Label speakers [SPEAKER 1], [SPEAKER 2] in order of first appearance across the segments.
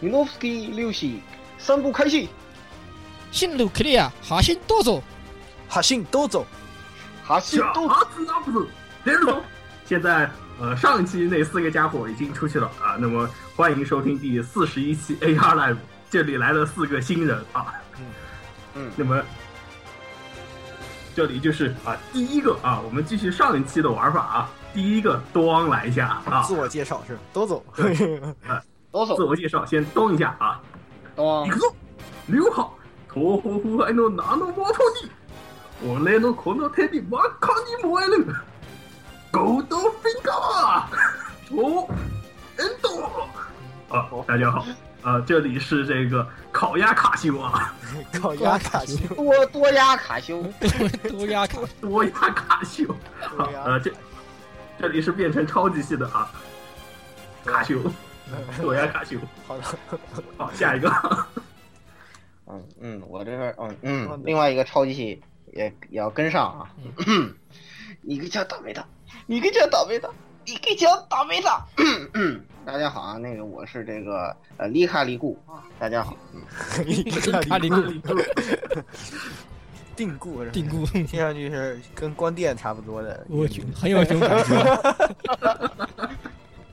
[SPEAKER 1] 米诺夫斯基六系三步开戏，
[SPEAKER 2] 新路克利亚哈辛多佐，
[SPEAKER 3] 哈信都走，
[SPEAKER 1] 哈西
[SPEAKER 4] 小
[SPEAKER 1] 都
[SPEAKER 4] 子那不走，接着走。 现在呃，上一期那四个家伙已经出去了啊，那么欢迎收听第四十一期 AR Live，这里来了四个新人啊。
[SPEAKER 1] 嗯
[SPEAKER 4] 那么这里就是啊，第一个啊，我们继续上一期的玩法啊。第一个多昂来一下啊
[SPEAKER 3] 自，我介绍是都走，
[SPEAKER 1] 哆
[SPEAKER 4] 自
[SPEAKER 1] 嗦
[SPEAKER 4] 我介绍先咚一下啊，
[SPEAKER 1] 哆
[SPEAKER 4] 行くぞ竜派東方腐敗の名のもとに俺のこの手に真っ赤に燃えるゴールドフィンガーおエンド啊，大家好，啊，这里是这个烤鸭卡西欧啊，
[SPEAKER 3] 烤鸭卡西，
[SPEAKER 1] 多多压卡修，
[SPEAKER 2] 多亚卡
[SPEAKER 4] 多鸭卡西欧，
[SPEAKER 3] 烤鸭
[SPEAKER 4] 啊，这这里是变成超级系的啊，卡西欧，多鸭卡西欧，
[SPEAKER 3] 好的，
[SPEAKER 4] 好，下一个，
[SPEAKER 1] 嗯嗯，我这边嗯嗯
[SPEAKER 3] 嗯，
[SPEAKER 1] 另外一个超级系也也要跟上啊。你个叫打没打？你个叫打没打？你个叫打没打？嗯大家好啊，那个我是这个呃利卡利固啊，大家好，嗯，
[SPEAKER 2] 卡里固
[SPEAKER 3] 定固是吧
[SPEAKER 2] 定，固，
[SPEAKER 3] 听上去是跟光电差不多的。
[SPEAKER 2] 我去，很有这种感觉。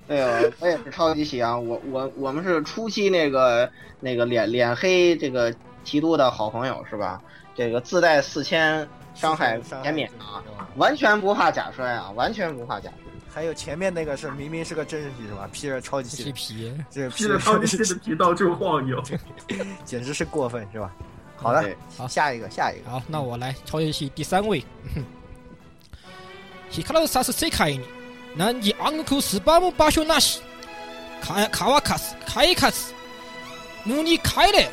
[SPEAKER 1] 对，我哎我也是超级喜啊，我我我们是初期那个那个脸脸黑这个提督的好朋友是吧？这个自带四千伤害
[SPEAKER 3] 伤
[SPEAKER 1] 减免
[SPEAKER 3] 对
[SPEAKER 1] 啊，
[SPEAKER 3] 对吧
[SPEAKER 1] 完全不怕假摔啊，完全不怕假摔。
[SPEAKER 3] 还有前面那个是明明是个真人系是吧？披着超级
[SPEAKER 2] 皮
[SPEAKER 3] 系，
[SPEAKER 2] 皮，
[SPEAKER 3] 这个披
[SPEAKER 4] 披着超级系的皮到处晃悠。
[SPEAKER 3] 简直是过分是吧？好的
[SPEAKER 1] 对，
[SPEAKER 2] 好
[SPEAKER 3] 下一个，下一个，
[SPEAKER 2] 好，那我来超越系第三位。 ヒカルサス世界に何時暗黒スパム場所なし。か乾かす、開かす。無に帰れ。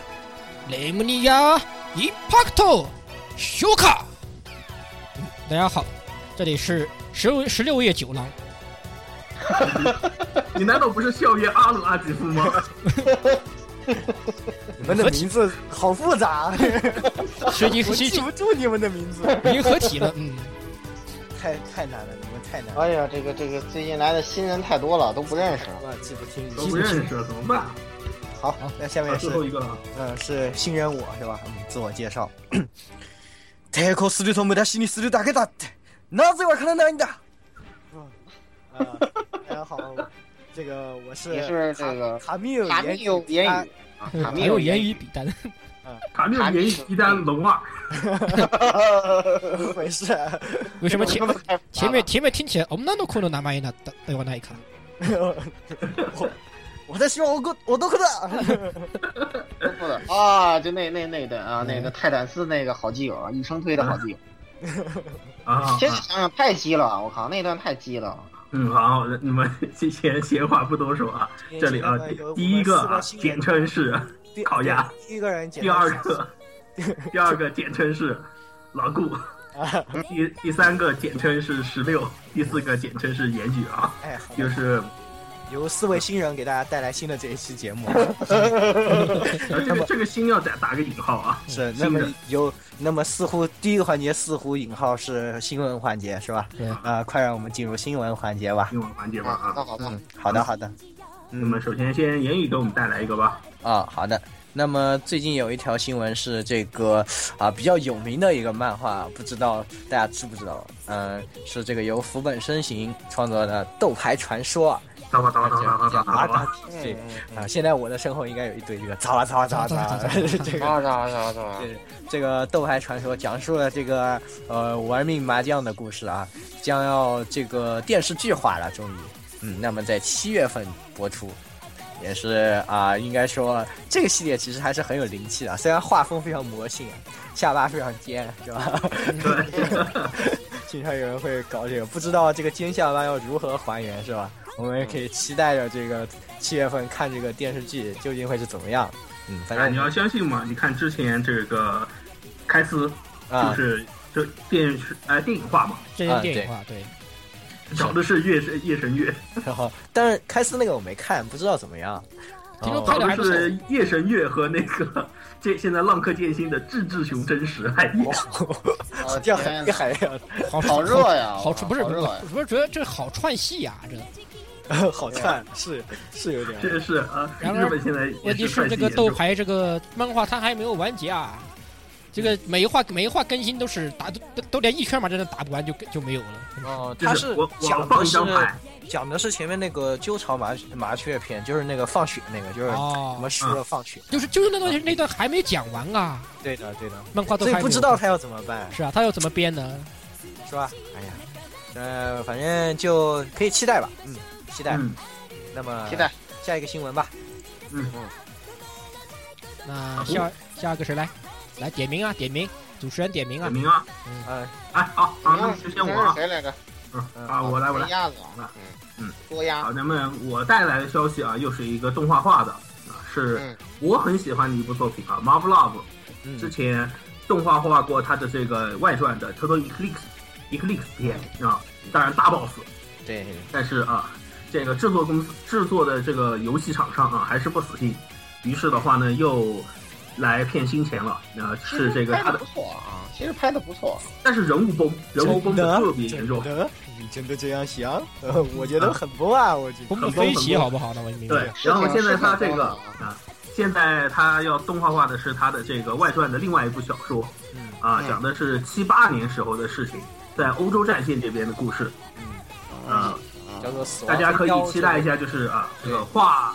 [SPEAKER 2] レムニアインパクト消化。嗯大家好，这里是十六十六夜九郎。
[SPEAKER 4] 你难道不是校园阿鲁阿吉夫吗？
[SPEAKER 3] 你们的名字好复杂，啊
[SPEAKER 2] 学习学
[SPEAKER 3] 我记
[SPEAKER 2] 习
[SPEAKER 3] 不住你们的名 字，
[SPEAKER 2] 已经合体了，嗯，
[SPEAKER 3] 太太难了，你们太难了，
[SPEAKER 1] 哎呀，这个这个最近来的新人太多了，都不认识。
[SPEAKER 3] 我记不清。
[SPEAKER 4] 都不认识，怎么办？
[SPEAKER 3] 好，那下
[SPEAKER 4] 啊
[SPEAKER 3] 哎面是
[SPEAKER 4] 最后一个了，
[SPEAKER 3] 嗯，是新人我是吧？嗯，自我介绍。 抵抗すると無駄死にするだけだって。なぜわからないんだ。嗯，呃， 大家好，这个我是
[SPEAKER 1] 你是这个
[SPEAKER 3] 卡密有
[SPEAKER 1] 卡密有
[SPEAKER 3] 言
[SPEAKER 1] 言
[SPEAKER 3] 语
[SPEAKER 1] 语啊，卡密
[SPEAKER 2] 还有
[SPEAKER 1] 言
[SPEAKER 2] 言语比单，
[SPEAKER 4] 卡缪演绎一丹龙二，
[SPEAKER 3] 怎么回事？
[SPEAKER 2] 为什么 前
[SPEAKER 1] 语。
[SPEAKER 2] 前面前面听起来我们那都哭了，哪嘛也那的，哎呦那一看，
[SPEAKER 3] 我我在希望我过我都可的。
[SPEAKER 1] 不的啊，就那那那对啊，那个泰坦斯那个好基友啊，一生推的好基友。
[SPEAKER 3] 嗯
[SPEAKER 4] 啊，
[SPEAKER 1] 现在想想太鸡了，啊我靠，那段太鸡了。啊
[SPEAKER 4] 嗯，好，你们 先闲闲话不多说啊， 这里啊，第一个啊，简称是，烤鸭，
[SPEAKER 3] 第一个人简
[SPEAKER 4] 第
[SPEAKER 3] 称
[SPEAKER 4] 二个， 第二个简称是老顾，
[SPEAKER 3] 啊，
[SPEAKER 4] 第第三个简称是十六，第四个简称是言语啊，
[SPEAKER 3] 哎，好的
[SPEAKER 4] 就是
[SPEAKER 3] 由四位新人给大家带来新的这一期节目。
[SPEAKER 4] 呃这个这个心要打打个引号啊，
[SPEAKER 3] 是，
[SPEAKER 4] 新
[SPEAKER 3] 那么
[SPEAKER 4] 人
[SPEAKER 3] 有，那么似乎第一个环节似乎引号是新闻环节是吧？
[SPEAKER 2] 对
[SPEAKER 3] 啊、快让我们进入新闻环节吧。
[SPEAKER 4] 新闻环节吧
[SPEAKER 1] 啊，那
[SPEAKER 4] 啊，
[SPEAKER 1] 好吧
[SPEAKER 3] 嗯，，好的，好的。
[SPEAKER 4] 那么
[SPEAKER 3] 嗯，
[SPEAKER 4] 首先先言语给我们带来一个吧，
[SPEAKER 3] 啊，好的。那么最近有一条新闻是这个啊比较有名的一个漫画，不知道大家知不知道？嗯、是这个由福本伸行创作的《斗牌传说》
[SPEAKER 4] 叨吧叨吧
[SPEAKER 3] 叫
[SPEAKER 4] 叨吧
[SPEAKER 3] 叫
[SPEAKER 4] 叨吧叨吧，
[SPEAKER 3] RPG 啊。现在我的身后应该有一堆这个咋啦咋啦咋啦咋啦，这 个
[SPEAKER 1] 啊咋咋咋
[SPEAKER 3] 对这个《斗牌传说》讲述了这个呃玩命麻将的故事啊，将要这个电视剧化了，终于，嗯，那么在七月份播出，也是啊、应该说这个系列其实还是很有灵气的，虽然画风非常魔性，下巴非常尖，是吧？
[SPEAKER 4] 对，
[SPEAKER 3] 经常有人会搞这个，不知道这个尖下巴要如何还原，是吧？我们也可以期待着这个七月份看这个电视剧究竟会是怎么样。嗯，反
[SPEAKER 4] 哎，你
[SPEAKER 3] 正
[SPEAKER 4] 要相信嘛，你看之前这个开司就
[SPEAKER 3] 啊，
[SPEAKER 4] 是这电视呃电影化嘛，
[SPEAKER 2] 这
[SPEAKER 3] 啊
[SPEAKER 2] 是电
[SPEAKER 3] 对
[SPEAKER 2] 影化，对，
[SPEAKER 4] 找的是夜神夜神月，
[SPEAKER 3] 然后但是开司那个我没看，不知道怎么样。
[SPEAKER 2] 听说
[SPEAKER 3] 哦
[SPEAKER 2] 拍
[SPEAKER 4] 找
[SPEAKER 2] 的
[SPEAKER 4] 的
[SPEAKER 2] 还不错，
[SPEAKER 4] 是夜神月和那个 这现在浪客剑心的志志雄真实哎海夜，
[SPEAKER 1] 咋，
[SPEAKER 3] 这海这海量
[SPEAKER 2] 好
[SPEAKER 1] 啊
[SPEAKER 2] 啊
[SPEAKER 1] 好热呀，
[SPEAKER 2] 好处不是啊
[SPEAKER 1] 好热呀，
[SPEAKER 2] 不是主要这好串戏呀，这
[SPEAKER 3] 好 看，是是有点。
[SPEAKER 4] 是是啊，
[SPEAKER 2] 然
[SPEAKER 4] 日
[SPEAKER 2] 而
[SPEAKER 4] 本现在也
[SPEAKER 2] 问题
[SPEAKER 4] 是
[SPEAKER 2] 是这个斗牌这个漫画它还没有完结啊，这个每一话每一话更新都是打都都都连一圈嘛，真的打不完就就没有了。
[SPEAKER 3] 哦，
[SPEAKER 4] 就
[SPEAKER 3] 他
[SPEAKER 4] 是
[SPEAKER 3] 是
[SPEAKER 4] 我我
[SPEAKER 3] 讲
[SPEAKER 4] 放
[SPEAKER 3] 的
[SPEAKER 4] 一
[SPEAKER 3] 是
[SPEAKER 4] 张牌
[SPEAKER 3] 讲的是前面那个鸠巢麻麻雀篇，就是那个放血那个，就是我
[SPEAKER 2] 哦
[SPEAKER 3] 们，输了放血。
[SPEAKER 2] 就是就是那段那段还没讲完啊，
[SPEAKER 3] 啊对的，对的。
[SPEAKER 2] 漫画都
[SPEAKER 3] 所以
[SPEAKER 2] 还没有
[SPEAKER 3] 不知道他要怎么办，
[SPEAKER 2] 是啊，他要怎么编呢？
[SPEAKER 3] 是吧？哎呀，呃，反正就可以期待吧，嗯，期待。
[SPEAKER 4] 嗯，
[SPEAKER 3] 那么
[SPEAKER 1] 期待
[SPEAKER 3] 下一个新闻吧。
[SPEAKER 2] 那下下个谁来？来点名啊，点名，主持人点名啊
[SPEAKER 4] 点。名啊，
[SPEAKER 3] 呃，
[SPEAKER 4] 哎好，好，那
[SPEAKER 1] 嗯
[SPEAKER 4] 就先我啊
[SPEAKER 1] 是，谁来着？
[SPEAKER 4] 嗯啊，我来我来
[SPEAKER 1] 没。鸭子啊
[SPEAKER 4] 来，
[SPEAKER 1] 嗯
[SPEAKER 4] 嗯，
[SPEAKER 1] 多鸭
[SPEAKER 4] 好，，咱们我带来的消息啊，又是一个动画化的啊，
[SPEAKER 1] 嗯
[SPEAKER 4] 是我很喜欢的一部作品啊，《Marvel Love》之
[SPEAKER 3] 嗯，
[SPEAKER 4] 前动画化过它的这个外传的《Total Eclipse》Eclipse 篇啊，当然大 boss，
[SPEAKER 3] 对，
[SPEAKER 4] 但是啊，这个制作公司制作的这个游戏厂商啊还是不死心，于是的话呢又来骗新钱了，啊，是这个
[SPEAKER 1] 拍
[SPEAKER 4] 他
[SPEAKER 1] 的不，
[SPEAKER 4] 的
[SPEAKER 1] 错啊，其实拍的不错，
[SPEAKER 4] 但是人物崩人物崩的特别严重，
[SPEAKER 3] 的，你真的这样想？呃，我觉得很不啊，我觉
[SPEAKER 2] 我们飞起好不好？那我明白。
[SPEAKER 4] 对，然后现在他这个啊，现在他要动画化的是他的这个外传的另外一部小说，
[SPEAKER 3] 嗯
[SPEAKER 4] 啊，
[SPEAKER 1] 嗯
[SPEAKER 4] 讲的是七八年时候的事情，在欧洲战线这边的故事，啊
[SPEAKER 1] 啊
[SPEAKER 3] 叫做死
[SPEAKER 4] 大
[SPEAKER 3] 亡
[SPEAKER 4] 家可
[SPEAKER 3] 飞镖
[SPEAKER 4] 以期待一下，就是啊，这个画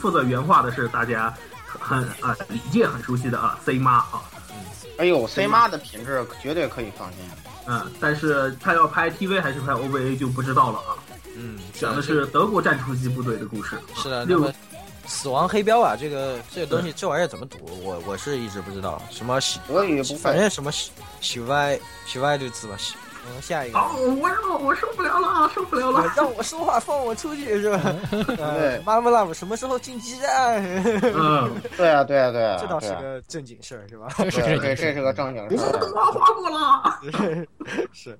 [SPEAKER 4] 负责原画的是大家很啊李健很熟悉的啊 C 妈啊，
[SPEAKER 1] 哎呦，C 妈的品质绝对可以放心。啊
[SPEAKER 4] 嗯，但是他要拍 TV 还是拍 OVA 就不知道了啊，
[SPEAKER 3] 嗯，
[SPEAKER 4] 讲的是德国战术机部队的故事，
[SPEAKER 3] 是的，那
[SPEAKER 4] 六
[SPEAKER 3] 么死亡黑标啊，这个这个东西这玩意儿怎么读？我我是一直不知道什么喜，
[SPEAKER 1] 德语不
[SPEAKER 3] 反
[SPEAKER 1] 会，
[SPEAKER 2] 哎
[SPEAKER 3] 正什么喜喜歪喜歪的字吧。喜，嗯，下一个。
[SPEAKER 4] 好，哦我让我受不了了啊，受不了了，
[SPEAKER 3] 让我说话，放我出去是吧？
[SPEAKER 1] 对
[SPEAKER 3] 呃妈妈 love 什么时候进基 站？
[SPEAKER 4] 嗯。
[SPEAKER 1] 对啊，对啊，对啊，
[SPEAKER 3] 这倒是
[SPEAKER 1] 对啊
[SPEAKER 3] 个正经事儿是吧？
[SPEAKER 2] 这是
[SPEAKER 1] 对啊
[SPEAKER 2] 这
[SPEAKER 1] 对，
[SPEAKER 2] 是
[SPEAKER 1] 这是个正经
[SPEAKER 4] 我
[SPEAKER 1] 事
[SPEAKER 4] 们
[SPEAKER 1] 儿
[SPEAKER 4] 动。画画过了。
[SPEAKER 3] 是，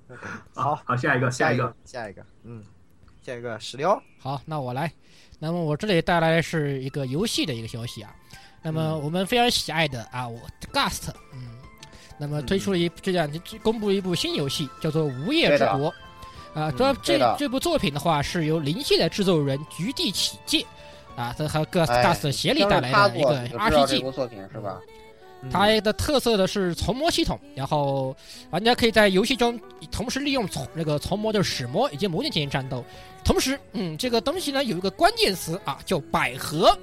[SPEAKER 3] 好，
[SPEAKER 4] 好，下一个，
[SPEAKER 3] 下
[SPEAKER 4] 一
[SPEAKER 3] 一
[SPEAKER 4] 个
[SPEAKER 3] 个，，下一个，嗯，下一个石榴，
[SPEAKER 2] 好，那我来。那么我这里带来的是一个游戏的一个消息啊。那
[SPEAKER 1] 嗯
[SPEAKER 2] 么我们非常喜爱的啊，我 Gust，嗯，那么推出
[SPEAKER 1] 嗯
[SPEAKER 2] 了一这样公布了一部新游戏，叫做《无夜之国》。啊，主要
[SPEAKER 1] 嗯对的
[SPEAKER 2] 这这部作品的话，是由灵系的制作人菊地启介啊，这和 Gust
[SPEAKER 1] 哎
[SPEAKER 2] Gust 协力
[SPEAKER 1] 就是
[SPEAKER 2] 带来
[SPEAKER 1] 他
[SPEAKER 2] 的一
[SPEAKER 1] 做
[SPEAKER 2] 个
[SPEAKER 1] 的，我知道这
[SPEAKER 2] RPG 嗯
[SPEAKER 1] 部。作品是吧？
[SPEAKER 2] 它的特色的是从魔系统，然后玩家可以在游戏中同时利用从那个从魔就是使魔以及魔镜进行战斗。同时，嗯，这个东西呢有一个关键词啊，叫百合，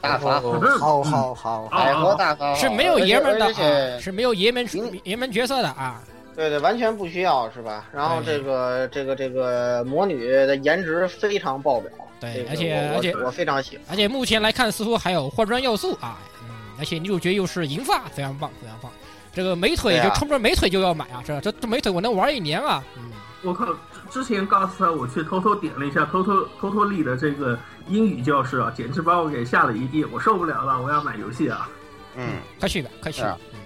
[SPEAKER 1] 大法
[SPEAKER 3] 哦好好好
[SPEAKER 2] 嗯
[SPEAKER 3] 好，
[SPEAKER 1] 百合大法
[SPEAKER 2] 是没有爷们儿的
[SPEAKER 1] 哦而且而
[SPEAKER 2] 啊，
[SPEAKER 1] 且
[SPEAKER 2] 是没有爷们
[SPEAKER 1] 嗯
[SPEAKER 2] 爷们角色的啊。
[SPEAKER 1] 对对，完全不需要是吧？然后这
[SPEAKER 3] 哎
[SPEAKER 1] 个这个这个魔女的颜值非常爆表，
[SPEAKER 2] 对
[SPEAKER 3] 哎
[SPEAKER 1] 这个
[SPEAKER 2] 而且
[SPEAKER 1] 我我
[SPEAKER 2] 而且
[SPEAKER 1] 我非常喜欢。
[SPEAKER 2] 而且目前来看，似乎还有换装要素啊，嗯，而且女主角又是银发，非常棒，非常棒。这个美腿
[SPEAKER 1] 对
[SPEAKER 2] 就
[SPEAKER 1] 啊
[SPEAKER 2] 冲着美腿就要买啊，这这这美腿我能玩一年啊，嗯，
[SPEAKER 4] 我靠！之前告诉他，我去偷偷点了一下偷偷偷偷力的这个英语教室啊，简直把我给吓了一地，我受不了了，我要买游戏啊！
[SPEAKER 1] 嗯，
[SPEAKER 2] 快去吧，快去
[SPEAKER 1] 是
[SPEAKER 2] 吧
[SPEAKER 1] 啊。
[SPEAKER 2] 嗯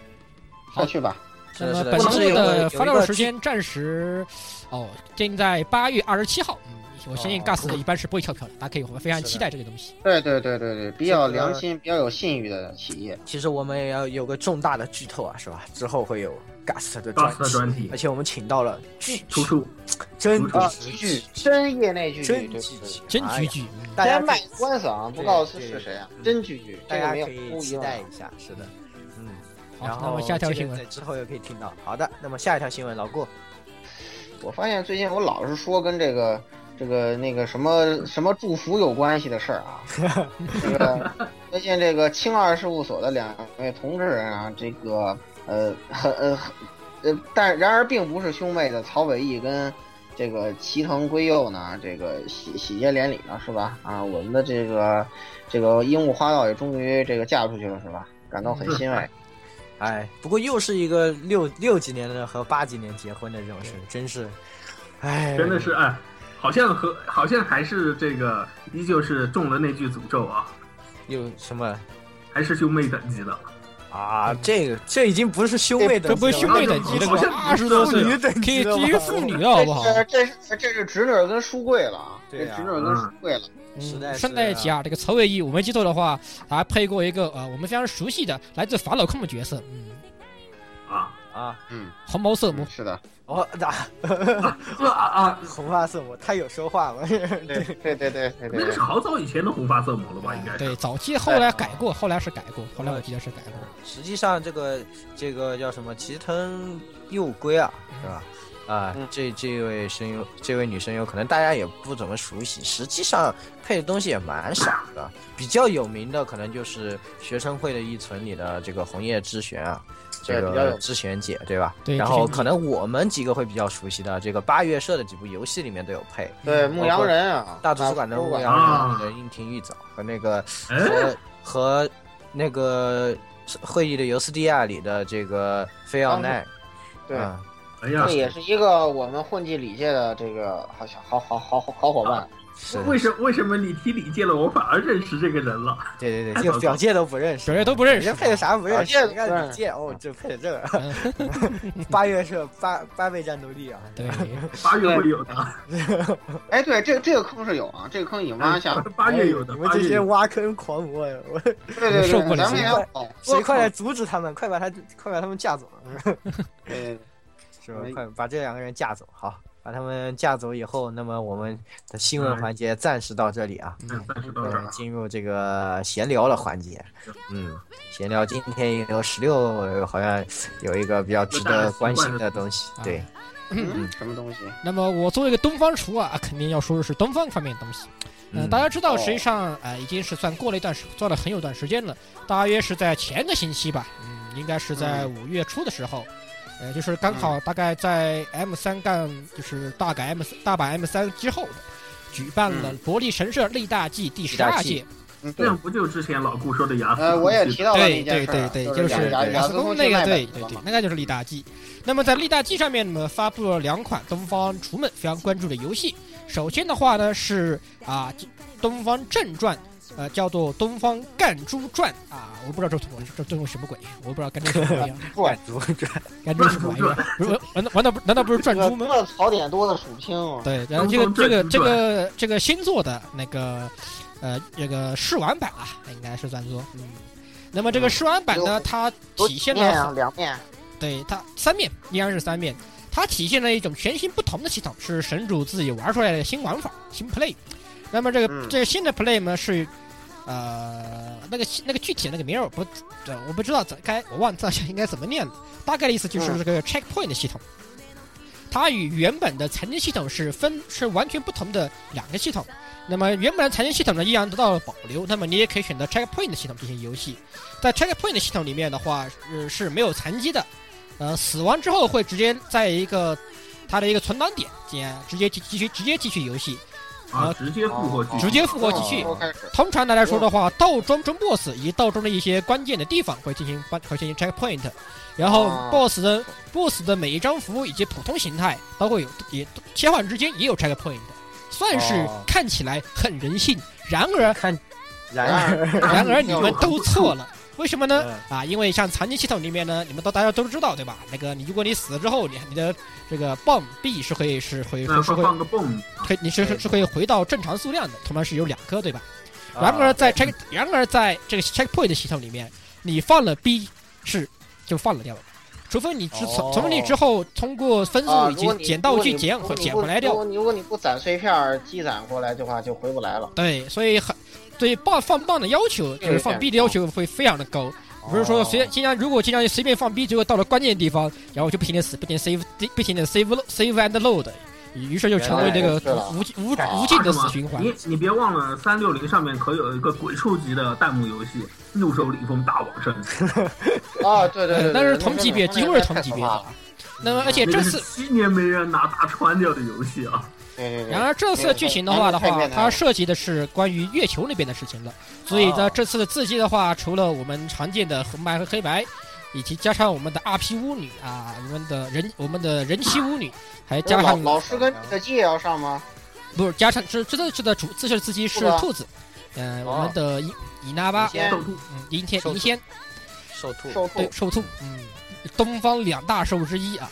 [SPEAKER 2] 好
[SPEAKER 1] 快去吧。
[SPEAKER 3] 是
[SPEAKER 2] 那么
[SPEAKER 3] 的是的
[SPEAKER 2] 本
[SPEAKER 3] 甚至
[SPEAKER 2] 周
[SPEAKER 3] 有个有
[SPEAKER 2] 的
[SPEAKER 3] 一
[SPEAKER 2] 发售
[SPEAKER 3] 个
[SPEAKER 2] 时间暂时，哦，定在八月二十七号。嗯，我相信
[SPEAKER 3] 哦
[SPEAKER 2] Gas 一般是不会跳票的，大家可以非常
[SPEAKER 3] 是的
[SPEAKER 2] 期待这个东西。
[SPEAKER 1] 对对对对对，比较良心、比较有信誉的企业，
[SPEAKER 3] 其实我们也要有个重大的剧透啊，是吧？之后会有 Gust 的
[SPEAKER 4] 告
[SPEAKER 3] 专
[SPEAKER 4] 诉他
[SPEAKER 3] 辑，
[SPEAKER 4] 专题
[SPEAKER 3] 而，且我们请到了巨
[SPEAKER 4] 出处
[SPEAKER 3] 真
[SPEAKER 4] 啊
[SPEAKER 1] 啊，
[SPEAKER 3] 巨
[SPEAKER 1] 剧真业内剧剧，
[SPEAKER 3] 真
[SPEAKER 1] 对
[SPEAKER 3] 巨
[SPEAKER 1] 对对
[SPEAKER 3] 巨，
[SPEAKER 2] 真
[SPEAKER 3] 哎
[SPEAKER 2] 局
[SPEAKER 3] 呀
[SPEAKER 2] 局，嗯
[SPEAKER 3] 大家
[SPEAKER 1] 先
[SPEAKER 3] 可以
[SPEAKER 1] 卖官司啊，不告诉
[SPEAKER 3] 对
[SPEAKER 1] 是
[SPEAKER 3] 对
[SPEAKER 1] 谁啊
[SPEAKER 3] 嗯，
[SPEAKER 1] 真剧剧，
[SPEAKER 3] 大
[SPEAKER 1] 这个没
[SPEAKER 3] 家
[SPEAKER 1] 有
[SPEAKER 3] 可以
[SPEAKER 1] 无疑
[SPEAKER 3] 期
[SPEAKER 1] 问
[SPEAKER 3] 待
[SPEAKER 1] 啊。
[SPEAKER 3] 一下，是的，嗯。
[SPEAKER 2] 好，那么下一条新闻
[SPEAKER 3] 在，之后又可以听到。好的，那么下一条新闻，老顾，
[SPEAKER 1] 我发现最近我老是说跟这个这个那个什么什么祝福有关系的事儿啊。这个最近这个青二事务所的两位同志啊，这个呃很呃很呃，但然而并不是兄妹的曹伟义跟这个齐藤圭佑呢，这个喜喜结连理了是吧？啊，我们的这个这个樱木花道也终于这个嫁出去了是吧？感到很欣慰。
[SPEAKER 3] 哎，不过又是一个六六几年的和八几年结婚的这种事，真是，哎，
[SPEAKER 4] 真的是哎，好像和好像还是这个依旧是中了那句诅咒啊，
[SPEAKER 3] 有什么
[SPEAKER 4] 还是兄妹等级的，
[SPEAKER 3] 啊？这个这已经不是兄妹的，
[SPEAKER 2] 这不是兄妹等级了，
[SPEAKER 4] 好像
[SPEAKER 2] 二十多岁
[SPEAKER 4] 妇
[SPEAKER 2] 了
[SPEAKER 4] 女
[SPEAKER 3] 等
[SPEAKER 2] 可以
[SPEAKER 3] 级了
[SPEAKER 2] 至
[SPEAKER 3] 吧
[SPEAKER 2] 于妇女了，嗯好不好？
[SPEAKER 1] 这是这是这是侄女儿跟书柜了啊，这
[SPEAKER 3] 对啊
[SPEAKER 1] 侄女儿跟书柜了。
[SPEAKER 3] 时代
[SPEAKER 2] 嗯，
[SPEAKER 3] 是
[SPEAKER 2] 圣代吉啊，这个曹伟义，我没记错的话，还配过一个呃我们非常熟悉的来自法老控的角色，嗯，
[SPEAKER 4] 啊，
[SPEAKER 3] 啊？
[SPEAKER 1] 嗯，
[SPEAKER 2] 红毛色魔，
[SPEAKER 1] 是的，
[SPEAKER 3] 哦，啊，
[SPEAKER 4] 啊啊！
[SPEAKER 3] 红发色魔，他有说话吗？
[SPEAKER 1] 对对对对对
[SPEAKER 4] 那个是
[SPEAKER 1] 对，
[SPEAKER 4] 好早以前的红发色魔了吧？应
[SPEAKER 3] 嗯
[SPEAKER 4] 该是
[SPEAKER 2] 对，早期后来改过，后来是改过，后来我记得是改过。
[SPEAKER 3] 实际上这个这个叫什么齐藤佑圭啊，是吧？啊、
[SPEAKER 1] 嗯
[SPEAKER 3] 这这位声优，这位女声优，可能大家也不怎么熟悉。实际上配的东西也蛮少的，比较有名的可能就是学生会的一存里的这个红叶之玄啊，这
[SPEAKER 1] 对比较有
[SPEAKER 3] 个
[SPEAKER 1] 名
[SPEAKER 3] 之玄姐，对吧？
[SPEAKER 2] 对
[SPEAKER 3] 然
[SPEAKER 2] 之
[SPEAKER 3] 后
[SPEAKER 2] 玄姐
[SPEAKER 3] 可能我们几个会比较熟悉的，这个八月社的几部游戏里面都有配，
[SPEAKER 1] 对牧羊人啊，
[SPEAKER 3] 大图书馆的牧羊
[SPEAKER 4] 啊
[SPEAKER 3] 人、那个应庭玉藻和那个
[SPEAKER 4] 哎，
[SPEAKER 3] 和和那个会议的尤斯蒂亚里的这个菲奥奈，
[SPEAKER 4] 哦
[SPEAKER 1] 对，
[SPEAKER 3] 啊
[SPEAKER 4] 哎呀
[SPEAKER 1] 这，也是一个我们混迹理界的这个好小好好好好伙伴。
[SPEAKER 3] 是，
[SPEAKER 4] 为什为什么你提理界了，我反而认识这个人了？
[SPEAKER 3] 对对对，这个表界都不认识，
[SPEAKER 2] 表姐都不认
[SPEAKER 3] 人
[SPEAKER 2] 识
[SPEAKER 3] 家，配的啥不认
[SPEAKER 1] 表
[SPEAKER 3] 识，
[SPEAKER 1] 界
[SPEAKER 3] 你看李健哦，
[SPEAKER 4] 嗯
[SPEAKER 3] 就配的这个，
[SPEAKER 2] 嗯
[SPEAKER 3] 八月是八八倍战斗力啊，
[SPEAKER 2] 对，
[SPEAKER 4] 八月会有的，
[SPEAKER 1] 哎，对，这这个坑是有啊，这个坑已经挖 下了。
[SPEAKER 4] 八月有的，
[SPEAKER 3] 哎你们
[SPEAKER 4] 八
[SPEAKER 3] 这
[SPEAKER 4] 月
[SPEAKER 3] 些
[SPEAKER 4] 有的
[SPEAKER 3] 挖坑狂魔，我
[SPEAKER 1] 对对
[SPEAKER 2] 受不
[SPEAKER 1] 对，
[SPEAKER 2] 了
[SPEAKER 1] 咱们也
[SPEAKER 3] 谁
[SPEAKER 1] 好，
[SPEAKER 3] 谁快来阻止他们，快把他快把他们架走，啊
[SPEAKER 1] 对
[SPEAKER 3] 是
[SPEAKER 4] 哎
[SPEAKER 3] 吧？快把这两个人架走，好。把他们架走以后，那么我们的新
[SPEAKER 4] 哎
[SPEAKER 3] 闻环节暂时到这里啊。
[SPEAKER 4] 嗯但是到这儿
[SPEAKER 3] 嗯，
[SPEAKER 4] 了
[SPEAKER 3] 进入这个闲聊的环节。嗯，闲聊今天也有十六，好像有一个比较值得关心的东西。对，
[SPEAKER 1] 嗯，什么东西？
[SPEAKER 2] 那么我作为一个东方厨啊，啊肯定要说的是东方方面的东西。嗯，
[SPEAKER 3] 嗯
[SPEAKER 2] 大家知道，实际
[SPEAKER 1] 哦
[SPEAKER 2] 上啊、呃已经是算过了一段时，做了很有段时间了，大约是在前个星期吧，嗯，应该是在五月初的时候，呃，就是刚好大概在 M 三杠，就是大改 M 大阪 M 三之后，举办了伯利神社历大祭第十
[SPEAKER 3] 嗯历大
[SPEAKER 2] 二
[SPEAKER 3] 祭
[SPEAKER 2] 届，
[SPEAKER 1] 嗯，
[SPEAKER 4] 这
[SPEAKER 1] 对
[SPEAKER 4] 样。不就之前老顾说的雅思？
[SPEAKER 1] 呃，我也提到了那
[SPEAKER 2] 对
[SPEAKER 1] 件
[SPEAKER 2] 对
[SPEAKER 1] 事
[SPEAKER 2] 对
[SPEAKER 1] 儿，啊
[SPEAKER 2] 对，
[SPEAKER 1] 就是雅雅
[SPEAKER 2] 雅
[SPEAKER 1] 思
[SPEAKER 2] 思
[SPEAKER 1] 公
[SPEAKER 2] 那个，对
[SPEAKER 1] 对
[SPEAKER 2] 对对，那个就是利大记。那么在利大记上面呢，发布了两款东方厨们非常关注的游戏。首先的话呢是啊，东方正传。呃，叫做《东方干珠传》啊，我不知道这我这这种什么鬼，我不知道干珠什么玩意儿，
[SPEAKER 3] 转转转，
[SPEAKER 2] 干珠什么玩意儿？不是，难道难道不是难道不是转珠吗？
[SPEAKER 1] 这槽点多的数不清哦。
[SPEAKER 2] 对，然后这个
[SPEAKER 4] 东方
[SPEAKER 2] 这个
[SPEAKER 4] 转
[SPEAKER 2] 这
[SPEAKER 4] 珠
[SPEAKER 2] 个这个新做的那个呃这个试玩版啊，应该是算作嗯。那么这个试玩版呢，
[SPEAKER 1] 嗯
[SPEAKER 2] 它
[SPEAKER 1] 多
[SPEAKER 2] 体现
[SPEAKER 1] 几面
[SPEAKER 2] 了
[SPEAKER 1] 啊，两面，
[SPEAKER 2] 对它三面依然是三面，它体现了一种全新不同的系统，是神主自己玩出来的新玩法、新 play。那么这个、
[SPEAKER 1] 嗯
[SPEAKER 2] 这个新的 play 呢是，呃，那个那个具体那个名儿我不，对，我不知道怎该我忘记应该怎么念了。大概的意思就是
[SPEAKER 1] 嗯
[SPEAKER 2] 这个 checkpoint 的系统，它与原本的财经系统是分是完全不同的两个系统。那么原本的财经系统呢依然得到了保留，那么你也可以选择 checkpoint 的系统进行游戏。在 checkpoint 的系统里面的话，是是没有残疾的，呃，死亡之后会直接在一个它的一个存档点，这样直接继继续直接继续游戏，
[SPEAKER 4] 啊，直接复活剧，
[SPEAKER 2] 直接复活继续。
[SPEAKER 1] 哦开始。
[SPEAKER 2] 通常的来说的话，道中中 BOSS 以及道中的一些关键的地方会进行会进行 checkpoint，然后
[SPEAKER 1] 哦
[SPEAKER 2] BOSS 的 BOSS 的每一张服务以及普通形态都会有也切换之间也有 checkpoint，算是
[SPEAKER 3] 哦
[SPEAKER 2] 看起来很人性。然而
[SPEAKER 3] 看，
[SPEAKER 1] 哎
[SPEAKER 3] 然而，
[SPEAKER 2] 然而你们都错了，为什么呢？
[SPEAKER 3] 嗯
[SPEAKER 2] 啊，因为像残疾系统里面呢，你们都大家都知道对吧？那个你如果你死了之后，你你的这个泵 B 是会是会
[SPEAKER 4] 那
[SPEAKER 2] 是会
[SPEAKER 4] 嗯放个泵，
[SPEAKER 2] 会你是是是会回到正常数量的，同样是有两颗对吧？
[SPEAKER 3] 啊
[SPEAKER 2] 然而在 check，然而在这个 checkpoint 的系统里面，你放了 B 是就放了掉了，除非你之从
[SPEAKER 3] 哦
[SPEAKER 2] 从你之后通过分
[SPEAKER 1] 啊，
[SPEAKER 2] 数以
[SPEAKER 1] 如果
[SPEAKER 2] 及
[SPEAKER 1] 你
[SPEAKER 2] 捡道具
[SPEAKER 1] 如果你
[SPEAKER 2] 捡
[SPEAKER 1] 如
[SPEAKER 2] 回
[SPEAKER 1] 果你
[SPEAKER 2] 捡
[SPEAKER 1] 不
[SPEAKER 2] 回来
[SPEAKER 1] 如
[SPEAKER 2] 掉。
[SPEAKER 1] 果你如果你不攒碎片儿积攒过来的话，就回不 来了。
[SPEAKER 2] 对，所以很对棒放棒的要求，就是放 B 的要求会非常的高。不是
[SPEAKER 3] 哦
[SPEAKER 2] 说随经常如果经常随便放 B，结果到了关键地方，然后就不停的死，不停地 save，不停的 save lo- save and load，于是就成为这个
[SPEAKER 1] 原来如
[SPEAKER 2] 无无无无
[SPEAKER 4] 这
[SPEAKER 2] 尽的死循环。
[SPEAKER 4] 你你别忘了，三六零上面可有一个鬼畜级的弹幕游戏《怒手李峰大往生》，
[SPEAKER 1] 啊，对对对
[SPEAKER 2] 呃，
[SPEAKER 1] 对，
[SPEAKER 2] 但是
[SPEAKER 1] 那
[SPEAKER 2] 同
[SPEAKER 1] 个
[SPEAKER 2] 级别
[SPEAKER 1] 那
[SPEAKER 2] 几
[SPEAKER 1] 个
[SPEAKER 2] 乎是
[SPEAKER 1] 太
[SPEAKER 2] 同
[SPEAKER 1] 可
[SPEAKER 2] 级别的
[SPEAKER 1] 怕了
[SPEAKER 2] 啊。那么而且
[SPEAKER 4] 那
[SPEAKER 2] 这
[SPEAKER 4] 个
[SPEAKER 2] 次
[SPEAKER 4] 是七年没人拿大穿掉的游戏啊！
[SPEAKER 1] 对对对。
[SPEAKER 2] 然而这次的剧情的话的
[SPEAKER 1] 那个
[SPEAKER 2] 话，
[SPEAKER 1] 太
[SPEAKER 2] 它涉及的是关于月球那边的事情了。所以
[SPEAKER 1] 哦
[SPEAKER 2] 呢，这次的刺激的话，除了我们常见的红白和黑白，以及加上我们的 R P 巫女啊，我们的人我们的人妻巫女，还
[SPEAKER 1] 不是
[SPEAKER 2] 加上
[SPEAKER 1] 老老师跟你的季也要上吗？
[SPEAKER 2] 不是加上这这次的主这次的刺激
[SPEAKER 1] 兔
[SPEAKER 2] 是
[SPEAKER 1] 子
[SPEAKER 2] 兔子，嗯，
[SPEAKER 3] 哦
[SPEAKER 2] 我们的伊伊那巴
[SPEAKER 1] 尹，仙哦
[SPEAKER 4] 斗兔
[SPEAKER 2] 嗯，银天
[SPEAKER 3] 兽
[SPEAKER 2] 银
[SPEAKER 3] 兔
[SPEAKER 2] 仙
[SPEAKER 3] 受吐，
[SPEAKER 1] 受
[SPEAKER 2] 对
[SPEAKER 1] 兔，
[SPEAKER 2] 兽兔，嗯，东方两大兽之一啊。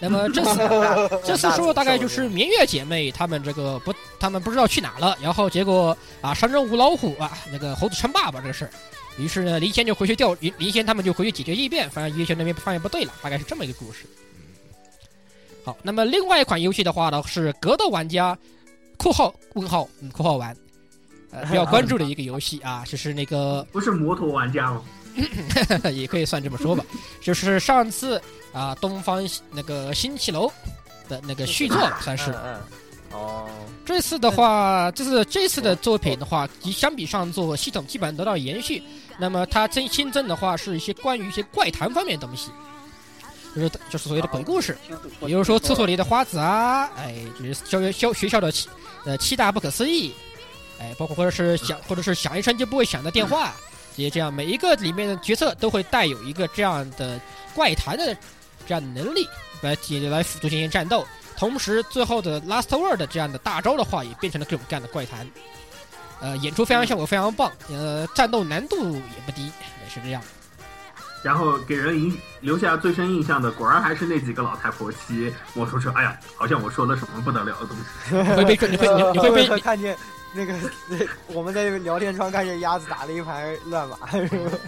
[SPEAKER 2] 那么 这次 这次说大概就是明月姐妹她们这个不，她们不知道去哪了，然后结果啊山中无老虎啊，那个猴子称爸爸这事儿。于是呢，林仙就回去调林林仙他们就回去解决异变，反正月球那边发现不对了，大概是这么一个故事。好，那么另外一款游戏的话呢，是格斗玩家（括号问号嗯括号玩）呃比较关注的一个游戏啊，就是那个
[SPEAKER 4] 不是摩托玩家吗？
[SPEAKER 2] 也可以算这么说吧，就是上次啊、东方那个新骑楼的那个续作吧，算是。
[SPEAKER 3] 嗯嗯哦，
[SPEAKER 2] 这次的话，这次这次的作品的话，及相比上作系统基本上得到延续。那么它增新增的话是一些关于一些怪谈方面的东西，就是就是所谓的鬼故事，比如说厕所里的花子啊，哎，就是校校学校的七呃七大不可思议，哎，包括或者是响或者是响一声就不会响的电话，也这样每一个里面的角色都会带有一个这样的怪谈的这样的能力来解来辅助进行战斗。同时，最后的 Last Word 这样的大招的话，也变成了各种各样的怪谈。呃，演出非常效果非常棒，呃，战斗难度也不低，也是这样。
[SPEAKER 4] 然后给人印留下最深印象的，果然还是那几个老太婆骑摩托车。哎呀，好像我说了什么不得了的东西。
[SPEAKER 2] 你会被你会你你会被
[SPEAKER 3] 呃看见那个我们在聊天窗看见鸭子打了一盘乱码，是吧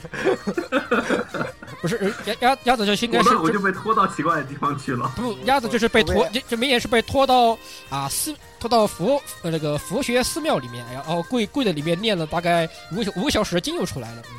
[SPEAKER 2] 不是呃鸭鸭鸭子就是应该
[SPEAKER 4] 我
[SPEAKER 2] 是
[SPEAKER 4] 的我就被拖到奇怪的地方去了。
[SPEAKER 2] 不鸭子就是被拖，就就明显是被拖到啊寺拖到佛呃那个佛学寺庙里面，然后跪跪在里面念了大概五个五个小时的经又出来了。嗯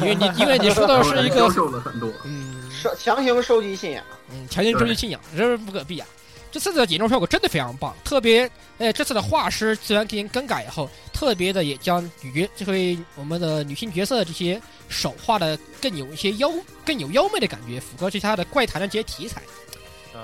[SPEAKER 2] 因为你因为你说
[SPEAKER 4] 然
[SPEAKER 2] 的
[SPEAKER 4] 后
[SPEAKER 2] 是一
[SPEAKER 4] 人
[SPEAKER 2] 个
[SPEAKER 4] 消瘦了很多。
[SPEAKER 2] 嗯
[SPEAKER 1] 收强行收集信仰，
[SPEAKER 2] 嗯，强行追求信仰，这是不可避啊。这次的演奏效果真的非常棒，特别，呃，这次的画师虽然进行更改以后，特别的也将女这回我们的女性角色这些手画的更有一些妖，更有妖媚的感觉，符合其他的怪谈的这些题材。
[SPEAKER 3] 嗯，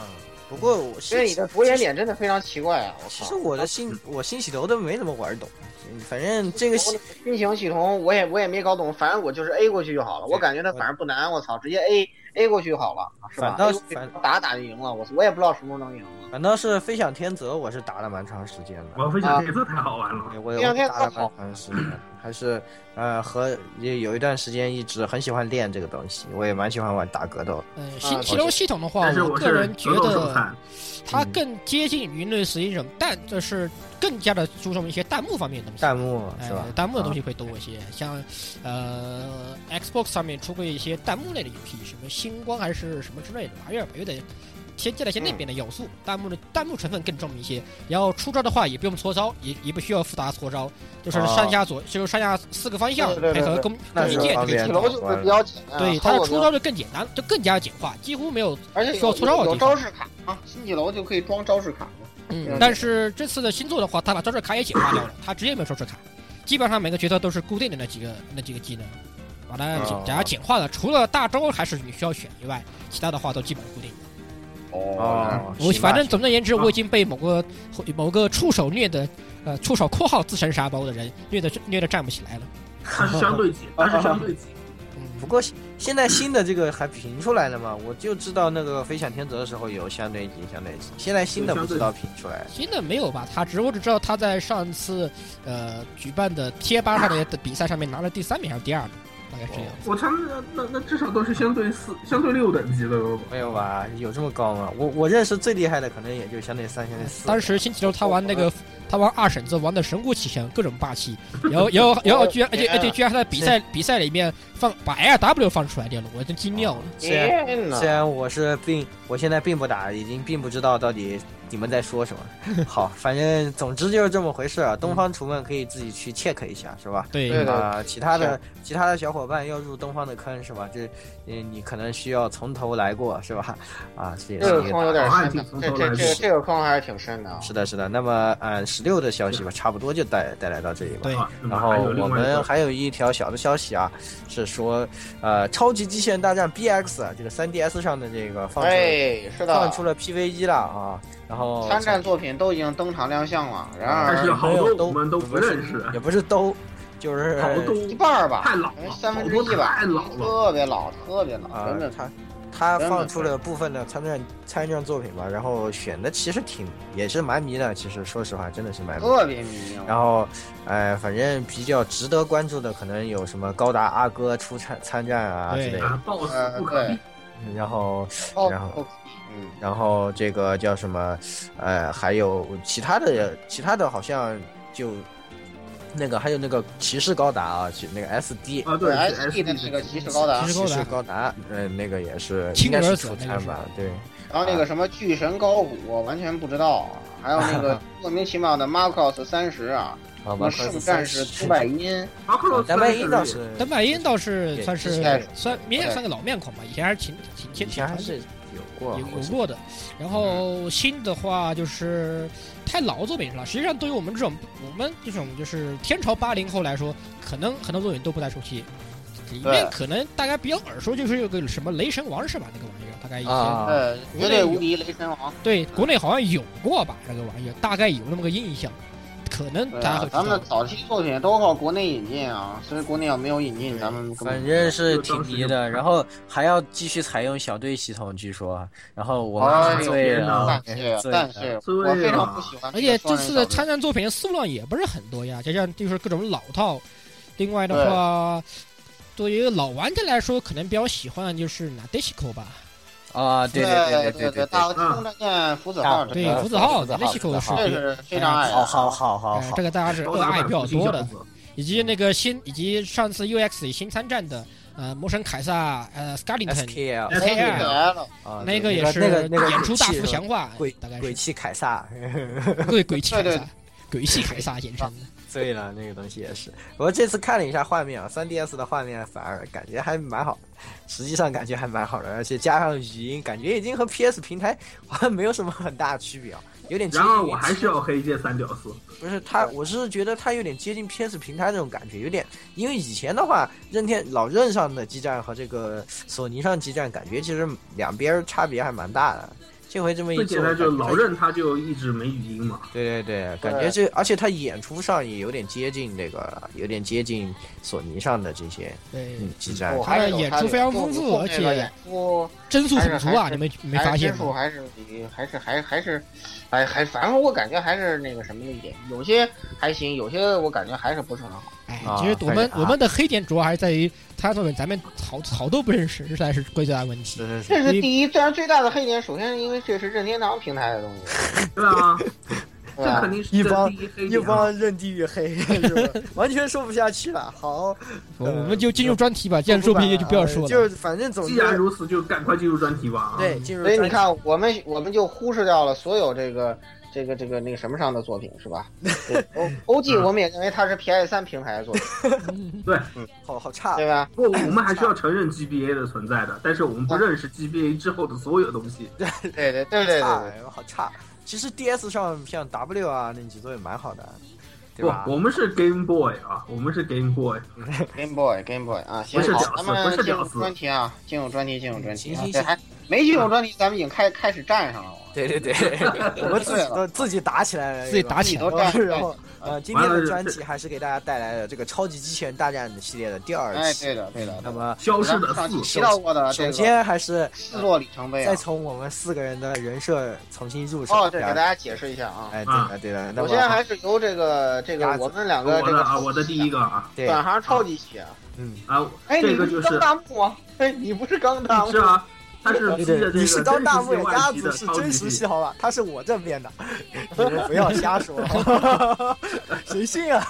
[SPEAKER 3] 不过我
[SPEAKER 1] 因为你的博眼点真的非常奇怪啊！我
[SPEAKER 3] 其实
[SPEAKER 1] 靠，
[SPEAKER 3] 我的新我新起头都没怎么玩懂，嗯反正这个系
[SPEAKER 1] 运行系统我也我也没搞懂，反正我就是 A 过去就好了。我感觉它反正不难，我操，直接 A A 过去就好了，是吧
[SPEAKER 3] 反？倒
[SPEAKER 1] A 过去打打就赢了，我我也不知道什么时候能赢了。
[SPEAKER 3] 反倒是飞享天泽，我是打了蛮长时间的。
[SPEAKER 4] 我分
[SPEAKER 2] 啊
[SPEAKER 4] 享这次太好
[SPEAKER 2] 哦
[SPEAKER 4] 玩了
[SPEAKER 3] 对，我
[SPEAKER 1] 飞
[SPEAKER 3] 我
[SPEAKER 1] 翔
[SPEAKER 3] 打
[SPEAKER 1] 天泽
[SPEAKER 3] 了蛮长时间，还是呃和也有一段时间一直很喜欢练这个东西，我也蛮喜欢玩打格斗。
[SPEAKER 2] 嗯，
[SPEAKER 1] 啊
[SPEAKER 2] 新奇楼系统的话，
[SPEAKER 4] 但是
[SPEAKER 2] 我个
[SPEAKER 4] 是
[SPEAKER 2] 人觉
[SPEAKER 4] 格斗手
[SPEAKER 2] 得
[SPEAKER 4] 残，
[SPEAKER 2] 它
[SPEAKER 3] 嗯
[SPEAKER 2] 更接近于类似于一种弹，就是更加的注重一些弹幕方面的东西。
[SPEAKER 3] 弹幕
[SPEAKER 2] 哎
[SPEAKER 3] 是吧？
[SPEAKER 2] 弹幕的东西
[SPEAKER 3] 啊
[SPEAKER 2] 会多一些，像呃 Xbox 上面出过一些弹幕类的游戏，什么星光还是什么之类的玩意儿，有点添加了一些
[SPEAKER 3] 嗯
[SPEAKER 2] 那边的要素，弹幕的弹幕成分更重一些。然后出招的话也不用搓招，也也不需要复杂搓招，就是
[SPEAKER 3] 哦
[SPEAKER 2] 上下左，就是上下四个方向
[SPEAKER 1] 对对对
[SPEAKER 2] 配合
[SPEAKER 1] 对
[SPEAKER 2] 攻
[SPEAKER 3] 那
[SPEAKER 2] 攻
[SPEAKER 3] 是
[SPEAKER 2] 击键就
[SPEAKER 3] 方
[SPEAKER 2] 可以
[SPEAKER 3] 便啊
[SPEAKER 1] 起楼
[SPEAKER 2] 出招。
[SPEAKER 1] 就会比较简单，
[SPEAKER 2] 对，它
[SPEAKER 1] 它
[SPEAKER 2] 的出招就更简单，就更加简化，几乎没有
[SPEAKER 1] 而且
[SPEAKER 2] 需要
[SPEAKER 1] 有
[SPEAKER 2] 粗糙的
[SPEAKER 1] 有
[SPEAKER 2] 地方
[SPEAKER 1] 招式卡啊，新几楼就可以装招式卡嘛。
[SPEAKER 2] 嗯
[SPEAKER 1] 嗯，
[SPEAKER 2] 但是这次的新作的话，他把招式卡也简化掉了，他直接没有招式卡，基本上每个角色都是固定的那几个那几个技能，把它简
[SPEAKER 3] 哦
[SPEAKER 2] 把它简化了。除了大招还是你需要选以外，其他的话都基本固定。
[SPEAKER 3] 哦，
[SPEAKER 2] 我
[SPEAKER 3] 行吧
[SPEAKER 2] 反正总而言之，
[SPEAKER 4] 啊
[SPEAKER 2] 我已经被某个呃某个触手虐的，呃，触手（括号自身沙包）的人虐的虐的站不起来了。
[SPEAKER 4] 它是相对 级，它是相对级。
[SPEAKER 3] 不
[SPEAKER 2] 嗯，
[SPEAKER 3] 过现现在新的这个还评出来了吗？我就知道那个飞翔天泽的时候有相对级，相对级。现在新的不知道评出来。
[SPEAKER 2] 新的没有吧？他只我只知道他在上次呃举办的贴吧上的的比赛上面拿了第三名还是第二名，大概是这样。
[SPEAKER 4] 我他们那那至少都是相对四、相对六等级的了吧？
[SPEAKER 3] 没有吧？有这么高吗？我我认识最厉害的可能也就相对三、相对四。
[SPEAKER 2] 当时星期六他玩那个，他玩二婶子玩的神乎其神，各种霸气，然后然后然后居然而且而且居然还在比赛比赛里面放把 L W 放出来掉了，我真惊掉了。
[SPEAKER 3] 虽然
[SPEAKER 1] 天哪
[SPEAKER 3] 虽！然我是并我现在并不打，已经并不知道到底你们在说 什么。好，反正总之就是这么回事啊。东方厨们可以自己去 check 一下，是吧？
[SPEAKER 2] 对，
[SPEAKER 1] 对的
[SPEAKER 3] 啊、其他的其他的小伙伴要入东方的坑是吧？这，嗯，你可能需要从头来过是吧？啊，这也
[SPEAKER 1] 这
[SPEAKER 3] 是
[SPEAKER 1] 个
[SPEAKER 3] 一
[SPEAKER 1] 坑有
[SPEAKER 3] 个
[SPEAKER 1] 点
[SPEAKER 3] 大。
[SPEAKER 1] 深的，这这这这个坑还是挺深的啊。
[SPEAKER 3] 是的，是的。那么，嗯，十六的消息吧，差不多就带带来到这里吧。
[SPEAKER 2] 对
[SPEAKER 4] 啊，那么
[SPEAKER 3] 然
[SPEAKER 4] 还
[SPEAKER 3] 后
[SPEAKER 4] 有另
[SPEAKER 3] 我
[SPEAKER 4] 外一个
[SPEAKER 3] 们还有一条小的消息啊，是说，呃，《超级机器人大战 BX》啊，这个 3DS 上的这个放出了、
[SPEAKER 1] 哎，是
[SPEAKER 3] 放
[SPEAKER 1] 的，
[SPEAKER 3] 出了 PV 一了啊，然后
[SPEAKER 1] 参战作品都已经登场亮相了，然
[SPEAKER 4] 但是
[SPEAKER 1] 而
[SPEAKER 4] 好多
[SPEAKER 3] 没有都
[SPEAKER 4] 我们都不认识，
[SPEAKER 3] 也不是都，就是
[SPEAKER 4] 好多
[SPEAKER 1] 一半儿吧，
[SPEAKER 4] 太老了，
[SPEAKER 1] 三
[SPEAKER 4] 好
[SPEAKER 1] 分之
[SPEAKER 4] 多
[SPEAKER 1] 一吧，
[SPEAKER 4] 太老了。
[SPEAKER 1] 特别老，特别老，
[SPEAKER 3] 啊、
[SPEAKER 1] 真的
[SPEAKER 3] 他他
[SPEAKER 1] 真的
[SPEAKER 3] 放出了部分的参战参战作品吧，然后选的其实挺也是蛮迷的，其实说实话真的是蛮迷。
[SPEAKER 1] 特别迷啊。
[SPEAKER 3] 然后，呃，反正比较值得关注的可能有什么高达阿哥出参参战啊之
[SPEAKER 2] 对
[SPEAKER 3] 类的，
[SPEAKER 4] 啊，boss
[SPEAKER 1] 呃
[SPEAKER 4] 不，可
[SPEAKER 1] 对
[SPEAKER 4] 避，，
[SPEAKER 3] 然后
[SPEAKER 1] 哦
[SPEAKER 3] 然后，
[SPEAKER 1] 嗯，
[SPEAKER 3] 然后这个叫什么，呃，还有其他的其他的好像就那个还有那个骑士高达啊，其那个 SD
[SPEAKER 4] 啊，
[SPEAKER 1] 对
[SPEAKER 4] 对是
[SPEAKER 1] SD 的那个骑士高达
[SPEAKER 2] 其实
[SPEAKER 3] 骑
[SPEAKER 2] 高达
[SPEAKER 3] 士高达，呃，那个也是
[SPEAKER 2] 亲
[SPEAKER 3] 应该
[SPEAKER 2] 儿
[SPEAKER 3] 是
[SPEAKER 2] 子
[SPEAKER 3] 出
[SPEAKER 2] 那个
[SPEAKER 3] 摊
[SPEAKER 2] 是
[SPEAKER 3] 吧？对，
[SPEAKER 1] 然后那个什么巨神高古，我完全不知道。啊还有那 个莫名其妙的 Marcos 三十啊，
[SPEAKER 3] 好
[SPEAKER 2] 哦
[SPEAKER 1] 什
[SPEAKER 3] 吧，
[SPEAKER 1] 么
[SPEAKER 3] 快
[SPEAKER 1] 圣
[SPEAKER 3] 四
[SPEAKER 1] 战
[SPEAKER 3] 三
[SPEAKER 1] 士
[SPEAKER 3] 十，
[SPEAKER 1] 朱百音，
[SPEAKER 4] 马克洛
[SPEAKER 3] 丹麦音倒是，
[SPEAKER 2] 丹麦英倒是
[SPEAKER 3] 对
[SPEAKER 2] 算
[SPEAKER 1] 之
[SPEAKER 2] 是
[SPEAKER 1] 前
[SPEAKER 2] 算也
[SPEAKER 1] 对
[SPEAKER 2] 算个老面孔吧，以前还是挺挺
[SPEAKER 3] 以
[SPEAKER 2] 挺挺
[SPEAKER 3] 前还
[SPEAKER 2] 传
[SPEAKER 3] 是有过，
[SPEAKER 2] 有
[SPEAKER 3] 好
[SPEAKER 2] 有
[SPEAKER 3] 像
[SPEAKER 2] 过的。然后新的话
[SPEAKER 1] 嗯
[SPEAKER 2] 就是太老的作品了。实际上，对于我们这种我们这种就是天朝八零后来说，可能很多作品都不太熟悉。里面
[SPEAKER 1] 对
[SPEAKER 2] 可能大家比较耳熟，就是有个什么雷神王是吧？那个玩意儿大概以前、
[SPEAKER 3] 啊，
[SPEAKER 1] 呃，绝对无敌雷神王。
[SPEAKER 2] 对国内好像有过吧？那个玩意儿大概有那么个印象，可能
[SPEAKER 1] 对
[SPEAKER 2] 大家会
[SPEAKER 1] 啊，
[SPEAKER 2] 知道。
[SPEAKER 1] 咱们早期作品都靠国内引进啊，所以国内要没有引进，咱们根
[SPEAKER 3] 反
[SPEAKER 1] 本
[SPEAKER 3] 正是挺低的，然后还要继续采用小队系统，据说。然后我
[SPEAKER 1] 哎呦
[SPEAKER 3] 们是醉
[SPEAKER 2] 啊
[SPEAKER 3] 了
[SPEAKER 1] 但，是
[SPEAKER 3] 醉
[SPEAKER 1] 但
[SPEAKER 3] 了
[SPEAKER 1] 是我非常不喜欢。
[SPEAKER 2] 而且这次的参战作品数量也不是很多呀，加上就是各种老套。另外的话，对于老玩家来说，可能比较喜欢的就是拿 d e s i c o 吧，
[SPEAKER 3] 啊！对
[SPEAKER 1] 对
[SPEAKER 3] 对
[SPEAKER 1] 对
[SPEAKER 3] 对
[SPEAKER 1] 大和空战舰福子号，
[SPEAKER 2] 啊
[SPEAKER 3] 对
[SPEAKER 2] 对
[SPEAKER 3] 呃
[SPEAKER 2] 福子号
[SPEAKER 3] 福子
[SPEAKER 2] d e
[SPEAKER 3] 号
[SPEAKER 2] s i c o
[SPEAKER 3] 福子号
[SPEAKER 1] 这
[SPEAKER 2] 是
[SPEAKER 1] 是非常爱的。
[SPEAKER 3] 好好好
[SPEAKER 1] 哦
[SPEAKER 3] 好
[SPEAKER 2] 呃
[SPEAKER 3] 好
[SPEAKER 2] 这，个大家是
[SPEAKER 4] 高
[SPEAKER 2] 热
[SPEAKER 4] 达
[SPEAKER 2] 爱
[SPEAKER 4] 版
[SPEAKER 2] 比较多的
[SPEAKER 4] 不是，小子
[SPEAKER 2] 以及那个新以及上次 UX 新参战的呃魔神凯撒呃 Skeleton
[SPEAKER 3] SKL
[SPEAKER 1] 太可爱了，
[SPEAKER 3] 啊，
[SPEAKER 2] 那个也是
[SPEAKER 3] 那个那个
[SPEAKER 2] 演出大幅强化，
[SPEAKER 3] 鬼
[SPEAKER 2] 大概
[SPEAKER 3] 鬼
[SPEAKER 2] 是
[SPEAKER 3] 泣凯撒，
[SPEAKER 2] 对鬼泣凯
[SPEAKER 1] 对嗯
[SPEAKER 2] 撒，鬼泣凯撒衍生的。
[SPEAKER 3] 醉了那个东西也是。我这次看了一下画面啊，3DS 的画面反而感觉还蛮好，实际上感觉还蛮好的，而且加上语音，感觉已经和 PS 平台 好像没有什么很大的区别啊，有点接
[SPEAKER 4] 然
[SPEAKER 3] 近于。
[SPEAKER 4] 而我还是要黑这三屌丝，
[SPEAKER 3] 不是他，我是觉得他有点接近 PS 平台那种感觉，有点因为以前的话，任天老任上的基站和这个索尼上基站，感觉其实两边差别还蛮大的。这回这么一
[SPEAKER 4] 最
[SPEAKER 3] 做，
[SPEAKER 4] 简单就是老
[SPEAKER 3] 感觉
[SPEAKER 4] 任他就一直没语音嘛，
[SPEAKER 3] 对对对，感觉这而且他演出上也有点接近那个，有点接近索尼上的这些
[SPEAKER 2] 对，
[SPEAKER 3] 嗯基站
[SPEAKER 1] 我。
[SPEAKER 2] 哦
[SPEAKER 1] 还是有
[SPEAKER 2] 演
[SPEAKER 1] 差
[SPEAKER 2] 出
[SPEAKER 1] 别
[SPEAKER 2] 非常
[SPEAKER 1] 就
[SPEAKER 2] 丰
[SPEAKER 1] 是
[SPEAKER 2] 富
[SPEAKER 1] 后
[SPEAKER 2] 而
[SPEAKER 1] 面
[SPEAKER 2] 且
[SPEAKER 1] 的演出
[SPEAKER 2] 帧数
[SPEAKER 1] 还是
[SPEAKER 2] 很足啊，
[SPEAKER 1] 还是
[SPEAKER 2] 你们没
[SPEAKER 1] 还
[SPEAKER 2] 发现
[SPEAKER 1] 是帧数
[SPEAKER 2] 吗？
[SPEAKER 1] 还是比还是还还是，哎还反正我感觉还是那个什么的一点，有些还行，有些我感觉还是不是很好。
[SPEAKER 2] 哎
[SPEAKER 3] 啊，
[SPEAKER 2] 其实我们、
[SPEAKER 3] 还是
[SPEAKER 2] 我们的黑点主要还是在于他作品，咱们好好多不认识，这才是最大的问题。
[SPEAKER 3] 是是是，
[SPEAKER 1] 这是第一，当然最大的黑点，首先因为这是任天堂平台的东西，
[SPEAKER 4] 对啊，
[SPEAKER 1] 对
[SPEAKER 4] 这
[SPEAKER 1] 吧
[SPEAKER 4] 肯？定是
[SPEAKER 3] 一帮
[SPEAKER 4] 这第一黑
[SPEAKER 3] 一
[SPEAKER 4] 点啊。
[SPEAKER 3] 帮任地狱黑，是 吧完全说不下去了。 好，
[SPEAKER 2] 我我们就进入专题吧，既然说不定就不要说了。
[SPEAKER 3] 就是反正总
[SPEAKER 4] 既
[SPEAKER 3] 之
[SPEAKER 4] 然如此，就赶快进入专题吧。啊
[SPEAKER 3] 对，进入
[SPEAKER 1] 所以你
[SPEAKER 3] 专题
[SPEAKER 1] 看，我们我们就忽视掉了所有这个这个这个那个什么上的作品是 吧？O O G 我们也认为它是 P S 三平台的作品，
[SPEAKER 2] 嗯
[SPEAKER 4] 对，
[SPEAKER 3] 好好差
[SPEAKER 1] 对吧？
[SPEAKER 4] 不，我们还是要承认 GBA 的存在的，但是我们不认识 GBA 之后的所有东西。
[SPEAKER 1] 对对对对对
[SPEAKER 3] 差
[SPEAKER 1] 对，，
[SPEAKER 3] 哎好差。其实 DS 上像 W 啊那几座也蛮好的，对
[SPEAKER 4] 不
[SPEAKER 3] 吧，？
[SPEAKER 4] 我们是 Game Boy 啊，我们是 Game Boy。
[SPEAKER 1] Game Boy Game Boy 啊，行
[SPEAKER 4] 不是，
[SPEAKER 1] 好，
[SPEAKER 4] 屌
[SPEAKER 1] 咱
[SPEAKER 4] 丝
[SPEAKER 1] 们
[SPEAKER 4] 不是
[SPEAKER 1] 进入
[SPEAKER 4] 屌丝
[SPEAKER 1] 专题啊，进入专题，进入专题啊
[SPEAKER 3] 行行，
[SPEAKER 1] 这
[SPEAKER 3] 行
[SPEAKER 1] 还没进入专题，咱们已经开开始站上了，
[SPEAKER 3] 对 对对，我们自己都自己打起来了，
[SPEAKER 2] 自己打
[SPEAKER 1] 自己
[SPEAKER 2] 起来
[SPEAKER 1] 都站
[SPEAKER 3] 然后
[SPEAKER 1] 上
[SPEAKER 3] 然
[SPEAKER 1] 了。
[SPEAKER 3] 后呃，今天的专辑还是给大家带来了这个《超级机器人大战》系列的第二
[SPEAKER 1] 哎，
[SPEAKER 3] 期。
[SPEAKER 1] 对的对的。啊
[SPEAKER 3] 那么，
[SPEAKER 4] 消失的
[SPEAKER 1] 上期
[SPEAKER 4] 四，
[SPEAKER 1] 提到过的这
[SPEAKER 3] 首
[SPEAKER 1] 个
[SPEAKER 3] 先还是
[SPEAKER 1] 失落里程碑啊
[SPEAKER 3] 再，从我们四个人的人设重新入手。
[SPEAKER 1] 哦，对，给大家解释一下啊。
[SPEAKER 3] 哎，对的对的。
[SPEAKER 1] 首
[SPEAKER 3] 那么
[SPEAKER 1] 先还是由这个这个
[SPEAKER 3] 鸭子
[SPEAKER 1] 我们两
[SPEAKER 4] 我
[SPEAKER 1] 个这
[SPEAKER 4] 的
[SPEAKER 1] 个
[SPEAKER 4] 啊，我的第一个啊
[SPEAKER 3] 对，
[SPEAKER 1] 转行超级系啊，
[SPEAKER 3] 嗯，
[SPEAKER 4] 啊，
[SPEAKER 1] 哎，
[SPEAKER 4] 这
[SPEAKER 1] 你
[SPEAKER 4] 个
[SPEAKER 1] 不
[SPEAKER 4] 就是是
[SPEAKER 1] 刚大幕吗？ 哎，你不是刚大幕
[SPEAKER 4] 是？啊，他是披
[SPEAKER 3] 对
[SPEAKER 4] 着
[SPEAKER 3] 对，
[SPEAKER 4] 这
[SPEAKER 3] 你
[SPEAKER 4] 个
[SPEAKER 3] 是当大幕
[SPEAKER 4] 真实
[SPEAKER 3] 鸭
[SPEAKER 4] 外皮
[SPEAKER 3] 子
[SPEAKER 4] 的
[SPEAKER 3] 是
[SPEAKER 4] 超
[SPEAKER 3] 真
[SPEAKER 4] 级
[SPEAKER 3] 熟悉
[SPEAKER 4] 系，
[SPEAKER 3] 好吧？他是我这 边的，你们 不要瞎说，谁信啊？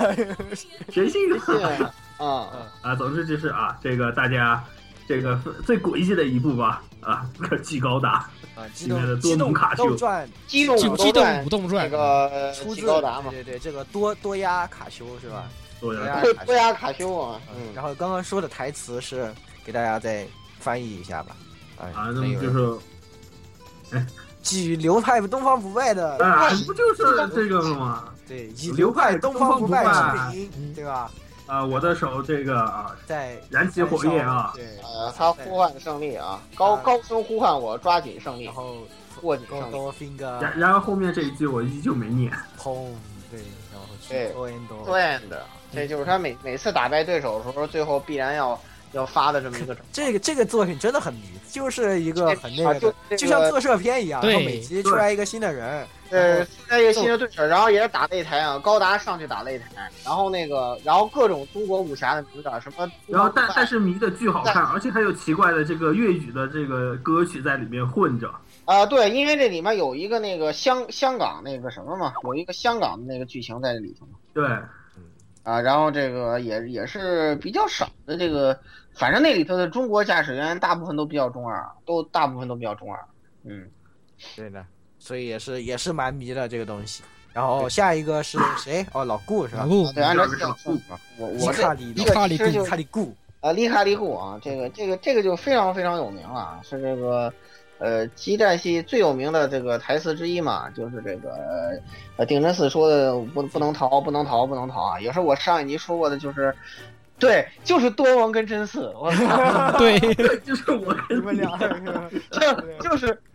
[SPEAKER 4] 谁信
[SPEAKER 1] 是
[SPEAKER 4] 啊？
[SPEAKER 1] 啊，
[SPEAKER 4] 啊，总之就是啊，这个大家这个最诡异的一步吧，啊，可巨高达，
[SPEAKER 3] 啊，机
[SPEAKER 4] 里面的
[SPEAKER 3] 动
[SPEAKER 4] 多
[SPEAKER 3] 机动
[SPEAKER 4] 蒙卡
[SPEAKER 3] 机
[SPEAKER 4] 丘呃
[SPEAKER 3] 动转
[SPEAKER 1] 机动
[SPEAKER 2] 就
[SPEAKER 1] 武斗
[SPEAKER 2] 机动
[SPEAKER 1] 传
[SPEAKER 2] 舞动
[SPEAKER 1] 那
[SPEAKER 2] 转，
[SPEAKER 1] 个呃
[SPEAKER 3] 出自
[SPEAKER 1] 高达嘛，
[SPEAKER 3] 对对对，这个多多压卡修是吧？
[SPEAKER 4] 对
[SPEAKER 3] 对啊
[SPEAKER 4] 呀，
[SPEAKER 1] 对，波亚卡修啊，嗯，
[SPEAKER 3] 然后刚刚说的台词是给大家再翻译一下吧。哎，
[SPEAKER 4] 啊，那
[SPEAKER 3] 没
[SPEAKER 4] 么
[SPEAKER 3] 有
[SPEAKER 4] 就
[SPEAKER 3] 人
[SPEAKER 4] 是
[SPEAKER 3] 基于流派东方不败的
[SPEAKER 4] 啊，不就是这个吗？
[SPEAKER 3] 对，以
[SPEAKER 4] 流派
[SPEAKER 3] 东
[SPEAKER 4] 东方不
[SPEAKER 3] 不败
[SPEAKER 4] 败
[SPEAKER 3] 之名，对吧？
[SPEAKER 4] 啊，我的手这个啊，
[SPEAKER 3] 在
[SPEAKER 4] 燃起火焰啊，
[SPEAKER 3] 对，
[SPEAKER 1] 呃，他呼唤胜利啊，高高声呼唤我，抓紧胜利
[SPEAKER 3] 然，后
[SPEAKER 1] 握紧
[SPEAKER 3] 高
[SPEAKER 1] 胜利。
[SPEAKER 3] 高 finger
[SPEAKER 4] 然然后后面这一句我依旧没念，
[SPEAKER 3] 砰，对，然后去
[SPEAKER 1] 对
[SPEAKER 3] 多恩多。
[SPEAKER 1] 对的，这就是他每每次打败对手的时候，最后必然要要发的这么一个招。
[SPEAKER 3] 这个这个作品真的很迷，就是一个很那
[SPEAKER 1] 啊
[SPEAKER 3] 个
[SPEAKER 1] 就
[SPEAKER 3] 的，
[SPEAKER 1] 这
[SPEAKER 3] 就
[SPEAKER 1] 个
[SPEAKER 3] 像特摄片一样，然后
[SPEAKER 2] 对
[SPEAKER 3] 每集出来一个新的人，
[SPEAKER 1] 呃，现在一个新的对手，然后也是打擂台啊，高达上去打擂台，然后那个，然后各种中国武侠的名字啊，什么，
[SPEAKER 4] 然后但但
[SPEAKER 1] 是
[SPEAKER 4] 是迷的巨好看，而且还有奇怪的这个粤语的这个歌曲在里面混着，
[SPEAKER 1] 啊、对，因为这里面有一个那个香香港那个什么嘛，有一个香港的那个剧情在这里头嘛，
[SPEAKER 4] 对，
[SPEAKER 1] 啊，然后这个也也是比较少的这个，反正那里头的中国驾驶员大部分都比较中二，啊都大部分都比较中二，嗯，
[SPEAKER 3] 对的，所以也是也是蛮迷的这个东西。然后下一个是谁？哦，老顾是吧
[SPEAKER 2] 然？后
[SPEAKER 1] 对，按照
[SPEAKER 4] 这
[SPEAKER 1] 这
[SPEAKER 4] 啊个
[SPEAKER 1] 样
[SPEAKER 4] 是
[SPEAKER 1] 说法，我
[SPEAKER 3] 伊
[SPEAKER 1] 我这
[SPEAKER 3] 卡里
[SPEAKER 1] 一
[SPEAKER 3] 的
[SPEAKER 1] 个
[SPEAKER 2] 卡里
[SPEAKER 1] 其
[SPEAKER 2] 库
[SPEAKER 1] 实就
[SPEAKER 3] 伊卡里顾，
[SPEAKER 1] 啊，利卡利库啊，这个这个这个就非常非常有名了，啊是这个呃激战戏最有名的这个台词之一嘛，就是这个呃定真寺说的不不能逃，不能逃，不能逃啊，也是我上一集说过的，就是对，就是多王跟真嗣，我操，
[SPEAKER 2] 对，
[SPEAKER 4] 对， 就是我
[SPEAKER 5] 你
[SPEAKER 4] 跟
[SPEAKER 5] 们俩
[SPEAKER 1] 就就是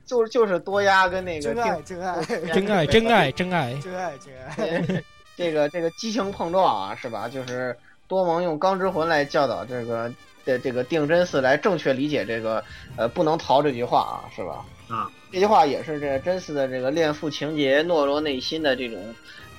[SPEAKER 1] 就是就是多压跟那个
[SPEAKER 5] 真爱，真爱，
[SPEAKER 1] 定
[SPEAKER 2] 真爱，真爱，真爱，
[SPEAKER 5] 真爱，真爱，
[SPEAKER 1] 这个这个激情碰撞啊，是吧？就是多蒙用钢之魂来教导这个这这个定真寺来正确理解这个呃不能逃这句话啊，是吧？
[SPEAKER 4] 啊，
[SPEAKER 1] 这句话也是这个真嗣的这个恋父情节、懦弱内心的这种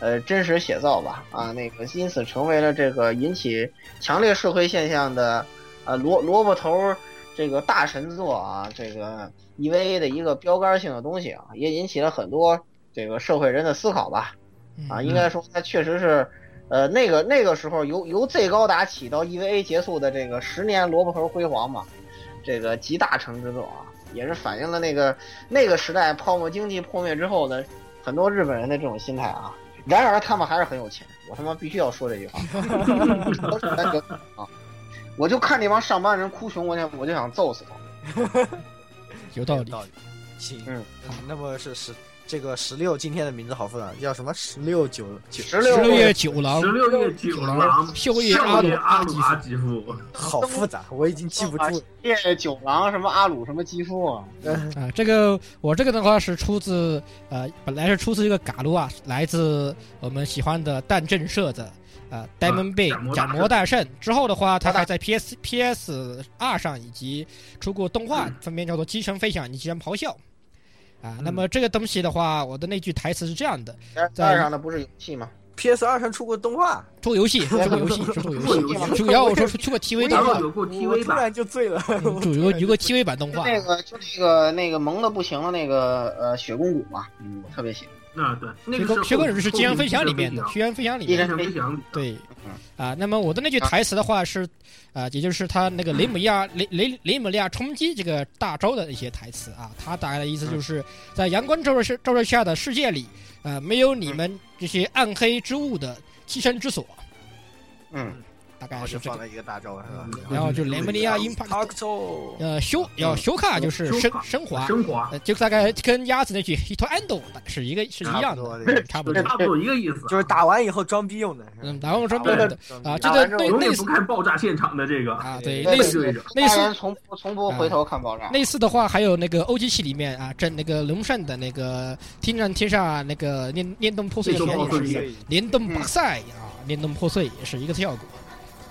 [SPEAKER 1] 呃真实写照吧？啊，那个因此成为了这个引起强烈社会现象的呃萝萝卜头儿这个大神作啊，这个 EVA 的一个标杆性的东西啊，也引起了很多这个社会人的思考吧。
[SPEAKER 2] 嗯
[SPEAKER 1] 啊，应该说它确实是，呃，那个那个时候由由 Z 高达起到 EVA 结束的这个十年萝卜头辉煌嘛，这个集大成之作啊，也是反映了那个那个时代泡沫经济破灭之后呢，很多日本人的这种心态啊。然而他们还是很有钱，我他妈必须要说这句话， 我是咱哥啊，我就看这帮上班人哭穷，我想我就想揍死他。
[SPEAKER 2] 有道理。
[SPEAKER 3] 道理。行，
[SPEAKER 1] 嗯
[SPEAKER 3] 那么是十这个十六，今天的名字好复杂，叫什么？十六九九，
[SPEAKER 1] 十
[SPEAKER 2] 十
[SPEAKER 1] 六
[SPEAKER 2] 六月九郎
[SPEAKER 4] 十，六夜九郎
[SPEAKER 2] 秀叶
[SPEAKER 4] 少
[SPEAKER 2] 阿鲁
[SPEAKER 4] 年阿鲁阿
[SPEAKER 2] 基
[SPEAKER 4] 吉夫，
[SPEAKER 3] 好复杂，我已经记不住了。
[SPEAKER 1] 夜九郎什么阿鲁什么基夫啊，
[SPEAKER 2] 斯啊，这个我这个的话是出自呃，本来是出自一个嘎鲁啊，来自我们喜欢的弹震社的。呃，Diamond Bay
[SPEAKER 4] 啊斩魔大
[SPEAKER 2] 斩魔大圣之后的话，他还在 PS PS 二上以及出过动
[SPEAKER 4] 嗯
[SPEAKER 2] 画，分别叫做《击乘飞翔》以及《咿然咆哮》啊。那么这个东西的话，我的那句台词是这样的：
[SPEAKER 1] 二上的不是游戏吗？
[SPEAKER 3] PS 二上出过动画，
[SPEAKER 2] 出过游戏，出过游戏，出过游
[SPEAKER 4] 出过游
[SPEAKER 2] 戏，出过然后我说出出过 TV
[SPEAKER 4] 然
[SPEAKER 2] 动
[SPEAKER 4] 后
[SPEAKER 2] 画，
[SPEAKER 4] 有过
[SPEAKER 3] 我
[SPEAKER 4] TV
[SPEAKER 3] 突
[SPEAKER 4] 版，
[SPEAKER 3] 然就醉 了。
[SPEAKER 2] 嗯主有有个 TV 版动
[SPEAKER 1] 就
[SPEAKER 2] 画，
[SPEAKER 1] 那个就那个那个萌的不行的那个呃雪公主嘛，嗯，我特别喜欢。
[SPEAKER 4] 啊，对，那
[SPEAKER 2] 学
[SPEAKER 4] 个
[SPEAKER 2] 公
[SPEAKER 4] 是
[SPEAKER 2] 学
[SPEAKER 4] 后
[SPEAKER 2] 公主是《
[SPEAKER 4] 后
[SPEAKER 2] 激然
[SPEAKER 4] 面
[SPEAKER 2] 飞翔》
[SPEAKER 4] 的
[SPEAKER 2] 里面的，《
[SPEAKER 4] 飞
[SPEAKER 2] 激然飞翔》里
[SPEAKER 1] 依
[SPEAKER 2] 面
[SPEAKER 1] 然
[SPEAKER 4] 翔激然飞翔，
[SPEAKER 2] 对，啊，那么我的那句台词的话是，啊，也就是他那个雷姆利亚雷雷雷姆利亚冲击这个大洲的一些台词啊，他大概的意思就是在阳光照射照射下的世界里，呃，没有你们这些暗黑之物的栖身之所，
[SPEAKER 1] 嗯，
[SPEAKER 2] 大概是这
[SPEAKER 3] 放
[SPEAKER 2] 个。
[SPEAKER 3] 了一个大招，是吧
[SPEAKER 4] 嗯？
[SPEAKER 2] 然后就雷姆利亚
[SPEAKER 3] t a
[SPEAKER 2] impact，
[SPEAKER 3] c o
[SPEAKER 2] 呃，修要修卡就是升升华，
[SPEAKER 4] 升华，
[SPEAKER 2] 呃，就大概跟鸭子那句 hit and do 是一个是一样的，嗯差不
[SPEAKER 4] 就
[SPEAKER 2] 多
[SPEAKER 4] 是。差不多一个意思啊，
[SPEAKER 3] 就是打完以后装逼用的。是吧
[SPEAKER 2] 嗯，然后
[SPEAKER 3] 打
[SPEAKER 2] 说对
[SPEAKER 3] 完以后
[SPEAKER 2] 的
[SPEAKER 3] 装逼
[SPEAKER 2] 啊，这
[SPEAKER 1] 打
[SPEAKER 2] 个
[SPEAKER 1] 完之后
[SPEAKER 2] 对
[SPEAKER 4] 永
[SPEAKER 2] 类
[SPEAKER 4] 远不
[SPEAKER 2] 似
[SPEAKER 4] 看爆炸现场的这个，
[SPEAKER 2] 啊，对
[SPEAKER 3] 对
[SPEAKER 2] 类似
[SPEAKER 4] 对对对
[SPEAKER 2] 类似嗯
[SPEAKER 1] 大人从不从不回头看爆炸。
[SPEAKER 2] 类似的话，还有那个欧机器里面啊，整那个龙扇的那个天上天上那个念念动破碎拳
[SPEAKER 4] 念动
[SPEAKER 2] 也
[SPEAKER 4] 破
[SPEAKER 2] 是
[SPEAKER 4] 碎
[SPEAKER 2] 一个
[SPEAKER 4] 拳
[SPEAKER 2] 联动拔赛啊，联动破碎也是一个效果。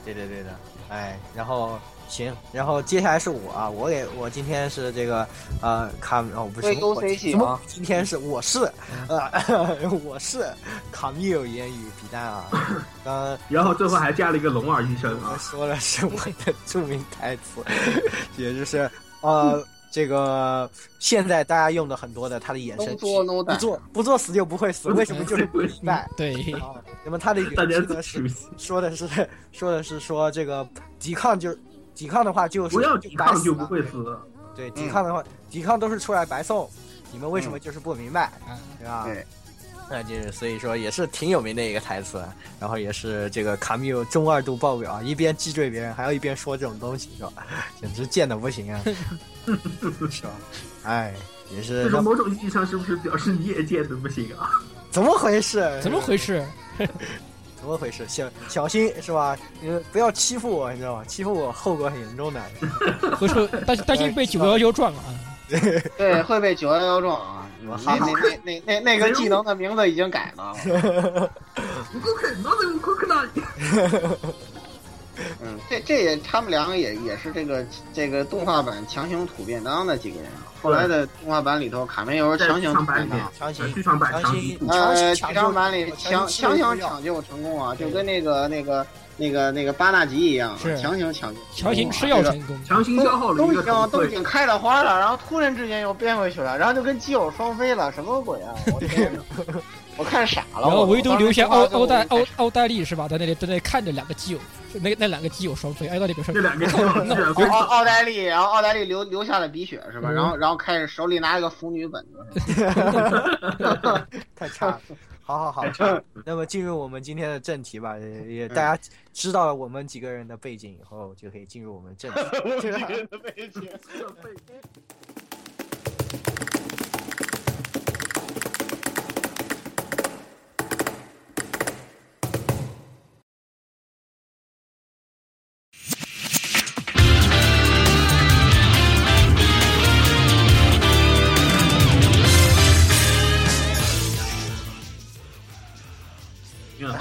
[SPEAKER 3] 对对对的，哎，然后行，然后接下来是我啊，我给我今天是这个呃卡哦不是
[SPEAKER 1] 对
[SPEAKER 3] 我
[SPEAKER 1] OC 系
[SPEAKER 3] 什么
[SPEAKER 1] 啊？
[SPEAKER 3] 今天是我是 呃我是卡密有言语皮蛋啊， 刚刚
[SPEAKER 4] 然后最后还加了一个龙二医生
[SPEAKER 3] 我
[SPEAKER 4] 啊，
[SPEAKER 3] 说了是我的著名台词，也就是呃，这个现在大家用的很多的它的衍
[SPEAKER 1] No
[SPEAKER 3] 生
[SPEAKER 1] 作
[SPEAKER 3] 词，
[SPEAKER 1] no
[SPEAKER 3] 不
[SPEAKER 1] die，
[SPEAKER 3] 做不做死就不会 死，为什么就是 不明白？
[SPEAKER 2] 嗯对，
[SPEAKER 3] 啊那么它的原
[SPEAKER 4] 大家
[SPEAKER 3] 句呢是
[SPEAKER 4] 自己
[SPEAKER 3] 说的是说的是说这个抵抗就抵抗的话就是
[SPEAKER 4] 不要抵
[SPEAKER 3] 白
[SPEAKER 4] 抗
[SPEAKER 3] 死
[SPEAKER 4] 就不
[SPEAKER 3] 了，
[SPEAKER 4] 会死，
[SPEAKER 3] 对抵抗的话抵抗都是出来白送，你们为什么就是不明白？
[SPEAKER 2] 啊，
[SPEAKER 3] 对吧？
[SPEAKER 1] 对，
[SPEAKER 3] 嗯那就是所以说也是挺有名的一个台词，啊然后也是这个卡米有中二度爆表，一边击坠别人，还要一边说这种东西，是吧？ 简直贱的不行啊，是吧？哎，也是
[SPEAKER 4] 这种某种意义上是不是表示你也贱的不行啊？
[SPEAKER 3] 怎么回事？
[SPEAKER 2] 怎么回事？
[SPEAKER 3] 怎么回事？小小心是吧？呃，不要欺负我，你知道吗？欺负我后果很严重的。
[SPEAKER 2] 回头担心担心被九幺幺撞了啊？
[SPEAKER 1] 对，会被九幺幺撞啊！那那那那那个技能的名字已经改了，
[SPEAKER 4] 不可能，那我可能
[SPEAKER 1] 嗯，这这也他们两个也也是这个这个动画版强行土便当的几个人啊。后来的动画版里头，卡梅尤
[SPEAKER 4] 在
[SPEAKER 1] 强行啊
[SPEAKER 4] 剧
[SPEAKER 1] 土
[SPEAKER 4] 场版
[SPEAKER 1] 便
[SPEAKER 4] 里面
[SPEAKER 1] 当，
[SPEAKER 3] 强行
[SPEAKER 4] 呃剧场版
[SPEAKER 3] 强
[SPEAKER 4] 强
[SPEAKER 3] 行
[SPEAKER 4] 行
[SPEAKER 3] 强
[SPEAKER 1] 呃，
[SPEAKER 3] 行
[SPEAKER 1] 剧
[SPEAKER 3] 抢
[SPEAKER 1] 场
[SPEAKER 3] 救
[SPEAKER 1] 版里强强行抢救成功啊，就跟那个那个那个那个巴纳吉一样啊，
[SPEAKER 2] 是
[SPEAKER 1] 强行抢救，
[SPEAKER 2] 强行吃药
[SPEAKER 1] 这个
[SPEAKER 2] 成功，
[SPEAKER 4] 强行消耗了
[SPEAKER 1] 都
[SPEAKER 4] 一
[SPEAKER 1] 已
[SPEAKER 4] 个
[SPEAKER 1] 经
[SPEAKER 4] 团
[SPEAKER 1] 都
[SPEAKER 4] 队
[SPEAKER 1] 已，经开了 花了，然后突然之间又变回去了，然后就跟基友双飞了，什么鬼啊！我天哪！我看傻了。
[SPEAKER 2] 然后
[SPEAKER 1] 我
[SPEAKER 2] 唯独
[SPEAKER 1] 我当时
[SPEAKER 2] 留下
[SPEAKER 1] 说话
[SPEAKER 2] 奥
[SPEAKER 1] 的时候我
[SPEAKER 2] 奥黛奥
[SPEAKER 1] 就看
[SPEAKER 2] 奥黛丽是吧？在那里在那里看着两个基友，就那那两个基友双飞，哎，到那边说
[SPEAKER 4] 这两个啊基友
[SPEAKER 2] 那
[SPEAKER 4] 是
[SPEAKER 2] 我
[SPEAKER 1] 奥奥黛丽，然后奥黛丽流流下了鼻血是吧？
[SPEAKER 2] 嗯
[SPEAKER 1] 然后然后开始手里拿了个腐女本 子，
[SPEAKER 3] 太差了。好好好，那么进入我们今天的正题 吧，也
[SPEAKER 4] 嗯
[SPEAKER 3] 也大家知道了我们几个人的背景以后，就可以进入我们正 题。
[SPEAKER 4] 嗯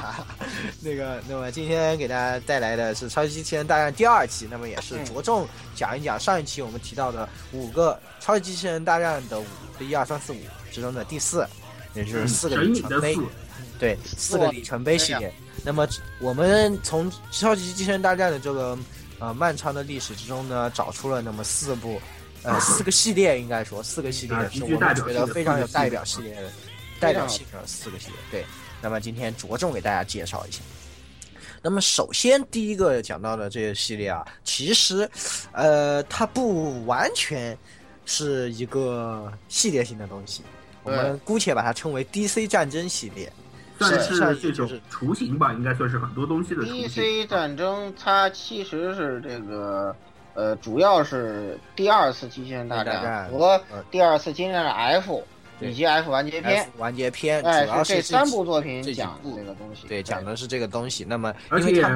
[SPEAKER 3] 那个，那么今天给大家带来的是《超级机器人大战》第二期，那么也
[SPEAKER 4] 嗯
[SPEAKER 3] 是着重讲一讲上一期我们提到的五个《超级机器人大战》的五，一二三四五之中的第四，也就是四个
[SPEAKER 4] 嗯神
[SPEAKER 3] 里
[SPEAKER 4] 隐
[SPEAKER 3] 程
[SPEAKER 4] 的
[SPEAKER 3] 碑。
[SPEAKER 4] 四，
[SPEAKER 3] 对，四个里程碑系列。那么我们从《超级机器人大战》的这个呃漫长的历史之中呢，找出了那么四部，呃，四个系列应该说四个系列
[SPEAKER 4] 啊
[SPEAKER 3] 是
[SPEAKER 4] 极具
[SPEAKER 3] 我
[SPEAKER 4] 代表
[SPEAKER 3] 们觉
[SPEAKER 4] 性
[SPEAKER 3] 得
[SPEAKER 4] 的
[SPEAKER 3] 非
[SPEAKER 4] 四
[SPEAKER 3] 常
[SPEAKER 4] 个
[SPEAKER 3] 有
[SPEAKER 4] 系
[SPEAKER 3] 代
[SPEAKER 4] 列啊
[SPEAKER 3] 表性的代表性的四个系列。对，那么今天着重给大家介绍一下。那么首先第一个讲到的这个系列啊，其实，呃，它不完全是一个系列性的东西，我们姑且把它称为 DC 战争系列。
[SPEAKER 4] 算
[SPEAKER 3] 上
[SPEAKER 4] 是
[SPEAKER 3] 一期
[SPEAKER 4] 这
[SPEAKER 3] 就
[SPEAKER 4] 种
[SPEAKER 3] 是
[SPEAKER 4] 雏形吧，应该算是很多东西的雏形。
[SPEAKER 1] DC 战争，它其实是这个，呃，主要是第二次机器人大
[SPEAKER 3] 大战
[SPEAKER 1] 战和
[SPEAKER 3] 呃
[SPEAKER 1] 第二次机器人的 F
[SPEAKER 3] 对
[SPEAKER 1] 以及 F 完结篇，
[SPEAKER 3] 完结篇，主
[SPEAKER 1] 哎，
[SPEAKER 3] 要
[SPEAKER 1] 是这
[SPEAKER 3] 这
[SPEAKER 1] 三
[SPEAKER 3] 几
[SPEAKER 1] 部作品
[SPEAKER 3] 这几
[SPEAKER 1] 讲的
[SPEAKER 3] 部
[SPEAKER 1] 这个东西。
[SPEAKER 3] 对讲的是这个东西。那么，
[SPEAKER 4] 而
[SPEAKER 3] 因为
[SPEAKER 4] 且，
[SPEAKER 3] 它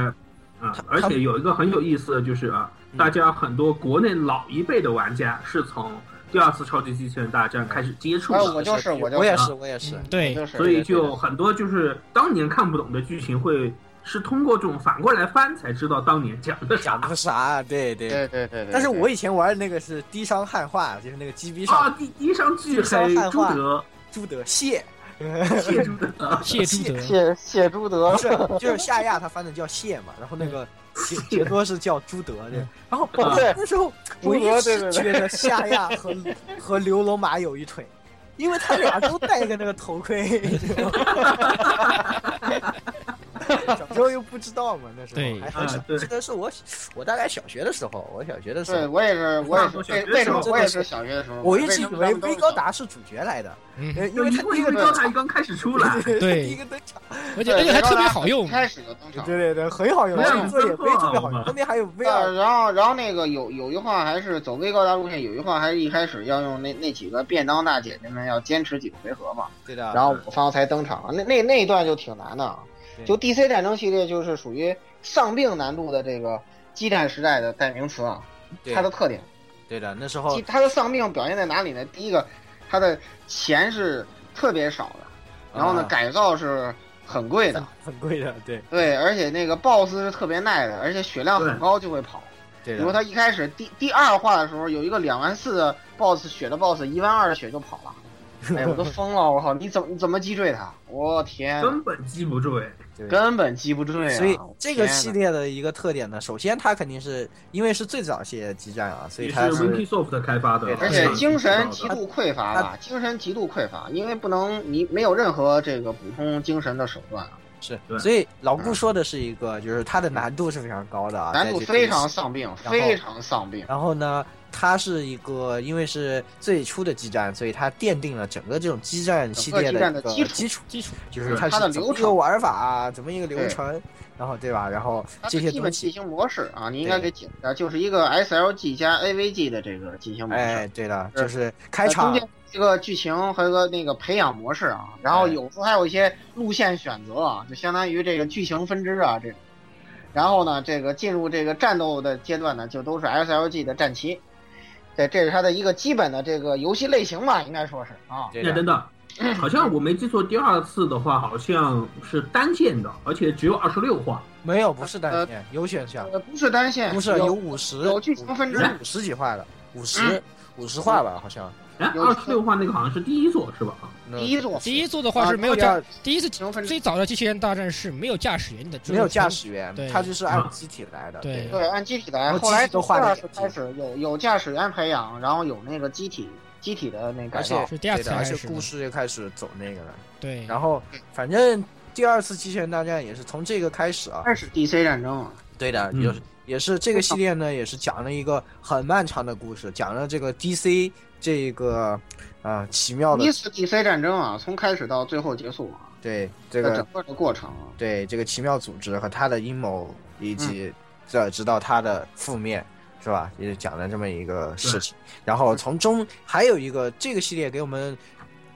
[SPEAKER 4] 啊、而且有一个很有意思的就是啊
[SPEAKER 3] 嗯，
[SPEAKER 4] 大家很多国内老一辈的玩家是从第二次超级机器人大战开始接触
[SPEAKER 1] 哎
[SPEAKER 4] 的，
[SPEAKER 1] 我就是
[SPEAKER 3] 我
[SPEAKER 1] 我就是
[SPEAKER 3] 也是我也是，
[SPEAKER 2] 嗯
[SPEAKER 1] 对，
[SPEAKER 2] 对，
[SPEAKER 1] 就是
[SPEAKER 4] 所以
[SPEAKER 3] 对对
[SPEAKER 4] 就
[SPEAKER 3] 对
[SPEAKER 4] 很多就是当年看不懂的剧情会。是通过这种反过来翻才知道当年讲的啥
[SPEAKER 3] 讲的啥？对对。
[SPEAKER 1] 对对对对。
[SPEAKER 3] 但是
[SPEAKER 1] 对
[SPEAKER 3] 我以前玩的那个是低商汉化，就是那个鸡逼
[SPEAKER 4] 啊！
[SPEAKER 3] 上
[SPEAKER 4] 第一上巨
[SPEAKER 3] 第三
[SPEAKER 4] 黑
[SPEAKER 3] 汉
[SPEAKER 4] 朱
[SPEAKER 3] 化
[SPEAKER 4] 德，
[SPEAKER 3] 朱德谢，
[SPEAKER 4] 谢朱 德，
[SPEAKER 2] 谢朱德，
[SPEAKER 1] 谢谢朱德
[SPEAKER 3] 不，是就是夏亚他翻的叫谢嘛，然后那个 杰杰多是叫朱德对。然后
[SPEAKER 4] 啊
[SPEAKER 1] 嗯对
[SPEAKER 3] 那时候我一直觉得夏亚 和和刘龙马有一腿。因为他俩都戴个那个头盔，你知道吗 小时候又不知道嘛，那时候
[SPEAKER 2] 对
[SPEAKER 3] 还很小
[SPEAKER 4] 啊。对
[SPEAKER 3] 记得是我，我大概小学的时候，我小学的时
[SPEAKER 1] 对
[SPEAKER 3] 候，
[SPEAKER 1] 我也是，我也是
[SPEAKER 4] 我小学
[SPEAKER 1] 为
[SPEAKER 4] 的时候
[SPEAKER 1] 为什么
[SPEAKER 3] 真的
[SPEAKER 1] 我也
[SPEAKER 3] 是
[SPEAKER 1] 是小学的时候，
[SPEAKER 3] 我一
[SPEAKER 1] 为
[SPEAKER 3] 直
[SPEAKER 1] 什
[SPEAKER 3] 以
[SPEAKER 1] 么
[SPEAKER 3] 为
[SPEAKER 1] 他们都
[SPEAKER 3] 威
[SPEAKER 1] 是
[SPEAKER 3] 高达是主角来的，
[SPEAKER 2] 嗯
[SPEAKER 3] 呃因
[SPEAKER 4] 就
[SPEAKER 3] 为
[SPEAKER 4] 一
[SPEAKER 3] 他
[SPEAKER 4] 个
[SPEAKER 3] 第一
[SPEAKER 4] 一
[SPEAKER 3] 个
[SPEAKER 4] 个高
[SPEAKER 3] 登
[SPEAKER 4] 才
[SPEAKER 3] 场，
[SPEAKER 4] 刚开始出来，
[SPEAKER 2] 对
[SPEAKER 3] 第一个登场，
[SPEAKER 2] 而且
[SPEAKER 1] 对
[SPEAKER 2] 而且还特别好
[SPEAKER 1] 一
[SPEAKER 2] 用，
[SPEAKER 1] 开始就登场。
[SPEAKER 3] 对对对，很好用，
[SPEAKER 4] 不是
[SPEAKER 3] 这个作业非特别好
[SPEAKER 4] 不
[SPEAKER 3] 用，
[SPEAKER 4] 是
[SPEAKER 3] 后面还有 VR
[SPEAKER 1] 呃，然后，然后那个有有一话还是走微高达路线，有一话还是一开始要用那那几个便当大姐姐们要坚持几个回合嘛，
[SPEAKER 3] 啊对的，
[SPEAKER 1] 啊然后我方才登场。那那那一段就挺难的，啊，
[SPEAKER 3] 对
[SPEAKER 1] 就 DC 战争系列就是属于上病难度的这个激战时代的代名词啊，
[SPEAKER 3] 对哦
[SPEAKER 1] 它的特点，
[SPEAKER 3] 对的，那时候
[SPEAKER 1] 其它的丧病表现在哪里呢？第一个，它的钱是特别少的，然后呢，
[SPEAKER 3] 啊
[SPEAKER 1] 改造是很贵的，
[SPEAKER 3] 很贵的，对
[SPEAKER 1] 对，而且那个 BOSS 是特别耐的，而且血量很高就会跑。
[SPEAKER 3] 对
[SPEAKER 1] 比如
[SPEAKER 3] 的，
[SPEAKER 1] 他一开始第第二话的时候，有一个两万四的 BOSS 血的 BOSS，一万二的血就跑了，哎，我都疯了，我靠，你怎么你怎么击坠他？我天，
[SPEAKER 4] 根本记不住哎。
[SPEAKER 3] 对
[SPEAKER 1] 根本击不坠啊！
[SPEAKER 3] 所以这个系
[SPEAKER 1] 天
[SPEAKER 3] 列的一个特点呢，首先它肯定是因为是最早系列激战啊，所以
[SPEAKER 4] 也
[SPEAKER 3] 它
[SPEAKER 4] 是
[SPEAKER 3] 是
[SPEAKER 4] Winsoft 开发
[SPEAKER 3] 对
[SPEAKER 4] 的，
[SPEAKER 1] 哪，而
[SPEAKER 3] 它
[SPEAKER 1] 且
[SPEAKER 3] 是
[SPEAKER 1] 精神极
[SPEAKER 4] 极
[SPEAKER 1] 度匮乏吧，精神极度匮乏，因为不能你没有任何这个补充精神的手段，
[SPEAKER 3] 是，
[SPEAKER 4] 对
[SPEAKER 3] 所以老顾说的是一个，就是它的难度是非常高的啊，
[SPEAKER 1] 嗯难度
[SPEAKER 3] 在这
[SPEAKER 1] 非常丧病，
[SPEAKER 3] 后
[SPEAKER 1] 非常丧病。
[SPEAKER 3] 然后呢，它是一个因为是最初的基站，所以它奠定了整个这种基站系
[SPEAKER 1] 整
[SPEAKER 3] 列一
[SPEAKER 1] 个基站
[SPEAKER 3] 个基
[SPEAKER 1] 的基础
[SPEAKER 3] 础
[SPEAKER 2] 基础
[SPEAKER 3] 就是
[SPEAKER 4] 是
[SPEAKER 3] 它
[SPEAKER 1] 它
[SPEAKER 3] 是
[SPEAKER 1] 的
[SPEAKER 3] 怎
[SPEAKER 1] 流
[SPEAKER 3] 么一个
[SPEAKER 1] 程
[SPEAKER 3] 玩法啊，怎么一个流程，然后对吧？然后
[SPEAKER 1] 它
[SPEAKER 3] 这
[SPEAKER 1] 的
[SPEAKER 3] 些
[SPEAKER 1] 基本
[SPEAKER 3] 东
[SPEAKER 1] 进
[SPEAKER 3] 西，
[SPEAKER 1] 行模式啊，你应该
[SPEAKER 3] 对
[SPEAKER 1] 给解释一下，就是一个 SLG 加 AVG 的这个进行模式。
[SPEAKER 3] 哎，对了，
[SPEAKER 1] 是
[SPEAKER 3] 就是开
[SPEAKER 1] 呃、中
[SPEAKER 3] 场
[SPEAKER 1] 间一个剧情和一个那个培养模式啊，然后有时候还有一些路线选择啊，就相当于这个剧情分支啊这种。然后呢，这个进入这个战斗的阶段呢，就都是 SLG 的战旗。对，这是它的一个基本的这个游戏类型吧，应该说是啊。
[SPEAKER 3] 对
[SPEAKER 4] 哎，
[SPEAKER 3] 的
[SPEAKER 4] 等等，好像我没记错，第二次的话好像是单线的，而且只有二十六话。
[SPEAKER 3] 没有不是单线，有选项，
[SPEAKER 1] 呃，不是单 线，
[SPEAKER 3] 不是有
[SPEAKER 1] 有
[SPEAKER 3] 五十
[SPEAKER 1] 有剧情分支，
[SPEAKER 3] 五十几话的，五
[SPEAKER 2] 嗯
[SPEAKER 3] 十五十话吧，好像。
[SPEAKER 4] 哎，
[SPEAKER 1] 有
[SPEAKER 4] 二十六话那个好像是第一座是吧？
[SPEAKER 3] 那
[SPEAKER 1] 第一座
[SPEAKER 2] 第一座的
[SPEAKER 3] 啊
[SPEAKER 2] 话是没有
[SPEAKER 3] 第二
[SPEAKER 2] 驾，第一次
[SPEAKER 1] 情分支
[SPEAKER 2] 最早的机器人大战是没有驾驶员的，只
[SPEAKER 3] 没有驾
[SPEAKER 2] 纯
[SPEAKER 3] 驶员
[SPEAKER 2] 对，
[SPEAKER 3] 它就是按机体来的，
[SPEAKER 2] 对
[SPEAKER 1] 对，按机体来。
[SPEAKER 3] 然后
[SPEAKER 1] 后来
[SPEAKER 3] 机体都换了
[SPEAKER 1] 第二次开始有有驾驶员培养，然后有那个机体机体的那
[SPEAKER 3] 而
[SPEAKER 1] 改
[SPEAKER 3] 且
[SPEAKER 1] 造。
[SPEAKER 2] 是第二次
[SPEAKER 3] 对的而且
[SPEAKER 2] 开始的
[SPEAKER 3] 故事就开始走那个了。
[SPEAKER 2] 对，
[SPEAKER 3] 然后反正第二次机器人大战也是从这个开始
[SPEAKER 2] 嗯
[SPEAKER 3] 啊。
[SPEAKER 1] 开始 DC 战争啊，
[SPEAKER 3] 对的，
[SPEAKER 4] 嗯
[SPEAKER 3] 也是也是这个系列呢，也是讲了一个很漫长的故事，讲了这个 DC 这个啊、奇妙的
[SPEAKER 1] 第一次 DC 战争啊，从开始到最后结束啊，
[SPEAKER 3] 对
[SPEAKER 1] 这
[SPEAKER 3] 这个
[SPEAKER 2] 呃
[SPEAKER 1] 整个的过程啊，
[SPEAKER 3] 对这个奇妙组织和他的阴谋，
[SPEAKER 4] 嗯
[SPEAKER 3] 以及这直到他的负面，是吧？也讲了这么一个事情。然后从中还有一个这个系列给我们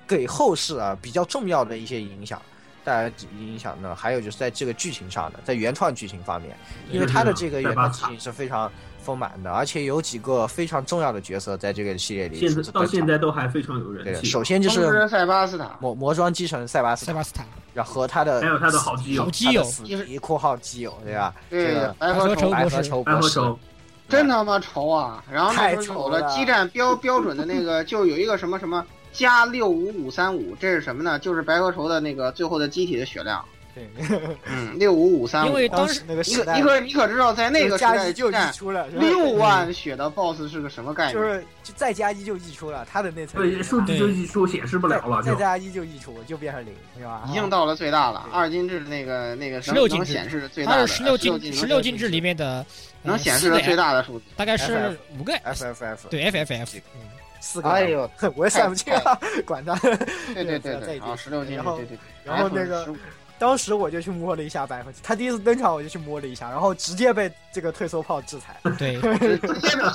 [SPEAKER 3] 给后世啊比较重要的一些影响。带来影响呢，还有就是在这个剧情上的，在原创剧情方面，因为
[SPEAKER 4] 嗯
[SPEAKER 3] 他的这个原创剧情是非常丰满的，而且有几个非常重要的角色在这个系列里
[SPEAKER 4] 现在
[SPEAKER 3] 是
[SPEAKER 4] 到
[SPEAKER 3] 登
[SPEAKER 4] 现
[SPEAKER 3] 场
[SPEAKER 4] 在都还非常有人
[SPEAKER 3] 对，
[SPEAKER 4] 气
[SPEAKER 3] 首，先就
[SPEAKER 1] 风
[SPEAKER 3] 是
[SPEAKER 1] 之塞巴斯塔，
[SPEAKER 3] 魔魔装机神塞巴斯
[SPEAKER 2] 塞
[SPEAKER 3] 塔，
[SPEAKER 2] 巴斯塔
[SPEAKER 3] 然后和他的
[SPEAKER 4] 还有他的好基友
[SPEAKER 2] 好基友，
[SPEAKER 3] 死敌（括号基友）对吧？这
[SPEAKER 1] 对
[SPEAKER 3] 个，
[SPEAKER 1] 白河
[SPEAKER 2] 白
[SPEAKER 1] 愁
[SPEAKER 2] 河愁
[SPEAKER 3] 白河愁
[SPEAKER 4] 白
[SPEAKER 3] 博
[SPEAKER 4] 河
[SPEAKER 3] 士，
[SPEAKER 4] 愁，
[SPEAKER 1] 真他妈愁啊！然后那时
[SPEAKER 3] 太
[SPEAKER 1] 候
[SPEAKER 3] 愁
[SPEAKER 1] 有了
[SPEAKER 3] 了
[SPEAKER 1] 激战标标准的那个， 就有一个什么什么加六五五三五，这是什么呢？就是白河愁的那个最后的机体的血量，
[SPEAKER 3] 对，
[SPEAKER 1] 嗯，六五五三
[SPEAKER 2] 因
[SPEAKER 1] 五。
[SPEAKER 2] 为
[SPEAKER 3] 当
[SPEAKER 2] 当
[SPEAKER 3] 时
[SPEAKER 2] 时
[SPEAKER 3] 那个
[SPEAKER 1] 你
[SPEAKER 3] 时
[SPEAKER 1] 可
[SPEAKER 3] 代
[SPEAKER 1] 你，可你可知道，在那个时
[SPEAKER 3] 加
[SPEAKER 1] 代
[SPEAKER 3] 一就
[SPEAKER 1] 激
[SPEAKER 3] 溢
[SPEAKER 1] 战
[SPEAKER 3] 出了，是吧
[SPEAKER 1] 六万血的 BOSS 是个什么概
[SPEAKER 3] 就
[SPEAKER 1] 念？
[SPEAKER 3] 是就再加一就溢出了，他的那层啊
[SPEAKER 4] 对，数据就一出显示不了了，
[SPEAKER 3] 再
[SPEAKER 4] 就
[SPEAKER 3] 再加一就溢出，就变成零，是吧？
[SPEAKER 1] 已经到了最大了，
[SPEAKER 3] 对
[SPEAKER 1] 二进制那个那个能
[SPEAKER 2] 16进制
[SPEAKER 1] 能显示的最大
[SPEAKER 2] 它
[SPEAKER 1] 的
[SPEAKER 2] 是十六
[SPEAKER 1] 16
[SPEAKER 2] 进十
[SPEAKER 1] 制
[SPEAKER 2] 六进制里面的
[SPEAKER 1] 能显示的最大
[SPEAKER 2] 大，
[SPEAKER 1] 的数字。
[SPEAKER 2] 大概是五个
[SPEAKER 3] FFF
[SPEAKER 2] 对 FFF
[SPEAKER 3] 四个，
[SPEAKER 1] 哎，呦，
[SPEAKER 3] 我也算不清啊，管他。
[SPEAKER 1] 对对对
[SPEAKER 3] 再
[SPEAKER 1] 对，
[SPEAKER 3] 一
[SPEAKER 1] 啊，
[SPEAKER 3] 点
[SPEAKER 1] 十六进制，
[SPEAKER 3] 然后
[SPEAKER 1] 对对。对
[SPEAKER 3] 然后 那个，当时我就去摸了一下百分之，他第一次登场我就去摸了一下，然后直接被这个退缩炮制裁，
[SPEAKER 2] 对，
[SPEAKER 1] 直直接被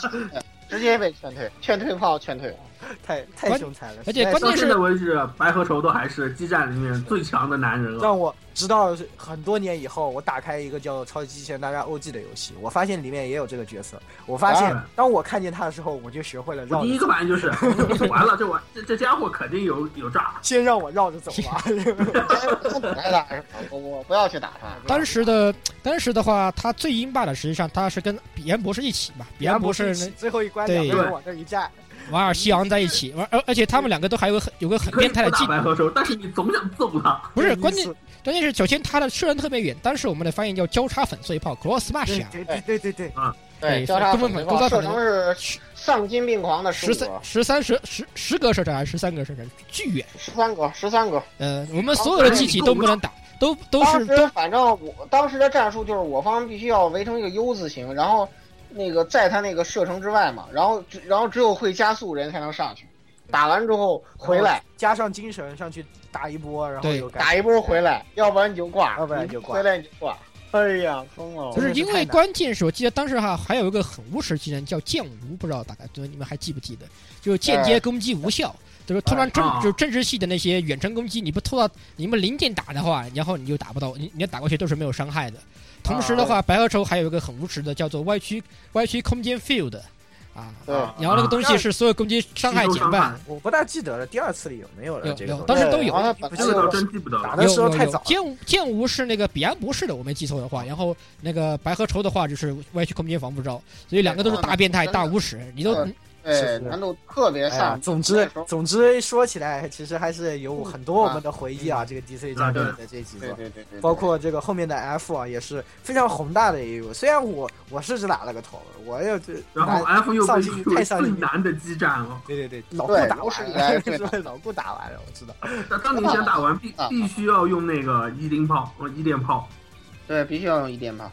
[SPEAKER 1] 直接被劝退，劝退炮劝退。
[SPEAKER 3] 太太
[SPEAKER 2] 关
[SPEAKER 3] 凶残了。
[SPEAKER 2] 而且
[SPEAKER 3] 实在
[SPEAKER 2] 关
[SPEAKER 3] 是
[SPEAKER 4] 到现在为止，白河愁都还是激战里面最强的男人了。
[SPEAKER 3] 让我直到很多年以后，我打开一个叫《超级机器人大战 OG》的游戏，我发现里面也有这个角色。我发
[SPEAKER 4] 当
[SPEAKER 3] 现
[SPEAKER 4] 然
[SPEAKER 3] 当我看见他的时候，我就学会了
[SPEAKER 4] 我
[SPEAKER 3] 绕
[SPEAKER 4] 第一
[SPEAKER 3] 着，
[SPEAKER 4] 个反应就是， 我说完了，这玩这这家伙肯定有有诈。
[SPEAKER 3] 先让我绕着走啊 吧。
[SPEAKER 1] 哎不来打是吧？我我不要去打他。
[SPEAKER 2] 当时的当时的话，他最英霸的实际上他是跟比安博士一起嘛，比安博士
[SPEAKER 3] 一起最后一关
[SPEAKER 2] 对
[SPEAKER 3] 两个人往这一站，
[SPEAKER 2] 瓦尔西昂在一起，而而而且他们两个都还有个很有个很
[SPEAKER 4] 可以
[SPEAKER 2] 变
[SPEAKER 4] 不
[SPEAKER 2] 态的技
[SPEAKER 4] 打，白河愁，但是你总想揍他。
[SPEAKER 2] 不是
[SPEAKER 3] 对
[SPEAKER 2] 关
[SPEAKER 3] 你
[SPEAKER 2] 键关键是首先他的射程特别远，当时我们的翻译叫交叉粉碎炮 （cross smash） 啊，
[SPEAKER 3] 对对对对对，
[SPEAKER 2] 对
[SPEAKER 1] 交叉
[SPEAKER 2] 根本
[SPEAKER 1] 反
[SPEAKER 2] 哎不
[SPEAKER 1] 射
[SPEAKER 2] 造成
[SPEAKER 1] 程是
[SPEAKER 3] 嗯
[SPEAKER 1] 丧心病狂的15
[SPEAKER 2] 十三十三十十十个射程还是十三个射程，巨远。
[SPEAKER 1] 十三个十三个。
[SPEAKER 2] 呃，我们所有的机体都不能打，都都
[SPEAKER 1] 当
[SPEAKER 2] 是
[SPEAKER 1] 时
[SPEAKER 2] 都
[SPEAKER 1] 反正我当时的战术就是我方必须要围成一个 U 字形，然后那个在他那个射程之外嘛，然后只然后只有会加速人才能上去，打完之后回来
[SPEAKER 3] 加上精神上去打一波，然后
[SPEAKER 2] 对
[SPEAKER 3] 有感
[SPEAKER 1] 打一波回来，要不然你就挂，
[SPEAKER 3] 要不然就挂
[SPEAKER 1] 回来你就挂。哎呀，疯了！
[SPEAKER 2] 不
[SPEAKER 3] 真
[SPEAKER 2] 是
[SPEAKER 3] 的是
[SPEAKER 2] 因
[SPEAKER 3] 太
[SPEAKER 2] 为
[SPEAKER 3] 难
[SPEAKER 2] 关键是我记得当时哈还有一个很无耻的技能叫剑无，不知道大概对你们还记不记得？就是间接攻击无效，就是突然正
[SPEAKER 4] 啊
[SPEAKER 2] 就是正式系的那些远程攻击，你不拖到你们零点打的话，然后你就打不到，你你要打过去都是没有伤害的。同时的话，白河愁还有一个很无耻的叫做歪曲歪曲空间 field，啊，
[SPEAKER 1] 对
[SPEAKER 2] 然后那个东西是所有攻击伤害减半，
[SPEAKER 3] 我不大记得了，第二次里有没有了
[SPEAKER 2] 有
[SPEAKER 3] 这个
[SPEAKER 2] 有
[SPEAKER 3] 东
[SPEAKER 2] 当
[SPEAKER 3] 西？
[SPEAKER 2] 时都有
[SPEAKER 1] 然后他
[SPEAKER 3] 不
[SPEAKER 1] 本
[SPEAKER 3] 记
[SPEAKER 4] 这
[SPEAKER 1] 来
[SPEAKER 3] 得
[SPEAKER 4] 个
[SPEAKER 1] 就
[SPEAKER 4] 倒
[SPEAKER 1] 是
[SPEAKER 4] 真记不得
[SPEAKER 3] 哎打
[SPEAKER 4] 了。
[SPEAKER 3] 的
[SPEAKER 2] 有
[SPEAKER 3] 时候
[SPEAKER 2] 有
[SPEAKER 3] 太
[SPEAKER 2] 有
[SPEAKER 3] 早了，
[SPEAKER 2] 剑舞剑舞是那个彼岸博士的，我没记错的话。然后那个白河愁的话就是歪曲空间防不招，所以两个都是
[SPEAKER 3] 啊
[SPEAKER 2] 大变态、
[SPEAKER 1] 对
[SPEAKER 2] 大无耻。你都
[SPEAKER 1] 对
[SPEAKER 3] 呃是
[SPEAKER 1] 对
[SPEAKER 3] 是
[SPEAKER 1] 难度特别
[SPEAKER 3] 哎呀，
[SPEAKER 1] 丧。
[SPEAKER 3] 总
[SPEAKER 1] 那
[SPEAKER 3] 之
[SPEAKER 1] 时候
[SPEAKER 3] 总之说起来，其实还是有很多我们的回忆啊，这个 DC 战队
[SPEAKER 4] 对
[SPEAKER 3] 的这几
[SPEAKER 1] 对
[SPEAKER 3] 个。
[SPEAKER 1] 对对对，
[SPEAKER 3] 哎包括这个后面的 F 啊，也是非常宏大的一个。虽然我我是只打了个头，我也就
[SPEAKER 4] 然后 F 又被
[SPEAKER 3] 丧心
[SPEAKER 4] 视
[SPEAKER 3] 太
[SPEAKER 4] 为
[SPEAKER 3] 丧
[SPEAKER 4] 最
[SPEAKER 3] 心
[SPEAKER 4] 难的激战哦 了。
[SPEAKER 3] 对对对，老顾
[SPEAKER 1] 对
[SPEAKER 3] 打
[SPEAKER 1] 有史
[SPEAKER 3] 完
[SPEAKER 1] 以来
[SPEAKER 3] 了，
[SPEAKER 1] 最
[SPEAKER 3] 是吧
[SPEAKER 1] 大
[SPEAKER 3] 老顾打完了，我知道。
[SPEAKER 4] 但当你想打完，必
[SPEAKER 1] 啊
[SPEAKER 4] 必须要用那个一零炮，呃，一电炮。
[SPEAKER 1] 对必须要用一电炮。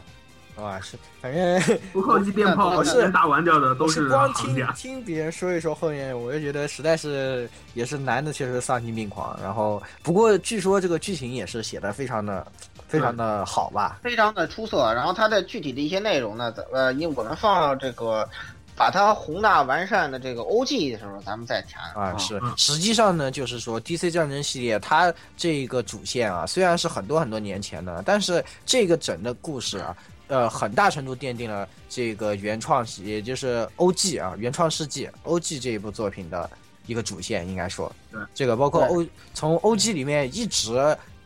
[SPEAKER 3] 啊，是，反正
[SPEAKER 4] 不靠一电炮，
[SPEAKER 1] 我
[SPEAKER 3] 哦是
[SPEAKER 4] 能打完掉的都
[SPEAKER 3] 我
[SPEAKER 4] 是
[SPEAKER 3] 光
[SPEAKER 4] 行
[SPEAKER 3] 听
[SPEAKER 4] 家。
[SPEAKER 3] 听别人说一说，后面我就觉得实在是也是男的确实丧心病狂。然后不过据说这个剧情也是写的非常的非常的好吧？
[SPEAKER 1] 非常的出色。然后它的具体的一些内容呢，咱呃，因为我们放到这个把它宏大完善的这个 OG 的时候，咱们再谈
[SPEAKER 3] 啊，是
[SPEAKER 4] 嗯，
[SPEAKER 3] 实际上呢，就是说 DC 战争系列它这个主线啊，虽然是很多很多年前的，但是这个整的故事啊，呃，很大程度奠定了这个原创，也就是 OG 啊，原创世纪 OG 这一部作品的一个主线，应该说
[SPEAKER 4] 对，
[SPEAKER 3] 这个包括
[SPEAKER 1] 对
[SPEAKER 3] O 从 OG 里面一直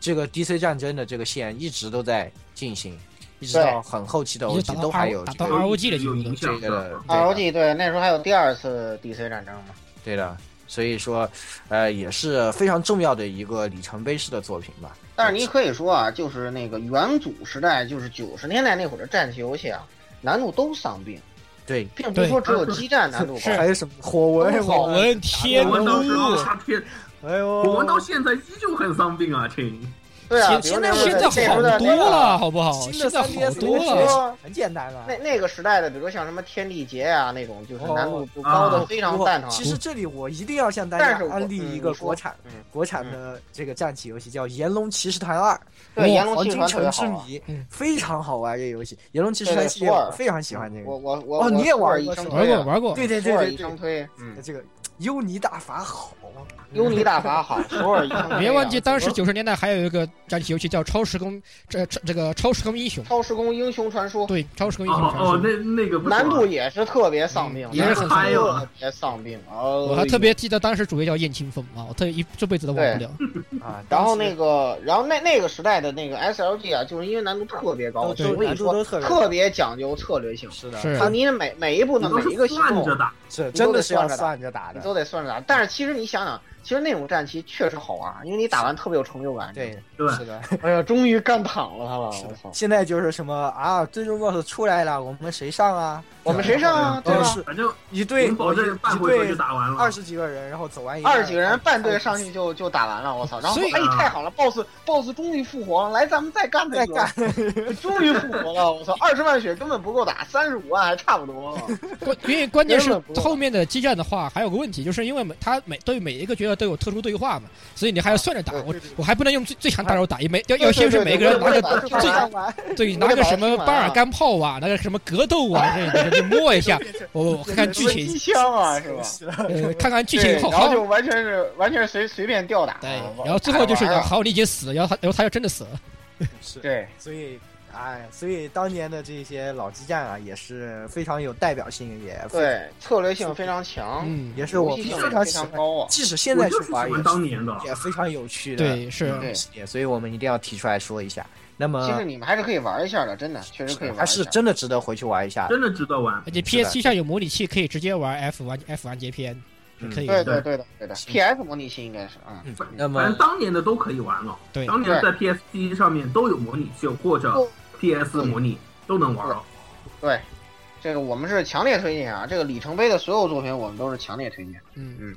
[SPEAKER 3] 这个 DC 战争的这个线一直都在进行，一直
[SPEAKER 1] 对
[SPEAKER 3] 到很后期的
[SPEAKER 2] 一直打
[SPEAKER 3] OG
[SPEAKER 2] 到
[SPEAKER 3] 都还
[SPEAKER 2] R-
[SPEAKER 3] 有
[SPEAKER 2] 打
[SPEAKER 3] 这
[SPEAKER 2] 到
[SPEAKER 3] 个
[SPEAKER 2] ROG 的
[SPEAKER 4] 有
[SPEAKER 2] 进
[SPEAKER 4] 影
[SPEAKER 2] 度。
[SPEAKER 4] 响
[SPEAKER 3] 这个
[SPEAKER 4] 的。
[SPEAKER 3] 这个
[SPEAKER 1] ROG 啊对，那时候还有第二次 DC 战争嘛。
[SPEAKER 3] 对的，所以说，呃，也是非常重要的一个里程碑式的作品吧。
[SPEAKER 1] 但是你可以说啊，就是那个元祖时代，就是九十年代那会儿的战棋游戏啊，难度都丧病。
[SPEAKER 3] 对，
[SPEAKER 1] 并不是说只有激战难度高。
[SPEAKER 3] 还有什么火纹？
[SPEAKER 2] 好文天
[SPEAKER 4] 我
[SPEAKER 2] 奴
[SPEAKER 4] 闻到时候夏天，
[SPEAKER 3] 哎呦，
[SPEAKER 4] 我闻到现在依旧很伤病啊， 亲。
[SPEAKER 1] 对啊，
[SPEAKER 2] 现
[SPEAKER 1] 比如
[SPEAKER 2] 现
[SPEAKER 1] 那
[SPEAKER 2] 在
[SPEAKER 1] 会
[SPEAKER 2] 现在
[SPEAKER 1] 儿那
[SPEAKER 2] 好
[SPEAKER 1] 会儿
[SPEAKER 2] 多了，好不好？
[SPEAKER 3] 新
[SPEAKER 2] 现
[SPEAKER 3] 的
[SPEAKER 2] 在
[SPEAKER 3] 3DS
[SPEAKER 2] 好多
[SPEAKER 1] 那个
[SPEAKER 2] 了，
[SPEAKER 1] 说
[SPEAKER 3] 很简单啊了。
[SPEAKER 1] 那那个时代的，比如像什么天地劫啊那种，就是
[SPEAKER 3] 哦
[SPEAKER 1] 难度就高的非常
[SPEAKER 3] 我
[SPEAKER 1] 蛋疼。
[SPEAKER 3] 其实这里我一定要向大
[SPEAKER 1] 但是
[SPEAKER 3] 家
[SPEAKER 1] 我
[SPEAKER 3] 安利一
[SPEAKER 1] 嗯
[SPEAKER 3] 个
[SPEAKER 1] 你说
[SPEAKER 3] 国产
[SPEAKER 1] 嗯，
[SPEAKER 3] 国产的这个战棋游戏，叫《炎龙骑士团二》，
[SPEAKER 1] 对炎龙
[SPEAKER 3] 黄
[SPEAKER 1] 骑士
[SPEAKER 3] 金
[SPEAKER 1] 团特别
[SPEAKER 3] 城之
[SPEAKER 1] 好玩。
[SPEAKER 3] 谜
[SPEAKER 2] 嗯，
[SPEAKER 3] 非常好玩这个游戏。炎龙骑士
[SPEAKER 1] 对
[SPEAKER 3] 团
[SPEAKER 1] 对
[SPEAKER 3] 系列
[SPEAKER 1] 索尔
[SPEAKER 3] 我非常喜欢这
[SPEAKER 1] 我
[SPEAKER 3] 个，
[SPEAKER 1] 我我
[SPEAKER 3] 哦你也
[SPEAKER 1] 我
[SPEAKER 3] 玩
[SPEAKER 1] 一
[SPEAKER 3] 过
[SPEAKER 1] 生
[SPEAKER 3] 是吧
[SPEAKER 1] 推
[SPEAKER 2] 玩过
[SPEAKER 1] 啊，
[SPEAKER 2] 玩过，
[SPEAKER 3] 对对
[SPEAKER 1] 索
[SPEAKER 3] 对
[SPEAKER 1] 尔
[SPEAKER 3] 对
[SPEAKER 1] 一生
[SPEAKER 3] 对，
[SPEAKER 1] 推，嗯，
[SPEAKER 3] 这个幽尼大法好啊，
[SPEAKER 1] 幽尼大法 好，索尔一生推啊。
[SPEAKER 2] 别忘记，当时九十年代还有一个战棋游戏叫《超时空》，这这这个《超时空英雄》，
[SPEAKER 1] 超时空英雄传说，
[SPEAKER 2] 对，《超时空英雄
[SPEAKER 4] 哦
[SPEAKER 2] 传说
[SPEAKER 4] 哦，》。那那个不
[SPEAKER 1] 难度
[SPEAKER 4] 错
[SPEAKER 1] 也是特别丧病，
[SPEAKER 2] 嗯也是很
[SPEAKER 1] 难
[SPEAKER 4] 嗨
[SPEAKER 1] 度
[SPEAKER 4] 哦
[SPEAKER 1] 特别丧病。哦，
[SPEAKER 2] 我还特别记得当时主角叫燕青风啊，我特一这辈子都忘不了。
[SPEAKER 3] 啊！
[SPEAKER 1] 然后
[SPEAKER 3] 当
[SPEAKER 1] 那
[SPEAKER 3] 时
[SPEAKER 1] 个，然后那那个时代的那个 SLG 啊，就是因为难度特别
[SPEAKER 2] 哦
[SPEAKER 1] 高，
[SPEAKER 3] 都
[SPEAKER 1] 就是
[SPEAKER 3] 都
[SPEAKER 1] 我跟你
[SPEAKER 3] 难度
[SPEAKER 1] 说，
[SPEAKER 3] 都特别
[SPEAKER 1] 特别讲究策略性。
[SPEAKER 3] 是的，
[SPEAKER 2] 是
[SPEAKER 1] 啊，你每每一步
[SPEAKER 4] 你
[SPEAKER 1] 呢，
[SPEAKER 4] 都
[SPEAKER 1] 每一个
[SPEAKER 4] 是
[SPEAKER 1] 行
[SPEAKER 4] 算着
[SPEAKER 1] 动，
[SPEAKER 4] 的，
[SPEAKER 3] 是
[SPEAKER 1] 你都
[SPEAKER 3] 真
[SPEAKER 1] 得
[SPEAKER 3] 的是
[SPEAKER 1] 算
[SPEAKER 3] 要
[SPEAKER 1] 着打
[SPEAKER 3] 算着打
[SPEAKER 1] 你
[SPEAKER 3] 的，
[SPEAKER 1] 都得算着打。但是其实你想想，其实那种战棋确实好玩，因为你打完特别有成就感。
[SPEAKER 3] 对，
[SPEAKER 4] 对吧
[SPEAKER 3] 是的。
[SPEAKER 1] 哎呀，终于干躺了他了，
[SPEAKER 3] 是
[SPEAKER 1] 啊我
[SPEAKER 3] 的
[SPEAKER 1] 操，！
[SPEAKER 3] 现在就是什么啊，最终 BOSS 出来了，我们谁上啊？
[SPEAKER 1] 我们谁上啊？
[SPEAKER 3] 对
[SPEAKER 1] 对
[SPEAKER 3] 吧
[SPEAKER 1] 吧？
[SPEAKER 3] 是
[SPEAKER 4] 反正
[SPEAKER 3] 一
[SPEAKER 4] 我
[SPEAKER 3] 队，
[SPEAKER 4] 们保证半
[SPEAKER 3] 一
[SPEAKER 4] 回合就
[SPEAKER 3] 队
[SPEAKER 4] 打完了。
[SPEAKER 3] 二十几个人，然后走完一哎
[SPEAKER 1] 二十几个人半队
[SPEAKER 3] 队
[SPEAKER 1] 上去就就打完了，我操！然后
[SPEAKER 2] 所
[SPEAKER 1] 说
[SPEAKER 2] 以
[SPEAKER 1] 哎，
[SPEAKER 4] 啊
[SPEAKER 1] 太好了，BOSS BOSS 终于复活了，来咱们再干他
[SPEAKER 3] 再
[SPEAKER 1] 一
[SPEAKER 3] 干
[SPEAKER 1] 个，，终于复活了，我操！二十万血根本不够打，三十五万还差不多。
[SPEAKER 2] 关因为关键是
[SPEAKER 1] 根本不
[SPEAKER 2] 后面的激战的话，还有个问题，就是因为每他每对每一个角色都有特殊对话嘛，所以你还要算着打。
[SPEAKER 1] 啊对
[SPEAKER 2] 我
[SPEAKER 1] 对对
[SPEAKER 2] 我还不能用最最强大招打，也没要
[SPEAKER 1] 对
[SPEAKER 2] 要先是
[SPEAKER 1] 对对
[SPEAKER 2] 每个人拿
[SPEAKER 1] 对
[SPEAKER 2] 个
[SPEAKER 1] 对对
[SPEAKER 2] 最
[SPEAKER 1] 对
[SPEAKER 3] 上完，
[SPEAKER 2] 对
[SPEAKER 1] 我
[SPEAKER 2] 拿
[SPEAKER 1] 得把
[SPEAKER 2] 个
[SPEAKER 1] 它
[SPEAKER 2] 什么
[SPEAKER 1] 听完
[SPEAKER 2] 巴尔
[SPEAKER 1] 啊
[SPEAKER 2] 干炮啊，拿个什么格斗啊，这这摸 一下，我我看 看剧情
[SPEAKER 1] 机，枪啊，是吧？
[SPEAKER 2] 呃，看看剧
[SPEAKER 1] 对
[SPEAKER 2] 情好
[SPEAKER 1] 然后
[SPEAKER 2] 好。
[SPEAKER 1] 就完全是完全是随随便吊打。
[SPEAKER 2] 对
[SPEAKER 1] 啊，
[SPEAKER 2] 然后最后就是
[SPEAKER 1] 打着玩儿啊啊
[SPEAKER 2] 好，你已经死了，然后他然后他就真的死了。
[SPEAKER 3] 是，
[SPEAKER 1] 对
[SPEAKER 3] 所以。哎，所以当年的这些老基站啊，也是非常有代表性，也非，
[SPEAKER 1] 对，策略性非常强，
[SPEAKER 2] 嗯，
[SPEAKER 3] 也是
[SPEAKER 1] 游
[SPEAKER 3] 我
[SPEAKER 1] 戏
[SPEAKER 3] 非
[SPEAKER 1] 性
[SPEAKER 3] 常
[SPEAKER 1] 也非
[SPEAKER 3] 喜
[SPEAKER 1] 常
[SPEAKER 3] 欢。
[SPEAKER 1] 高啊。
[SPEAKER 3] 即使现
[SPEAKER 4] 我
[SPEAKER 3] 在去
[SPEAKER 4] 就是喜
[SPEAKER 3] 玩，也
[SPEAKER 4] 欢当年的，
[SPEAKER 3] 也非常有趣的
[SPEAKER 2] 对，是啊
[SPEAKER 1] 对
[SPEAKER 3] 系列，所以我们一定要提出来说一下。那么
[SPEAKER 1] 其实你们还是可以玩一下的，真的，确实可以玩一下。
[SPEAKER 3] 还是真的值得回去玩一下。
[SPEAKER 4] 真的值得玩。
[SPEAKER 2] 而且
[SPEAKER 3] 是的
[SPEAKER 2] PS 7上有模拟器，可以直接玩 F 玩 F 玩 JPN，是可以
[SPEAKER 1] 嗯对
[SPEAKER 2] 的。
[SPEAKER 1] 对对的对的
[SPEAKER 3] 是
[SPEAKER 1] ，PS 模拟器应该是啊。
[SPEAKER 3] 嗯
[SPEAKER 4] 反
[SPEAKER 3] 那
[SPEAKER 4] 反
[SPEAKER 3] 么
[SPEAKER 4] 正当年的都可以玩了。
[SPEAKER 2] 对
[SPEAKER 4] 当年在 PSP 上面都有模拟器或者 PS 模拟都能玩了。
[SPEAKER 1] 对，这个我们是强烈推荐啊！这个里程碑的所有作品，我们都是强烈推荐。
[SPEAKER 2] 嗯
[SPEAKER 1] 嗯，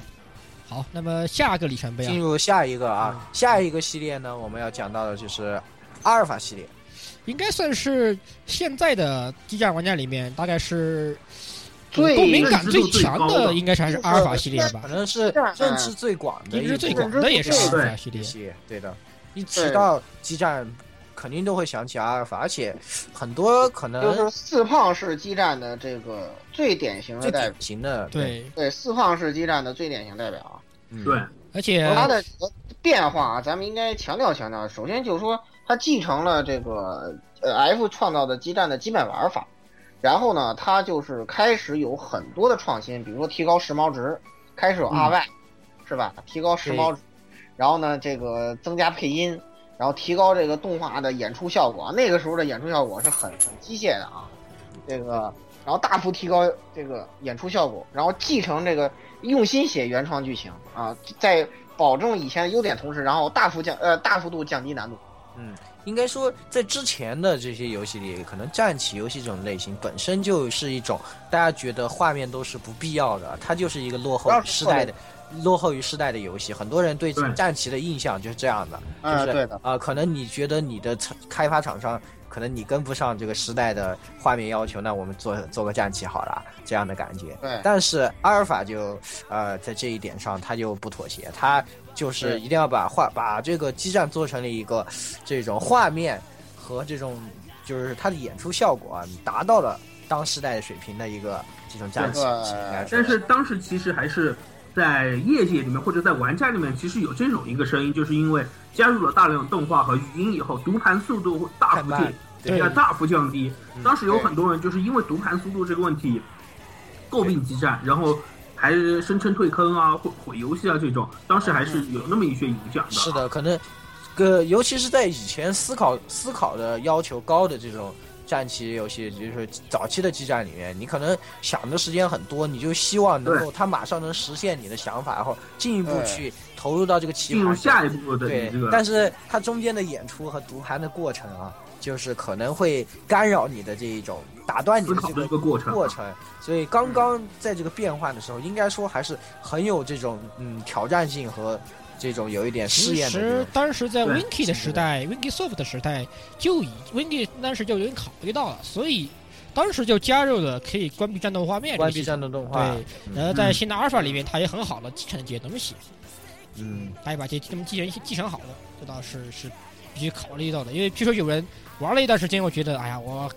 [SPEAKER 2] 好，那么下个里程碑啊
[SPEAKER 3] 进，入下一个
[SPEAKER 2] 嗯
[SPEAKER 3] 啊，下一个系列呢，我们要讲到的就是阿尔法系列。
[SPEAKER 2] 应该算是现在的激战玩家里面，大概是
[SPEAKER 1] 最
[SPEAKER 2] 共鸣感最强
[SPEAKER 4] 认知度最高
[SPEAKER 2] 的，
[SPEAKER 4] 的
[SPEAKER 2] 应该是还是阿尔法系列吧
[SPEAKER 3] 可，能是
[SPEAKER 1] 啊
[SPEAKER 3] 认知最广的一
[SPEAKER 2] 认知
[SPEAKER 3] 部，
[SPEAKER 2] 最广的也是阿尔法系列。
[SPEAKER 3] 系列。对的，一提到激战，肯定都会想起阿尔法，而且很多可
[SPEAKER 1] 就
[SPEAKER 3] 能
[SPEAKER 1] 是四胖式基站的这个最典型的
[SPEAKER 3] 最
[SPEAKER 1] 代
[SPEAKER 3] 典
[SPEAKER 1] 表，
[SPEAKER 3] 型的，
[SPEAKER 2] 对，
[SPEAKER 1] 对四胖式基站的最典型代表啊。
[SPEAKER 3] 嗯
[SPEAKER 4] 对，
[SPEAKER 2] 而且
[SPEAKER 1] 它的变化啊，咱们应该强调强调。首先就是说，它继承了这个呃 F 创造的基站的基本玩法，然后呢，它就是开始有很多的创新，比如说提高时髦值，开始有
[SPEAKER 4] 嗯
[SPEAKER 1] RY，、是吧？提高时髦值，然后呢，这个增加配音，然后提高这个动画的演出效果。那个时候的演出效果是很很机械的啊，这个。然后大幅提高这个演出效果，然后继承这个用心写原创剧情啊，在保证以前的优点同时，然后大幅降呃大幅度降低难度。
[SPEAKER 3] 应该说，在之前的这些游戏里，可能战棋游戏这种类型本身就是一种大家觉得画面都是不必要的，它就是一个落后于时代的。落后于时代的游戏，很多人对
[SPEAKER 4] 对
[SPEAKER 3] 战棋的印象就是这样的，
[SPEAKER 1] 嗯
[SPEAKER 3] 就是
[SPEAKER 1] 对的
[SPEAKER 3] 啊、可能你觉得你的厂开发厂商，可能你跟不上这个时代的画面要求，那我们做做个战棋好了，这样的感觉。
[SPEAKER 1] 对
[SPEAKER 3] 但是阿尔法就呃在这一点上他就不妥协，他就是
[SPEAKER 1] 对
[SPEAKER 3] 一定要把画把这个基站做成了一个这种画面和这种就是它的演出效果啊，达到了当时代的水平的一个这种
[SPEAKER 1] 对
[SPEAKER 3] 战棋，应该说
[SPEAKER 4] 但是当时其实还是在业界里面或者在玩家里面，其实有这种一个声音，就是因为加入了大量动画和语音以后，读盘速度会大幅
[SPEAKER 3] 太慢
[SPEAKER 4] 降，
[SPEAKER 2] 对
[SPEAKER 4] 要大幅降低
[SPEAKER 3] 嗯。
[SPEAKER 4] 当时有
[SPEAKER 1] 对
[SPEAKER 4] 很多人就是因为读盘速度这个问题诟病激战，然后。还声称退坑啊，或毁游戏啊这种，当时还是有那么一些影响的。
[SPEAKER 3] 是，的，可能个尤其是在以前思考思考的要求高的这种战棋游戏，就是早期的激战里面，你可能想的时间很多，你就希望能够它马上能实现你的想法，然后进一步
[SPEAKER 1] 对
[SPEAKER 3] 去投入到这个棋
[SPEAKER 4] 进入
[SPEAKER 3] 盘。
[SPEAKER 4] 下一步的
[SPEAKER 3] 对
[SPEAKER 4] 这个，
[SPEAKER 3] 但是它中间的演出和读盘的过程啊，就是可能会干扰你的这一种，打断你
[SPEAKER 4] 思
[SPEAKER 3] 的
[SPEAKER 4] 考
[SPEAKER 3] 这
[SPEAKER 4] 的
[SPEAKER 3] 个
[SPEAKER 4] 一个过程。
[SPEAKER 3] 过 程。所以刚刚在这个变换的时候，应该说还是很有这种嗯挑战性和这种有一点试
[SPEAKER 2] 其
[SPEAKER 3] 验的这
[SPEAKER 2] 实
[SPEAKER 3] 种。
[SPEAKER 2] 当时在
[SPEAKER 4] 对
[SPEAKER 2] Winky 的时代，Winky Soft 的时代就已 Winky 当时就已经考虑到了，所以当时就加入了可以关闭战斗画面这个
[SPEAKER 3] 关
[SPEAKER 2] 系
[SPEAKER 3] 闭
[SPEAKER 2] 统。
[SPEAKER 3] 战斗动画，
[SPEAKER 2] 对，然后在新的阿尔法里面，它也很好的继承了这些东西，
[SPEAKER 3] 嗯，
[SPEAKER 2] 它也把这些东西继承继承好了，这倒是是必须考虑到的。因为据说有人玩了一段时间，我觉得哎呀，我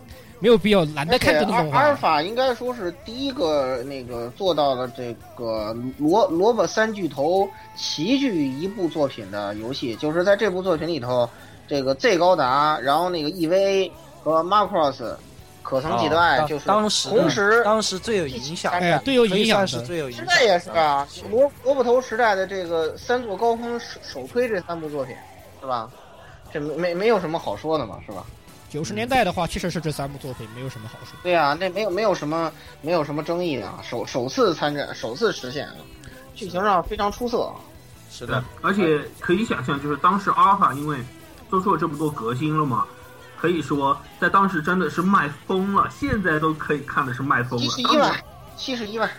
[SPEAKER 2] 没有必要，懒得
[SPEAKER 1] 而
[SPEAKER 2] 看
[SPEAKER 1] 且
[SPEAKER 2] 这个
[SPEAKER 1] 阿
[SPEAKER 2] 动
[SPEAKER 1] 阿尔
[SPEAKER 2] 画。
[SPEAKER 1] 法应该说是第一个那个做到了这个萝萝卜三巨头齐聚一部作品的游戏，就是在这部作品里头，这个 Z 高达，然后那个 EVA 和 Macross 可曾几
[SPEAKER 3] 哦
[SPEAKER 1] 代，
[SPEAKER 3] 当
[SPEAKER 1] 就是
[SPEAKER 3] 当时
[SPEAKER 1] 同时
[SPEAKER 3] 当时最有影响
[SPEAKER 1] 一起
[SPEAKER 2] 哎
[SPEAKER 3] 的，
[SPEAKER 2] 呀，对有
[SPEAKER 3] 可以
[SPEAKER 2] 影响
[SPEAKER 3] 算是
[SPEAKER 2] 的。
[SPEAKER 3] 最有影
[SPEAKER 1] 现
[SPEAKER 3] 响的。
[SPEAKER 1] 在也是啊
[SPEAKER 3] 是，
[SPEAKER 1] 萝萝卜头时代的这个三座高峰首首推这三部作品，是吧？这没没没有什么好说的嘛，是吧？
[SPEAKER 2] 九十年代的话，确实是这三部作品没有什么好说。
[SPEAKER 1] 对啊，那没有没有什么没有什么争议的啊，首首次参战，首次实现啊，剧情上非常出色啊。
[SPEAKER 3] 是
[SPEAKER 4] 对
[SPEAKER 3] 的，，
[SPEAKER 4] 而且可以想象，就是当时阿尔法因为做出了这么多革新了嘛，可以说在当时真的是卖疯了，现在都可以看的是卖疯
[SPEAKER 1] 七
[SPEAKER 4] 了。
[SPEAKER 1] 十一万，七十一万，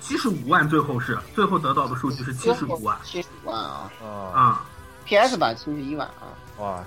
[SPEAKER 4] 七十五万，最后是最后得到的数据是七十五万
[SPEAKER 1] 七十五万啊
[SPEAKER 3] 啊、
[SPEAKER 4] 啊，
[SPEAKER 1] ！PS 版七十一万啊，
[SPEAKER 3] 哇，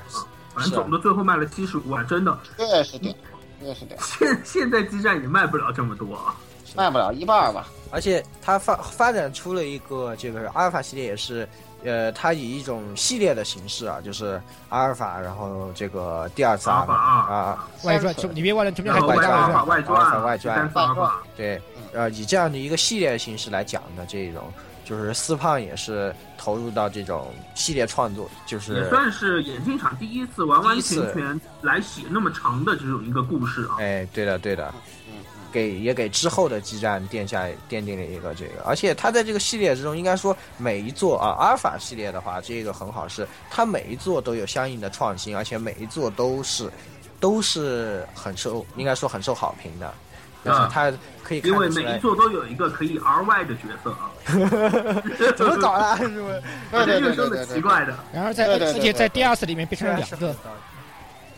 [SPEAKER 4] 反正
[SPEAKER 3] 是啊
[SPEAKER 4] 总的最后卖了七十五万，真的
[SPEAKER 1] 这是点，
[SPEAKER 4] 嗯
[SPEAKER 1] 这是点，
[SPEAKER 4] 现现在基站也卖不了这么多啊。
[SPEAKER 1] 卖不了一半儿吧？
[SPEAKER 3] 而且它发发展出了一个这个阿尔法系列，也是呃，它以一种系列的形式啊，就是阿尔法，然后这个第二次
[SPEAKER 4] 阿
[SPEAKER 3] 阿
[SPEAKER 4] 尔
[SPEAKER 3] 尔
[SPEAKER 4] 法
[SPEAKER 3] 法
[SPEAKER 4] 啊
[SPEAKER 3] 啊，
[SPEAKER 2] 外传，中你别忘了中间还
[SPEAKER 4] 然后
[SPEAKER 2] 拐
[SPEAKER 4] 外
[SPEAKER 2] 大
[SPEAKER 4] 传阿
[SPEAKER 2] 外
[SPEAKER 4] 尔法
[SPEAKER 2] 传。
[SPEAKER 4] 外传啊，
[SPEAKER 3] 外传
[SPEAKER 4] 第三次阿尔法，
[SPEAKER 3] 对，
[SPEAKER 4] 嗯
[SPEAKER 3] 呃，以这样的一个系列形式来讲的这种，就是四胖也是投入到这种系列创作，就是
[SPEAKER 4] 也算是眼镜厂第一次完完全
[SPEAKER 3] 第一
[SPEAKER 4] 全来写那么长的这种一个故事啊。
[SPEAKER 3] 哎，对的，对的，
[SPEAKER 4] 嗯
[SPEAKER 3] 给也给之后的基站奠下奠定了一个这个，而且它在这个系列之中，应该说每一座啊，阿尔法系列的话，这个很好是，它每一座都有相应的创新，而且每一座都是都是很受，应该说很受好评的，就是它可以看
[SPEAKER 4] 啊因为
[SPEAKER 3] 得出
[SPEAKER 4] 每一
[SPEAKER 3] 来，
[SPEAKER 4] 座都有一个可以 R Y 的角色 啊，
[SPEAKER 3] 怎么 搞的？是 不是
[SPEAKER 1] 对对
[SPEAKER 4] 又
[SPEAKER 1] 对
[SPEAKER 4] 说
[SPEAKER 1] 对对
[SPEAKER 4] 的奇
[SPEAKER 1] 对，
[SPEAKER 4] 怪的，
[SPEAKER 2] 然而在
[SPEAKER 1] 对对
[SPEAKER 2] X
[SPEAKER 1] 对
[SPEAKER 2] 界
[SPEAKER 1] 对
[SPEAKER 2] 在第二次里面变成了两 个，，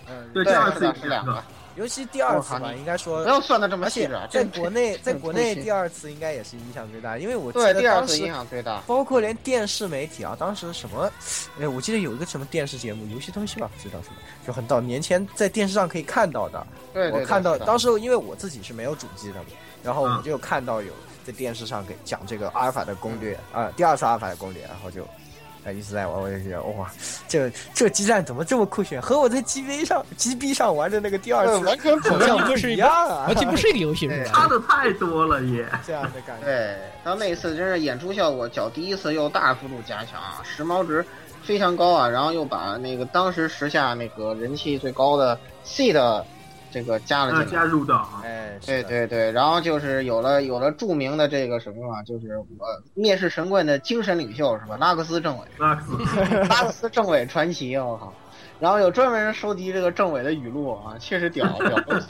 [SPEAKER 3] 嗯，
[SPEAKER 4] 对
[SPEAKER 1] 对
[SPEAKER 4] 第二
[SPEAKER 1] 是
[SPEAKER 4] 次
[SPEAKER 1] 的
[SPEAKER 4] 也
[SPEAKER 1] 是两个，
[SPEAKER 3] 尤其第二次吧，应该说
[SPEAKER 1] 哦不要算的这么
[SPEAKER 3] 而
[SPEAKER 1] 细
[SPEAKER 3] 且
[SPEAKER 1] 致啊。
[SPEAKER 3] 在
[SPEAKER 1] 这
[SPEAKER 3] 国内，在国内
[SPEAKER 1] 这
[SPEAKER 3] 第二次应该也是影响最大，因为我记
[SPEAKER 1] 对
[SPEAKER 3] 得
[SPEAKER 1] 第二
[SPEAKER 3] 当
[SPEAKER 1] 次
[SPEAKER 3] 时
[SPEAKER 1] 影响最大，
[SPEAKER 3] 包括连电视媒体啊，当时什么，哎，我记得有一个什么电视节目，游戏通讯吧，不知道什么，就很早年前在电视上可以看到的。
[SPEAKER 1] 对对，
[SPEAKER 3] 我看到
[SPEAKER 1] 是的啊
[SPEAKER 3] 当时因为我自己是没有主机的嘛，然后我
[SPEAKER 4] 嗯
[SPEAKER 3] 就看到有在电视上给讲这个阿尔法的攻略
[SPEAKER 1] 嗯
[SPEAKER 3] 啊、第二次阿尔法的攻略，然后就。哎，一直在玩，我就觉得哇，这这基站怎么这么酷炫，和我在 GB 上 GB 上玩的那个第二
[SPEAKER 1] 对
[SPEAKER 3] 次
[SPEAKER 1] 完全不
[SPEAKER 3] 好
[SPEAKER 1] 一样
[SPEAKER 3] 像不一样啊
[SPEAKER 2] 而，且不是一个游戏，
[SPEAKER 1] 对啊
[SPEAKER 2] 是
[SPEAKER 4] 差
[SPEAKER 2] 吧？
[SPEAKER 4] 的太多了也。
[SPEAKER 3] 这样的感觉。
[SPEAKER 1] 对，然后哎那一次真是演出效果，较第一次又大幅度加强，啊，时髦值非常高啊，然后又把那个当时时下那个人气最高的 C 的这个加了
[SPEAKER 4] 呃，
[SPEAKER 1] 进
[SPEAKER 4] 加
[SPEAKER 1] 来。
[SPEAKER 4] 入到啊，
[SPEAKER 3] 哎，是
[SPEAKER 1] 对
[SPEAKER 3] 的，
[SPEAKER 1] 对对，然后就是有了有了著名的这个什么啊，就是我灭世神棍的精神领袖是吧？拉克斯政委，
[SPEAKER 4] 那是
[SPEAKER 1] 拉克斯政委传奇，我靠！然后有专门人收集这个政委的语录啊，确实屌屌东西。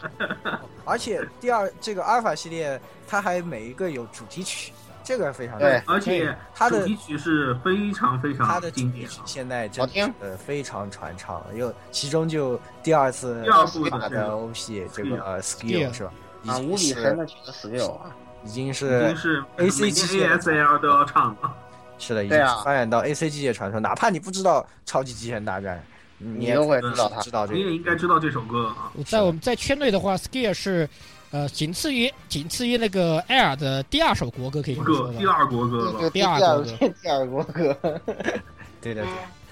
[SPEAKER 3] 而且第二这个阿尔法系列，它还每一个有主题曲，这个非常
[SPEAKER 1] 对
[SPEAKER 4] 而且
[SPEAKER 3] 它
[SPEAKER 4] 主
[SPEAKER 3] 的
[SPEAKER 4] 题曲是非常非
[SPEAKER 3] 它
[SPEAKER 4] 常
[SPEAKER 3] 的主
[SPEAKER 4] 经
[SPEAKER 3] 题
[SPEAKER 4] 典
[SPEAKER 3] 曲
[SPEAKER 4] 啊。
[SPEAKER 3] 现在真
[SPEAKER 1] 好听
[SPEAKER 3] 的非常传唱，又其中就第二次
[SPEAKER 4] 第二部
[SPEAKER 3] 打
[SPEAKER 4] 的这
[SPEAKER 3] 的
[SPEAKER 4] 个
[SPEAKER 3] OP 这个呃
[SPEAKER 2] Skill
[SPEAKER 3] skill 是吧？已
[SPEAKER 1] 啊，
[SPEAKER 3] 经
[SPEAKER 1] 无比
[SPEAKER 3] 是
[SPEAKER 1] 神的曲子 skill 啊，
[SPEAKER 3] 已经
[SPEAKER 4] 已
[SPEAKER 3] 是
[SPEAKER 4] 经是
[SPEAKER 3] A
[SPEAKER 4] 每
[SPEAKER 3] C
[SPEAKER 4] 天
[SPEAKER 3] G 界
[SPEAKER 4] ASL 都要唱了，
[SPEAKER 3] 是的，已经
[SPEAKER 1] 对啊
[SPEAKER 3] 发展到 A C G 界传说，哪怕你不知道超级极限大战，你
[SPEAKER 1] 你
[SPEAKER 3] 也
[SPEAKER 1] 都会
[SPEAKER 4] 嗯
[SPEAKER 1] 知道他。
[SPEAKER 3] 知道这
[SPEAKER 4] 你也应该
[SPEAKER 3] 个。
[SPEAKER 4] 知道这首歌啊。
[SPEAKER 2] 我在我们在圈内的话，Skill 是，呃，仅次于仅次于那个 Air 的第二首国歌，可以这么
[SPEAKER 4] 歌
[SPEAKER 2] 说
[SPEAKER 4] 第
[SPEAKER 2] 的。
[SPEAKER 4] 二国歌吧，
[SPEAKER 1] 第
[SPEAKER 2] 第二国
[SPEAKER 1] 二
[SPEAKER 2] 歌
[SPEAKER 1] 第二国歌，
[SPEAKER 3] 对对对，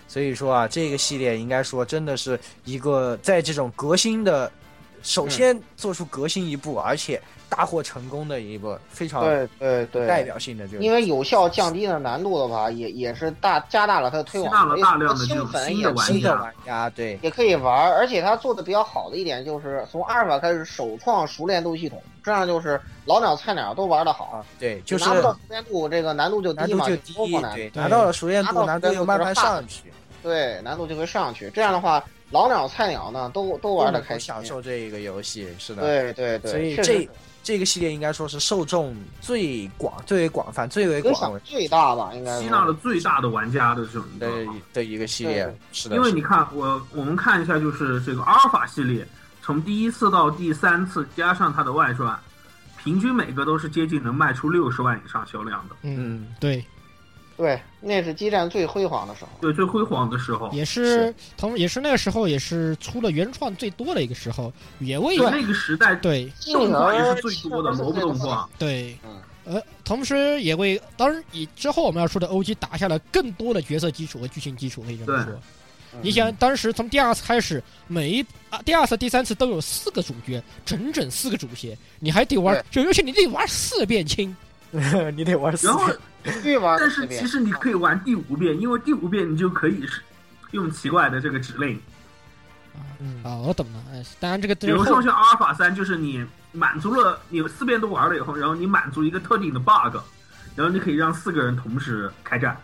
[SPEAKER 3] 所以说啊，这个系列应该说真的是一个在这种革新的，
[SPEAKER 1] 嗯
[SPEAKER 3] 首先做出革新一步，而且大获成功的一个非
[SPEAKER 4] 啊
[SPEAKER 3] 常
[SPEAKER 1] 对对对，
[SPEAKER 3] 代表性的这个
[SPEAKER 1] 因为有效降低了难度的话，也也是大加大了它的推广，
[SPEAKER 4] 加大了大量的这
[SPEAKER 1] 新
[SPEAKER 4] 种
[SPEAKER 1] 粉
[SPEAKER 4] 新
[SPEAKER 1] 也
[SPEAKER 4] 的玩
[SPEAKER 3] 新
[SPEAKER 4] 家
[SPEAKER 3] 的玩家对。
[SPEAKER 1] 也可以玩儿，而且它做的比较好的一点就是从阿尔法开始首创熟练度系统，这样就是老鸟菜鸟都玩得好，
[SPEAKER 3] 啊，对，就是
[SPEAKER 1] 拿不到熟练度，这个难度就
[SPEAKER 3] 难
[SPEAKER 1] 低
[SPEAKER 3] 度
[SPEAKER 1] 嘛，
[SPEAKER 3] 就
[SPEAKER 1] 就多
[SPEAKER 3] 低
[SPEAKER 1] 么，难，
[SPEAKER 3] 对，
[SPEAKER 2] 对
[SPEAKER 3] 拿到了熟练
[SPEAKER 1] 拿
[SPEAKER 3] 度，
[SPEAKER 1] 到
[SPEAKER 3] 难
[SPEAKER 1] 熟
[SPEAKER 3] 度
[SPEAKER 1] 练
[SPEAKER 3] 又
[SPEAKER 1] 度
[SPEAKER 3] 慢
[SPEAKER 1] 就
[SPEAKER 3] 慢
[SPEAKER 1] 上
[SPEAKER 3] 上去。
[SPEAKER 1] 对，难度就会上去。这样的话，老鸟、菜鸟呢，都都玩的
[SPEAKER 3] 很
[SPEAKER 1] 开心
[SPEAKER 3] 享。受这个游戏，是的。
[SPEAKER 1] 对对对，
[SPEAKER 3] 所以
[SPEAKER 1] 是
[SPEAKER 3] 这
[SPEAKER 1] 是
[SPEAKER 3] 这个系列应该说是受众最广、最为广泛、最为
[SPEAKER 1] 影
[SPEAKER 3] 广
[SPEAKER 1] 响
[SPEAKER 3] 为
[SPEAKER 1] 最大吧，应该
[SPEAKER 4] 吸
[SPEAKER 1] 是
[SPEAKER 4] 纳了最大的玩家的这种
[SPEAKER 3] 的的一个系列
[SPEAKER 1] 对。
[SPEAKER 3] 是的，
[SPEAKER 4] 因为
[SPEAKER 3] 是
[SPEAKER 4] 你
[SPEAKER 3] 的
[SPEAKER 4] 看，我我们看一下，就是这个阿尔法系列，从第一次到第三次，加上它的外传，平均每个都是接近能卖出六十万以上销量的，
[SPEAKER 2] 嗯，
[SPEAKER 3] 嗯，
[SPEAKER 2] 对，
[SPEAKER 1] 对，那是激战最辉煌的时候。
[SPEAKER 4] 对，最辉煌的时候。
[SPEAKER 2] 也是同也是那个时候也是出了原创最多的一个时候，也为
[SPEAKER 4] 对那个时代，
[SPEAKER 2] 对
[SPEAKER 4] 动画也是最多的，萝卜动画。
[SPEAKER 2] 对
[SPEAKER 1] 嗯，
[SPEAKER 2] 呃，同时也为当然以之后我们要说的 OG 打下了更多的角色基础和剧情基础，可以这么
[SPEAKER 4] 对
[SPEAKER 2] 说。
[SPEAKER 1] 嗯
[SPEAKER 2] 你想，当时从第二次开始，每一啊第二次、第三次都有四个主角，整整四个主角，你还得玩，就尤其你得玩四遍清。
[SPEAKER 3] 你得玩死
[SPEAKER 4] 然。后，
[SPEAKER 1] 去玩
[SPEAKER 4] 但
[SPEAKER 1] 了四
[SPEAKER 4] 是
[SPEAKER 1] 遍
[SPEAKER 4] 其实你可以玩第五遍，因为第五遍你就可以是用奇怪的这个指令，
[SPEAKER 3] 嗯
[SPEAKER 2] 啊，我懂了。哎，当然这个
[SPEAKER 4] 比
[SPEAKER 2] 最
[SPEAKER 4] 如
[SPEAKER 2] 后
[SPEAKER 4] 说像阿尔法三，就是你满足了你四遍都玩了以后，然后你满足一个特定的 bug，然后你可以让四个人同时开战，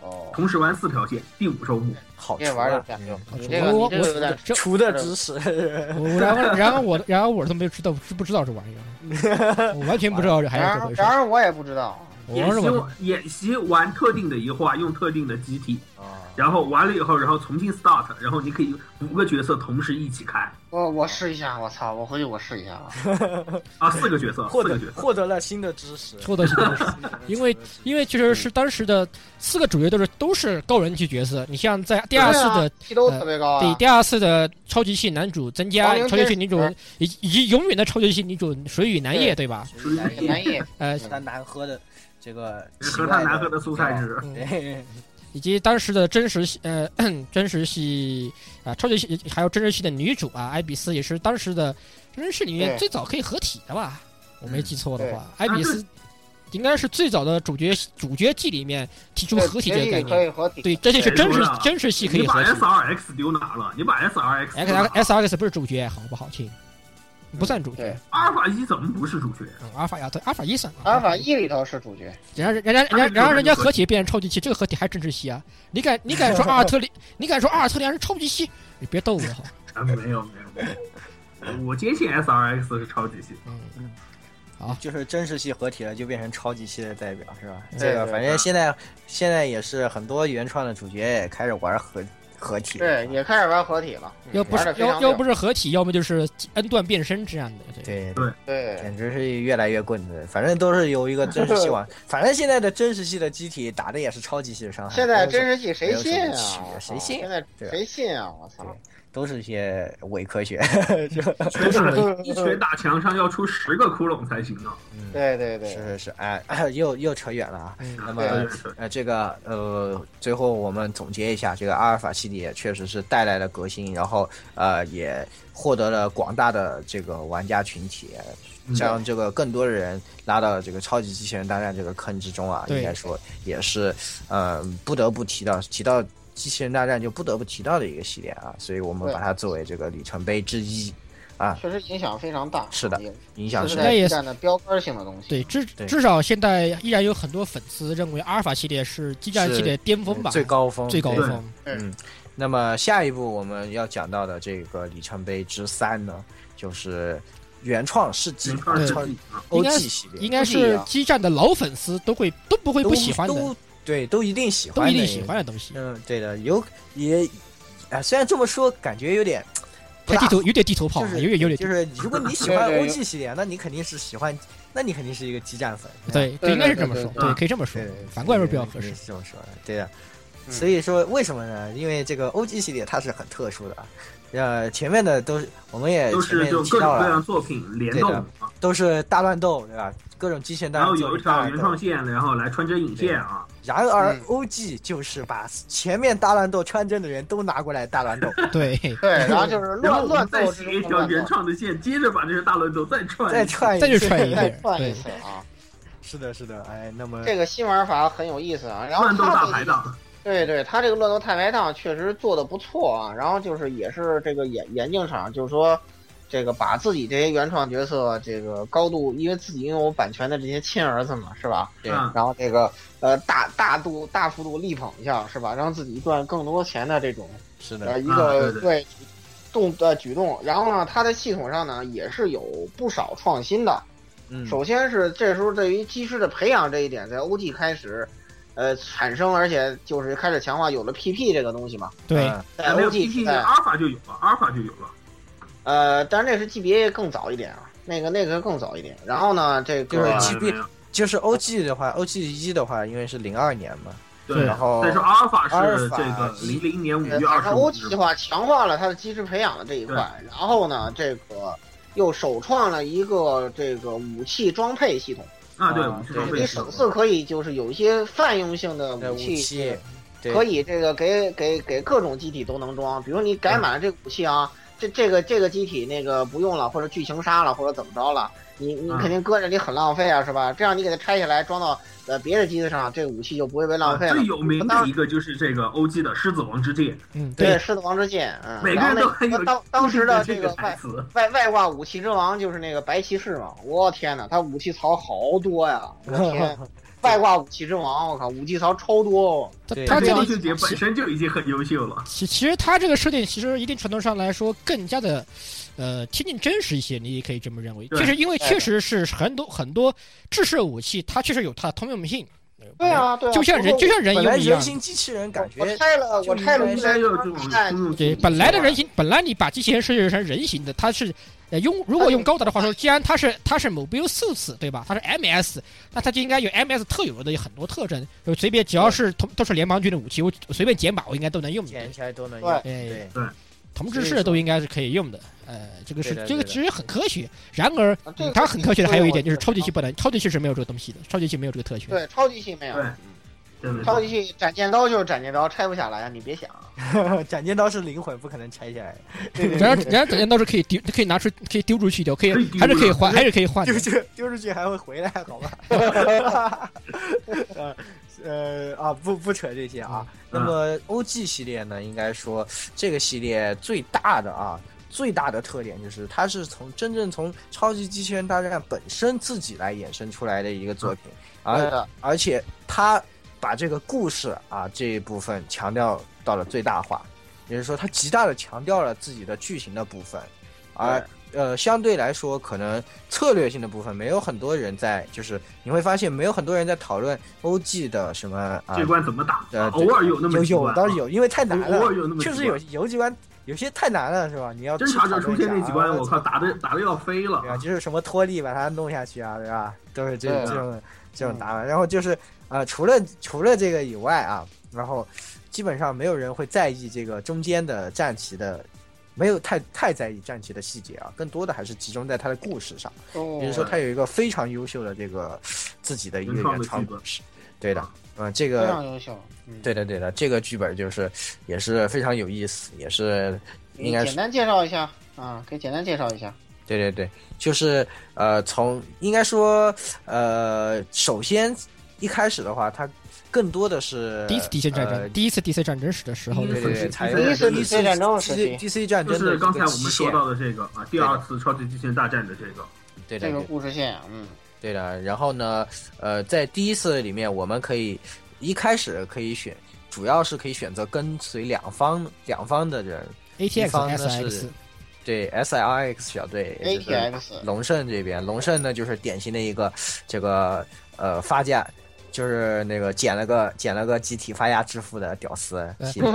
[SPEAKER 3] 哦，
[SPEAKER 4] 同时玩四条线，第五周目。
[SPEAKER 3] 好
[SPEAKER 1] 这
[SPEAKER 3] 出
[SPEAKER 1] 玩
[SPEAKER 3] 啊
[SPEAKER 1] 有讲究，
[SPEAKER 2] 我
[SPEAKER 1] 你这个
[SPEAKER 2] 我
[SPEAKER 1] 你这个有点
[SPEAKER 2] 这
[SPEAKER 3] 厨的知识，
[SPEAKER 2] 我然后然后我然后我都没有知道知不知道这玩意儿，我完全不知道这还
[SPEAKER 1] 然
[SPEAKER 2] 是这
[SPEAKER 1] 而
[SPEAKER 2] 回事
[SPEAKER 1] 然。而我也不知道，
[SPEAKER 2] 我
[SPEAKER 4] 演
[SPEAKER 2] 是
[SPEAKER 4] 习
[SPEAKER 2] 我
[SPEAKER 4] 演习玩特定的一话，用特定的机体，
[SPEAKER 3] 啊
[SPEAKER 4] 然后玩了以后，然后重新 start，然后你可以五个角色同时一起开
[SPEAKER 1] 我我试一下，我操，我回去我试一下啊。
[SPEAKER 4] 啊，四个角色，四
[SPEAKER 3] 获
[SPEAKER 4] 个
[SPEAKER 3] 得
[SPEAKER 4] 角色。
[SPEAKER 3] 获得了新的知识，
[SPEAKER 2] 错的是不是？因为因为确实是当时的四个主角都是都是高人气角色，你像在第二次的
[SPEAKER 1] 对
[SPEAKER 2] 呃
[SPEAKER 1] 啊 P 都特别高
[SPEAKER 2] 对
[SPEAKER 1] 啊，
[SPEAKER 2] 第二次的超级系男主增加
[SPEAKER 1] 亡灵，嗯
[SPEAKER 2] 超级系
[SPEAKER 1] 天
[SPEAKER 2] 女
[SPEAKER 1] 使
[SPEAKER 2] 主以以及永远的超级系女主水与南叶，对吧？
[SPEAKER 3] 属于
[SPEAKER 4] 属于
[SPEAKER 1] 难以
[SPEAKER 2] 呃，
[SPEAKER 3] 他难喝的这个奇
[SPEAKER 4] 和
[SPEAKER 3] 怪
[SPEAKER 4] 他难喝的蔬菜汁，
[SPEAKER 2] 嗯
[SPEAKER 3] 对，
[SPEAKER 2] 以及当时的真实系呃真实系啊、超级系还有真实系的女主啊，艾比斯也是当时的真实系里面
[SPEAKER 1] 对嗯
[SPEAKER 2] 最早可以合体的吧？我没记错的话，艾
[SPEAKER 4] 啊
[SPEAKER 2] 比斯应该是最早的主角主角季里面提出合体这个
[SPEAKER 1] 对
[SPEAKER 2] 概
[SPEAKER 1] 可
[SPEAKER 2] 念。
[SPEAKER 1] 以 合体，
[SPEAKER 2] 对，这就是
[SPEAKER 4] 谁
[SPEAKER 2] 真
[SPEAKER 4] 说
[SPEAKER 2] 实
[SPEAKER 4] 的
[SPEAKER 2] 真实系可
[SPEAKER 4] 你
[SPEAKER 2] 以
[SPEAKER 4] 把
[SPEAKER 2] 合体
[SPEAKER 4] S。R X 丢哪了？你把 S R X
[SPEAKER 2] X S X 不是主角，好不好？亲，不算主角
[SPEAKER 1] 对。
[SPEAKER 4] 阿尔法一怎么不是主角？
[SPEAKER 2] 嗯阿尔法呀，对，阿尔法一算。啊
[SPEAKER 1] 阿尔法一 E 里头是主角，
[SPEAKER 2] 人家人家人
[SPEAKER 4] 他
[SPEAKER 2] 家
[SPEAKER 4] 们
[SPEAKER 2] 然后人家
[SPEAKER 4] 有这个
[SPEAKER 2] 合体变成超级系，这个合体还真是系啊！你敢你敢说阿尔特里，你敢说阿尔特里还是超级系？你别逗我哈！
[SPEAKER 4] 啊，没有没有没有，我坚信 S R X 是超级系。
[SPEAKER 2] 嗯，
[SPEAKER 3] 就是真实系合体了，就变成超级系的代表，是吧？
[SPEAKER 1] 对
[SPEAKER 3] 这个
[SPEAKER 1] 对
[SPEAKER 3] 反正现在现在也是很多原创的主角也开始玩合合体了，
[SPEAKER 1] 对，也开始玩合体了，
[SPEAKER 2] 嗯要不
[SPEAKER 1] 玩
[SPEAKER 2] 是
[SPEAKER 1] 得非常
[SPEAKER 2] 要要
[SPEAKER 1] 溜
[SPEAKER 2] 不是合体，要么就是 N 段变身这样的。对，
[SPEAKER 3] 对
[SPEAKER 4] 对
[SPEAKER 2] 嗯
[SPEAKER 1] 对，
[SPEAKER 3] 简直是越来越棍子，反正都是由一个真实系往，反正现在的真实系的机体打的也是超级系的伤害，
[SPEAKER 1] 现在
[SPEAKER 3] 都是
[SPEAKER 1] 真实系谁信
[SPEAKER 3] 没有什
[SPEAKER 1] 啊我操
[SPEAKER 3] 么区？别谁信
[SPEAKER 1] 现在
[SPEAKER 3] 对
[SPEAKER 1] 谁信啊？我操！
[SPEAKER 3] 都是一些伪科学，
[SPEAKER 2] 都是伪
[SPEAKER 4] 一拳打墙上要出十个窟窿才行啊！
[SPEAKER 3] 嗯，
[SPEAKER 1] 对对对
[SPEAKER 3] 是，是是，哎， 哎又又扯远了啊。
[SPEAKER 2] 嗯
[SPEAKER 3] 那
[SPEAKER 1] 对
[SPEAKER 3] 么，呃，这个呃，最后我们总结一下，这个阿尔法系列确实是带来了革新，然后呃也获得了广大的这个玩家群体，
[SPEAKER 2] 嗯
[SPEAKER 3] 将这个更多的人拉到了这个超级机器人大战这个坑之中啊。
[SPEAKER 2] 对
[SPEAKER 3] 应该说也是呃不得不提到提到机器人大战就不得不提到的一个系列啊，所以我们
[SPEAKER 1] 对
[SPEAKER 3] 把它作为这个里程碑之一，
[SPEAKER 1] 确实影响非常大。
[SPEAKER 3] 是的
[SPEAKER 1] 也
[SPEAKER 3] 影响
[SPEAKER 1] 这是
[SPEAKER 3] 深
[SPEAKER 2] 那
[SPEAKER 1] 在
[SPEAKER 2] 也
[SPEAKER 1] 激
[SPEAKER 2] 是
[SPEAKER 1] 战的标杆性的东西。
[SPEAKER 2] 对，至
[SPEAKER 3] 对
[SPEAKER 2] 至少现在依然有很多粉丝认为阿尔法系列是激战系列巅峰版
[SPEAKER 3] 最高峰
[SPEAKER 2] 最高
[SPEAKER 3] 对
[SPEAKER 2] 峰。
[SPEAKER 3] 那么下一步我们要讲到的这个里程碑之三呢，就是原创世纪
[SPEAKER 4] 零二
[SPEAKER 2] 嗯对
[SPEAKER 4] 世
[SPEAKER 3] 创
[SPEAKER 4] 纪啊，
[SPEAKER 2] 应
[SPEAKER 3] OG
[SPEAKER 2] 该
[SPEAKER 3] 系列，
[SPEAKER 2] 应该
[SPEAKER 1] 不是一
[SPEAKER 2] 是
[SPEAKER 1] 样
[SPEAKER 2] 激战的老粉丝都会都不会
[SPEAKER 3] 都
[SPEAKER 2] 不喜欢的，
[SPEAKER 3] 都对，都一定喜欢，
[SPEAKER 2] 都一定喜欢。的东西。
[SPEAKER 3] 嗯，对的，有也啊、虽然这么说，感觉有点不
[SPEAKER 2] 他
[SPEAKER 3] 大
[SPEAKER 2] 地图有点地图炮
[SPEAKER 3] 就
[SPEAKER 2] 啊，
[SPEAKER 3] 是
[SPEAKER 2] 有点有
[SPEAKER 3] 就
[SPEAKER 2] 点。
[SPEAKER 3] 是如果你喜欢
[SPEAKER 1] 对对有
[SPEAKER 3] OG 系列，那你肯定是喜欢，那你肯定是一个激战粉。吧
[SPEAKER 2] 对，
[SPEAKER 1] 对
[SPEAKER 2] 应该是
[SPEAKER 1] 对
[SPEAKER 2] 这么
[SPEAKER 1] 对
[SPEAKER 2] 说，
[SPEAKER 1] 对
[SPEAKER 2] 对，可以这么说
[SPEAKER 3] 对，
[SPEAKER 2] 反过来说
[SPEAKER 3] 是
[SPEAKER 2] 比较合适。
[SPEAKER 3] 这么说的，对的。
[SPEAKER 1] 嗯
[SPEAKER 3] 所以说，为什么呢？因为这个 OG 系列它是很特殊的，啊，呃，前面的都是我们也
[SPEAKER 4] 都
[SPEAKER 3] 前
[SPEAKER 4] 是
[SPEAKER 3] 面
[SPEAKER 4] 就
[SPEAKER 3] 提
[SPEAKER 4] 各种
[SPEAKER 3] 到
[SPEAKER 4] 各
[SPEAKER 3] 了
[SPEAKER 4] 样，作品联动
[SPEAKER 3] 对的
[SPEAKER 4] 啊，
[SPEAKER 3] 都是大乱斗，对吧？各种机器人大
[SPEAKER 4] 然后
[SPEAKER 3] 乱斗，
[SPEAKER 4] 有一
[SPEAKER 3] 大
[SPEAKER 4] 条
[SPEAKER 3] 乱
[SPEAKER 4] 原
[SPEAKER 3] 斗
[SPEAKER 4] 创线，然后来穿针引线啊，
[SPEAKER 3] 然而
[SPEAKER 1] 嗯
[SPEAKER 3] OG 就是把前面大乱斗穿针的人都拿过来大 乱斗，
[SPEAKER 4] 哎
[SPEAKER 2] 对，
[SPEAKER 1] 对，然后就是
[SPEAKER 4] 然
[SPEAKER 1] 乱
[SPEAKER 4] 后我
[SPEAKER 1] 乱
[SPEAKER 4] 们再
[SPEAKER 1] 斗之
[SPEAKER 4] 写一
[SPEAKER 1] 中
[SPEAKER 4] 条
[SPEAKER 1] 乱
[SPEAKER 4] 原
[SPEAKER 1] 斗，
[SPEAKER 4] 创的线，接着把这些大乱斗再串
[SPEAKER 3] 再
[SPEAKER 4] 一次。
[SPEAKER 3] 串
[SPEAKER 2] 再去
[SPEAKER 3] 一次
[SPEAKER 2] 踹一
[SPEAKER 1] 再
[SPEAKER 2] 遍，
[SPEAKER 1] 换一
[SPEAKER 2] 对
[SPEAKER 1] 次啊！
[SPEAKER 3] 是的，是的，哎，那么
[SPEAKER 1] 这个新玩法很有意思啊。然后
[SPEAKER 4] 乱斗
[SPEAKER 1] 它
[SPEAKER 4] 大
[SPEAKER 1] 这
[SPEAKER 4] 排
[SPEAKER 1] 个
[SPEAKER 4] 档，
[SPEAKER 1] 对对，他这个乱斗太白档确实做的不错啊，然后就是也是这个眼眼镜厂，就是说，这个把自己这些原创角色这个高度，因为自己拥有版权的这些亲儿子嘛，是吧？
[SPEAKER 3] 对
[SPEAKER 4] 嗯
[SPEAKER 1] 然后这个呃大大度大幅度力捧一下，是吧？让自己赚更多钱的这种
[SPEAKER 3] 是
[SPEAKER 1] 呃
[SPEAKER 3] 的，
[SPEAKER 1] 一
[SPEAKER 4] 啊
[SPEAKER 1] 个
[SPEAKER 4] 对对
[SPEAKER 1] 对动的举动。然后呢，它在系统上呢也是有不少创新的。
[SPEAKER 3] 嗯，
[SPEAKER 1] 首先是这时候对于机师的培养这一点，在 OG 开始。呃，产生而且就是开始强化，有了 PP 这个东西嘛，
[SPEAKER 2] 对，
[SPEAKER 3] 嗯
[SPEAKER 1] 在
[SPEAKER 4] 没有
[SPEAKER 1] OG 时
[SPEAKER 4] PP
[SPEAKER 1] 代
[SPEAKER 4] 阿尔法就有了，阿尔法就有了。
[SPEAKER 1] 呃，但是那是 GBA 更早一点啊，那个那个更早一点。然后呢，这
[SPEAKER 3] 就
[SPEAKER 1] 个
[SPEAKER 3] 是
[SPEAKER 4] 啊
[SPEAKER 3] G-
[SPEAKER 4] 没有
[SPEAKER 3] 就是 OG 的话，OG 一的话，因为是零二年嘛，
[SPEAKER 4] 对
[SPEAKER 3] 然，后
[SPEAKER 4] 但是阿尔法
[SPEAKER 3] 阿尔
[SPEAKER 4] 是
[SPEAKER 3] 法
[SPEAKER 4] 这个零零年五月二
[SPEAKER 1] 反
[SPEAKER 4] 十
[SPEAKER 1] 正
[SPEAKER 4] 五
[SPEAKER 1] OG
[SPEAKER 4] 日
[SPEAKER 1] 的，话强呃化了它的机制培养的这一块，然后呢，这个又首创了一个这个武器装配系统，
[SPEAKER 4] 啊，对，
[SPEAKER 3] 啊
[SPEAKER 4] 五十
[SPEAKER 3] 对
[SPEAKER 4] 装备
[SPEAKER 1] 你
[SPEAKER 4] 是有
[SPEAKER 1] 首
[SPEAKER 4] 的
[SPEAKER 1] 次可以就是有一些泛用性的
[SPEAKER 3] 呃
[SPEAKER 1] 武
[SPEAKER 3] 武器，对
[SPEAKER 1] 可以这个给给给各种机体都能装，比如你改满了这个武器啊，
[SPEAKER 2] 嗯
[SPEAKER 1] 这这个这个机体那个不用了，或者剧情杀了，或者怎么着了，你你
[SPEAKER 4] 嗯
[SPEAKER 1] 肯定搁着你很浪费啊，是吧？这样你给它拆下来装到呃别的机子上，这个武器就不会被浪费了。
[SPEAKER 4] 啊最有名
[SPEAKER 1] 当
[SPEAKER 4] 的一个就是这个 OG 的狮子王之剑，
[SPEAKER 2] 嗯，
[SPEAKER 1] 对，，狮子王之剑，嗯，
[SPEAKER 4] 每个
[SPEAKER 1] 然后那
[SPEAKER 4] 人都很有
[SPEAKER 1] 当 当时的
[SPEAKER 4] 这
[SPEAKER 1] 这个
[SPEAKER 4] 台
[SPEAKER 1] 外
[SPEAKER 4] 词。
[SPEAKER 1] 外外挂武器之王就是那个白骑士嘛，我天呐，他武器槽好多呀！我 天，外挂武器之王，我靠，武器槽超多哦。
[SPEAKER 2] 他
[SPEAKER 3] 对
[SPEAKER 2] 他这
[SPEAKER 4] 这
[SPEAKER 2] 里
[SPEAKER 4] 英雄节本身就已经很优秀了，
[SPEAKER 2] 其其实它这个设定，其实一定程度上来说更加的，呃，贴近真实一些，你也可以这么认为。
[SPEAKER 4] 对
[SPEAKER 2] 就是因为
[SPEAKER 1] 对
[SPEAKER 2] 确实是很多很多制式武器，它确实有它的通用性。
[SPEAKER 1] 对，啊，对啊，
[SPEAKER 2] 就像人就像人
[SPEAKER 3] 本来
[SPEAKER 2] 一样
[SPEAKER 3] 人。形机器人感
[SPEAKER 1] 我
[SPEAKER 3] 觉
[SPEAKER 1] 拆了，
[SPEAKER 3] 就
[SPEAKER 1] 我拆了
[SPEAKER 3] 应
[SPEAKER 4] 应
[SPEAKER 1] 乌
[SPEAKER 4] 该
[SPEAKER 1] 兰
[SPEAKER 4] 有
[SPEAKER 1] 巴
[SPEAKER 4] 这种
[SPEAKER 1] 比
[SPEAKER 4] 公
[SPEAKER 1] 蛋
[SPEAKER 4] 用
[SPEAKER 2] 对，本来的人形，本来你把机器人设计成人形的，它是，呃，用如果用高达的话说，既然它是它是 Mobile 四次，对吧？它是 MS，那它就应该有 MS 特有的很多特征，就随便只要是同都是联邦军的武器，我我随便捡把我应该都能用。
[SPEAKER 3] 捡起来都能
[SPEAKER 1] 对
[SPEAKER 3] 用，
[SPEAKER 2] 对
[SPEAKER 3] 对，
[SPEAKER 2] 同志式都应该是可以用的。呃，这个是
[SPEAKER 3] 对的
[SPEAKER 2] 这个
[SPEAKER 3] 对的
[SPEAKER 2] 其实很科学。然而嗯
[SPEAKER 1] 啊这个，
[SPEAKER 2] 它很科学的还有一点就是超级系
[SPEAKER 1] 对
[SPEAKER 2] 不能，超级系是没有这个东西的，超级系没有这个特权。
[SPEAKER 1] 对，超级系没有
[SPEAKER 4] 对，对不
[SPEAKER 1] 超
[SPEAKER 4] 对？
[SPEAKER 1] 级系斩剑刀就是斩剑刀，拆不下来啊！你别想，
[SPEAKER 3] 斩剑刀是灵魂，不可能拆下来，
[SPEAKER 2] 然后然后整件都是可以丢，可以拿出可以丢出去的，可以
[SPEAKER 4] 可以丢
[SPEAKER 2] 还是可以
[SPEAKER 4] 的
[SPEAKER 2] 换，还是可 以换的
[SPEAKER 3] 丢。出丢出去还会回来，好吧？ 呃呃啊，不不扯这些啊。那么 OG 系列呢，应该说这个系列最大的啊。最大的特点就是，它是从真正从《超级机器人大战》本身自己来衍生出来的一个作品，而
[SPEAKER 1] 嗯对啊的，
[SPEAKER 3] 而且他把这个故事啊这一部分强调到了最大化，也就是说，他极大的强调了自己的剧情的部分，而呃，相对来说，可能策略性的部分没有很多人在，就是你会发现没有很多人在讨论 OG 的什么啊，
[SPEAKER 4] 这关怎么打
[SPEAKER 3] 对？
[SPEAKER 4] 偶尔有那么
[SPEAKER 3] 有
[SPEAKER 4] 几
[SPEAKER 3] 有
[SPEAKER 4] 关
[SPEAKER 3] 倒
[SPEAKER 4] 啊
[SPEAKER 3] 是有，因为太难
[SPEAKER 4] 偶
[SPEAKER 3] 了
[SPEAKER 4] 尔，有那么几
[SPEAKER 3] 确实
[SPEAKER 4] 关
[SPEAKER 3] 有有几关有些太难了，是吧？你要
[SPEAKER 4] 侦
[SPEAKER 3] 去
[SPEAKER 4] 察者
[SPEAKER 3] 讨论
[SPEAKER 4] 出
[SPEAKER 3] 一
[SPEAKER 4] 现
[SPEAKER 3] 下
[SPEAKER 4] 那几关，
[SPEAKER 3] 啊
[SPEAKER 4] 我靠，打的打的要飞了
[SPEAKER 3] 对啊，就是什么脱力把它弄下去啊，对吧？都是这
[SPEAKER 1] 对啊
[SPEAKER 3] 这种这种答
[SPEAKER 4] 嗯
[SPEAKER 3] 案。然后就是呃，除了除了这个以外啊，然后基本上没有人会在意这个中间的战旗的，没有太太在意战旗的细节啊，更多的还是集中在它的故事上。
[SPEAKER 1] 比
[SPEAKER 3] 比如说，它有一个非常优秀的这个自己的一个
[SPEAKER 4] 哦原创的
[SPEAKER 3] 原创
[SPEAKER 4] 剧本啊
[SPEAKER 3] 故事，对的，嗯，这
[SPEAKER 1] 非
[SPEAKER 3] 个
[SPEAKER 1] 常优秀，嗯，
[SPEAKER 3] 对的对的，这个剧本就是也是非常有意思，也是应
[SPEAKER 1] 你
[SPEAKER 3] 该是
[SPEAKER 1] 简单介绍一下啊，可以简单介绍一下，
[SPEAKER 3] 对对对，就是呃，从应该说呃，首先一开始的话，它更多的是
[SPEAKER 2] 第一次 DC 战
[SPEAKER 3] 呃
[SPEAKER 2] 争，第一次 DC 战争时的时候
[SPEAKER 4] 第一
[SPEAKER 3] 对
[SPEAKER 4] 次
[SPEAKER 3] 对对，
[SPEAKER 4] DC
[SPEAKER 3] 采
[SPEAKER 4] 第
[SPEAKER 3] 用
[SPEAKER 4] 一次
[SPEAKER 1] DC 战争时期
[SPEAKER 3] DC DC 战
[SPEAKER 4] 就
[SPEAKER 3] 争的
[SPEAKER 4] 是
[SPEAKER 3] 这
[SPEAKER 4] 刚才
[SPEAKER 3] 个
[SPEAKER 4] 我们
[SPEAKER 3] 期
[SPEAKER 4] 说
[SPEAKER 3] 限
[SPEAKER 4] 到的这个啊，第二次超级机器人大战的这个，
[SPEAKER 3] 对的
[SPEAKER 1] 这个
[SPEAKER 3] 对
[SPEAKER 1] 故事线，嗯，
[SPEAKER 3] 对的。然后呢，呃，在第一次里面，我们可以一开始可以选，主要是可以选择跟随两方两方的人，
[SPEAKER 2] ，ATX
[SPEAKER 3] 一方呢
[SPEAKER 2] SX
[SPEAKER 3] 是对 SIRX 小队也就是
[SPEAKER 1] ATX
[SPEAKER 3] 龙胜这边，龙胜呢就是典型的一个这个呃发家，就是那个捡了个捡了个集体发家致富的屌丝
[SPEAKER 2] 哎
[SPEAKER 3] 系列，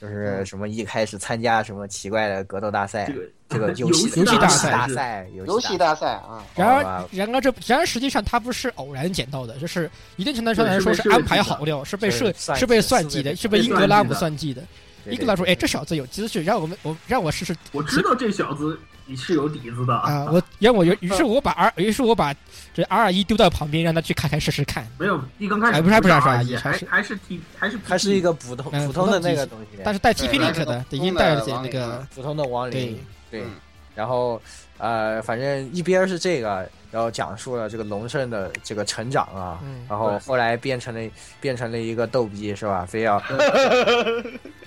[SPEAKER 3] 就是什么一开始参加什么奇怪的格斗大赛
[SPEAKER 4] 这，个
[SPEAKER 3] 这个游
[SPEAKER 4] 游
[SPEAKER 3] 戏
[SPEAKER 4] 戏
[SPEAKER 2] 游戏大
[SPEAKER 3] 大
[SPEAKER 2] 赛
[SPEAKER 3] 大赛
[SPEAKER 1] 游
[SPEAKER 3] 游
[SPEAKER 1] 戏
[SPEAKER 3] 大
[SPEAKER 1] 大赛啊，
[SPEAKER 2] 然
[SPEAKER 3] 哦好吧
[SPEAKER 2] 而，然而这，然而实际上它不是偶然捡到的，就是一定程度上来说
[SPEAKER 4] 对
[SPEAKER 2] 是
[SPEAKER 4] 是被
[SPEAKER 2] 安排
[SPEAKER 4] 设计的
[SPEAKER 2] 好掉，是被
[SPEAKER 3] 是
[SPEAKER 2] 设
[SPEAKER 3] 算
[SPEAKER 2] 是被
[SPEAKER 3] 计的
[SPEAKER 2] 算
[SPEAKER 3] 是
[SPEAKER 2] 计
[SPEAKER 3] 被
[SPEAKER 2] 的，是被
[SPEAKER 4] 被
[SPEAKER 2] 英
[SPEAKER 4] 算
[SPEAKER 2] 格拉
[SPEAKER 4] 计
[SPEAKER 2] 姆
[SPEAKER 4] 的
[SPEAKER 2] 算计的。
[SPEAKER 3] 对
[SPEAKER 2] 英格
[SPEAKER 3] 对
[SPEAKER 2] 拉说：“哎，这小子有资质，让我们我让我试试
[SPEAKER 4] 我知道这小子你是有底子的
[SPEAKER 2] 啊！我让我于于
[SPEAKER 3] 嗯
[SPEAKER 2] 是我把 R 于是我把这 R 一丢到旁边，让他去看看试试看。
[SPEAKER 4] 没有一刚开
[SPEAKER 2] 哎
[SPEAKER 4] 始
[SPEAKER 2] 不是不是
[SPEAKER 4] 啊
[SPEAKER 2] 不是
[SPEAKER 4] 也
[SPEAKER 2] 还
[SPEAKER 4] 还
[SPEAKER 2] 是
[SPEAKER 4] 还是 T 还是
[SPEAKER 3] 还是一个普通
[SPEAKER 2] 嗯
[SPEAKER 3] 普通的那个东西，
[SPEAKER 2] 但是带
[SPEAKER 1] 对
[SPEAKER 2] TP
[SPEAKER 1] 但
[SPEAKER 2] Link
[SPEAKER 1] 是
[SPEAKER 2] 的，已
[SPEAKER 1] 普通
[SPEAKER 2] 经带了
[SPEAKER 1] 的
[SPEAKER 2] 些
[SPEAKER 1] 亡
[SPEAKER 2] 那
[SPEAKER 1] 灵
[SPEAKER 2] 个
[SPEAKER 1] 啊
[SPEAKER 3] 普通的亡灵，对
[SPEAKER 1] 嗯
[SPEAKER 3] 然后呃，反正一边是这个，然后讲述了这个龙胜的这个成长啊，
[SPEAKER 2] 嗯
[SPEAKER 3] 然后后来变成了变成了一个逗逼是吧？非要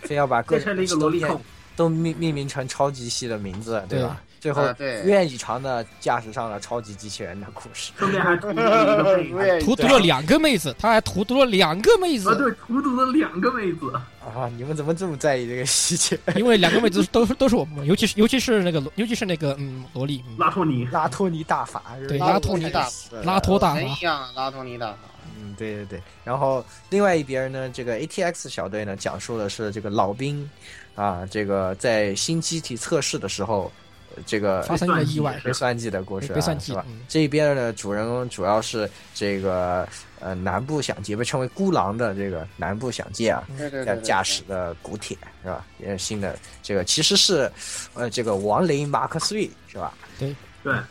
[SPEAKER 3] 非要把各
[SPEAKER 4] 变成了一个萝莉控，
[SPEAKER 3] 都命命名成超级系的名字，对吧？最后
[SPEAKER 1] 啊对
[SPEAKER 3] 如愿以偿的驾驶上了超级机器人的故事。
[SPEAKER 4] 顺便还荼毒了一个妹子。
[SPEAKER 1] 对
[SPEAKER 2] 荼毒了两个妹子，他还荼毒了两个妹
[SPEAKER 4] 啊，
[SPEAKER 2] 子，
[SPEAKER 4] 对，荼毒了两个妹子。
[SPEAKER 3] 啊，你们怎么这么在意这个细节？
[SPEAKER 2] 因为两个妹子都是都是我们，尤其是尤其是那个罗，尤其是那个嗯萝莉，嗯
[SPEAKER 4] 拉托尼，
[SPEAKER 3] 拉托尼大法，
[SPEAKER 2] 对
[SPEAKER 1] 拉托尼大
[SPEAKER 3] 呃
[SPEAKER 2] 拉托大
[SPEAKER 1] 神
[SPEAKER 2] 妈
[SPEAKER 1] 一，样拉托尼大法。
[SPEAKER 3] 嗯，对对对。然后另外一边呢，这个 ATX 小队呢，讲述的是这个老兵啊，这个在新机体测试的时候，呃这个
[SPEAKER 2] 发生一个意外，
[SPEAKER 3] 被算计的故事、啊，
[SPEAKER 2] 被算计
[SPEAKER 3] 是吧？
[SPEAKER 2] 嗯
[SPEAKER 3] 这一边呢，主人公主要是这个呃南部响介，被称为孤狼的这个南部响介啊，
[SPEAKER 1] 对对对
[SPEAKER 3] 要
[SPEAKER 1] 对，
[SPEAKER 3] 驾驶的古铁是吧？也是新的这个其实是呃这个亡灵 Mark Three 是吧？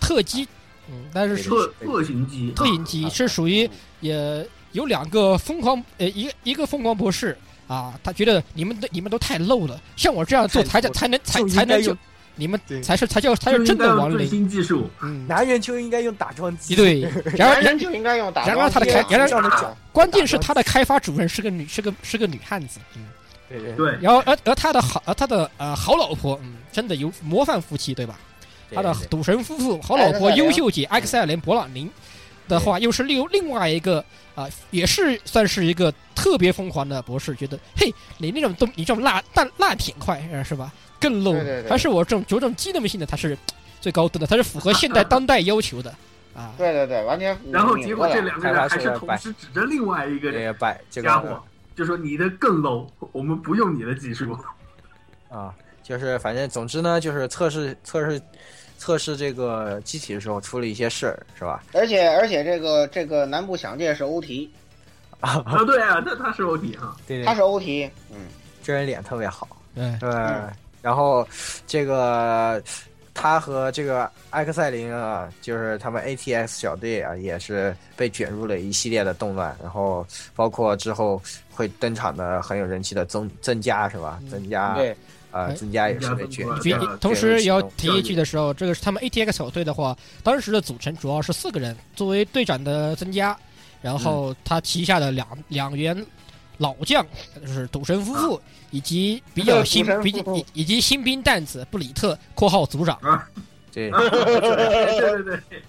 [SPEAKER 2] 特机，嗯，但是属
[SPEAKER 4] 特特型机，啊
[SPEAKER 2] 特影
[SPEAKER 3] 啊
[SPEAKER 2] 机是属于
[SPEAKER 1] 嗯
[SPEAKER 2] 也有两个疯狂，呃，一个一个疯狂博士啊，他觉得你们都你们都太 low 了，像我这样做才叫才能才
[SPEAKER 3] 就应
[SPEAKER 2] 才能
[SPEAKER 3] 该
[SPEAKER 2] 就
[SPEAKER 3] 用
[SPEAKER 2] 你们
[SPEAKER 3] 对
[SPEAKER 2] 才是才叫才
[SPEAKER 4] 就是
[SPEAKER 2] 真
[SPEAKER 4] 应该
[SPEAKER 2] 的
[SPEAKER 4] 用
[SPEAKER 2] 亡
[SPEAKER 4] 最
[SPEAKER 2] 灵，
[SPEAKER 4] 新技术，
[SPEAKER 2] 嗯，
[SPEAKER 3] 男人就应该用打桩机，
[SPEAKER 2] 一对，然
[SPEAKER 1] 男
[SPEAKER 2] 而然
[SPEAKER 1] 人就应该用打
[SPEAKER 2] 然
[SPEAKER 1] 桩
[SPEAKER 2] 而他的
[SPEAKER 1] 机
[SPEAKER 2] 开
[SPEAKER 1] 啊
[SPEAKER 2] 然而
[SPEAKER 3] 照着讲
[SPEAKER 2] 关键是他的开发主任是个女是个是个女汉子，嗯，
[SPEAKER 3] 对对
[SPEAKER 4] 对，
[SPEAKER 2] 然后而而他的好而他的呃好老婆，嗯，真的有模范夫妻对吧？
[SPEAKER 3] 对
[SPEAKER 2] 他的
[SPEAKER 3] 对
[SPEAKER 2] 赌神夫
[SPEAKER 1] 哎
[SPEAKER 2] 妇、好老婆、优秀姐埃克
[SPEAKER 1] 嗯
[SPEAKER 2] 塞尔莲·勃朗宁的话，又是另另外一个啊、也是算是一个特别疯狂的博士，觉得嘿，你那种东，你这种辣蛋辣舔快呃是吧？更 low，
[SPEAKER 1] 对对对
[SPEAKER 2] 还是我这种有这种机动性的，它是最高端的，它是符合现代当代要求的 啊。
[SPEAKER 1] 对对对，完全拧过来。
[SPEAKER 4] 然后结果这两个人还是
[SPEAKER 3] 开发出来
[SPEAKER 4] 同时指着另外一个
[SPEAKER 3] 这
[SPEAKER 4] 人
[SPEAKER 3] 个摆这
[SPEAKER 4] 家伙
[SPEAKER 3] 个，
[SPEAKER 4] 就说你的更 low，我们不用你的技术。
[SPEAKER 3] 啊，就是反正总之呢，就是测试测试测试这个机体的时候出了一些事儿，是吧？
[SPEAKER 1] 而且而且这个这个南部响界是 OT，
[SPEAKER 4] 啊，对啊，那他是 OT 啊，
[SPEAKER 3] 对
[SPEAKER 1] 他
[SPEAKER 3] 对，
[SPEAKER 1] 是 OT，嗯，
[SPEAKER 3] 这人脸特别好，
[SPEAKER 2] 嗯，
[SPEAKER 3] 呃
[SPEAKER 1] 嗯，
[SPEAKER 3] 然后这个他和这个埃克塞林啊，就是他们 ATX 小队啊，也是被卷入了一系列的动乱，然后包括之后会登场的很有人气的增增加是吧？
[SPEAKER 2] 嗯
[SPEAKER 3] 增加
[SPEAKER 1] 对，
[SPEAKER 3] 呃，
[SPEAKER 2] 哎
[SPEAKER 3] 增加也是被卷，
[SPEAKER 4] 增
[SPEAKER 2] 也
[SPEAKER 4] 加
[SPEAKER 2] 同时也要提
[SPEAKER 4] 教
[SPEAKER 2] 一
[SPEAKER 4] 育
[SPEAKER 2] 句的时候，这个是他们 ATX 小队的话，当时的组成主要是四个人，作为队长的增加，然后他旗下的两两员老将，就是赌神夫妇以及比较新
[SPEAKER 1] 这个赌
[SPEAKER 2] 比
[SPEAKER 1] 神夫妇
[SPEAKER 2] 以以及新兵蛋子布里特（括号组长
[SPEAKER 3] 对，
[SPEAKER 4] 啊对对对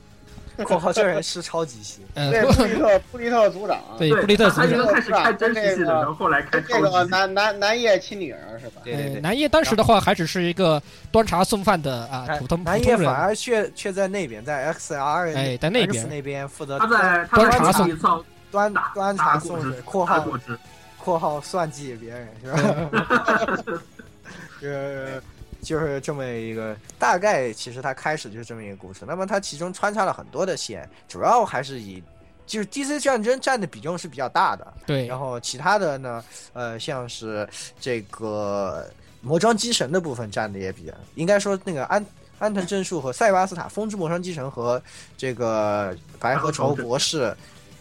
[SPEAKER 3] 括号这人是超级系，），
[SPEAKER 2] 呃，
[SPEAKER 1] 对，布利特布利特组长，
[SPEAKER 2] 对
[SPEAKER 4] 对，
[SPEAKER 2] 布利特组
[SPEAKER 4] 他
[SPEAKER 1] 还
[SPEAKER 4] 一
[SPEAKER 1] 有
[SPEAKER 2] 长。
[SPEAKER 4] 个开始开真实系的，然后后来开
[SPEAKER 1] 这
[SPEAKER 4] 超
[SPEAKER 1] 个
[SPEAKER 4] 级系，
[SPEAKER 1] 南南南叶亲女儿是吧？
[SPEAKER 3] 对对
[SPEAKER 2] 呃
[SPEAKER 3] 对。
[SPEAKER 2] 南叶当时的话还只是一个端茶送饭的啊
[SPEAKER 3] 南
[SPEAKER 2] 普通普
[SPEAKER 3] 哎南叶
[SPEAKER 2] 通
[SPEAKER 3] 反
[SPEAKER 2] 人，
[SPEAKER 3] 而却却在那边，在 XR
[SPEAKER 2] 哎在那
[SPEAKER 3] X
[SPEAKER 2] 边
[SPEAKER 3] 那边负责
[SPEAKER 4] 他
[SPEAKER 1] 呃
[SPEAKER 4] 在他
[SPEAKER 2] 端茶
[SPEAKER 4] 在
[SPEAKER 2] 送
[SPEAKER 4] 自己造
[SPEAKER 3] 端
[SPEAKER 4] 大
[SPEAKER 3] 端
[SPEAKER 4] 大
[SPEAKER 3] 茶
[SPEAKER 4] 果
[SPEAKER 3] 送
[SPEAKER 4] 汁
[SPEAKER 3] 水（括
[SPEAKER 1] 啊
[SPEAKER 4] 大
[SPEAKER 3] 号
[SPEAKER 4] 果汁，
[SPEAKER 3] 括号算计别人是吧？ 呃，就是这么一个大概，其实它开始就是这么一个故事。那么它其中穿插了很多的线，主要还是以就是 DC 战争占的比重是比较大的，
[SPEAKER 2] 对
[SPEAKER 3] 然，后其他的呢，呃，像是这个魔装机神的部分占的也比较，应该说那个安安藤正树和塞巴斯塔风之魔装机神和这个白河愁博士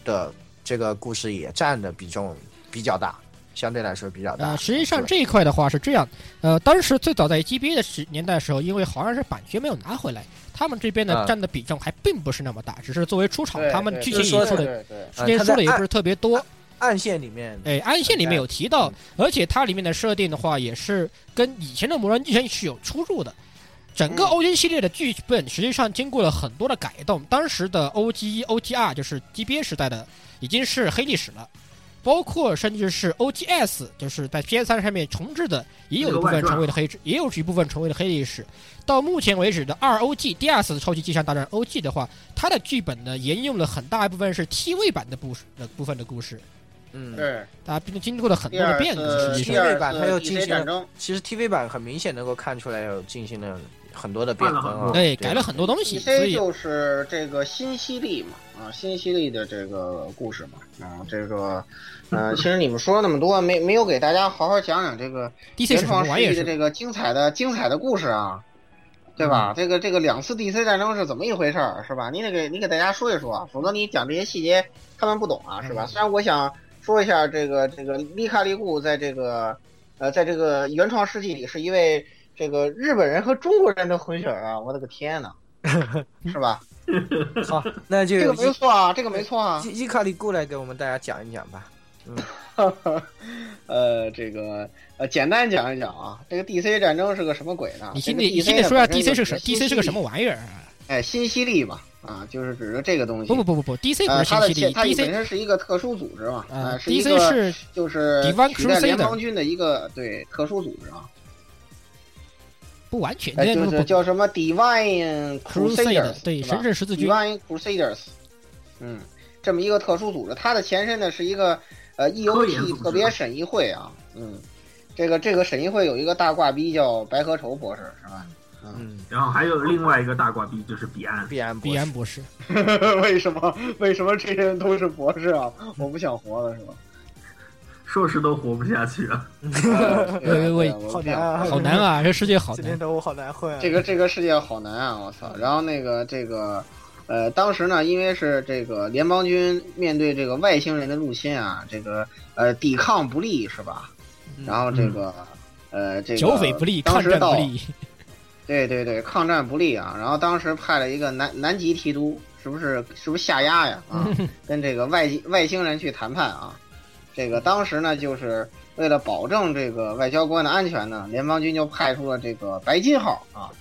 [SPEAKER 3] 的这个故事也占的比重比较大，相对来说比较大。
[SPEAKER 2] 呃，实际上
[SPEAKER 3] 啊对
[SPEAKER 2] 这一块的话是这样，呃，当时最早在 GBA 的时年代的时候，因为好像是版权没有拿回来，他们这边呢
[SPEAKER 3] 嗯
[SPEAKER 2] 占的比重还并不是那么大，只是作为出场，
[SPEAKER 1] 对
[SPEAKER 2] 他们
[SPEAKER 1] 对
[SPEAKER 2] 剧
[SPEAKER 1] 对
[SPEAKER 2] 情
[SPEAKER 3] 就
[SPEAKER 2] 引
[SPEAKER 3] 是
[SPEAKER 2] 出
[SPEAKER 3] 说
[SPEAKER 2] 的
[SPEAKER 1] 对对
[SPEAKER 2] 时间说的也
[SPEAKER 3] 呃他在
[SPEAKER 2] 不是特别多。
[SPEAKER 3] 暗线里面，
[SPEAKER 2] 哎，暗线里面有提到，而且它里面的设定的话，也是跟以前的《魔人巨神》是有出入的。整个
[SPEAKER 1] 嗯
[SPEAKER 2] OG 系列的剧本实际上经过了很多的改动，当时的 OG 一、OGR 就是 GBA 时代的，已经是黑历史了。包括甚至是 OGS，就是在 PS 三上面重置的，也有一部分成为了黑，也有一部分成为了黑历史。到目前为止的 ROG 第二次超级机枪大战 OG 的话，它的剧本呢沿用了很大一部分是 TV 版的故事的部分的故事。
[SPEAKER 3] 嗯，
[SPEAKER 1] 对，
[SPEAKER 2] 它并经过了很
[SPEAKER 1] 第
[SPEAKER 2] 多的
[SPEAKER 1] 二呃
[SPEAKER 2] 变革，
[SPEAKER 1] 次
[SPEAKER 2] 实际
[SPEAKER 1] 第
[SPEAKER 2] 上，
[SPEAKER 1] 二
[SPEAKER 3] 第二次
[SPEAKER 1] 次
[SPEAKER 3] DC
[SPEAKER 1] DC 战争，
[SPEAKER 3] 其实 TV 版很明显能够看出来有进行了很多的变更
[SPEAKER 4] 换了
[SPEAKER 3] 啊
[SPEAKER 4] 很，多
[SPEAKER 2] 对，哎改了很多东西，所
[SPEAKER 1] DC
[SPEAKER 2] 以
[SPEAKER 1] ，E 就是这个新犀利嘛，啊，新犀利的这个故事嘛，啊，这个，呃，其实你们说了那么多，没没有给大家好好讲讲这个
[SPEAKER 2] DC 是
[SPEAKER 1] 原
[SPEAKER 2] 什么
[SPEAKER 1] 创
[SPEAKER 2] 玩
[SPEAKER 1] 世
[SPEAKER 2] 意儿
[SPEAKER 1] 纪的
[SPEAKER 2] 是吧？
[SPEAKER 1] 这个精彩的精彩的故事啊，对
[SPEAKER 2] 嗯
[SPEAKER 1] 吧？这个这个两次 DC 战争是怎么一回事儿，是吧？你得给你给大家说一说啊，否则你讲这些细节他们不懂啊，是吧？
[SPEAKER 2] 嗯
[SPEAKER 1] 虽然我想说一下这个这个利卡利固在这个呃在这个原创世纪里是一位这个日本人和中国人的混血儿啊，我的个天 呐，是吧？
[SPEAKER 3] 好，那就
[SPEAKER 1] 这个
[SPEAKER 3] 由
[SPEAKER 1] 没错啊，这个没错啊。
[SPEAKER 3] 伊伊卡里过来给我们大家讲一讲吧。
[SPEAKER 1] 呃，这个呃，简单讲一讲啊，这个 DC 战争是个什么鬼呢？
[SPEAKER 2] 你
[SPEAKER 1] 这个
[SPEAKER 2] 先得你
[SPEAKER 1] DC
[SPEAKER 2] 先得说一下
[SPEAKER 1] 本
[SPEAKER 2] DC
[SPEAKER 1] 身
[SPEAKER 2] 是
[SPEAKER 1] 就
[SPEAKER 2] 个什
[SPEAKER 1] 新
[SPEAKER 2] ，DC 是个什么
[SPEAKER 1] 犀利？
[SPEAKER 2] 玩意儿啊？
[SPEAKER 1] 哎，新犀利嘛，啊，就是指着这个东西。
[SPEAKER 2] 不不不不不，DC
[SPEAKER 1] 呃，
[SPEAKER 2] 不
[SPEAKER 1] 它的
[SPEAKER 2] 是新
[SPEAKER 1] 它
[SPEAKER 2] 势
[SPEAKER 1] 本
[SPEAKER 2] 力
[SPEAKER 1] 身是一个特殊组织嘛，
[SPEAKER 2] ，DC
[SPEAKER 1] 呃，
[SPEAKER 2] 啊
[SPEAKER 1] 是一个
[SPEAKER 2] ，DC 啊是
[SPEAKER 1] 就是
[SPEAKER 2] ，Divan
[SPEAKER 1] 取代联
[SPEAKER 2] Crusader
[SPEAKER 1] 邦军的一个对特殊组织啊，
[SPEAKER 2] 不完全，
[SPEAKER 1] 呃，
[SPEAKER 2] 对
[SPEAKER 1] 就
[SPEAKER 2] 不
[SPEAKER 1] 是
[SPEAKER 2] 不
[SPEAKER 1] 叫什么 Divine
[SPEAKER 2] ，Crusader
[SPEAKER 1] Crusaders，
[SPEAKER 2] 对
[SPEAKER 1] 吧
[SPEAKER 2] 神圣十字军
[SPEAKER 1] Divine Crusaders，嗯，这么一个特殊组织，它的前身呢是一个呃
[SPEAKER 4] 科研组
[SPEAKER 1] EOT
[SPEAKER 4] 织
[SPEAKER 1] 特别审议会啊，嗯，这个这个审议会有一个大挂逼叫白河愁博士是吧？
[SPEAKER 3] 嗯，
[SPEAKER 4] 然后还有另外一个大挂逼就是彼岸，
[SPEAKER 3] 必然不
[SPEAKER 2] 必然博士，
[SPEAKER 1] 为什么为什么这些人都是博士啊？我不想活了是吧？
[SPEAKER 4] 硕士都活不下去了。
[SPEAKER 1] 呃对啊
[SPEAKER 2] 喂喂
[SPEAKER 1] 对啊我
[SPEAKER 5] 好
[SPEAKER 1] 不
[SPEAKER 5] 难
[SPEAKER 1] 想
[SPEAKER 5] 啊，
[SPEAKER 2] 好难啊，这世界好
[SPEAKER 5] 今天
[SPEAKER 2] 难。
[SPEAKER 5] 的我好难混啊。
[SPEAKER 1] 这个这个世界好难啊！我操！然后那个这个，呃，当时呢，因为是这个联邦军面对这个外星人的入侵啊，这个呃抵抗不利是吧？
[SPEAKER 3] 嗯
[SPEAKER 1] 然后这个、呃这个
[SPEAKER 2] 嗯剿匪不利，
[SPEAKER 1] 当
[SPEAKER 2] 抗
[SPEAKER 1] 时
[SPEAKER 2] 战
[SPEAKER 1] 到
[SPEAKER 2] 不利，
[SPEAKER 1] 对对对，抗战不利啊。然后当时派了一个南南极提督，是不是是不是下压呀？啊，
[SPEAKER 4] 嗯
[SPEAKER 1] 跟这个外籍外星人去谈判啊。这个当时呢，就是为了保证这个外交官的安全呢，联邦军就派出了这个白金号啊，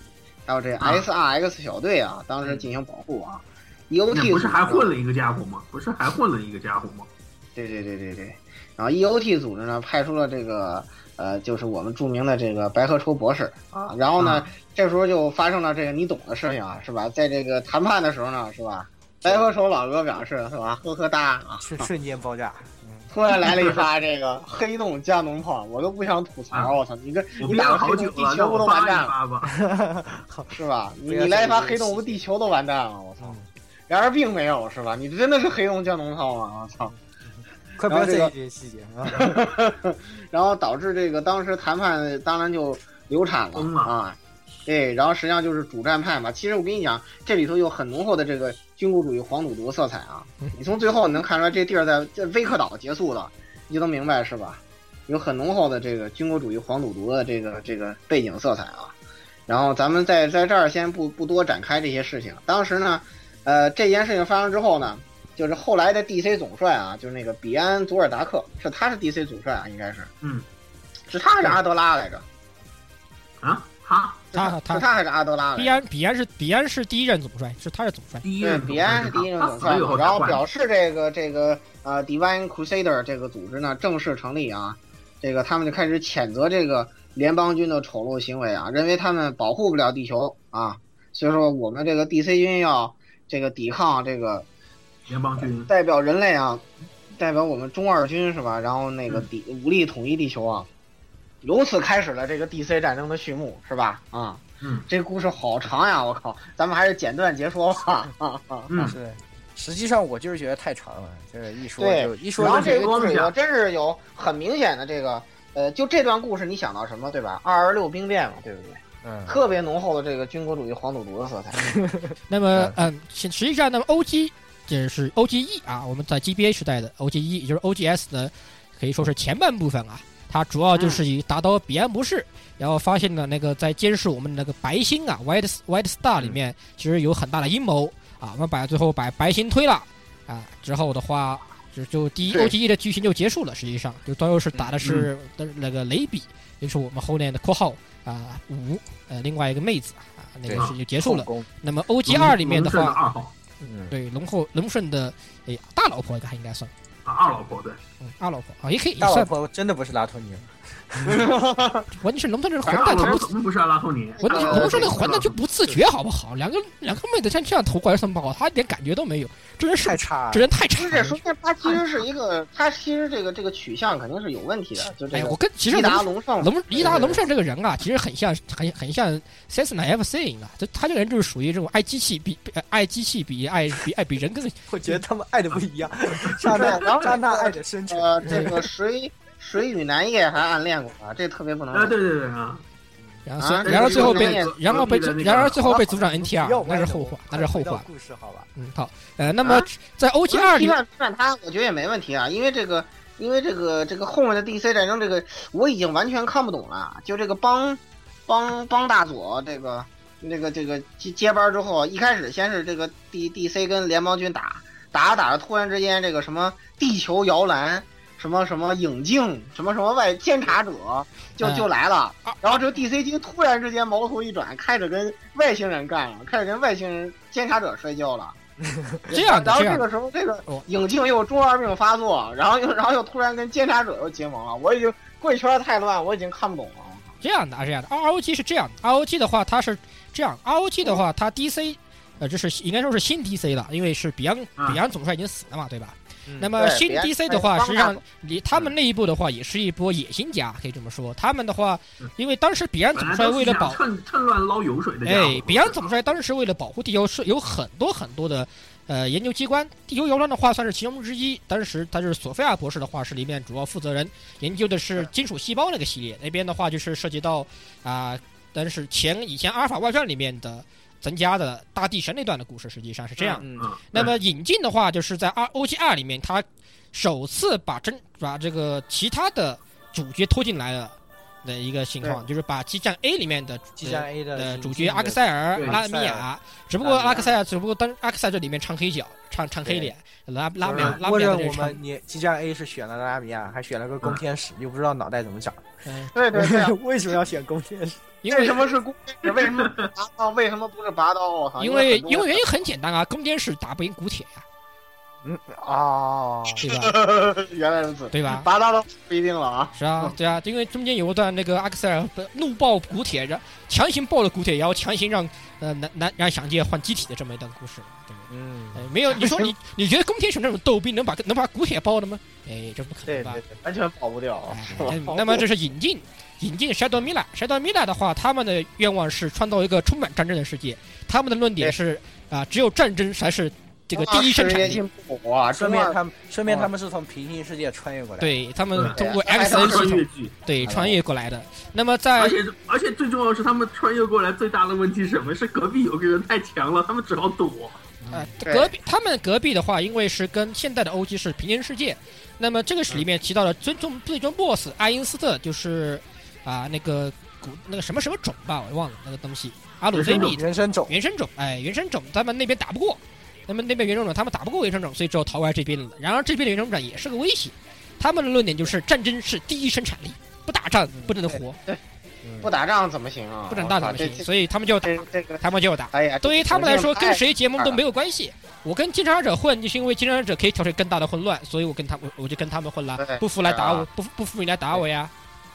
[SPEAKER 1] 还有这 SRX 小队啊，当时进行保护啊。
[SPEAKER 4] 那
[SPEAKER 1] EOT
[SPEAKER 4] 不是还
[SPEAKER 1] 组织呢
[SPEAKER 4] 混了一个家伙吗？不是还混了一个家伙吗？
[SPEAKER 1] 对对对对对，然后 EOT 组织呢派出了这个呃，就是我们著名的这个白鹤愁博士啊，然后呢，这时候就发生了这个你懂的事情啊，是吧？在这个谈判的时候呢，是吧？
[SPEAKER 3] 哎
[SPEAKER 1] 白鹤愁老哥表示是吧，呵呵哒啊，
[SPEAKER 5] 瞬瞬间爆炸，
[SPEAKER 1] 突然来了一发这个黑洞加农炮，我都不想吐槽，我操，你这
[SPEAKER 4] 我
[SPEAKER 1] 你
[SPEAKER 4] 憋
[SPEAKER 1] 打
[SPEAKER 4] 了
[SPEAKER 1] 个
[SPEAKER 4] 好
[SPEAKER 1] 黑
[SPEAKER 4] 久
[SPEAKER 1] 洞，
[SPEAKER 4] 了，
[SPEAKER 1] 地
[SPEAKER 4] 让
[SPEAKER 1] 球
[SPEAKER 4] 我
[SPEAKER 1] 不都
[SPEAKER 4] 发
[SPEAKER 1] 完
[SPEAKER 4] 一
[SPEAKER 1] 蛋了
[SPEAKER 4] 发吧。
[SPEAKER 1] 是吧？你
[SPEAKER 3] 不要
[SPEAKER 1] 你来一发
[SPEAKER 3] 再
[SPEAKER 1] 黑洞，不
[SPEAKER 3] 游戏
[SPEAKER 1] 地球都完蛋了，我操！然而并没有是吧？你真的是黑洞加农炮吗？我操！
[SPEAKER 3] 嗯
[SPEAKER 5] 快不
[SPEAKER 1] 然
[SPEAKER 5] 要
[SPEAKER 1] 后这个
[SPEAKER 5] 再提细节啊！
[SPEAKER 1] 然后导致这个当时谈判当然就流产
[SPEAKER 4] 崩
[SPEAKER 1] 了
[SPEAKER 4] 了
[SPEAKER 1] 啊，对，然后实际上就是主战派嘛。其实我跟你讲，这里头有很浓厚的这个军国主义黄赌毒色彩啊
[SPEAKER 2] 嗯。
[SPEAKER 1] 你从最后你能看出来，这地儿在这威克岛结束的，你就能明白是吧？有很浓厚的这个军国主义黄赌毒的这个这个背景色彩啊。然后咱们在在这儿先不不多展开这些事情。当时呢，呃，这件事情发生之后呢，就是后来的 DC 总帅啊，就是那个比安·佐尔达克，是他是 DC 总帅啊，应该是，
[SPEAKER 4] 嗯，
[SPEAKER 1] 是他还是阿德拉来着？
[SPEAKER 4] 啊哈！
[SPEAKER 2] 他
[SPEAKER 1] 是
[SPEAKER 2] 他
[SPEAKER 1] 是他还是阿德拉来着？
[SPEAKER 2] 必然必然是必然是第一任总帅，是他是总帅。
[SPEAKER 4] 第一
[SPEAKER 1] 对，
[SPEAKER 4] 任
[SPEAKER 1] 比安是第一任总帅
[SPEAKER 4] 他死了以后，才
[SPEAKER 1] 然后
[SPEAKER 4] 换
[SPEAKER 1] 表示这个这个呃 Divine Crusader 这个组织呢正式成立啊，这个他们就开始谴责这个联邦军的丑陋行为啊，认为他们保护不了地球啊，所以说我们这个 DC 军要这个抵抗这个
[SPEAKER 4] 联邦军，
[SPEAKER 1] 代表人类啊，代表我们中二军是吧？然后那
[SPEAKER 2] 嗯
[SPEAKER 1] 个抵武力统一地球啊，由此开始了这个 DC 战争的序幕是吧？啊，
[SPEAKER 4] 嗯，
[SPEAKER 1] 这故事好长呀，我靠，咱们还是简短截说吧。啊啊
[SPEAKER 4] 嗯，
[SPEAKER 3] 是，实际上我就是觉得太长了，就是一说
[SPEAKER 1] 对
[SPEAKER 3] 就一说
[SPEAKER 1] 然后
[SPEAKER 3] 就
[SPEAKER 1] 这
[SPEAKER 3] 是
[SPEAKER 1] 个故事里头真是有很明显的这个，呃，就这段故事你想到什么对吧？二十六兵变嘛，对不对？
[SPEAKER 3] 嗯，
[SPEAKER 1] 特别浓厚的这个军国主义黄赌毒的色彩。
[SPEAKER 2] 那么，嗯，实实际上，那么 OG 这是 OGE 啊，我们在 GBA 时代的 OGE，也就是 OGS 呢，可以说是前半部分啊，它主要就是以打倒彼岸博士，然后发现了那个在监视我们的那个白星啊，White White Star 里面其实有很大的阴谋啊，我们把最后把白星推了啊，之后的话。就就第一
[SPEAKER 1] 对
[SPEAKER 2] OGE 的剧情就结束了，实际上就最后是打的是那个雷比，也就是我们后面的括号啊五呃另外一个妹子啊，那个
[SPEAKER 4] 对
[SPEAKER 2] 是就结束了。
[SPEAKER 3] 攻，
[SPEAKER 2] 那么 O G 二里面的
[SPEAKER 4] 龙龙
[SPEAKER 2] 话
[SPEAKER 4] 胜，二号
[SPEAKER 3] 嗯，
[SPEAKER 2] 对龙后龙顺的哎呀大老婆，她应该算，
[SPEAKER 4] 啊，二老婆对，
[SPEAKER 2] 嗯，二老婆啊，也可以也
[SPEAKER 3] 大老
[SPEAKER 2] 算，
[SPEAKER 3] 婆真的不是拉托尼，
[SPEAKER 2] 关键是龙顺这个混
[SPEAKER 4] 反正二
[SPEAKER 2] 蛋，他
[SPEAKER 4] 老
[SPEAKER 2] 不
[SPEAKER 4] 婆，怎么不是阿拉托啊尼？
[SPEAKER 2] 关键
[SPEAKER 1] 呃
[SPEAKER 2] 是龙顺
[SPEAKER 4] 这
[SPEAKER 2] 那个混蛋就不自觉好不好？两个两个妹子像这样投过来算不好，他一点感觉都没有，这人是
[SPEAKER 3] 太差
[SPEAKER 2] 这
[SPEAKER 3] 了，
[SPEAKER 2] 人太差
[SPEAKER 1] 其实这
[SPEAKER 2] 了
[SPEAKER 1] 说。明他其实是一个，他其实这个这个取向肯定是有问题的，就
[SPEAKER 2] 哎
[SPEAKER 1] 这
[SPEAKER 2] 呀，
[SPEAKER 1] 个
[SPEAKER 2] 我跟其实
[SPEAKER 1] 伊达
[SPEAKER 2] 龙
[SPEAKER 1] 龙胜
[SPEAKER 2] 龙伊达龙顺这个人啊，其实很像很很像 Cessna FC 啊，就他这个人就是属于这种爱机器比比呃爱机器比爱比爱比人更
[SPEAKER 5] 我觉得他们爱的不一 样，刹那
[SPEAKER 1] 然后
[SPEAKER 5] 刹那爱的深沉。
[SPEAKER 1] 呃，这个水水与南叶还暗恋过啊，这特别不能
[SPEAKER 4] 啊，。对对对啊，
[SPEAKER 2] 然后所以
[SPEAKER 1] 啊
[SPEAKER 2] 然后最后被
[SPEAKER 1] 那
[SPEAKER 4] 个
[SPEAKER 2] 然后被
[SPEAKER 4] 隔壁的那个
[SPEAKER 2] 然而最
[SPEAKER 3] 啊
[SPEAKER 2] 后被
[SPEAKER 5] 组
[SPEAKER 2] 组长 NTR，那是后话，那是后话。
[SPEAKER 5] 故事好吧？
[SPEAKER 2] 嗯，好，呃，那么
[SPEAKER 1] 啊
[SPEAKER 2] 在 O G 二
[SPEAKER 1] 批
[SPEAKER 2] 里，
[SPEAKER 1] 判批判他，我觉得也没问题啊，因为这个，因为这个这个后面的 DC 战争，这个我已经完全看不懂了。啊就这个帮帮帮大佐这个那个这个接接班之后，一开始先是这个 D DC 跟联邦军打，打着打着，突然之间这个什么地球摇篮。什么什么影镜，什么什么外监察者，就
[SPEAKER 2] 嗯
[SPEAKER 1] 就来了
[SPEAKER 2] 啊。
[SPEAKER 1] 然后这 DC 金突然之间矛头一转，开始跟外星人干了，开始跟外星人监察者摔跤了。
[SPEAKER 2] 这样的
[SPEAKER 1] 然后这
[SPEAKER 2] 这样的，
[SPEAKER 1] 个时候，这个
[SPEAKER 2] 哦
[SPEAKER 1] 影镜又中二病发作，然后又然后又突然跟监察者又结盟了。啊我已经贵圈太乱，我已经看不懂了。
[SPEAKER 2] 这样的啊，这样的 ROG 是这样的，ROG 的话它是这样，ROG 的话它 DC，呃，这是应该说是新 DC 了，因为是比昂
[SPEAKER 4] 啊
[SPEAKER 2] 比昂总帅已经死了嘛，对吧？
[SPEAKER 3] 嗯
[SPEAKER 2] 那么
[SPEAKER 1] 对
[SPEAKER 2] 新
[SPEAKER 1] 比昂
[SPEAKER 2] DC
[SPEAKER 1] 哎
[SPEAKER 2] 的话，
[SPEAKER 1] 方
[SPEAKER 2] 实际上
[SPEAKER 1] 大
[SPEAKER 2] 离他们内部的话也是一波野心家，可以这么说。他们的话
[SPEAKER 4] 嗯，
[SPEAKER 2] 因为当时比昂
[SPEAKER 4] 本
[SPEAKER 2] 总
[SPEAKER 4] 来
[SPEAKER 2] 帅
[SPEAKER 4] 都
[SPEAKER 2] 为
[SPEAKER 4] 是
[SPEAKER 2] 了
[SPEAKER 4] 想
[SPEAKER 2] 保
[SPEAKER 4] 趁趁乱捞油水的家伙。
[SPEAKER 2] 哎，比昂总帅当时为了保护地球，是有很多很多的呃研究机关，地球摇篮的话算是其中之一。当时他就是索菲亚博士的话是里面主要负责人，研究的是金属细胞那个系列，那边的话就是涉及到啊、但是前以前阿尔法外传里面的咱家的大地神那段的故事，实际上是这样。呃
[SPEAKER 3] 嗯
[SPEAKER 4] 嗯，
[SPEAKER 2] 那么引进的话，就是在 R O G R 里面，他首次把真把这个其他的主角拖进来了的一个情况，就是把激战 A 里面的
[SPEAKER 3] 激战 A 的
[SPEAKER 2] 呃
[SPEAKER 3] 引
[SPEAKER 2] 主
[SPEAKER 3] 进
[SPEAKER 2] 角
[SPEAKER 3] 的
[SPEAKER 2] 阿克塞尔、
[SPEAKER 4] 对
[SPEAKER 2] 拉米
[SPEAKER 3] 阿克塞
[SPEAKER 2] 亚，只不过
[SPEAKER 3] 拉米亚
[SPEAKER 2] 阿克塞尔只不过当阿克塞尔这里面唱黑脚，唱唱黑脸，呃拉拉米亚拉
[SPEAKER 3] 默
[SPEAKER 2] 米亚
[SPEAKER 3] 认
[SPEAKER 2] 在这
[SPEAKER 3] 啊我
[SPEAKER 2] 里唱
[SPEAKER 3] 们，你激战 A 是选了拉米亚，还选了个攻天使，又不知道脑袋怎么长。
[SPEAKER 2] 嗯，
[SPEAKER 1] 对对 对啊，
[SPEAKER 5] 为什么要选攻天使？
[SPEAKER 2] 因
[SPEAKER 1] 为
[SPEAKER 2] 为
[SPEAKER 1] 什么是弓箭？为什么不是拔刀？为什么不是拔刀？我
[SPEAKER 3] 啊
[SPEAKER 1] 靠！
[SPEAKER 2] 因为
[SPEAKER 1] 很多
[SPEAKER 2] 因为原因很简单啊，攻坚是打不赢古铁 呀、
[SPEAKER 3] 嗯哦，
[SPEAKER 2] 对吧？
[SPEAKER 1] 原来如此，
[SPEAKER 2] 对吧？
[SPEAKER 1] 拔刀都不一定了啊。
[SPEAKER 2] 是啊，对啊，因为中间有一段那个阿克塞尔怒爆古铁，然强行爆了古铁，然后强行让呃男男让响界换机体的这么一段故事嘛，对不对？
[SPEAKER 3] 嗯，
[SPEAKER 2] 哎，没有，你 说你你觉得宫天守那种逗逼能把能把古铁爆了吗？哎，这不可能吧？
[SPEAKER 3] 对，
[SPEAKER 1] 完全跑不掉。啊
[SPEAKER 2] 哎那那么这是引进引进 Shadow Mila。Shadow Mila 的话，他们的愿望是创造一个充满战争的世界。他们的论点
[SPEAKER 1] 对
[SPEAKER 2] 是啊、只有战争才是这个第一生
[SPEAKER 1] 世
[SPEAKER 2] 产
[SPEAKER 1] 界
[SPEAKER 2] 力。
[SPEAKER 1] 进步啊！
[SPEAKER 3] 顺
[SPEAKER 1] 中
[SPEAKER 3] 便
[SPEAKER 1] 二
[SPEAKER 3] 他们顺便他们是从平行世界穿越过来。，
[SPEAKER 2] 对他们通过
[SPEAKER 1] 哎呀
[SPEAKER 2] X
[SPEAKER 1] 哎呀
[SPEAKER 2] N
[SPEAKER 4] 穿
[SPEAKER 2] 系
[SPEAKER 4] 越
[SPEAKER 2] 统
[SPEAKER 4] 剧，
[SPEAKER 2] 对穿越过来的。那么在
[SPEAKER 1] 哎
[SPEAKER 4] 而且而且最重要的是，他们穿越过来最大的问题是什么？是隔壁有个人太强了，他们只好躲。
[SPEAKER 2] 呃，
[SPEAKER 1] 对
[SPEAKER 2] 隔壁他们隔壁的话，因为是跟现代的 OG 是平行世界，那么这个是里面提到了尊重最终 BOSS 爱因斯特，就是啊、那个古那个什么什么种吧，我忘了那个东西，阿鲁菲
[SPEAKER 4] 原生
[SPEAKER 2] 比
[SPEAKER 4] 种
[SPEAKER 2] 的
[SPEAKER 3] 原生种
[SPEAKER 2] 原生种，哎，原生种他们那边打不过，那么那边原生种他们打不过原生种，所以只有逃过来这边了。然而这边的原生种也是个威胁，他们的论点就是战争是第一生产力，不打仗不能活，嗯
[SPEAKER 1] 不打仗怎么行啊？
[SPEAKER 2] 不长大怎么
[SPEAKER 1] 我靠
[SPEAKER 2] 行？所以他们就要打
[SPEAKER 1] 这，这这个，
[SPEAKER 2] 他们就要打。
[SPEAKER 1] 哎呀，
[SPEAKER 2] 对于他们来说，跟谁结盟
[SPEAKER 1] 太
[SPEAKER 2] 都没有关系。我跟监察者混，就是因为监察者可以挑起更大的混乱，所以我跟他我我就跟他们混了
[SPEAKER 1] 对。
[SPEAKER 2] 不服来打
[SPEAKER 1] 是
[SPEAKER 2] 我
[SPEAKER 1] 啊，
[SPEAKER 2] 不服不服你来打我呀，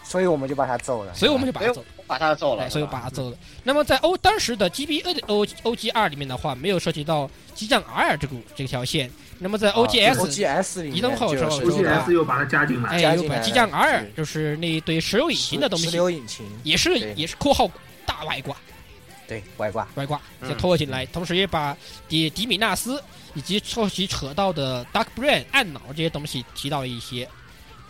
[SPEAKER 3] 所以我们就把他揍了。
[SPEAKER 2] 所以我们就把他
[SPEAKER 1] 所以
[SPEAKER 2] 揍了，
[SPEAKER 1] 我把他揍了
[SPEAKER 2] 哎，，所以我
[SPEAKER 1] 是吧
[SPEAKER 2] 把他揍了。那么在欧当时的 G B A 的 O O G R 里面的话，没有涉及到激战 R 这个这条线。那么在
[SPEAKER 3] 啊
[SPEAKER 2] O G
[SPEAKER 3] O
[SPEAKER 2] S
[SPEAKER 3] G S 里面
[SPEAKER 2] 移动后
[SPEAKER 3] 就
[SPEAKER 2] 手
[SPEAKER 3] 是
[SPEAKER 2] 手
[SPEAKER 4] 估计
[SPEAKER 2] 手
[SPEAKER 4] S 又把他加进来。
[SPEAKER 2] 哎
[SPEAKER 3] 加
[SPEAKER 2] 有
[SPEAKER 3] 进
[SPEAKER 2] 把
[SPEAKER 3] 来
[SPEAKER 2] 激战
[SPEAKER 3] 了
[SPEAKER 2] R
[SPEAKER 3] 是
[SPEAKER 2] 就是那一堆石油引擎的东
[SPEAKER 3] 石
[SPEAKER 2] 西，
[SPEAKER 3] 榴引擎，
[SPEAKER 2] 也是
[SPEAKER 3] 对
[SPEAKER 2] 也是括号大外挂。
[SPEAKER 3] 对外挂。
[SPEAKER 2] 外挂
[SPEAKER 1] 嗯
[SPEAKER 2] 就拖了进来，同时也把迪迪米纳斯以及后期扯到的 Dark Brain 暗脑这些东西提到了一些，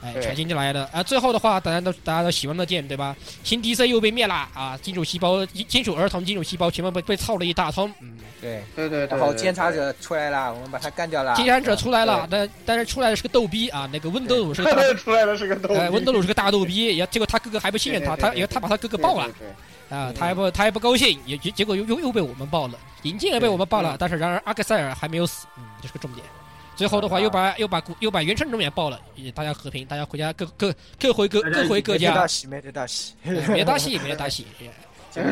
[SPEAKER 2] 哎，
[SPEAKER 1] 对
[SPEAKER 2] 全进进来的啊。最后的话，大家都大家都喜闻乐见，对吧？新 DC 又被灭啦啊，金属细胞、金属儿童、金属细胞全部被被操了一大通。嗯，
[SPEAKER 3] 对，
[SPEAKER 1] 对对对对。
[SPEAKER 3] 然后监察者出来了，我们把他干掉了。
[SPEAKER 2] 金山者出来了，但但是出来的是个逗逼啊，那个温德鲁是个大。
[SPEAKER 1] 对出来的是个逗逼，
[SPEAKER 2] 呃，温德鲁是个大逗逼，也结果他哥哥还不信任他，
[SPEAKER 1] 对对
[SPEAKER 2] 他
[SPEAKER 1] 对对
[SPEAKER 2] 也他把他哥哥爆了，
[SPEAKER 1] 对。对对
[SPEAKER 2] 啊，
[SPEAKER 3] 嗯
[SPEAKER 2] 他还不他还不高兴，也也结果又又又被我们爆了，引进也被我们爆了，但是然而阿克塞尔还没有死，嗯，这是个重点。最后的话
[SPEAKER 3] 啊
[SPEAKER 2] 又把又把古又把原生种也爆了，也大家和平，大家回家各各各回各
[SPEAKER 4] 大家
[SPEAKER 2] 各回各
[SPEAKER 3] 没得
[SPEAKER 2] 家
[SPEAKER 3] 大，喜，没得 大喜。
[SPEAKER 2] 哎没大戏没大戏，哎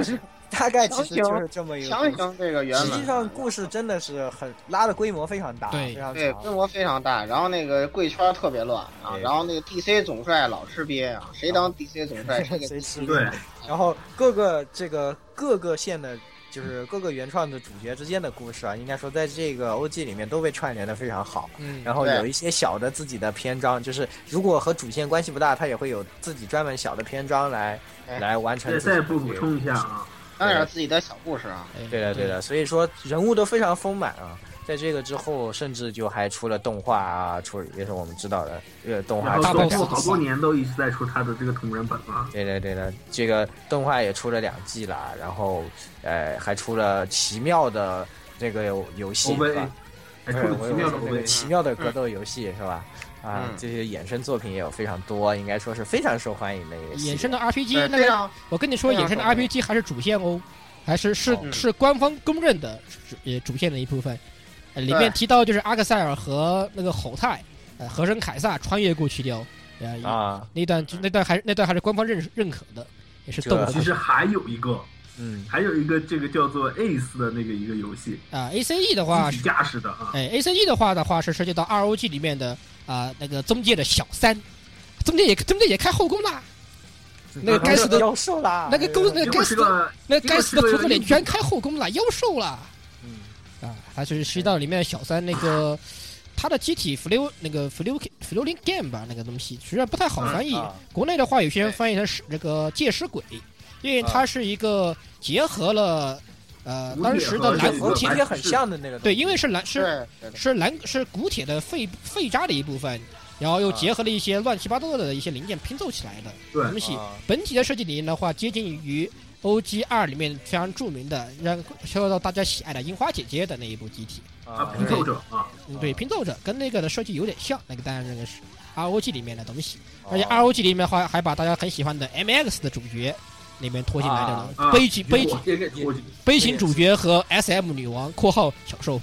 [SPEAKER 3] 大概其实就是这么一个故
[SPEAKER 1] 强
[SPEAKER 3] 事。
[SPEAKER 1] 行这个原
[SPEAKER 3] 实
[SPEAKER 1] 本啊
[SPEAKER 3] 际上故事真的是很拉的规模非常大，
[SPEAKER 2] 对
[SPEAKER 3] 非常
[SPEAKER 1] 对规
[SPEAKER 3] 长。
[SPEAKER 1] 模非常大，然后那个贵圈特别乱啊，
[SPEAKER 3] 对
[SPEAKER 1] 然后那个 DC 总帅老吃瘪啊，谁当 DC 总帅谁
[SPEAKER 3] 谁吃
[SPEAKER 4] 对，
[SPEAKER 3] 然后各个这个各个线的，就是各个原创的主角之间的故事啊，应该说在这个 OG 里面都被串联的非常好。
[SPEAKER 2] 嗯，
[SPEAKER 3] 然后
[SPEAKER 1] 对
[SPEAKER 3] 有一些小的自己的篇章，就是如果和主线关系不大，它也会有自己专门小的篇章来
[SPEAKER 1] 哎
[SPEAKER 3] 来完成
[SPEAKER 4] 再
[SPEAKER 3] 自己的
[SPEAKER 4] 再补补充一下啊，
[SPEAKER 1] 当然有自己的小故事啊。
[SPEAKER 2] 哎
[SPEAKER 3] 对的，对，的，所以说人物都非常丰满啊。在这个之后，甚至就还出了动画啊，出也是我们知道的，呃，动画
[SPEAKER 4] 然后
[SPEAKER 2] 大
[SPEAKER 4] 过
[SPEAKER 2] boss
[SPEAKER 4] 后好多年都一直在出他的这个同人本啊。
[SPEAKER 3] 对的，对的，这个动画也出了两季啦，然后，呃，还出了奇妙的这个游游戏，是
[SPEAKER 4] OVA
[SPEAKER 3] 吧？
[SPEAKER 4] 哎
[SPEAKER 3] 呃
[SPEAKER 4] 还出了
[SPEAKER 3] 哎我
[SPEAKER 4] 奇妙的
[SPEAKER 3] 那个
[SPEAKER 4] OVA，
[SPEAKER 3] 奇妙的格斗游戏，是吧？啊
[SPEAKER 1] 嗯，
[SPEAKER 3] 这些衍生作品也有非常多，应该说是非常受欢迎的一个系列
[SPEAKER 2] 衍生的 RPG
[SPEAKER 1] 对，
[SPEAKER 2] 那
[SPEAKER 1] 非
[SPEAKER 2] 个
[SPEAKER 1] 常
[SPEAKER 2] 我跟你说，
[SPEAKER 1] 非常
[SPEAKER 2] 衍生的
[SPEAKER 1] 爽
[SPEAKER 2] RPG 还是主线哦，还是是
[SPEAKER 1] 嗯
[SPEAKER 2] 是官方公认的主呃主线的一部分。呃里面
[SPEAKER 1] 对
[SPEAKER 2] 提到就是阿克塞尔和那个侯泰，呃和声凯撒穿越过去掉，呃，
[SPEAKER 3] 啊，
[SPEAKER 2] 那段那段还是那段还是官方认认可的，也是
[SPEAKER 3] 这
[SPEAKER 2] 动画
[SPEAKER 4] 其实还有一个，
[SPEAKER 3] 嗯，
[SPEAKER 4] 还有一个这个叫做 Ace 的那个一个游戏，
[SPEAKER 2] 啊。A C E 的话
[SPEAKER 4] 自己
[SPEAKER 2] 是，
[SPEAKER 4] 驾驶的啊，
[SPEAKER 2] 哎，A C E 的话的话是涉及到 R O G 里面的啊、那个中介的小三，中介也中介也开后宫啦，那个该死的
[SPEAKER 5] 妖兽啦，
[SPEAKER 2] 那个公那个
[SPEAKER 4] 结果
[SPEAKER 2] 该
[SPEAKER 4] 是
[SPEAKER 2] 死的
[SPEAKER 4] 个
[SPEAKER 2] 那该死的
[SPEAKER 4] 结
[SPEAKER 2] 福克
[SPEAKER 4] 果是个
[SPEAKER 2] 脸居然开后宫了，妖兽了
[SPEAKER 5] 嗯，
[SPEAKER 2] 啊！他就是涉及到里面的小三那个。他的机体 flu 那个 flu flu link game 吧，那个东西实际上不太好翻译，
[SPEAKER 3] 啊
[SPEAKER 2] 国内的话，有些人翻译成是那个借尸鬼，因为它是一个结合了呃
[SPEAKER 4] 古
[SPEAKER 2] 当
[SPEAKER 4] 典
[SPEAKER 2] 时的
[SPEAKER 4] 和
[SPEAKER 2] 蓝
[SPEAKER 4] 这
[SPEAKER 2] 古
[SPEAKER 4] 个
[SPEAKER 5] 和今
[SPEAKER 2] 铁
[SPEAKER 4] 白，
[SPEAKER 5] 天很像的那
[SPEAKER 3] 嗯
[SPEAKER 5] 个东西。
[SPEAKER 2] 对，因为是蓝是
[SPEAKER 1] 是是的
[SPEAKER 2] 是蓝是古铁的废废渣的一部分，然后又
[SPEAKER 3] 啊
[SPEAKER 2] 结合了一些乱七八糟的一些零件拼凑起来的
[SPEAKER 4] 对
[SPEAKER 2] 东西。
[SPEAKER 3] 啊
[SPEAKER 2] 本体的设计理念的话，接近于 O G 二里面非常著名的让受到大家喜爱的樱花姐姐的那一部机体。
[SPEAKER 4] 啊
[SPEAKER 3] 啊
[SPEAKER 4] 拼凑者啊，
[SPEAKER 2] 嗯，对，
[SPEAKER 3] 啊
[SPEAKER 2] 拼凑者跟那个的设计有点像，那个当然那个是 R O G 里面的东西。而且
[SPEAKER 3] 啊
[SPEAKER 2] R O G 里面还还把大家很喜欢的 M X 的主角里面拖进来的了，
[SPEAKER 4] 啊
[SPEAKER 2] 悲剧悲剧
[SPEAKER 4] 我应该我
[SPEAKER 2] 悲情主角和 S M 女王（括号小受）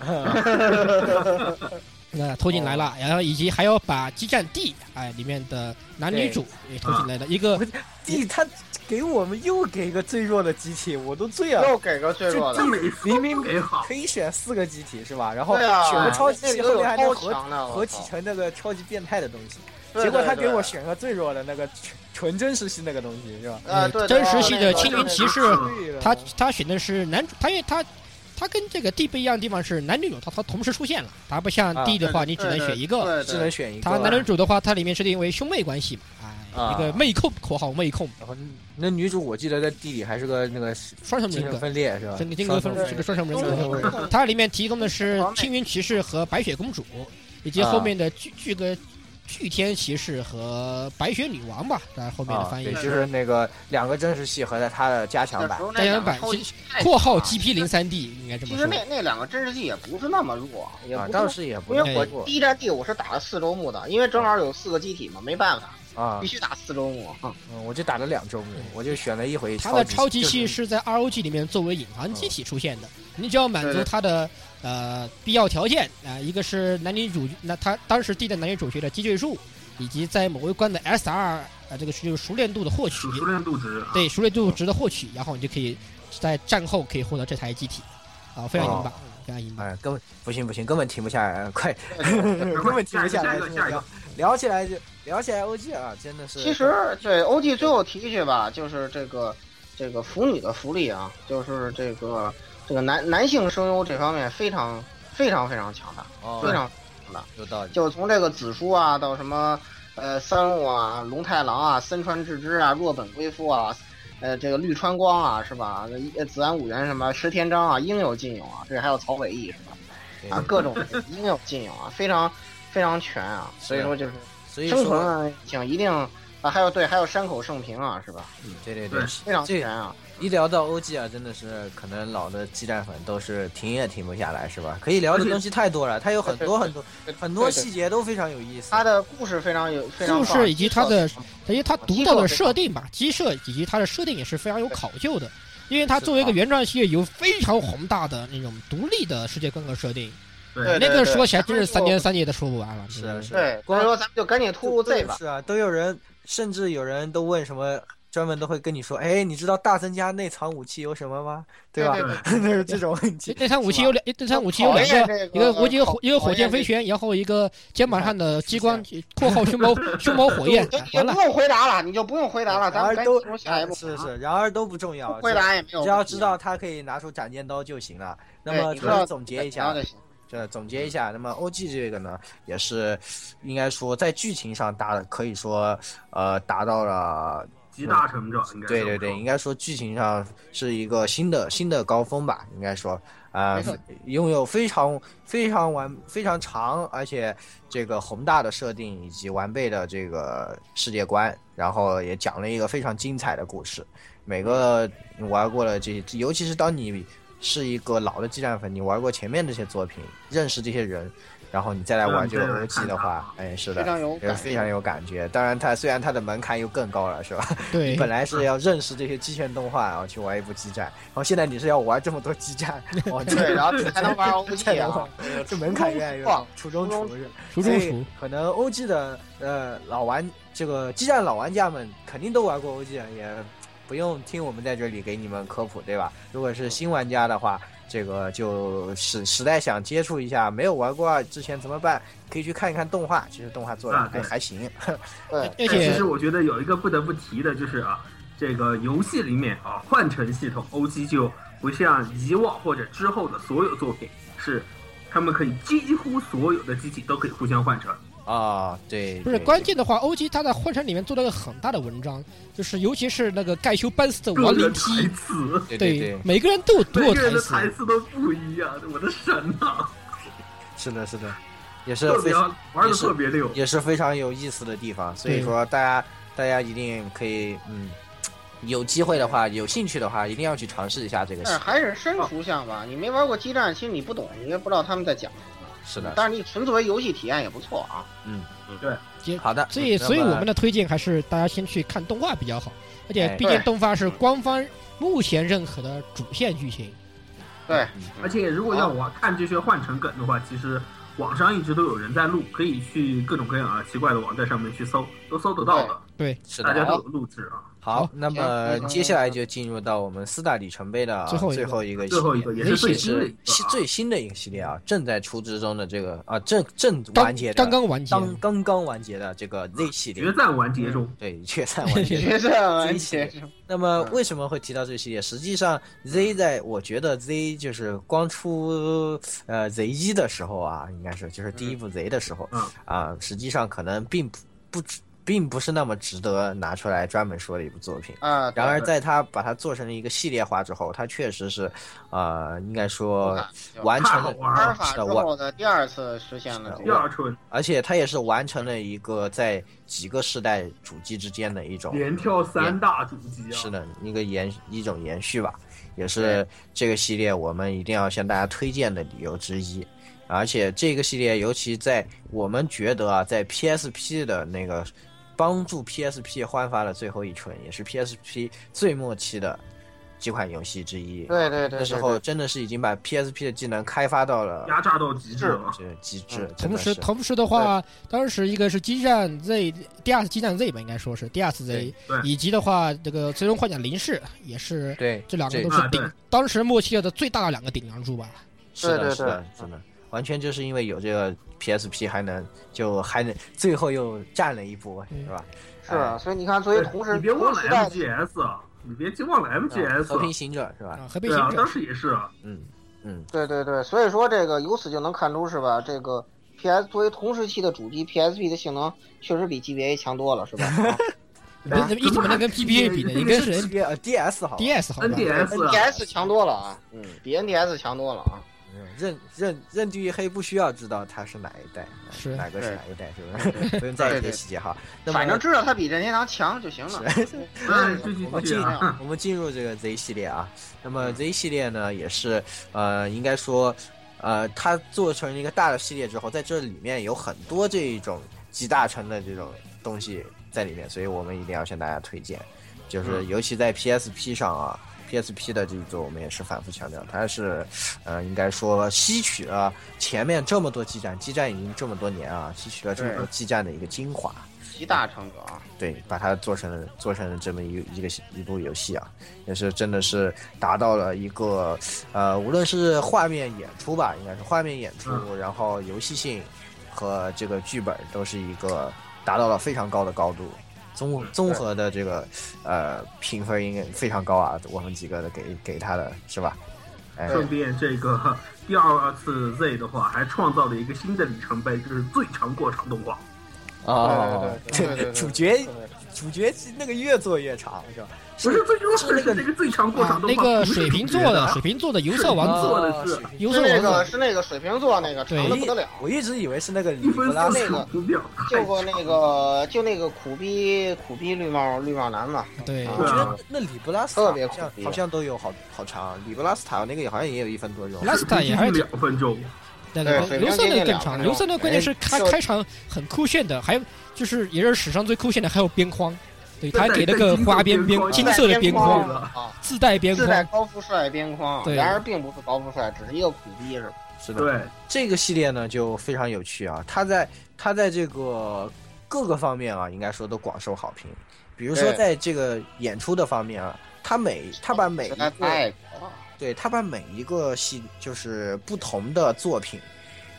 [SPEAKER 2] 啊 那拖进来了，然后以及还要把《激战 D》哎里面的男女主也拖进来了，一个
[SPEAKER 5] 弟他给我们又给一个最弱的机体，我都醉了。
[SPEAKER 1] 又给个最弱
[SPEAKER 5] 就
[SPEAKER 1] 的
[SPEAKER 5] 弟，
[SPEAKER 4] 每次
[SPEAKER 5] 明明
[SPEAKER 4] 给好
[SPEAKER 5] 可以选四个机体是吧？然后
[SPEAKER 1] 对啊，
[SPEAKER 5] 选个超级
[SPEAKER 1] 那里
[SPEAKER 5] 系，
[SPEAKER 1] 都
[SPEAKER 5] 后
[SPEAKER 1] 有
[SPEAKER 5] 面还能
[SPEAKER 1] 超
[SPEAKER 5] 合
[SPEAKER 1] 强的，
[SPEAKER 5] 合
[SPEAKER 1] 我
[SPEAKER 5] 体
[SPEAKER 1] 操
[SPEAKER 5] 成那个超级变态的东西。
[SPEAKER 1] 对
[SPEAKER 5] 结果
[SPEAKER 1] 对
[SPEAKER 5] 他给
[SPEAKER 1] 对
[SPEAKER 5] 我选个最弱的那个纯纯真实系那个东西是吧？
[SPEAKER 1] 啊，对，
[SPEAKER 2] 真实
[SPEAKER 1] 对
[SPEAKER 2] 系的青云骑士，
[SPEAKER 5] 对了
[SPEAKER 2] 他他选的是男主，他因为他他跟这个 D 不一样的地方是男女主他他同时出现了，他不像
[SPEAKER 5] 啊
[SPEAKER 2] D 的话
[SPEAKER 1] 对
[SPEAKER 2] 你只能选一个，
[SPEAKER 1] 对对
[SPEAKER 5] 只能选一个
[SPEAKER 2] 他
[SPEAKER 5] 吧。
[SPEAKER 2] 男女主的话它里面设定为兄妹关系嘛，哎
[SPEAKER 3] 啊
[SPEAKER 2] 一个妹控（括号妹控
[SPEAKER 5] 然后那女主我记得在地里还是个那个）
[SPEAKER 2] 双重
[SPEAKER 5] 精
[SPEAKER 2] 人
[SPEAKER 5] 神
[SPEAKER 2] 格。
[SPEAKER 5] 分裂是吧？
[SPEAKER 2] 分金格分
[SPEAKER 5] 双重
[SPEAKER 2] 是个双重人
[SPEAKER 1] 对
[SPEAKER 2] 格，
[SPEAKER 1] 对对
[SPEAKER 2] 它里面提供的是
[SPEAKER 1] 王美
[SPEAKER 2] 青云骑士和白雪公主，以及后面的巨巨个巨天骑士和白雪女王吧，在后面的
[SPEAKER 3] 啊，
[SPEAKER 2] 翻译
[SPEAKER 3] 对，
[SPEAKER 2] 是。
[SPEAKER 5] 就是那个两个真实系和他的加强版。
[SPEAKER 1] 那
[SPEAKER 2] 加
[SPEAKER 1] 两
[SPEAKER 2] 强
[SPEAKER 1] 个
[SPEAKER 2] 版
[SPEAKER 1] 超级
[SPEAKER 2] 其
[SPEAKER 1] 太
[SPEAKER 2] 括号
[SPEAKER 1] 强了
[SPEAKER 2] GP 零三 D 应该这
[SPEAKER 1] 其
[SPEAKER 2] 么
[SPEAKER 1] 实
[SPEAKER 2] 说。
[SPEAKER 1] 那那两个真实系也不是那么弱，也
[SPEAKER 3] 啊
[SPEAKER 1] 不，是
[SPEAKER 3] 倒是也不
[SPEAKER 1] 因
[SPEAKER 2] 哎
[SPEAKER 1] 为
[SPEAKER 3] 错
[SPEAKER 1] 我
[SPEAKER 3] 过
[SPEAKER 1] 第一站第五是打了四周目的，因为正好有四个机体嘛，没办法，
[SPEAKER 3] 啊
[SPEAKER 1] 必，须打四周目。哼
[SPEAKER 3] 嗯我就打了两周目，我就选了一回
[SPEAKER 2] 它的
[SPEAKER 3] 超
[SPEAKER 2] 超级系
[SPEAKER 3] 就是嗯
[SPEAKER 2] 在 ROG 里面作为隐含机体出现的，你只要满足它的呃必要条件啊、一个是男女主，那他当时 D 的男女主角的击坠数，以及在某一关的 SR 啊、这个就是熟练度的获取
[SPEAKER 4] 熟，熟练度值啊，
[SPEAKER 2] 对熟练度值的获取，然后你就可以在战后可以获得这台机体，啊、非常
[SPEAKER 3] 哦
[SPEAKER 2] 硬吧，非常硬吧。
[SPEAKER 3] 哎，根本不行不行，根本停不下来，快
[SPEAKER 5] 根本停不下
[SPEAKER 4] 下
[SPEAKER 5] 来
[SPEAKER 4] 一个下一个，
[SPEAKER 5] 聊起来就聊起来 OG 啊，真的是。
[SPEAKER 1] 其实对 OG 最后提一句吧，就是这个这个腐女的福利啊，就是这个这个男男性声优这方面非常非常非常强大，
[SPEAKER 3] 哦
[SPEAKER 1] 非常
[SPEAKER 3] 有道理，
[SPEAKER 1] 就从这个子书啊到什么呃三木啊、龙太郎啊、森川智之啊、若本圭夫啊，呃这个绿川光啊是吧？呃子安五元什么石田章啊，应有尽有啊，这还有曹伟毅是吧？
[SPEAKER 3] 对
[SPEAKER 1] 啊，各种应有尽有啊， 非常非常全啊。所以说就是
[SPEAKER 3] 所以
[SPEAKER 1] 生存
[SPEAKER 3] 说
[SPEAKER 1] 啊，请一定啊，还有对，还有山口胜平啊，是吧？
[SPEAKER 5] 嗯
[SPEAKER 3] 对对
[SPEAKER 4] 对
[SPEAKER 3] 对，
[SPEAKER 1] 非常
[SPEAKER 3] 这
[SPEAKER 1] 全啊。
[SPEAKER 3] 一聊到 OG 啊，真的是可能老的激战粉都是停也停不下来，是吧？可以聊的东西太多了，它有很多很多很多细节都非常有意思。
[SPEAKER 1] 他的故事非常有，非常
[SPEAKER 2] 故
[SPEAKER 1] 棒
[SPEAKER 2] 事以及他的，
[SPEAKER 3] 哎
[SPEAKER 2] 因为它独到的设定吧，机设以及它的设定也是非常有考究的，因为它作为
[SPEAKER 3] 啊
[SPEAKER 2] 一个原创系列，有非常宏大的那种独立的世界观和设定。
[SPEAKER 1] 对
[SPEAKER 2] 那个说起来真是
[SPEAKER 1] 然后
[SPEAKER 2] 三天三夜都说不完了。
[SPEAKER 3] 是啊是
[SPEAKER 1] 嗯
[SPEAKER 3] 啊，
[SPEAKER 1] 对，所以说咱们就赶紧突入
[SPEAKER 5] 对
[SPEAKER 1] Z 吧。
[SPEAKER 5] 是啊，都有人，甚至有人都问什么，专门都会跟你说，哎，你知道大增加内藏武器有什么吗？ 对吧？
[SPEAKER 1] 对
[SPEAKER 5] 那是这种问题。
[SPEAKER 2] 那场武器有两，那场武器有
[SPEAKER 1] 讨
[SPEAKER 2] 两
[SPEAKER 1] 厌
[SPEAKER 2] 个，
[SPEAKER 1] 这
[SPEAKER 2] 一个国际
[SPEAKER 1] 讨
[SPEAKER 2] 火，一个火箭
[SPEAKER 1] 讨
[SPEAKER 2] 飞
[SPEAKER 1] 厌
[SPEAKER 2] 旋，然后一个肩膀上的激光（ 括号胸毛胸毛火 焰
[SPEAKER 1] 这个）。
[SPEAKER 2] 哎完
[SPEAKER 1] 你就
[SPEAKER 2] 了
[SPEAKER 1] 不，用回答了，你就不用回答了，啊咱
[SPEAKER 5] 然
[SPEAKER 1] 们
[SPEAKER 5] 而
[SPEAKER 1] 赶紧
[SPEAKER 5] 都
[SPEAKER 1] 进入下一步。啊
[SPEAKER 5] 是，是，然而都不重要
[SPEAKER 3] 哎
[SPEAKER 1] 不，回答也没有问题。
[SPEAKER 5] 只要知道他可以拿出斩剑刀就行了。那
[SPEAKER 1] 对，
[SPEAKER 5] 么主
[SPEAKER 1] 你呃知道
[SPEAKER 5] 要总结一下
[SPEAKER 1] 怎么，样就行。
[SPEAKER 3] 这总结一下，那么 OG 这个呢，也是应该说在剧情上达可以说呃达到了
[SPEAKER 4] 极大成长，应该
[SPEAKER 3] 对对对，应该说剧情上是一个新的新的高峰吧，应该说，啊、
[SPEAKER 1] 没错
[SPEAKER 3] 拥有非常非常完非常长，而且这个宏大的设定以及完备的这个世界观，然后也讲了一个非常精彩的故事。每个玩过了这，尤其是当你是一个老的鸡蛋粉，你玩过前面这些作品，认识这些人，然后你再来玩这个
[SPEAKER 4] 嗯
[SPEAKER 3] OG 的话，哎，是
[SPEAKER 1] 非
[SPEAKER 3] 的，
[SPEAKER 1] 常有
[SPEAKER 3] 也
[SPEAKER 1] 感
[SPEAKER 3] 非常有感觉。当然它，虽然它的门槛又更高了，是吧？
[SPEAKER 2] 对
[SPEAKER 3] 本来是要认识这些机械动画，然后去玩一部激战，然后现在你是要玩这么多激战，哦，
[SPEAKER 1] 对，
[SPEAKER 3] 这
[SPEAKER 1] 然后你才能玩
[SPEAKER 3] 才
[SPEAKER 1] OG
[SPEAKER 3] 能
[SPEAKER 1] 啊
[SPEAKER 3] 玩，这门槛越来越高，初中
[SPEAKER 1] 初
[SPEAKER 3] 处是。
[SPEAKER 2] 熟
[SPEAKER 3] 所
[SPEAKER 2] 中
[SPEAKER 3] 以
[SPEAKER 2] 熟，
[SPEAKER 3] 可能 OG 的呃老玩这个激战老玩家们肯定都玩过 OG，了也不用听我们在这里给你们科普，对吧？如果是新玩家的话，这个就实实在想接触一下，没有玩过啊之前怎么办？可以去看一看动画，其实动画做的
[SPEAKER 4] 啊
[SPEAKER 3] 还、
[SPEAKER 4] 对
[SPEAKER 3] 还行。
[SPEAKER 1] 对，
[SPEAKER 2] 而
[SPEAKER 4] 但其
[SPEAKER 2] 且
[SPEAKER 4] 实我觉得有一个不得不提的就是啊，这个游戏里面啊，换乘系统 OG 就不像以往或者之后的所有作品是，他们可以几乎所有的机器都可以互相换乘。
[SPEAKER 3] 啊、对，
[SPEAKER 2] 不是
[SPEAKER 3] 对
[SPEAKER 2] 关键的话，OG 它在换乘里面做了个很大的文章，就是尤其是那个盖修班斯的
[SPEAKER 4] 各
[SPEAKER 2] 亡
[SPEAKER 4] 个
[SPEAKER 2] 灵
[SPEAKER 4] 台
[SPEAKER 2] 梯，
[SPEAKER 4] 词，
[SPEAKER 3] 对对
[SPEAKER 2] 对
[SPEAKER 3] 对，，
[SPEAKER 2] 每个人都有都
[SPEAKER 4] 每
[SPEAKER 2] 有
[SPEAKER 4] 个
[SPEAKER 2] 台
[SPEAKER 4] 人的台
[SPEAKER 2] 词，
[SPEAKER 4] 词都不一样，我的神呐、
[SPEAKER 3] 是的，是的，也是
[SPEAKER 4] 特
[SPEAKER 3] 非
[SPEAKER 4] 别
[SPEAKER 3] 常
[SPEAKER 4] 玩的
[SPEAKER 3] 也是
[SPEAKER 4] 特别溜。
[SPEAKER 3] 也是非常有意思的地方。所以
[SPEAKER 2] 对
[SPEAKER 3] 说，大家大家一定可以，嗯，有机会的话，有兴趣的话，一定要去尝试一下这个
[SPEAKER 1] 但
[SPEAKER 3] 戏
[SPEAKER 1] 是。还是
[SPEAKER 3] 啊
[SPEAKER 1] 生熟像吧，你没玩过激战，其实你不懂，你也不知道他们在讲什么。
[SPEAKER 3] 是的，
[SPEAKER 1] 但是你纯作为游戏体验也不错啊。
[SPEAKER 3] 好的。
[SPEAKER 2] 所以
[SPEAKER 3] 那么
[SPEAKER 2] 所以我们的推荐还是大家先去看动画比较好，而且
[SPEAKER 3] 哎
[SPEAKER 2] 毕竟
[SPEAKER 1] 对
[SPEAKER 2] 动画是官方目前认可的主线剧情，
[SPEAKER 1] 对，
[SPEAKER 3] 嗯
[SPEAKER 4] 而且如果要我看这些换乘梗的话，其实网上一直都有人在录，可以去各种各样啊奇怪的网站上面去搜，都搜得到的，
[SPEAKER 3] 是
[SPEAKER 4] 大家
[SPEAKER 3] 的，
[SPEAKER 4] 都有录制啊。
[SPEAKER 3] 好
[SPEAKER 2] 好，
[SPEAKER 3] 那么接下来就进入到我们四大里程碑的啊
[SPEAKER 2] 最后一个
[SPEAKER 3] 最后一个系
[SPEAKER 4] 最后一个
[SPEAKER 3] 列。
[SPEAKER 4] 也
[SPEAKER 2] 那
[SPEAKER 4] 是最
[SPEAKER 3] 也
[SPEAKER 4] 新的一
[SPEAKER 3] 是
[SPEAKER 4] 个、啊，
[SPEAKER 3] 最新的一个系列啊，正在出之中的这个啊，正正
[SPEAKER 2] 刚
[SPEAKER 3] 完结的，
[SPEAKER 2] 刚刚完结，
[SPEAKER 3] 刚刚刚完结的这个 Z 系
[SPEAKER 4] 决
[SPEAKER 3] 列，
[SPEAKER 4] 战完结中，
[SPEAKER 3] 对，决赛完结。
[SPEAKER 1] 决战完
[SPEAKER 3] 真
[SPEAKER 1] 结
[SPEAKER 3] 是那么为什么会提到这个系列？实际上，Z 在我觉得 Z 就是光出呃 Z 一的时候啊，应该是就是第一部 Z 的时候
[SPEAKER 4] 嗯
[SPEAKER 3] 啊，实际上可能并不不值并不是那么值得拿出来专门说的一部作品。
[SPEAKER 1] 啊，对
[SPEAKER 3] 然而，在他把它做成了一个系列化之后，它确实是，呃，应该说完成
[SPEAKER 4] 太
[SPEAKER 3] 了
[SPEAKER 4] 好玩
[SPEAKER 1] 阿尔
[SPEAKER 4] 了
[SPEAKER 1] 法
[SPEAKER 3] 是
[SPEAKER 1] 之
[SPEAKER 3] 的完
[SPEAKER 1] 后的第二次实现了这
[SPEAKER 4] 第
[SPEAKER 1] 个
[SPEAKER 4] 二春
[SPEAKER 3] 而且它也是完成了一个在几个世代主机之间的一种
[SPEAKER 4] 连跳三大主机啊，
[SPEAKER 3] 是的，一个延一种延续吧，也是这个系列我们一定要向大家推荐的理由之一。而且这个系列，尤其在我们觉得啊，在 PSP 的那个帮助 PSP 焕发了最后一春，也是 PSP 最末期的几款游戏之一。
[SPEAKER 1] 对对对，
[SPEAKER 3] 那时候真的是已经把 PSP 的技能开发到了
[SPEAKER 4] 压榨到极致啊了。
[SPEAKER 3] 这极致，
[SPEAKER 1] 嗯
[SPEAKER 3] 真
[SPEAKER 2] 同
[SPEAKER 3] 的
[SPEAKER 2] 时，
[SPEAKER 3] 是
[SPEAKER 2] 同时的话，当时一个是激战 Z 第二次激战 Z 吧，应该说是第二次 Z，
[SPEAKER 4] 对
[SPEAKER 2] 以及的话，这个最终幻想零式也是
[SPEAKER 3] 对
[SPEAKER 2] 这两个
[SPEAKER 3] 这
[SPEAKER 2] 都
[SPEAKER 4] 啊
[SPEAKER 2] 是顶
[SPEAKER 4] 对，
[SPEAKER 2] 当时默契的最大的两个顶梁柱吧。
[SPEAKER 3] 是的，
[SPEAKER 1] 对对
[SPEAKER 3] 是的，是的，完全就是因为有这个 PSP，还能就还能最后又占了一波，
[SPEAKER 2] 嗯
[SPEAKER 3] 是吧？
[SPEAKER 1] 是啊，所以你看，作为同时
[SPEAKER 4] 哎你别
[SPEAKER 1] 同
[SPEAKER 4] 忘了
[SPEAKER 1] 时代
[SPEAKER 4] MGS 啊，你别忘了
[SPEAKER 3] 嗯
[SPEAKER 4] MGS
[SPEAKER 3] 和平
[SPEAKER 4] 啊。
[SPEAKER 3] 行者是吧？
[SPEAKER 2] 啊，和平
[SPEAKER 4] 对
[SPEAKER 2] 行
[SPEAKER 4] 啊，
[SPEAKER 2] 者
[SPEAKER 4] 当，时也是啊，
[SPEAKER 3] 嗯嗯，
[SPEAKER 1] 对对对，所以说这个由此就能看出是吧？这个 PS 作为同时期的主机，PSP 的性能确实比 GBA 强多了，是吧？啊
[SPEAKER 2] 你怎么你怎么能跟 PPA 比呢？你
[SPEAKER 4] 应
[SPEAKER 2] 跟
[SPEAKER 4] 该
[SPEAKER 2] 是
[SPEAKER 3] G 呃 DS 好吧
[SPEAKER 2] DS 好吧？
[SPEAKER 4] NDS 啊，
[SPEAKER 1] NDS 强多了啊，嗯，比 NDS 强多了啊。
[SPEAKER 3] 嗯任任任地狱黑不需要知道它是哪一代，
[SPEAKER 2] 是
[SPEAKER 3] 哪个是
[SPEAKER 1] 对
[SPEAKER 3] 哪一代，是不 是？不用在意
[SPEAKER 1] 对
[SPEAKER 3] 这
[SPEAKER 1] 对
[SPEAKER 3] 些细节哈。那么
[SPEAKER 1] 反正知道它比任天堂强就行了。
[SPEAKER 4] 嗯，最近
[SPEAKER 3] 我们
[SPEAKER 4] 这
[SPEAKER 3] 进
[SPEAKER 4] 啊，
[SPEAKER 3] 我们进入这个 Z 系列啊，那么 Z 系列呢，也是呃，应该说，呃，它做成一个大的系列之后，在这里面有很多这种集大成的这种东西在里面，所以我们一定要向大家推荐，就是尤其在 PSP 上啊。PSP 的这一座，我们也是反复强调，它是，呃，应该说吸取了前面这么多基站，基站已经这么多年啊，吸取了这么多
[SPEAKER 1] 对
[SPEAKER 3] 基站的一个精华，
[SPEAKER 1] 集大成者啊，
[SPEAKER 3] 对，把它做成了做成了这么一个一个一部游戏啊，也是真的是达到了一个呃，无论是画面演出吧，应该是画面演出，
[SPEAKER 1] 嗯
[SPEAKER 3] 然后游戏性和这个剧本都是一个达到了非常高的高度，
[SPEAKER 1] 嗯
[SPEAKER 3] 综综合的这个呃评分应该非常高啊，我们几个的给给他的是吧？哎，
[SPEAKER 4] 顺便这个第二次 Z 的话，还创造了一个新的里程碑，就是最长过场动画。
[SPEAKER 3] 哦，
[SPEAKER 1] 对对对对对对对
[SPEAKER 3] 主角
[SPEAKER 1] 对
[SPEAKER 3] 主角那个越做越长是吧？
[SPEAKER 4] 不是最终
[SPEAKER 3] 是那
[SPEAKER 4] 是
[SPEAKER 3] 个
[SPEAKER 4] 那个最强过
[SPEAKER 2] 啊
[SPEAKER 4] 场，动
[SPEAKER 2] 那
[SPEAKER 4] 画，
[SPEAKER 2] 个
[SPEAKER 4] 不是
[SPEAKER 2] 水瓶座
[SPEAKER 4] 主角
[SPEAKER 2] 的
[SPEAKER 4] 的啊
[SPEAKER 2] 水瓶座的游色王子，
[SPEAKER 4] 做的是
[SPEAKER 3] 啊水
[SPEAKER 2] 游
[SPEAKER 1] 是
[SPEAKER 2] 色
[SPEAKER 1] 那
[SPEAKER 2] 王
[SPEAKER 1] 个
[SPEAKER 2] 子，
[SPEAKER 1] 是那个水瓶座那个
[SPEAKER 2] 对
[SPEAKER 1] 长的不得了，
[SPEAKER 3] 我一直以为是那个里
[SPEAKER 4] 一
[SPEAKER 3] 弗
[SPEAKER 4] 分
[SPEAKER 3] 拉
[SPEAKER 4] 四
[SPEAKER 3] 那
[SPEAKER 4] 十
[SPEAKER 3] 个
[SPEAKER 4] 五秒，
[SPEAKER 1] 救过那个就那个苦逼苦逼绿帽绿帽男嘛，
[SPEAKER 2] 对
[SPEAKER 1] 啊
[SPEAKER 3] 我觉得那里布拉斯塔
[SPEAKER 1] 特别
[SPEAKER 3] 好像
[SPEAKER 1] 苦逼
[SPEAKER 3] 好像都有好好长，里布拉斯塔那个也好像也有一分多钟。
[SPEAKER 2] 拉斯塔也还是挺
[SPEAKER 4] 两分钟，
[SPEAKER 2] 那
[SPEAKER 1] 对
[SPEAKER 2] 个
[SPEAKER 1] 水
[SPEAKER 2] 刘
[SPEAKER 1] 平
[SPEAKER 2] 胜
[SPEAKER 1] 接
[SPEAKER 2] 那
[SPEAKER 1] 近
[SPEAKER 2] 更
[SPEAKER 1] 两
[SPEAKER 2] 长，
[SPEAKER 1] 分
[SPEAKER 2] 刘
[SPEAKER 1] 钟
[SPEAKER 2] 胜那关键是开
[SPEAKER 1] 哎就
[SPEAKER 2] 开场很酷炫的，还有就是也是史上最酷炫的，还有边框，对他
[SPEAKER 4] 对
[SPEAKER 2] 给那
[SPEAKER 4] 对
[SPEAKER 2] 个
[SPEAKER 4] 金色
[SPEAKER 2] 花边
[SPEAKER 4] 边
[SPEAKER 2] 边
[SPEAKER 4] 框
[SPEAKER 2] 金
[SPEAKER 1] 自带
[SPEAKER 2] 色的边
[SPEAKER 1] 边
[SPEAKER 2] 框，
[SPEAKER 4] 框
[SPEAKER 1] 啊，
[SPEAKER 2] 自带边
[SPEAKER 1] 自带
[SPEAKER 2] 框，
[SPEAKER 1] 高富帅边框，啊
[SPEAKER 2] 对
[SPEAKER 1] 然而并不是高富帅，只是一个苦逼是吧？
[SPEAKER 3] 是的，
[SPEAKER 4] 对，
[SPEAKER 3] 这个系列呢就非常有趣啊，它在它在这个各个方面啊，应该说都广受好评。比如说
[SPEAKER 1] 对
[SPEAKER 3] 在这个演出的方面啊，他每他把每一
[SPEAKER 1] 实在
[SPEAKER 3] 个
[SPEAKER 1] 太苦了。
[SPEAKER 3] 对他把每一个系就是不同的作品，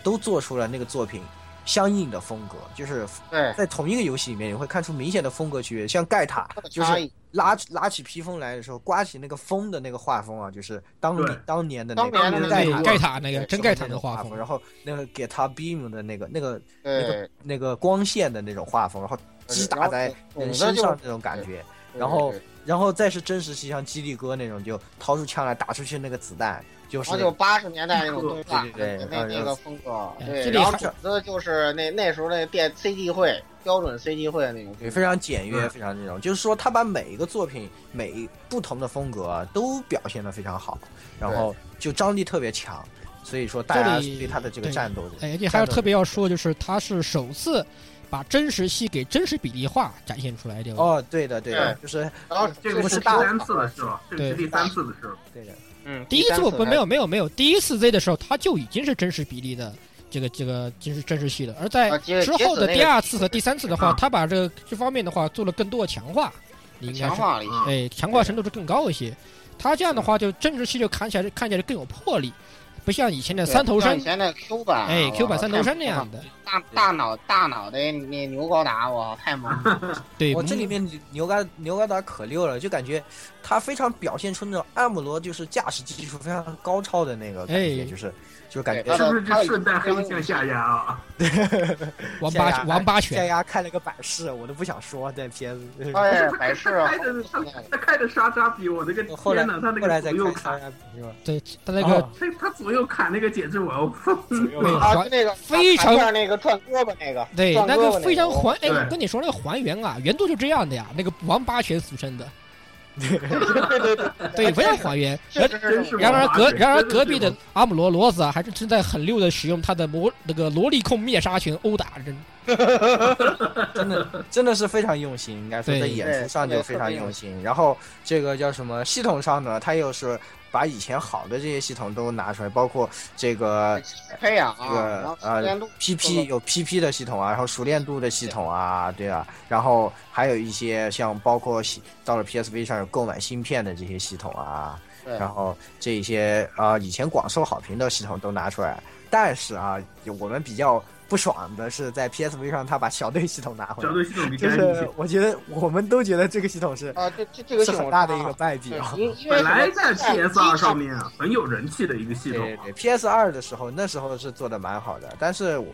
[SPEAKER 3] 都做出了那个作品相应的风格，就是
[SPEAKER 1] 对，
[SPEAKER 3] 在同一个游戏里面，你会看出明显的风格区别。像盖塔
[SPEAKER 1] 它的
[SPEAKER 3] 就
[SPEAKER 1] 差
[SPEAKER 3] 是
[SPEAKER 1] 异。
[SPEAKER 3] 拉拉起披风来的时候，刮起那个风的那个画风啊，就是当
[SPEAKER 4] 对
[SPEAKER 3] 年当年的那
[SPEAKER 1] 当年
[SPEAKER 3] 个
[SPEAKER 1] 的
[SPEAKER 3] 盖
[SPEAKER 1] 那
[SPEAKER 3] 塔
[SPEAKER 1] 个
[SPEAKER 2] 盖塔那个
[SPEAKER 3] 对
[SPEAKER 2] 真
[SPEAKER 3] 手
[SPEAKER 2] 盖
[SPEAKER 3] 那
[SPEAKER 2] 塔的
[SPEAKER 3] 种
[SPEAKER 2] 画
[SPEAKER 3] 画
[SPEAKER 2] 风，
[SPEAKER 3] 然后那个 guitar beam 的那个那个那
[SPEAKER 1] 对
[SPEAKER 3] 个，那个光线的那种画风，然后击打在
[SPEAKER 1] 呃然后总
[SPEAKER 3] 人
[SPEAKER 1] 之
[SPEAKER 3] 身
[SPEAKER 1] 就
[SPEAKER 3] 上那种感觉，然后
[SPEAKER 1] 对
[SPEAKER 3] 然后再是真实气像基力哥那种，就掏出枪来打出去那个子弹，就
[SPEAKER 1] 然
[SPEAKER 3] 是
[SPEAKER 1] 后就八十年代那种动画，
[SPEAKER 3] 对对对
[SPEAKER 1] 那
[SPEAKER 3] 然后
[SPEAKER 1] 那个风格，
[SPEAKER 2] 嗯
[SPEAKER 1] 对，
[SPEAKER 2] 这里
[SPEAKER 1] 然后
[SPEAKER 2] 还
[SPEAKER 1] 主子就是那那时候那电 CG 会标准 CG 会那种，
[SPEAKER 3] 对非常简约，
[SPEAKER 4] 嗯
[SPEAKER 3] 非常那种，就是说他把每一个作品每一不同的风格啊都表现得非常好，然后就张力特别强，所以说大家
[SPEAKER 2] 这里
[SPEAKER 3] 对他的这个
[SPEAKER 2] 对
[SPEAKER 3] 战斗力，
[SPEAKER 2] 哎，而且还要特别要说，就是他是首次把真实系给真实比例化展现出来的，
[SPEAKER 3] 哦，对的对的，就是
[SPEAKER 1] 然后
[SPEAKER 4] 这个
[SPEAKER 3] 不
[SPEAKER 4] 是
[SPEAKER 3] 是
[SPEAKER 4] 第
[SPEAKER 3] 大
[SPEAKER 4] 三次了是吧？这个是
[SPEAKER 2] 对
[SPEAKER 4] 第三次的是吧？
[SPEAKER 3] 对的，
[SPEAKER 1] 嗯，
[SPEAKER 2] 第一
[SPEAKER 1] 三
[SPEAKER 2] 次
[SPEAKER 1] 次
[SPEAKER 2] 我不没有没有没有，第一次 Z 的时候他就已经是真实比例的这个这个真实真实系的，而在
[SPEAKER 1] 啊接
[SPEAKER 2] 之后
[SPEAKER 1] 接着那
[SPEAKER 2] 的
[SPEAKER 1] 个
[SPEAKER 2] 第二次和第三次的话，
[SPEAKER 4] 啊
[SPEAKER 2] 他把这个这方面的话做了更多的强化，你应该
[SPEAKER 1] 强
[SPEAKER 2] 是
[SPEAKER 1] 化了一些，
[SPEAKER 4] 嗯，
[SPEAKER 2] 哎强化程度就更高一些。他这样的话就真实系就看起来看起来更有魄力，不像以前的三头
[SPEAKER 1] 像
[SPEAKER 2] 身
[SPEAKER 1] 以，前的 Q 版啊，
[SPEAKER 2] 哎
[SPEAKER 1] 我
[SPEAKER 2] Q 版
[SPEAKER 1] 靠
[SPEAKER 2] 三头身那，
[SPEAKER 1] 太
[SPEAKER 2] 样
[SPEAKER 1] 猛了
[SPEAKER 2] 的，
[SPEAKER 1] 大大脑大脑袋那牛高达，我靠太猛了，
[SPEAKER 2] 对，嗯
[SPEAKER 3] 我这里面牛嘎牛嘎达可溜了，就感觉他非常表现出那种按摩罗就是驾驶技术非常高超的那个感觉，
[SPEAKER 2] 哎
[SPEAKER 3] 就是就是感
[SPEAKER 1] 对
[SPEAKER 3] 觉
[SPEAKER 4] 是不是就顺带黑向下压啊？
[SPEAKER 2] 王
[SPEAKER 3] 下
[SPEAKER 2] 八
[SPEAKER 3] 压
[SPEAKER 2] 王八
[SPEAKER 3] 下
[SPEAKER 2] 拳，
[SPEAKER 3] 压开了个百事，我都不想说在片子。
[SPEAKER 1] 哎，百事 啊
[SPEAKER 4] 开的他开的莎莎比我那个
[SPEAKER 3] 后来
[SPEAKER 4] 天呐，他那
[SPEAKER 3] 后来
[SPEAKER 4] 个
[SPEAKER 3] 再
[SPEAKER 4] 左
[SPEAKER 3] 看
[SPEAKER 4] 右
[SPEAKER 3] 三
[SPEAKER 4] 砍，
[SPEAKER 3] 亚比是吧？
[SPEAKER 2] 对他那个
[SPEAKER 3] 哦
[SPEAKER 4] 他他左右砍那个简直我，
[SPEAKER 2] 对
[SPEAKER 1] 啊，
[SPEAKER 2] 还
[SPEAKER 1] 就那个
[SPEAKER 2] 非常
[SPEAKER 1] 弹片那个转胳膊那个，
[SPEAKER 2] 对，
[SPEAKER 1] 转
[SPEAKER 2] 那
[SPEAKER 1] 胳膊
[SPEAKER 2] 个
[SPEAKER 1] 那
[SPEAKER 2] 非常还，哎，
[SPEAKER 4] 对
[SPEAKER 2] 我跟你说那个还原啊，原作就这样的呀，那个王八拳俗称的，
[SPEAKER 1] 对对对
[SPEAKER 4] 哎
[SPEAKER 2] 对，非常还原。
[SPEAKER 1] 哎确实是
[SPEAKER 4] 真
[SPEAKER 1] 这
[SPEAKER 4] 是
[SPEAKER 1] 种
[SPEAKER 2] 然而
[SPEAKER 4] 王八
[SPEAKER 2] 隔
[SPEAKER 4] 拳
[SPEAKER 2] 然而
[SPEAKER 4] 真的
[SPEAKER 2] 隔
[SPEAKER 4] 是
[SPEAKER 2] 壁的
[SPEAKER 4] 王
[SPEAKER 2] 阿姆罗罗子啊，还是正在很溜的使用他的魔那个萝莉控灭杀拳殴打人，
[SPEAKER 3] 真的真的是非常用心，应该说
[SPEAKER 2] 对
[SPEAKER 3] 在演出上就非常用心。然后这个叫什么系统上呢？他又是把以前好的这些系统都拿出来，包括这个
[SPEAKER 1] 培养
[SPEAKER 3] 这
[SPEAKER 1] 啊，然
[SPEAKER 3] 个
[SPEAKER 1] 后时
[SPEAKER 3] 呃
[SPEAKER 1] 间度
[SPEAKER 3] PP 有 PP 的系统啊，然后熟练度的系统啊，对啊，然后还有一些像包括系到了 PSV 上有购买芯片的这些系统啊，
[SPEAKER 1] 对
[SPEAKER 3] 然后这一些啊以前广受好评的系统都拿出来，但是啊，有我们比较不爽的是在 PSV 上他把小队系统拿回
[SPEAKER 4] 小
[SPEAKER 3] 来，
[SPEAKER 4] 队系统比
[SPEAKER 3] 就
[SPEAKER 4] 干
[SPEAKER 3] 是
[SPEAKER 4] 净。
[SPEAKER 3] 我觉得我们都觉得这个系统是
[SPEAKER 1] 啊，这这这个
[SPEAKER 3] 是
[SPEAKER 1] 系
[SPEAKER 3] 很
[SPEAKER 1] 统
[SPEAKER 3] 大的一个
[SPEAKER 1] 啊
[SPEAKER 3] 败笔
[SPEAKER 1] 对
[SPEAKER 3] 啊。
[SPEAKER 1] 因因为
[SPEAKER 4] 本
[SPEAKER 1] 什
[SPEAKER 4] 来
[SPEAKER 1] 么
[SPEAKER 4] 在 PS2 上
[SPEAKER 1] 面，
[SPEAKER 4] 面啊很有人气的一个系统
[SPEAKER 3] 对
[SPEAKER 4] 啊
[SPEAKER 3] 对，PS 二的时候，那时候是做的蛮好的，但是我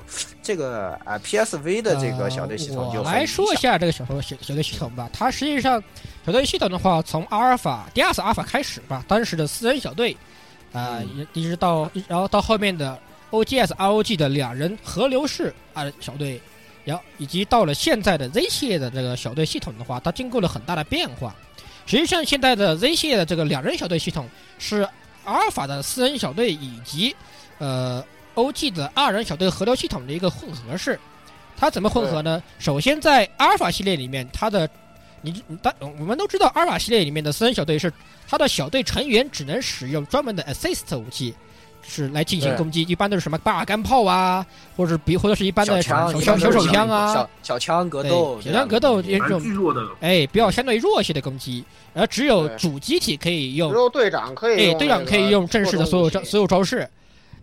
[SPEAKER 3] 这个啊 PSV 的这个小队系统
[SPEAKER 2] 呃
[SPEAKER 3] 就
[SPEAKER 2] 我
[SPEAKER 3] 很
[SPEAKER 2] 来说一
[SPEAKER 3] 理
[SPEAKER 2] 下这个小队小小队系统吧。它实际上小队系统的话，从阿尔法第二次阿尔法开始吧，当时的私人小队，啊、
[SPEAKER 3] 嗯
[SPEAKER 2] 一一直到一然后到后面的 OGS ROG 的两人合流式啊小队，然后以及到了现在的 Z 系列的这个小队系统的话，它经过了很大的变化。实际上，现在的 Z 系列的这个两人小队系统是阿尔法的私人小队以及呃 OG 的二人小队合流系统的一个混合式。它怎么混合呢？首先，在阿尔法系列里面，它的你你当我们都知道，阿尔法系列里面的私人小队是它的小队成员只能使用专门的 assist 武器，是来进行
[SPEAKER 3] 对
[SPEAKER 2] 攻击，一般都是什么巴尔干炮啊，或者是比或者是一般
[SPEAKER 3] 小
[SPEAKER 2] 的
[SPEAKER 3] 枪
[SPEAKER 2] 手
[SPEAKER 3] 一
[SPEAKER 2] 枪
[SPEAKER 3] 般
[SPEAKER 2] 手
[SPEAKER 3] 都
[SPEAKER 2] 手
[SPEAKER 3] 是
[SPEAKER 2] 枪啊
[SPEAKER 3] 小，小枪格
[SPEAKER 2] 对
[SPEAKER 3] 斗，
[SPEAKER 2] 小枪格斗也
[SPEAKER 4] 蛮
[SPEAKER 2] 这种
[SPEAKER 4] 巨弱的了。
[SPEAKER 2] 哎，比较相对弱一些的攻击，而只有
[SPEAKER 1] 对
[SPEAKER 2] 主机体可以用
[SPEAKER 1] 只有队长可以
[SPEAKER 2] 哎，
[SPEAKER 1] 用
[SPEAKER 2] 队长
[SPEAKER 1] 那个
[SPEAKER 2] 可以用正式的所有
[SPEAKER 1] 破动
[SPEAKER 2] 招
[SPEAKER 1] 武器
[SPEAKER 2] 所有招式，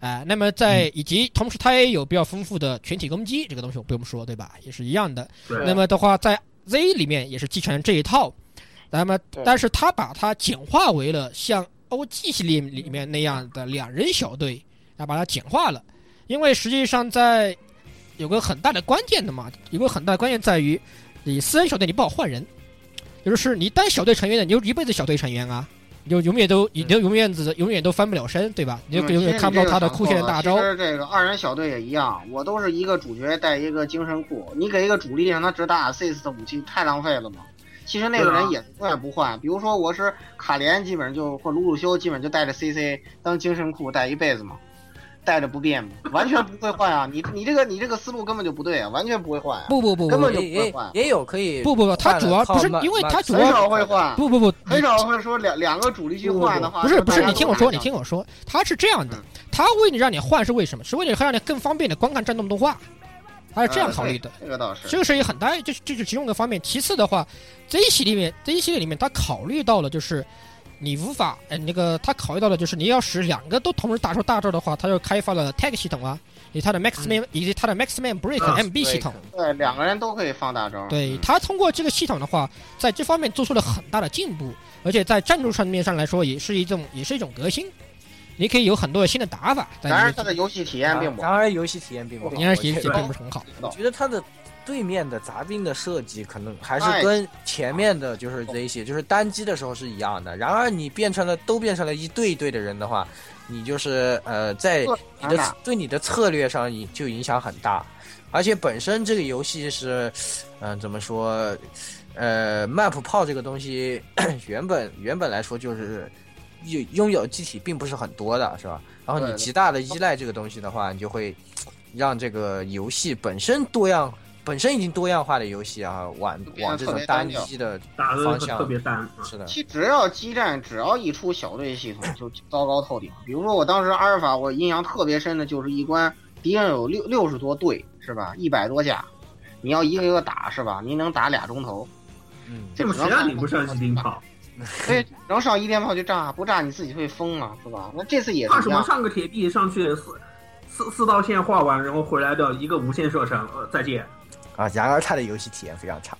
[SPEAKER 2] 哎、那么在以及同时它也有比较丰富的全体攻击，这个东西我不用说，对吧？也是一样的。
[SPEAKER 4] 对
[SPEAKER 2] 那么的话，在 Z 里面也是继承这一套，那么
[SPEAKER 1] 对
[SPEAKER 2] 但是它把它简化为了像 OG 系列里面那样的两人小队，啊，把它简化了，因为实际上在有个很大的关键的嘛，有个很大的关键在于你私人小队你不好换人，也就是你当小队成员的，你就一辈子小队成员啊，你就永
[SPEAKER 1] 嗯
[SPEAKER 2] 远都你就永远只永远都翻不了身，对吧？你就永远看不到他的酷炫大招
[SPEAKER 1] 其。实嗯这个二人小队也一样，我都是一个主角带一个精神库，你给一个主力让他只打 assist 的武器，太浪费了嘛。其实那
[SPEAKER 4] 啊
[SPEAKER 1] 个人也永远不换，比如说我是卡莲，基本上就或鲁鲁修，基本上就带着 CC 当精神库带一辈子嘛，带着不变嘛，完全不会换啊！你你这个你这个思路根本就不对啊，完全不会换啊，
[SPEAKER 2] 不不不不
[SPEAKER 1] 根
[SPEAKER 2] 不
[SPEAKER 1] 本
[SPEAKER 3] 也也也有可以
[SPEAKER 2] 不不，他主要不是因为他主
[SPEAKER 1] 很
[SPEAKER 2] 要
[SPEAKER 1] 少会换，啊
[SPEAKER 2] 不不不，
[SPEAKER 1] 很少会说两两个主力去换的话，
[SPEAKER 2] 不是
[SPEAKER 1] 说
[SPEAKER 2] 不
[SPEAKER 1] 大
[SPEAKER 2] 是，
[SPEAKER 1] 啊家
[SPEAKER 2] 你
[SPEAKER 1] 都
[SPEAKER 2] 听我说，
[SPEAKER 1] 打
[SPEAKER 2] 你
[SPEAKER 1] 一样
[SPEAKER 2] 听我说，他是这样的
[SPEAKER 1] 嗯，
[SPEAKER 2] 他为了让你换是为什么？是为了让你更方便的观看战斗动画，他是这样考虑的。
[SPEAKER 1] 呃对这个倒是
[SPEAKER 2] 这个是一个很大，这这是其中一个方面。其次的话，这一系列里面，这一系列里面，他考虑到了就是你无法，呃，那个他考虑到了就是你要使两个都同时打出大招的话，他就开发了 tag 系统啊，以及他的 maxman、以及他的 maxman break、
[SPEAKER 4] 啊
[SPEAKER 2] MB 系统。
[SPEAKER 1] 嗯对两个人都可以放大
[SPEAKER 3] 啊
[SPEAKER 1] 招，
[SPEAKER 2] 对他通过这个系统的话，在这方面做出了很大的进步，而且在战术上面上来说，也是一种也是一种革新。你可以有很多的新的打法，但
[SPEAKER 1] 然而
[SPEAKER 2] 你
[SPEAKER 1] 它的游戏体验并不好。
[SPEAKER 3] 然而游戏体验并不好，
[SPEAKER 2] 你还是
[SPEAKER 3] 我
[SPEAKER 2] 也
[SPEAKER 3] 觉
[SPEAKER 2] 也
[SPEAKER 3] 得
[SPEAKER 2] 并不是很好。
[SPEAKER 3] 我觉得他的对面的杂兵的设计可能还
[SPEAKER 1] 哎
[SPEAKER 3] 是跟前面的就是这一些，就是单机的时候是一样的。然而你变成了都变成了一队一队的人的话，你就是呃在
[SPEAKER 1] 打
[SPEAKER 3] 你的对你的策略上影就影响很大，而且本身这个游戏是，嗯、怎么说，呃，map 炮这个东西原本原本来说就是拥拥有机体并不是很多的，是吧？然后
[SPEAKER 1] 对
[SPEAKER 3] 你
[SPEAKER 1] 的
[SPEAKER 3] 极大的依赖这个东西的话，你就会让这个游戏本身多样。本身已经多样化的游戏啊，往
[SPEAKER 1] 变得
[SPEAKER 3] 往这
[SPEAKER 1] 特
[SPEAKER 3] 种
[SPEAKER 1] 别单
[SPEAKER 3] 单
[SPEAKER 1] 调
[SPEAKER 3] 机的
[SPEAKER 4] 打的
[SPEAKER 3] 方
[SPEAKER 4] 特
[SPEAKER 3] 向
[SPEAKER 4] 别淡啊。
[SPEAKER 3] 是的，
[SPEAKER 1] 其实只要激战，只要一出小队系统，就糟糕透顶。比如说我当时阿尔法，我印象特别深的就是一关，敌人有六六十多队，是吧？一百多下，你要一个一个打，是吧？你能打俩钟头，
[SPEAKER 3] 嗯，
[SPEAKER 4] 这不谁让你不上机灵炮？
[SPEAKER 1] 所以能上一电炮就炸，不炸你自己会疯啊，是吧？那这次也
[SPEAKER 4] 怕
[SPEAKER 1] 是
[SPEAKER 4] 什
[SPEAKER 1] 一
[SPEAKER 4] 么？
[SPEAKER 1] 样，
[SPEAKER 4] 上个铁地上去四四四道线画完，然后回来的一个无限射程，呃，再见。
[SPEAKER 3] 啊，然而它的游戏体验非常差。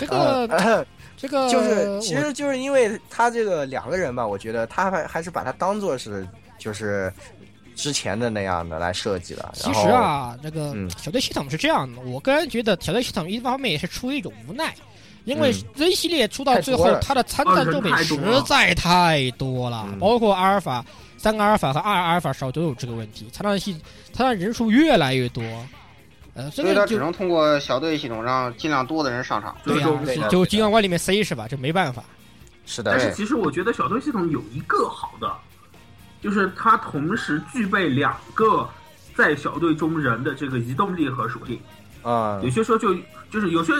[SPEAKER 2] 这 个
[SPEAKER 3] 呃
[SPEAKER 2] 这个
[SPEAKER 3] 就是其
[SPEAKER 2] 呃我
[SPEAKER 3] 实就是因为他这个两个人吧，我觉得他还还是把它当做是就是之前的那样的来设计了。
[SPEAKER 2] 其
[SPEAKER 3] 然
[SPEAKER 2] 实
[SPEAKER 3] 后，
[SPEAKER 2] 啊，这个
[SPEAKER 3] 嗯
[SPEAKER 2] 小队系统是这样的，我个人觉得小队系统一方面也是出于一种无奈。因为
[SPEAKER 3] 嗯
[SPEAKER 2] Z 系列出到
[SPEAKER 3] 太
[SPEAKER 2] 最
[SPEAKER 3] 多
[SPEAKER 2] 后
[SPEAKER 3] 了，
[SPEAKER 2] 它的参战作品
[SPEAKER 4] 啊人太
[SPEAKER 2] 实
[SPEAKER 4] 多了
[SPEAKER 2] 在太多了，
[SPEAKER 3] 嗯
[SPEAKER 2] 包括阿尔法、三个阿尔法和二阿尔法少都有这个问题，参战系参战人数越来越多，呃，这
[SPEAKER 1] 所以他
[SPEAKER 2] 个
[SPEAKER 1] 只
[SPEAKER 2] 就
[SPEAKER 1] 能通过小队系统让尽量多的人上场。
[SPEAKER 2] 对呀、啊
[SPEAKER 4] 就是
[SPEAKER 3] 对的
[SPEAKER 2] 就
[SPEAKER 3] 对的
[SPEAKER 2] 金刚往里面塞是吧？这没办法。
[SPEAKER 3] 是
[SPEAKER 4] 但是
[SPEAKER 3] 的，
[SPEAKER 4] 其实我觉得小队系统有一个好的，就是它同时具备两个在小队中人的这个移动力和属性。有
[SPEAKER 3] 嗯，
[SPEAKER 4] 些时候就就是有些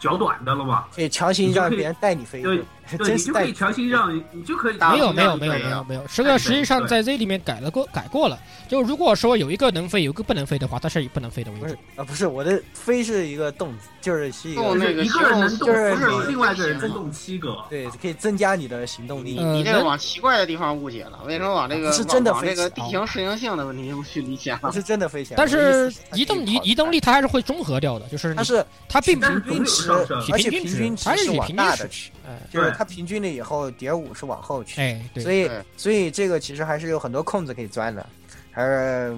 [SPEAKER 4] 脚短的了嘛，
[SPEAKER 3] 可以强行让别人带你飞，
[SPEAKER 4] 对对
[SPEAKER 3] 真
[SPEAKER 4] 你
[SPEAKER 3] 是
[SPEAKER 4] 就
[SPEAKER 3] 带
[SPEAKER 4] 可以强行让你就可以
[SPEAKER 1] 啊
[SPEAKER 2] 没有
[SPEAKER 4] 强
[SPEAKER 2] 没有没有
[SPEAKER 4] 行让你
[SPEAKER 2] 没
[SPEAKER 4] 飞
[SPEAKER 2] 有
[SPEAKER 4] 啊
[SPEAKER 2] 没有，这个实际上在 Z 里面改了过改过了。就如果说有一个能飞，有一个不能飞的话，它是以不能飞的为
[SPEAKER 3] 不是
[SPEAKER 2] 主。
[SPEAKER 3] 啊，不是我的飞是一个动，就是是一
[SPEAKER 1] 动
[SPEAKER 3] 个
[SPEAKER 1] 那个
[SPEAKER 4] 一个人能动
[SPEAKER 1] 就是
[SPEAKER 4] 四个，另外一个人能动七个。
[SPEAKER 3] 对，可以增加你的行动力
[SPEAKER 1] 你。
[SPEAKER 2] 呃
[SPEAKER 1] 你这个
[SPEAKER 2] 人
[SPEAKER 1] 往奇怪的地方误解了，为什么往这个
[SPEAKER 3] 不是真的
[SPEAKER 1] 往往这
[SPEAKER 3] 飞
[SPEAKER 1] 个
[SPEAKER 3] 起
[SPEAKER 1] 地
[SPEAKER 3] 来
[SPEAKER 1] 形适应性的问题去理解
[SPEAKER 3] 不
[SPEAKER 1] 了？
[SPEAKER 3] 是真的飞起来，
[SPEAKER 2] 但
[SPEAKER 3] 我的意
[SPEAKER 2] 是
[SPEAKER 3] 思是它
[SPEAKER 2] 移动
[SPEAKER 3] 可以
[SPEAKER 2] 移
[SPEAKER 3] 跑
[SPEAKER 2] 移动力它还是会中和掉的，就是
[SPEAKER 3] 它
[SPEAKER 2] 你
[SPEAKER 3] 是
[SPEAKER 2] 它并不
[SPEAKER 4] 但是
[SPEAKER 2] 是
[SPEAKER 4] 总
[SPEAKER 3] 平
[SPEAKER 4] 有
[SPEAKER 3] 均值
[SPEAKER 4] 上升，
[SPEAKER 2] 平
[SPEAKER 3] 而且
[SPEAKER 2] 均
[SPEAKER 3] 平
[SPEAKER 2] 值
[SPEAKER 3] 均，
[SPEAKER 2] 它是以
[SPEAKER 3] 往
[SPEAKER 2] 平均
[SPEAKER 3] 大
[SPEAKER 2] 值
[SPEAKER 3] 的去，
[SPEAKER 2] 哎
[SPEAKER 3] 就是
[SPEAKER 4] 对
[SPEAKER 3] 它平均了以后叠五是往后去。
[SPEAKER 2] 哎对
[SPEAKER 3] 所。以
[SPEAKER 1] 对
[SPEAKER 3] 所以这个其实还是有很多空子可以钻的，还是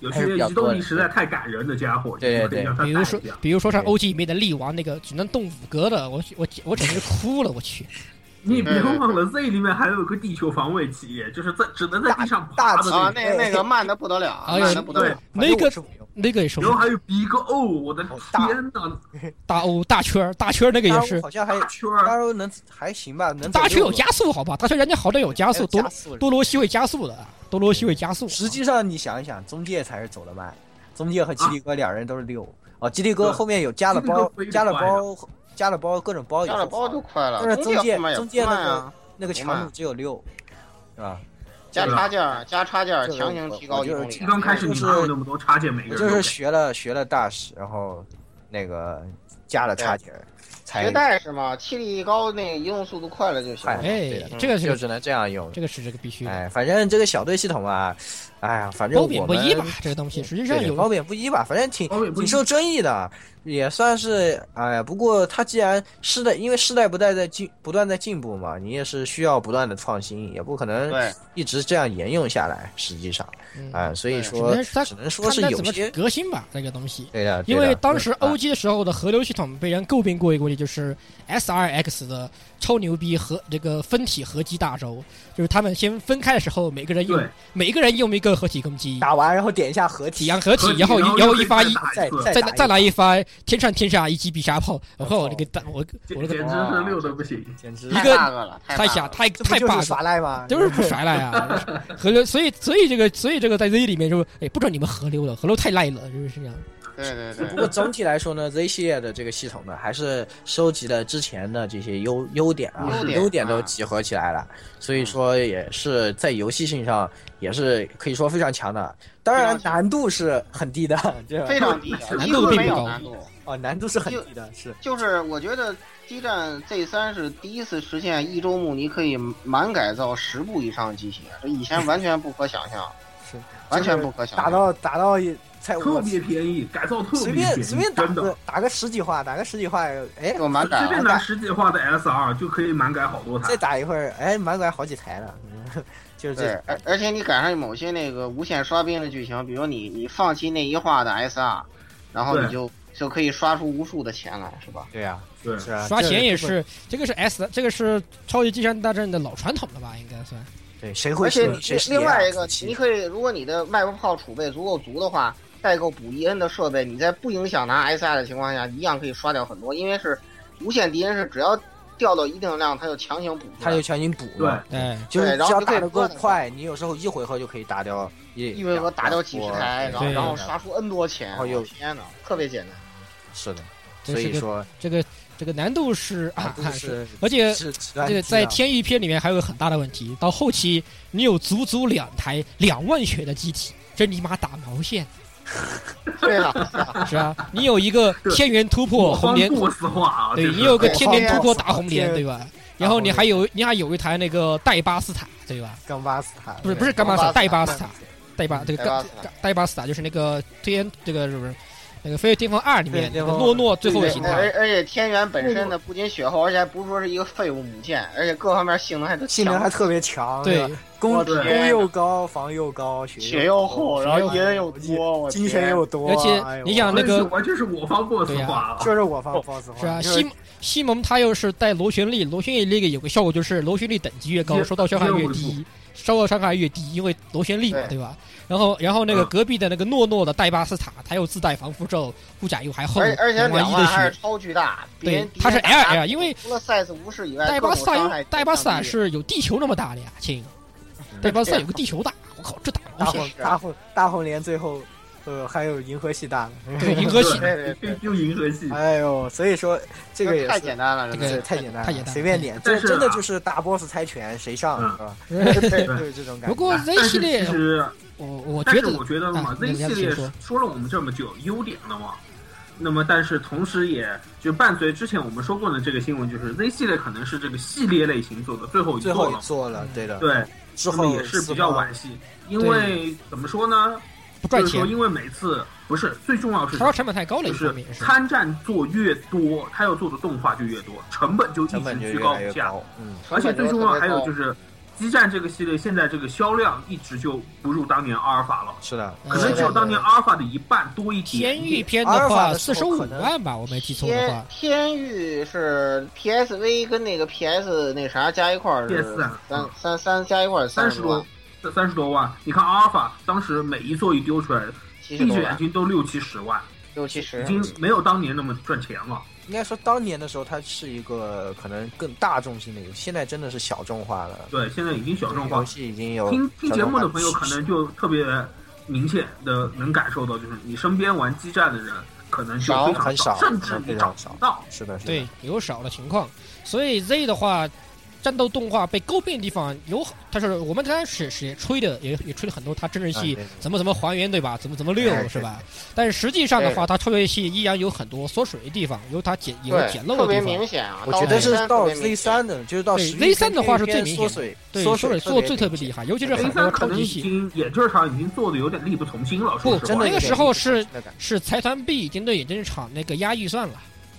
[SPEAKER 4] 有
[SPEAKER 3] 还是
[SPEAKER 4] 些
[SPEAKER 3] 比较
[SPEAKER 4] 移动
[SPEAKER 3] 多
[SPEAKER 4] 力
[SPEAKER 3] 的
[SPEAKER 4] 实在太感人的家伙，你
[SPEAKER 3] 对
[SPEAKER 4] 可以
[SPEAKER 3] 对
[SPEAKER 4] 让他
[SPEAKER 2] 比如说
[SPEAKER 4] 打一下，
[SPEAKER 2] 比如说像
[SPEAKER 3] 对
[SPEAKER 2] O G 里面的力王那个只能动五格的，我我我简直就哭了，我去！
[SPEAKER 4] 你别
[SPEAKER 1] 嗯
[SPEAKER 4] 忘了 Z 里面还有个地球防卫企业，就是在只能在地上
[SPEAKER 3] 大
[SPEAKER 4] 爬
[SPEAKER 3] 大
[SPEAKER 4] 的
[SPEAKER 1] 啊
[SPEAKER 4] 那，种。
[SPEAKER 1] 那那个慢的不得了，
[SPEAKER 2] 哎
[SPEAKER 1] 啊，
[SPEAKER 2] 呦
[SPEAKER 1] 慢的不得了。
[SPEAKER 3] 反正
[SPEAKER 2] 那个
[SPEAKER 3] 我是不用
[SPEAKER 2] 那个也是
[SPEAKER 4] 然后还有 Big O，我的
[SPEAKER 3] 哦大
[SPEAKER 4] 天呐，
[SPEAKER 2] 大欧大圈儿大圈儿那个
[SPEAKER 3] 大
[SPEAKER 2] 也
[SPEAKER 3] 陆
[SPEAKER 2] 是
[SPEAKER 3] 好像还
[SPEAKER 4] 大圈儿
[SPEAKER 3] 大陆能还行吧，能走
[SPEAKER 2] 大圈
[SPEAKER 3] 六
[SPEAKER 2] 有
[SPEAKER 3] 个
[SPEAKER 2] 加速，好吧？大圈人家好歹有加
[SPEAKER 3] 还
[SPEAKER 2] 速，
[SPEAKER 3] 有
[SPEAKER 2] 多
[SPEAKER 3] 加速
[SPEAKER 2] 多罗西会加速的啊，多罗西会加速。
[SPEAKER 3] 实际上你想一想，中介才是走得慢，中介和吉利哥两人都是六哦，吉利哥
[SPEAKER 4] 对
[SPEAKER 3] 后面有加了包
[SPEAKER 4] 吉利哥飞，得
[SPEAKER 3] 加了
[SPEAKER 4] 快啊
[SPEAKER 3] 包，加了包各种包以
[SPEAKER 1] 加
[SPEAKER 3] 后
[SPEAKER 1] 了包就快了，
[SPEAKER 3] 就是中介
[SPEAKER 1] 后面也
[SPEAKER 3] 中
[SPEAKER 1] 不
[SPEAKER 3] 介
[SPEAKER 1] 慢
[SPEAKER 3] 那
[SPEAKER 1] 啊
[SPEAKER 3] 个，那个强度只有六，是吧？
[SPEAKER 1] 加
[SPEAKER 4] 对
[SPEAKER 1] 插件儿，加插件儿，
[SPEAKER 3] 就是
[SPEAKER 1] 强行提高移动力
[SPEAKER 3] 我。
[SPEAKER 4] 刚开始你哪有那么多插件，每
[SPEAKER 3] 我
[SPEAKER 4] 个人
[SPEAKER 3] 就
[SPEAKER 4] 都
[SPEAKER 3] 是
[SPEAKER 4] 给
[SPEAKER 3] 学了学了大使，然后那个加了插件儿，才
[SPEAKER 1] 绝代是吗？气力高，那个移动速度快了就行了。
[SPEAKER 3] 快
[SPEAKER 2] 哎
[SPEAKER 3] 对的，
[SPEAKER 2] 这个
[SPEAKER 3] 就是只能这样用。哎
[SPEAKER 2] 这个是这个必须的。
[SPEAKER 3] 哎，反正这个小队系统啊，啊、哎呀，反正
[SPEAKER 2] 褒
[SPEAKER 3] 我
[SPEAKER 2] 贬
[SPEAKER 3] 们
[SPEAKER 2] 不一吧，这个东西实际上
[SPEAKER 3] 对对
[SPEAKER 2] 有
[SPEAKER 3] 褒贬不一吧，反正挺
[SPEAKER 4] 褒贬不一
[SPEAKER 3] 挺受争议的，也算是哎呀。不过它既然世代，因为世代不断在进，不断在进步嘛，你也是需要不断的创新，也不可能
[SPEAKER 1] 对
[SPEAKER 3] 一直这样沿用下来。实际上，
[SPEAKER 2] 嗯
[SPEAKER 3] 啊、所以
[SPEAKER 1] 对
[SPEAKER 3] 说
[SPEAKER 2] 只能是它
[SPEAKER 3] 只能说是
[SPEAKER 2] 看它
[SPEAKER 3] 有
[SPEAKER 2] 怎么
[SPEAKER 3] 些
[SPEAKER 2] 革新吧，这个东西。
[SPEAKER 3] 对的，对
[SPEAKER 2] 因为
[SPEAKER 3] 的
[SPEAKER 2] 当时
[SPEAKER 3] 嗯
[SPEAKER 2] OG 的时候的河流系统被人诟病过一个问题，就是 SRX 的超牛逼和这个分体合击大招，就是他们先分开的时候，每个人用
[SPEAKER 4] 对
[SPEAKER 2] 每个人用一个合体攻击，
[SPEAKER 3] 打完然后点一下合
[SPEAKER 2] 体
[SPEAKER 3] 体，
[SPEAKER 2] 阳合
[SPEAKER 4] 合
[SPEAKER 2] 体，
[SPEAKER 4] 体
[SPEAKER 2] 然后一
[SPEAKER 4] 然
[SPEAKER 2] 然后一发一。
[SPEAKER 4] 打
[SPEAKER 3] 再
[SPEAKER 4] 一个
[SPEAKER 3] 再
[SPEAKER 2] 再
[SPEAKER 3] 打
[SPEAKER 2] 拿
[SPEAKER 3] 一
[SPEAKER 2] 再
[SPEAKER 3] 个
[SPEAKER 2] 来一发天上天下一击必杀炮，哦我
[SPEAKER 3] 我
[SPEAKER 2] 靠！我
[SPEAKER 3] 操
[SPEAKER 2] 这个蛋，我我
[SPEAKER 4] 简
[SPEAKER 2] 那
[SPEAKER 4] 简
[SPEAKER 2] 个
[SPEAKER 4] 直是溜的不行。
[SPEAKER 3] 简直
[SPEAKER 1] 太
[SPEAKER 2] 一个
[SPEAKER 1] bug 了，
[SPEAKER 2] 太
[SPEAKER 1] bug
[SPEAKER 2] 假
[SPEAKER 1] 了
[SPEAKER 2] 太
[SPEAKER 3] 这不
[SPEAKER 2] 太
[SPEAKER 3] 就
[SPEAKER 2] 霸
[SPEAKER 3] 是
[SPEAKER 2] 道
[SPEAKER 3] 耍赖吗？
[SPEAKER 2] 就是不甩赖啊！ 河流，所以所以这个所以这个在 Z 里面说，哎，不准你们河流了，河流太赖了，就是这样。
[SPEAKER 1] 对对
[SPEAKER 3] 不
[SPEAKER 1] 对，
[SPEAKER 3] 过总体来说呢，Z 系列的这个系统呢，还是收集了之前的这些优优点啊，
[SPEAKER 1] 优点
[SPEAKER 3] 优点都
[SPEAKER 1] 啊嗯
[SPEAKER 3] 集合起来了，所以说也是在游戏性上也是可以说非常强的。当然
[SPEAKER 1] 非常强
[SPEAKER 3] 难度是很低的，这
[SPEAKER 1] 非常低，
[SPEAKER 2] 难
[SPEAKER 1] 几
[SPEAKER 2] 度
[SPEAKER 1] 乎
[SPEAKER 2] 并
[SPEAKER 1] 没
[SPEAKER 2] 不
[SPEAKER 1] 有
[SPEAKER 2] 高
[SPEAKER 1] 难度。
[SPEAKER 3] 哦难度是很低的，是
[SPEAKER 1] 就是我觉得基站 Z 三是第一次实现一周目你可以满改造十部以上机器，这以前完全不可想象，
[SPEAKER 3] 是
[SPEAKER 1] 完全不可想
[SPEAKER 3] 打
[SPEAKER 1] 象。
[SPEAKER 3] 到打到也才
[SPEAKER 4] 特
[SPEAKER 3] 我
[SPEAKER 4] 别便宜，改造特
[SPEAKER 3] 随
[SPEAKER 4] 别便宜，
[SPEAKER 3] 便随便打
[SPEAKER 4] 真的
[SPEAKER 3] 个。打个十几话，打个十几话，哎，
[SPEAKER 1] 就满改
[SPEAKER 4] 随便
[SPEAKER 1] 了，
[SPEAKER 4] 拿十几话的 SR 就可以满改好多台
[SPEAKER 3] 再。打一会儿，哎，满拐好几台了，嗯 就是
[SPEAKER 1] 对
[SPEAKER 3] 这，
[SPEAKER 1] 而而且你赶上某些那个无限刷兵的剧情，比如你你放弃那一话的 SR，然后你
[SPEAKER 4] 对
[SPEAKER 1] 就就可以刷出无数的钱来，是吧？
[SPEAKER 3] 对呀，
[SPEAKER 4] 对，
[SPEAKER 3] 是啊，
[SPEAKER 2] 刷
[SPEAKER 3] 这
[SPEAKER 2] 钱也
[SPEAKER 3] 这
[SPEAKER 2] 是，这个是 S，的这个是超级机战大战的老传统了吧，应该算。
[SPEAKER 3] 对，谁
[SPEAKER 1] 而
[SPEAKER 3] 会
[SPEAKER 1] 且
[SPEAKER 3] 是你谁是
[SPEAKER 1] 另
[SPEAKER 3] 你
[SPEAKER 1] 外
[SPEAKER 3] 啊
[SPEAKER 1] 一个，
[SPEAKER 3] 其
[SPEAKER 1] 你可以，如果你的麦克炮储备足够足的话，代购补一 N 的设备，你在不影响拿 SI 的情况下，一样可以刷掉很多，因为是无限敌人是只要掉到一定的量，他就强行补出来，
[SPEAKER 3] 他就强行补嘛，
[SPEAKER 2] 哎，
[SPEAKER 3] 就是
[SPEAKER 1] 对
[SPEAKER 3] 只
[SPEAKER 1] 然后
[SPEAKER 3] 要
[SPEAKER 1] 就
[SPEAKER 3] 打
[SPEAKER 1] 打
[SPEAKER 3] 得够
[SPEAKER 1] 断了
[SPEAKER 3] 快，你有时候一回合就可以打掉一
[SPEAKER 1] 一回合打掉几十台，然后
[SPEAKER 2] 对
[SPEAKER 1] 然后刷出 N 多钱，
[SPEAKER 3] 然后又
[SPEAKER 1] 我天哪，特别简单。
[SPEAKER 3] 是的，
[SPEAKER 2] 这
[SPEAKER 3] 所
[SPEAKER 2] 是
[SPEAKER 3] 以
[SPEAKER 2] 个
[SPEAKER 3] 说
[SPEAKER 2] 这个这个难度是啊，
[SPEAKER 3] 难度
[SPEAKER 2] 是
[SPEAKER 3] 是
[SPEAKER 2] 而且
[SPEAKER 3] 是啊极端
[SPEAKER 2] 这个
[SPEAKER 3] 低
[SPEAKER 2] 在
[SPEAKER 3] 的
[SPEAKER 2] 天域篇里面还有个很大的问题，到后期你有足足两台两万血的机体，这尼玛打毛线
[SPEAKER 1] 对啊，是啊
[SPEAKER 2] 是吧？你有一个天元突破红莲，
[SPEAKER 4] 过丝化啊！
[SPEAKER 2] 对
[SPEAKER 4] 这是
[SPEAKER 2] 你有个
[SPEAKER 3] 我
[SPEAKER 2] 天
[SPEAKER 3] 方
[SPEAKER 2] 元突
[SPEAKER 3] 便
[SPEAKER 2] 破
[SPEAKER 3] 死
[SPEAKER 2] 打红莲，
[SPEAKER 3] 天
[SPEAKER 2] 对吧？然后你还有你还有一台那个戴巴斯塔，对吧？
[SPEAKER 3] 冈巴斯塔
[SPEAKER 2] 不是不是
[SPEAKER 3] 对
[SPEAKER 2] 伽马
[SPEAKER 1] 巴
[SPEAKER 2] 塔，
[SPEAKER 1] 斯
[SPEAKER 2] 戴巴
[SPEAKER 3] 塔
[SPEAKER 2] 斯塔，戴巴这
[SPEAKER 1] 戴
[SPEAKER 2] 个伽
[SPEAKER 1] 巴斯塔
[SPEAKER 2] 伽戴巴斯塔就是那个天这个是不是那个《飞越巅峰二》里面哎
[SPEAKER 3] 对
[SPEAKER 2] 那
[SPEAKER 3] 巅
[SPEAKER 2] 个
[SPEAKER 3] 峰
[SPEAKER 2] 诺诺最后的
[SPEAKER 1] 对
[SPEAKER 2] 形
[SPEAKER 1] 而
[SPEAKER 2] 态，
[SPEAKER 1] 而且天元本身呢，不仅血厚，而且还不是说是一个废物母舰，而且各方面性能还都
[SPEAKER 3] 性能
[SPEAKER 1] 强
[SPEAKER 3] 还特别
[SPEAKER 1] 哎
[SPEAKER 3] 强，
[SPEAKER 2] 对
[SPEAKER 3] 是吧，攻
[SPEAKER 1] 我
[SPEAKER 3] 攻
[SPEAKER 1] 天
[SPEAKER 3] 又高，防又高，
[SPEAKER 1] 血
[SPEAKER 3] 又
[SPEAKER 1] 又厚，然后人又多，我
[SPEAKER 3] 精神又多，
[SPEAKER 2] 而且
[SPEAKER 3] 哎呦
[SPEAKER 2] 你想那
[SPEAKER 4] 这是
[SPEAKER 2] 个
[SPEAKER 4] 完全是我方过丝
[SPEAKER 2] 对呀
[SPEAKER 4] 化啊！
[SPEAKER 3] 哦就是我方 boss
[SPEAKER 2] 是啊，
[SPEAKER 3] 就
[SPEAKER 2] 西蒙西蒙他又是带螺旋力，螺旋力那个有个效果就是螺旋力等级越高，
[SPEAKER 4] 接
[SPEAKER 2] 受到伤害越
[SPEAKER 4] 接
[SPEAKER 2] 低，受到伤害越低，因为螺旋力嘛，
[SPEAKER 1] 对
[SPEAKER 2] 对吧？然后然后那个
[SPEAKER 4] 嗯
[SPEAKER 2] 隔壁的那个诺诺的戴巴斯塔，他又自带防护咒，护甲又还厚，
[SPEAKER 1] 而而且
[SPEAKER 2] 两万
[SPEAKER 1] 两
[SPEAKER 2] 一
[SPEAKER 1] 万
[SPEAKER 2] 的
[SPEAKER 1] 还
[SPEAKER 2] 血
[SPEAKER 1] 是。超巨大，别
[SPEAKER 2] 对
[SPEAKER 1] 人，敌
[SPEAKER 2] 他是
[SPEAKER 1] 人打
[SPEAKER 2] L
[SPEAKER 1] 打
[SPEAKER 2] L，因为
[SPEAKER 1] 除了 size 无视以外，
[SPEAKER 2] 戴巴斯塔
[SPEAKER 1] 各种
[SPEAKER 2] 有
[SPEAKER 1] 伤害
[SPEAKER 2] 戴巴斯塔
[SPEAKER 1] 降低嗯
[SPEAKER 2] 是有地球那么大的呀，亲，戴巴斯塔有个地球大，我靠，这打
[SPEAKER 3] 大
[SPEAKER 2] 毛
[SPEAKER 3] 红
[SPEAKER 2] 线！
[SPEAKER 1] 是啊
[SPEAKER 3] 大红大红莲最后呃还有银河系大了，
[SPEAKER 2] 对，银河系
[SPEAKER 1] 对对对
[SPEAKER 4] 又银河系，
[SPEAKER 3] 哎呦，所以说这个也是
[SPEAKER 1] 太简单了，
[SPEAKER 2] 这
[SPEAKER 1] 真
[SPEAKER 2] 个
[SPEAKER 1] 的
[SPEAKER 3] 这
[SPEAKER 1] 是
[SPEAKER 3] 太简单
[SPEAKER 2] 太简单了
[SPEAKER 3] 了，随便点，
[SPEAKER 4] 但
[SPEAKER 3] 这
[SPEAKER 4] 是
[SPEAKER 3] 真的
[SPEAKER 4] 啊
[SPEAKER 3] 就是大 boss 猜拳，谁上
[SPEAKER 4] 嗯
[SPEAKER 3] 是 吧？
[SPEAKER 2] 对
[SPEAKER 3] 就是这种感觉。
[SPEAKER 2] 不过 Z
[SPEAKER 4] 哎但
[SPEAKER 2] 系
[SPEAKER 4] 是其
[SPEAKER 2] 列，
[SPEAKER 4] 实
[SPEAKER 2] 我我
[SPEAKER 4] 但
[SPEAKER 2] 觉
[SPEAKER 4] 是
[SPEAKER 2] 得
[SPEAKER 4] 我觉得嘛
[SPEAKER 2] 啊
[SPEAKER 4] ，Z
[SPEAKER 2] 你先
[SPEAKER 4] 系列
[SPEAKER 2] 说
[SPEAKER 4] 说了我们这么久优点了嘛，那么但是同时也就伴随之前我们说过的这个新闻，就是 Z 系列可能是这个系列类型做的最后一
[SPEAKER 3] 最
[SPEAKER 4] 座
[SPEAKER 3] 后也
[SPEAKER 4] 了，
[SPEAKER 3] 做了，对的，
[SPEAKER 4] 对，
[SPEAKER 3] 之
[SPEAKER 4] 那么
[SPEAKER 3] 后
[SPEAKER 4] 也是
[SPEAKER 3] 四
[SPEAKER 4] 比较
[SPEAKER 3] 方
[SPEAKER 4] 惋惜，因为怎么说呢，
[SPEAKER 2] 不赚
[SPEAKER 4] 就是说
[SPEAKER 2] 钱，
[SPEAKER 4] 因为每次不是最重要是
[SPEAKER 2] 投入成本太高了，一
[SPEAKER 4] 就
[SPEAKER 2] 方
[SPEAKER 4] 是
[SPEAKER 2] 面也是。
[SPEAKER 4] 参战做越多，他要做的动画就越多，成本就一
[SPEAKER 3] 成本就
[SPEAKER 4] 直居
[SPEAKER 3] 越
[SPEAKER 4] 高
[SPEAKER 3] 来
[SPEAKER 4] 不
[SPEAKER 3] 越
[SPEAKER 4] 下。
[SPEAKER 3] 高，嗯，
[SPEAKER 4] 而且最重要还有就是是，激战这个系列现在这个销量一直就不如当年阿尔法了，
[SPEAKER 3] 是的，
[SPEAKER 2] 嗯
[SPEAKER 4] 可能只有当年阿尔法的一半多一点
[SPEAKER 2] 天域
[SPEAKER 4] 点。
[SPEAKER 2] 篇
[SPEAKER 3] 阿尔法
[SPEAKER 2] 话，
[SPEAKER 3] 的时
[SPEAKER 2] 四
[SPEAKER 3] 候
[SPEAKER 2] 十五
[SPEAKER 3] 可能
[SPEAKER 2] 万吧，我没记错的
[SPEAKER 1] 天
[SPEAKER 2] 话。
[SPEAKER 1] 天域是 PSV 跟那个 PS 那啥加一块儿是
[SPEAKER 4] PS 啊
[SPEAKER 1] 三三三加一块儿
[SPEAKER 4] 三
[SPEAKER 1] 十
[SPEAKER 4] 十多，三十多万，你看阿尔法当时每一座一丢出来，
[SPEAKER 1] 七
[SPEAKER 4] 闭
[SPEAKER 1] 十
[SPEAKER 4] 着
[SPEAKER 1] 多
[SPEAKER 4] 眼
[SPEAKER 1] 万
[SPEAKER 4] 睛都六七十万，
[SPEAKER 1] 六七十
[SPEAKER 4] 已，
[SPEAKER 3] 嗯
[SPEAKER 4] 经没有当年那么赚钱了。
[SPEAKER 3] 应该说当年的时候，它是一个可能更大众性的游戏，现在真的是小众化了，
[SPEAKER 4] 对，现在已经小众化
[SPEAKER 3] 游。戏已经有
[SPEAKER 4] 听听节目的朋友
[SPEAKER 3] 小众化
[SPEAKER 4] 可能就特别明显的能感受到，就是你身边玩激战的人可能就非常
[SPEAKER 3] 很少
[SPEAKER 4] 甚至
[SPEAKER 3] 非
[SPEAKER 4] 你
[SPEAKER 3] 常
[SPEAKER 4] 找
[SPEAKER 3] 少
[SPEAKER 4] 不到。
[SPEAKER 3] 是的，是的
[SPEAKER 2] 对，有少的情况。所以 Z 的话，战斗动画被诟病的地方有很，他说我们刚开始是吹的，也也吹了很多他真
[SPEAKER 4] 啊
[SPEAKER 2] 人
[SPEAKER 5] 嗯
[SPEAKER 2] 戏
[SPEAKER 5] 对
[SPEAKER 2] 怎么怎么还原，对吧？怎么怎么溜
[SPEAKER 5] 哎，对
[SPEAKER 2] 是吧？但是实际上的
[SPEAKER 4] 哎
[SPEAKER 2] 话，他超越系依然有很多缩水的地方，有它简有
[SPEAKER 1] 对
[SPEAKER 2] 简陋
[SPEAKER 1] 特
[SPEAKER 2] 的
[SPEAKER 1] 别
[SPEAKER 2] 地
[SPEAKER 1] 明
[SPEAKER 2] 方。
[SPEAKER 1] 显啊。
[SPEAKER 5] 我觉得是到 Z
[SPEAKER 1] 3
[SPEAKER 5] 三的，就是到
[SPEAKER 2] 对
[SPEAKER 5] 11
[SPEAKER 2] Z3 的话是最
[SPEAKER 5] 片
[SPEAKER 2] 明显
[SPEAKER 5] 缩
[SPEAKER 2] 的
[SPEAKER 5] 水，
[SPEAKER 2] 对，
[SPEAKER 5] 缩
[SPEAKER 2] 说
[SPEAKER 5] 水
[SPEAKER 2] 的做
[SPEAKER 5] 明
[SPEAKER 2] 最特别
[SPEAKER 5] 显
[SPEAKER 2] 厉害，尤其是
[SPEAKER 4] A
[SPEAKER 2] 很
[SPEAKER 4] 三
[SPEAKER 2] 多
[SPEAKER 4] 可
[SPEAKER 2] 超
[SPEAKER 4] 能
[SPEAKER 2] 级
[SPEAKER 4] 已
[SPEAKER 2] 系。
[SPEAKER 4] 经眼镜上已经做的有点力不从心了，
[SPEAKER 2] 不
[SPEAKER 4] 说实话。
[SPEAKER 5] 真的
[SPEAKER 2] 那
[SPEAKER 5] 有
[SPEAKER 2] 个
[SPEAKER 5] 点
[SPEAKER 2] 时候
[SPEAKER 5] 力不
[SPEAKER 2] 是
[SPEAKER 5] 从心的感觉
[SPEAKER 2] 是财团 B 已经对眼镜厂那个压预算了，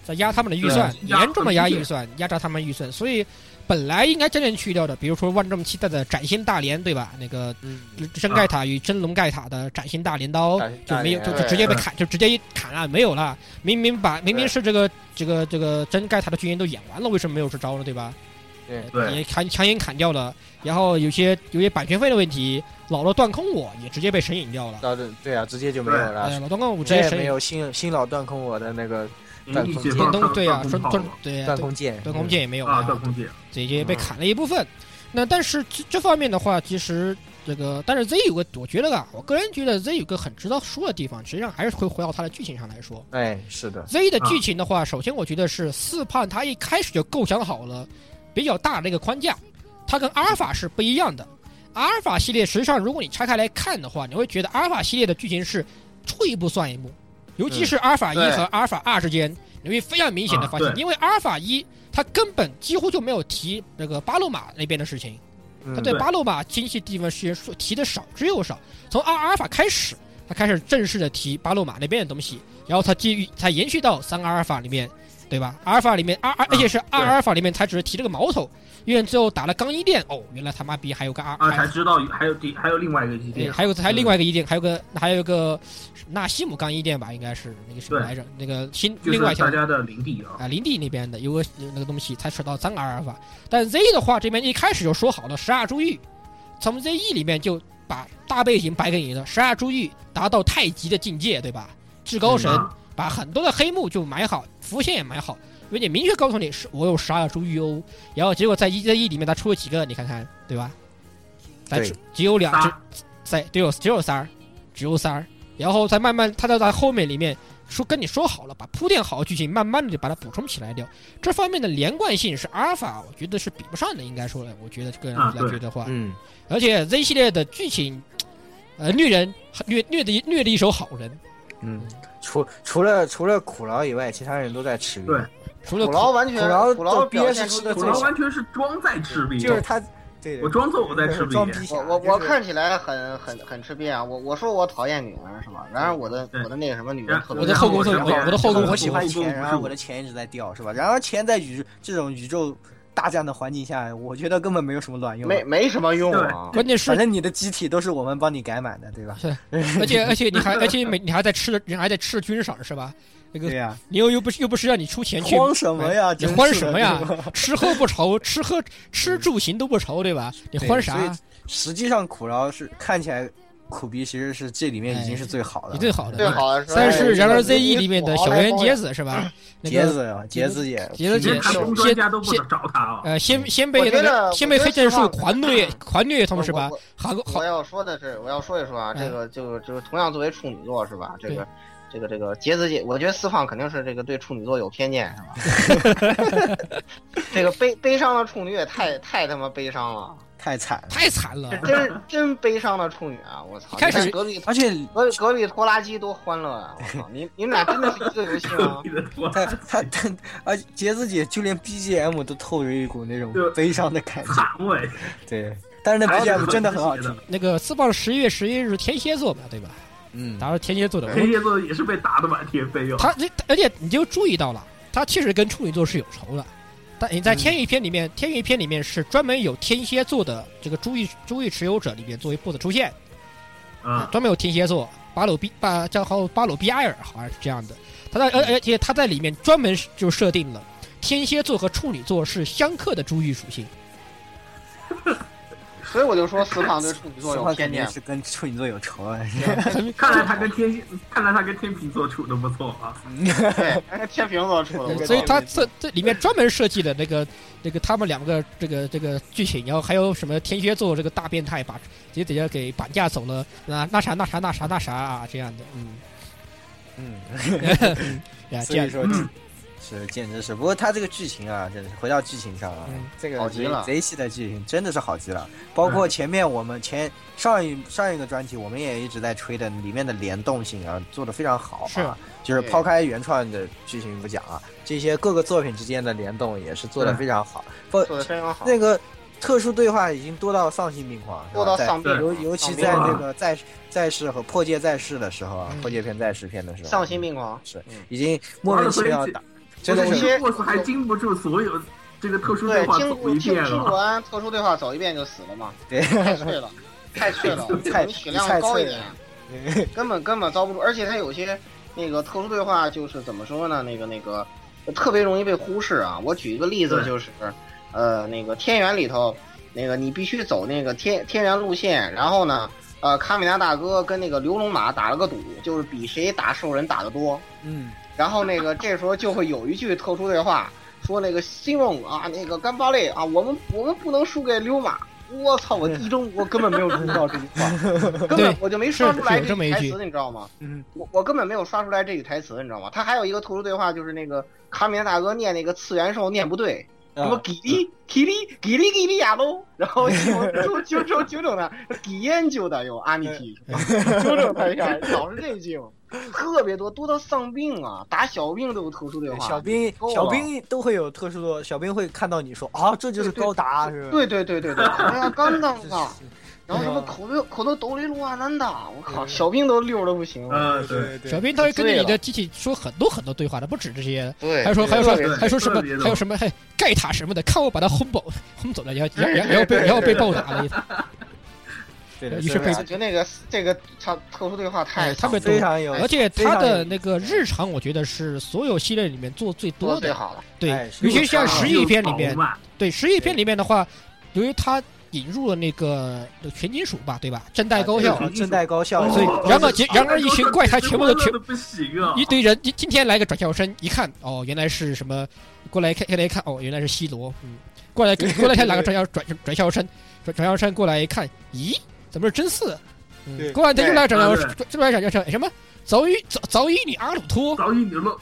[SPEAKER 2] 在压他们的预
[SPEAKER 5] 啊
[SPEAKER 2] 算，
[SPEAKER 4] 对压
[SPEAKER 2] 严重的压预算，压榨他们预算，所以本来应该渐渐去掉的，比如说万众期待的崭新大镰，对吧？那个
[SPEAKER 3] 嗯
[SPEAKER 2] 真盖塔与真龙盖塔的崭新大镰刀
[SPEAKER 5] 啊崭新
[SPEAKER 2] 就
[SPEAKER 5] 大
[SPEAKER 2] 没有，
[SPEAKER 5] 镰
[SPEAKER 2] 就
[SPEAKER 1] 对
[SPEAKER 2] 就直接被砍，就直接一砍啊，没有了。明明把明明
[SPEAKER 5] 对
[SPEAKER 2] 是这个这个这个真盖塔的军营都演完了，为什么没有这招呢？对吧？
[SPEAKER 5] 对
[SPEAKER 4] 对
[SPEAKER 2] 也强强行砍掉了，然后有些有些版权费的问题，老罗断空我也直接被神隐掉了。
[SPEAKER 5] 到这对啊，直接就没有
[SPEAKER 2] 哎，
[SPEAKER 5] 了。
[SPEAKER 2] 老断空我直
[SPEAKER 5] 这
[SPEAKER 2] 接
[SPEAKER 5] 也
[SPEAKER 2] 神
[SPEAKER 5] 没
[SPEAKER 2] 隐
[SPEAKER 5] 有新新老断空我的那个
[SPEAKER 4] 你解
[SPEAKER 2] 电
[SPEAKER 4] 放
[SPEAKER 2] 动对啊，说
[SPEAKER 4] 断
[SPEAKER 2] 断对啊，
[SPEAKER 5] 断
[SPEAKER 2] 对
[SPEAKER 5] 空剑，嗯
[SPEAKER 2] 断空剑也没有
[SPEAKER 4] 啊，
[SPEAKER 2] 啊
[SPEAKER 4] 断，空界，
[SPEAKER 2] 直接被砍了一部分。那但是这这方面的话，其实这个，但是 Z 有个，我觉得啊，我个人觉得 Z 有个很值得说的地方，实际上还是会回到它的剧情上来说。
[SPEAKER 5] 嗯。哎，是的，
[SPEAKER 2] Z 的剧情的话，首先我觉得是四胖他一开始就构想好了比较大的一个框架，它跟阿尔法是不一样的。阿尔法系列实际上，如果你拆开来看的话，你会觉得阿尔法系列的剧情是出一步算一步，尤其是阿尔法一
[SPEAKER 1] 对
[SPEAKER 2] 和阿尔法二之间，你会非常明显的发现
[SPEAKER 4] 啊，对
[SPEAKER 2] 因为阿尔法一它根本几乎就没有提那个巴鲁马那边的事情，他
[SPEAKER 5] 嗯，
[SPEAKER 2] 啊对
[SPEAKER 4] 对
[SPEAKER 2] 巴鲁马精细地方是说提的少之又少。从阿阿尔法开始，他开始正式的提巴鲁马那边的东西，然后他基于他延续到三个阿尔法里面，对吧？阿尔法里面阿阿而且是阿
[SPEAKER 4] 啊对
[SPEAKER 2] 尔法里面才只是提了个矛头，因为最后打了钢一店，哦，原来他妈逼还有个阿还
[SPEAKER 4] 啊，
[SPEAKER 2] 哎
[SPEAKER 4] 才知道还有嗯第还有另外一个基
[SPEAKER 2] 对，
[SPEAKER 4] 地，
[SPEAKER 2] 还有还有另外一个一店，还有个还有个纳西姆钢一店吧，应该是那个什么
[SPEAKER 4] 对
[SPEAKER 2] 来着？那个新
[SPEAKER 4] 就
[SPEAKER 2] 另外一
[SPEAKER 4] 是
[SPEAKER 2] 条
[SPEAKER 4] 大家的领地啊，
[SPEAKER 2] 啊，林地那边的有个有那个东西才扯到三个阿尔法，但 Z 的话这边一开始就说好了十二珠玉，从 Z E 里面就把大背景摆给你了，十二珠玉达到太极的境界，对吧？至高神
[SPEAKER 4] 啊
[SPEAKER 2] 把很多的黑幕就埋好，浮现也埋好，因为你明确告诉你是我有十二珠玉哦，然后结果在一 Z E 里面他出了几个，你看看，对吧？咱
[SPEAKER 5] 对
[SPEAKER 2] 只只有两只
[SPEAKER 4] 仨
[SPEAKER 2] 在只有只有三儿，只有三儿，然后再慢慢他在在后面里面说跟你说好了，把铺垫好的剧情，慢慢的就把它补充起来掉。这方面的连贯性是阿尔法，我觉得是比不上的，应该说的，我觉得个人
[SPEAKER 4] 啊
[SPEAKER 2] 来
[SPEAKER 4] 对
[SPEAKER 2] 觉得话，
[SPEAKER 5] 嗯，
[SPEAKER 2] 而且 Z 系列的剧情，呃，虐人虐虐的虐的一手好人，
[SPEAKER 5] 嗯，除除了除了苦劳以外，其他人都在吃鱼。
[SPEAKER 4] 对
[SPEAKER 2] 除了
[SPEAKER 1] 苦劳完
[SPEAKER 5] 苦
[SPEAKER 1] 全
[SPEAKER 5] 劳
[SPEAKER 1] 苦劳
[SPEAKER 5] 就
[SPEAKER 1] 表
[SPEAKER 5] 憋
[SPEAKER 1] 现
[SPEAKER 5] 是
[SPEAKER 1] 出
[SPEAKER 5] 吃
[SPEAKER 1] 的
[SPEAKER 5] 的
[SPEAKER 4] 土
[SPEAKER 5] 最
[SPEAKER 4] 狼
[SPEAKER 5] 少，
[SPEAKER 4] 完全是装在吃力，
[SPEAKER 5] 就是他，对，
[SPEAKER 4] 我装作我在吃
[SPEAKER 5] 就是
[SPEAKER 4] 力，
[SPEAKER 5] 装逼侠。
[SPEAKER 1] 我我我
[SPEAKER 5] 就是
[SPEAKER 1] 看起来很很很吃瘪啊！我我说我讨厌女人是吧？然而我的
[SPEAKER 4] 对
[SPEAKER 1] 我的那个什么女人特别
[SPEAKER 2] 我的后宫特别我我的后宫
[SPEAKER 5] 我
[SPEAKER 2] 我
[SPEAKER 5] 喜
[SPEAKER 2] 喜
[SPEAKER 5] 欢
[SPEAKER 2] 欢
[SPEAKER 5] 钱，然后我的钱一直在掉，是吧？然而钱在宇这种宇宙大战的环境下，我觉得根本没有什么卵用。
[SPEAKER 1] 没，没什么用啊！
[SPEAKER 2] 关键是
[SPEAKER 5] 反正你的机体都是我们帮你改满的，对吧？
[SPEAKER 2] 而且而且你还而且每你还在吃了，你还在吃了军赏是吧？那
[SPEAKER 5] 对
[SPEAKER 2] 个
[SPEAKER 5] 呀，
[SPEAKER 2] 你又又不是又不是让你出钱去
[SPEAKER 5] 慌什么呀？
[SPEAKER 2] 你
[SPEAKER 5] 真是的
[SPEAKER 2] 欢什么呀？吃喝不愁，吃喝吃住行都不愁，对吧？你
[SPEAKER 5] 嗯对
[SPEAKER 2] 欢啥？
[SPEAKER 5] 所以实际上苦劳是看起来苦逼，其实是这里面已经是最好的
[SPEAKER 2] 哎你
[SPEAKER 5] 了。
[SPEAKER 2] 最好的。
[SPEAKER 1] 最好的时候
[SPEAKER 2] 但是《然而
[SPEAKER 1] 哎这个
[SPEAKER 2] Z E》里面的小圆
[SPEAKER 1] 节
[SPEAKER 2] 杰子 是吧？那
[SPEAKER 5] 杰
[SPEAKER 2] 个
[SPEAKER 5] 子呀，杰子也，
[SPEAKER 2] 杰子
[SPEAKER 4] 连
[SPEAKER 2] 姐
[SPEAKER 4] 卡
[SPEAKER 2] 首
[SPEAKER 4] 通专
[SPEAKER 2] 先
[SPEAKER 4] 家都不
[SPEAKER 2] 先
[SPEAKER 4] 能找他啊。
[SPEAKER 2] 呃先先
[SPEAKER 1] 嗯
[SPEAKER 2] 被
[SPEAKER 1] 我
[SPEAKER 2] 那
[SPEAKER 1] 觉得
[SPEAKER 2] 个先被黑剑术
[SPEAKER 1] 我觉得
[SPEAKER 2] 狂 虐狂虐他们是吧
[SPEAKER 1] 我我？
[SPEAKER 2] 韩国
[SPEAKER 1] 我
[SPEAKER 2] 好
[SPEAKER 1] 要说的是，我要说一说啊，
[SPEAKER 2] 嗯
[SPEAKER 1] 这个就就是同样作为处女座是吧？这
[SPEAKER 2] 对
[SPEAKER 1] 个这个这个杰子姐，我觉得四胖肯定是这个对处女座有偏见是吧？ 这个悲悲伤的处女也太太他妈悲伤了，
[SPEAKER 5] 太惨了。
[SPEAKER 2] 太 惨了。
[SPEAKER 1] 真真悲伤的处女啊！我操！
[SPEAKER 2] 开始
[SPEAKER 1] 你看隔壁
[SPEAKER 5] 而且
[SPEAKER 1] 隔隔壁拖拉机多欢乐啊！我操， 你你们俩真的是一个游戏吗？
[SPEAKER 4] 你的我
[SPEAKER 2] 哎
[SPEAKER 5] 他他他，而且杰子姐就连 BGM 都透着一股那种
[SPEAKER 4] 对
[SPEAKER 5] 悲伤的感觉。
[SPEAKER 4] 惨味，
[SPEAKER 5] 对，但是那
[SPEAKER 4] 还有
[SPEAKER 5] BGM
[SPEAKER 4] 就是
[SPEAKER 5] 真的很好
[SPEAKER 4] 自
[SPEAKER 5] 听
[SPEAKER 4] 己。
[SPEAKER 2] 那个四棒十一月十一日天蝎座嘛，对吧？
[SPEAKER 5] 嗯
[SPEAKER 2] 打到天蝎座的，
[SPEAKER 4] 黑夜座也是被打的满天飞哦。
[SPEAKER 2] 他这而且你就注意到了，他确实跟处女座是有仇的。但你在
[SPEAKER 5] 嗯
[SPEAKER 2] 天域篇里面，天域篇里面是专门有天蝎座的这个珠玉珠玉持有者里面作为 BOSS 出现，
[SPEAKER 4] 啊，
[SPEAKER 2] 专门有天蝎座，巴鲁比巴叫号巴鲁比埃尔好像是这样的。他在而而且他在里面专门就设定了天蝎座和处女座是相克的珠玉属性。
[SPEAKER 1] 所以我就说四胖对处女座
[SPEAKER 5] 四
[SPEAKER 1] 有
[SPEAKER 5] 花
[SPEAKER 1] 偏
[SPEAKER 5] 肯定
[SPEAKER 1] 见。
[SPEAKER 5] 是跟处女座有仇啊！
[SPEAKER 4] 看来他跟天，看来他跟天秤座处的不错啊。
[SPEAKER 1] 对，还是天平座处的，我
[SPEAKER 2] 所以
[SPEAKER 1] 操
[SPEAKER 2] 他这这里面专门设计了那个 那个他们两个这个这个剧情，然后还有什么天蝎座这个大变态把姐姐给绑架走了，那那啥那啥那啥那啥啊这样的，嗯，
[SPEAKER 5] 嗯，
[SPEAKER 2] 哎呀这
[SPEAKER 3] 啊
[SPEAKER 5] 所以
[SPEAKER 2] 样
[SPEAKER 5] 说
[SPEAKER 4] 嗯
[SPEAKER 3] 是简直是。不过它这个剧情啊，真是回到剧情上啊，
[SPEAKER 2] 嗯
[SPEAKER 3] 这个
[SPEAKER 1] 好极
[SPEAKER 3] 贼
[SPEAKER 1] 了
[SPEAKER 3] 贼系的剧情真的是好极了。包括前面我们前上一上一个专题，我们也一直在吹的里面的联动性啊，做的非常好
[SPEAKER 2] 是
[SPEAKER 3] 啊。就是
[SPEAKER 1] 对
[SPEAKER 3] 抛开原创的剧情不讲啊，这些各个作品之间的联动也是做的
[SPEAKER 4] 嗯
[SPEAKER 3] 非常好。不，
[SPEAKER 1] 做的非常好。
[SPEAKER 3] 那个特殊对话已经多到丧心病狂，是吧
[SPEAKER 1] 多到
[SPEAKER 3] 在
[SPEAKER 1] 丧病
[SPEAKER 3] 尤
[SPEAKER 1] 狂
[SPEAKER 3] 尤其
[SPEAKER 1] 丧
[SPEAKER 3] 在
[SPEAKER 1] 病
[SPEAKER 3] 这
[SPEAKER 4] 狂
[SPEAKER 3] 个在在世和破戒在世的时候啊，
[SPEAKER 2] 嗯
[SPEAKER 3] 破戒篇在世篇的时候，啊
[SPEAKER 1] 丧心病狂，
[SPEAKER 3] 是
[SPEAKER 1] 嗯
[SPEAKER 3] 已经莫名其妙打，真的
[SPEAKER 1] 有
[SPEAKER 3] 是
[SPEAKER 1] 些
[SPEAKER 4] 这个 BOSS 还经不住所有这个特殊对
[SPEAKER 1] 对，
[SPEAKER 4] 话
[SPEAKER 1] 经
[SPEAKER 4] 走一
[SPEAKER 1] 经
[SPEAKER 4] 遍
[SPEAKER 1] 经
[SPEAKER 4] 了
[SPEAKER 1] 过。完特殊对话走一遍就死了嘛，
[SPEAKER 3] 对，
[SPEAKER 1] 太脆 了，太脆了，
[SPEAKER 3] 太
[SPEAKER 1] 你血量高一点， 根本根本遭不住。而且它有些那个特殊对话就是怎么说呢？那个那个特别容易被忽视啊。我举一个例子
[SPEAKER 4] 对
[SPEAKER 1] 就是，呃，那个天元里头，那个你必须走那个天天元路线，然后呢。呃，卡米拉大哥跟那个刘龙马打了个赌，就是比谁打兽人打得多。
[SPEAKER 3] 嗯，
[SPEAKER 1] 然后那个这时候就会有一句特殊对话，说那个西蒙啊，那个干巴类啊，我们我们不能输给溜马。我操！我一中我根本没有听到这句 话，根本
[SPEAKER 2] 对
[SPEAKER 1] 我就没刷出来
[SPEAKER 2] 是有这么一
[SPEAKER 1] 句台
[SPEAKER 2] 句
[SPEAKER 1] 词，你知道吗？
[SPEAKER 3] 嗯，
[SPEAKER 1] 我我根本没有刷出来这句台词，你知道吗？他还有一个特殊对话，就是那个卡米拉大哥念那个次元兽念不对，什么
[SPEAKER 3] 啊
[SPEAKER 1] 吉利吉利吉利吉利亚喽，然后西蒙纠纠纠纠正他，吉烟纠的有阿米提，纠正他一下，老是这一句嘛。特别多，多到丧病啊！打小病都有特殊对话。
[SPEAKER 3] 小兵
[SPEAKER 1] 够了
[SPEAKER 3] 小兵都会有特殊的，小兵会看到你说啊，这就是高达，是吧？
[SPEAKER 1] 对对对对对，哎呀，刚刚 的，然后什么
[SPEAKER 3] 嗯
[SPEAKER 1] 口头口头斗雷罗安南的，我靠，小兵都溜的不行。
[SPEAKER 4] 呃，对，
[SPEAKER 3] 对
[SPEAKER 2] 小，兵他会跟着你的机器说很多很多对话的，不止这些，
[SPEAKER 1] 对
[SPEAKER 2] 还说还说
[SPEAKER 4] 对
[SPEAKER 2] 还说什么
[SPEAKER 4] 特别多
[SPEAKER 2] 还有什么还盖塔什么的，看我把他轰走轰走了，然后然后然后被然后被暴打了一次，
[SPEAKER 3] 对的，
[SPEAKER 2] 于是
[SPEAKER 3] 是
[SPEAKER 2] 被
[SPEAKER 3] 的
[SPEAKER 1] 感觉那个这个他特殊对话太
[SPEAKER 2] 哎他们
[SPEAKER 3] 非常有，
[SPEAKER 2] 而且他的
[SPEAKER 3] 非常有
[SPEAKER 2] 那个日常，我觉得是所有系列里面做最
[SPEAKER 1] 多
[SPEAKER 2] 多
[SPEAKER 1] 最
[SPEAKER 2] 的，
[SPEAKER 1] 好了。
[SPEAKER 2] 对
[SPEAKER 3] 哎，是
[SPEAKER 2] 尤其像
[SPEAKER 1] 日常
[SPEAKER 2] 十亿篇里面
[SPEAKER 4] 又，饱满
[SPEAKER 2] 对十亿
[SPEAKER 3] 对
[SPEAKER 2] 篇里面的话，由于他引入了那个全金属吧，对吧？正代高校
[SPEAKER 4] 对，
[SPEAKER 3] 正代高校，
[SPEAKER 2] 所以
[SPEAKER 4] 哦
[SPEAKER 2] 然后结然而一群怪他全部都
[SPEAKER 4] 这
[SPEAKER 2] 全
[SPEAKER 4] 个不行啊！
[SPEAKER 2] 一堆人，今今天来个转校生，一看哦，原来是什么，过来看，过来一看，哦，原来是西罗，嗯，过来过来看来个转校转转校生，转转校生过来一看，咦，怎么是真四？嗯，
[SPEAKER 3] 对
[SPEAKER 2] 过来他又来转校
[SPEAKER 4] 对
[SPEAKER 2] 生，又来转校生，哎什么？早已早早已女阿鲁托，
[SPEAKER 4] 早已流落，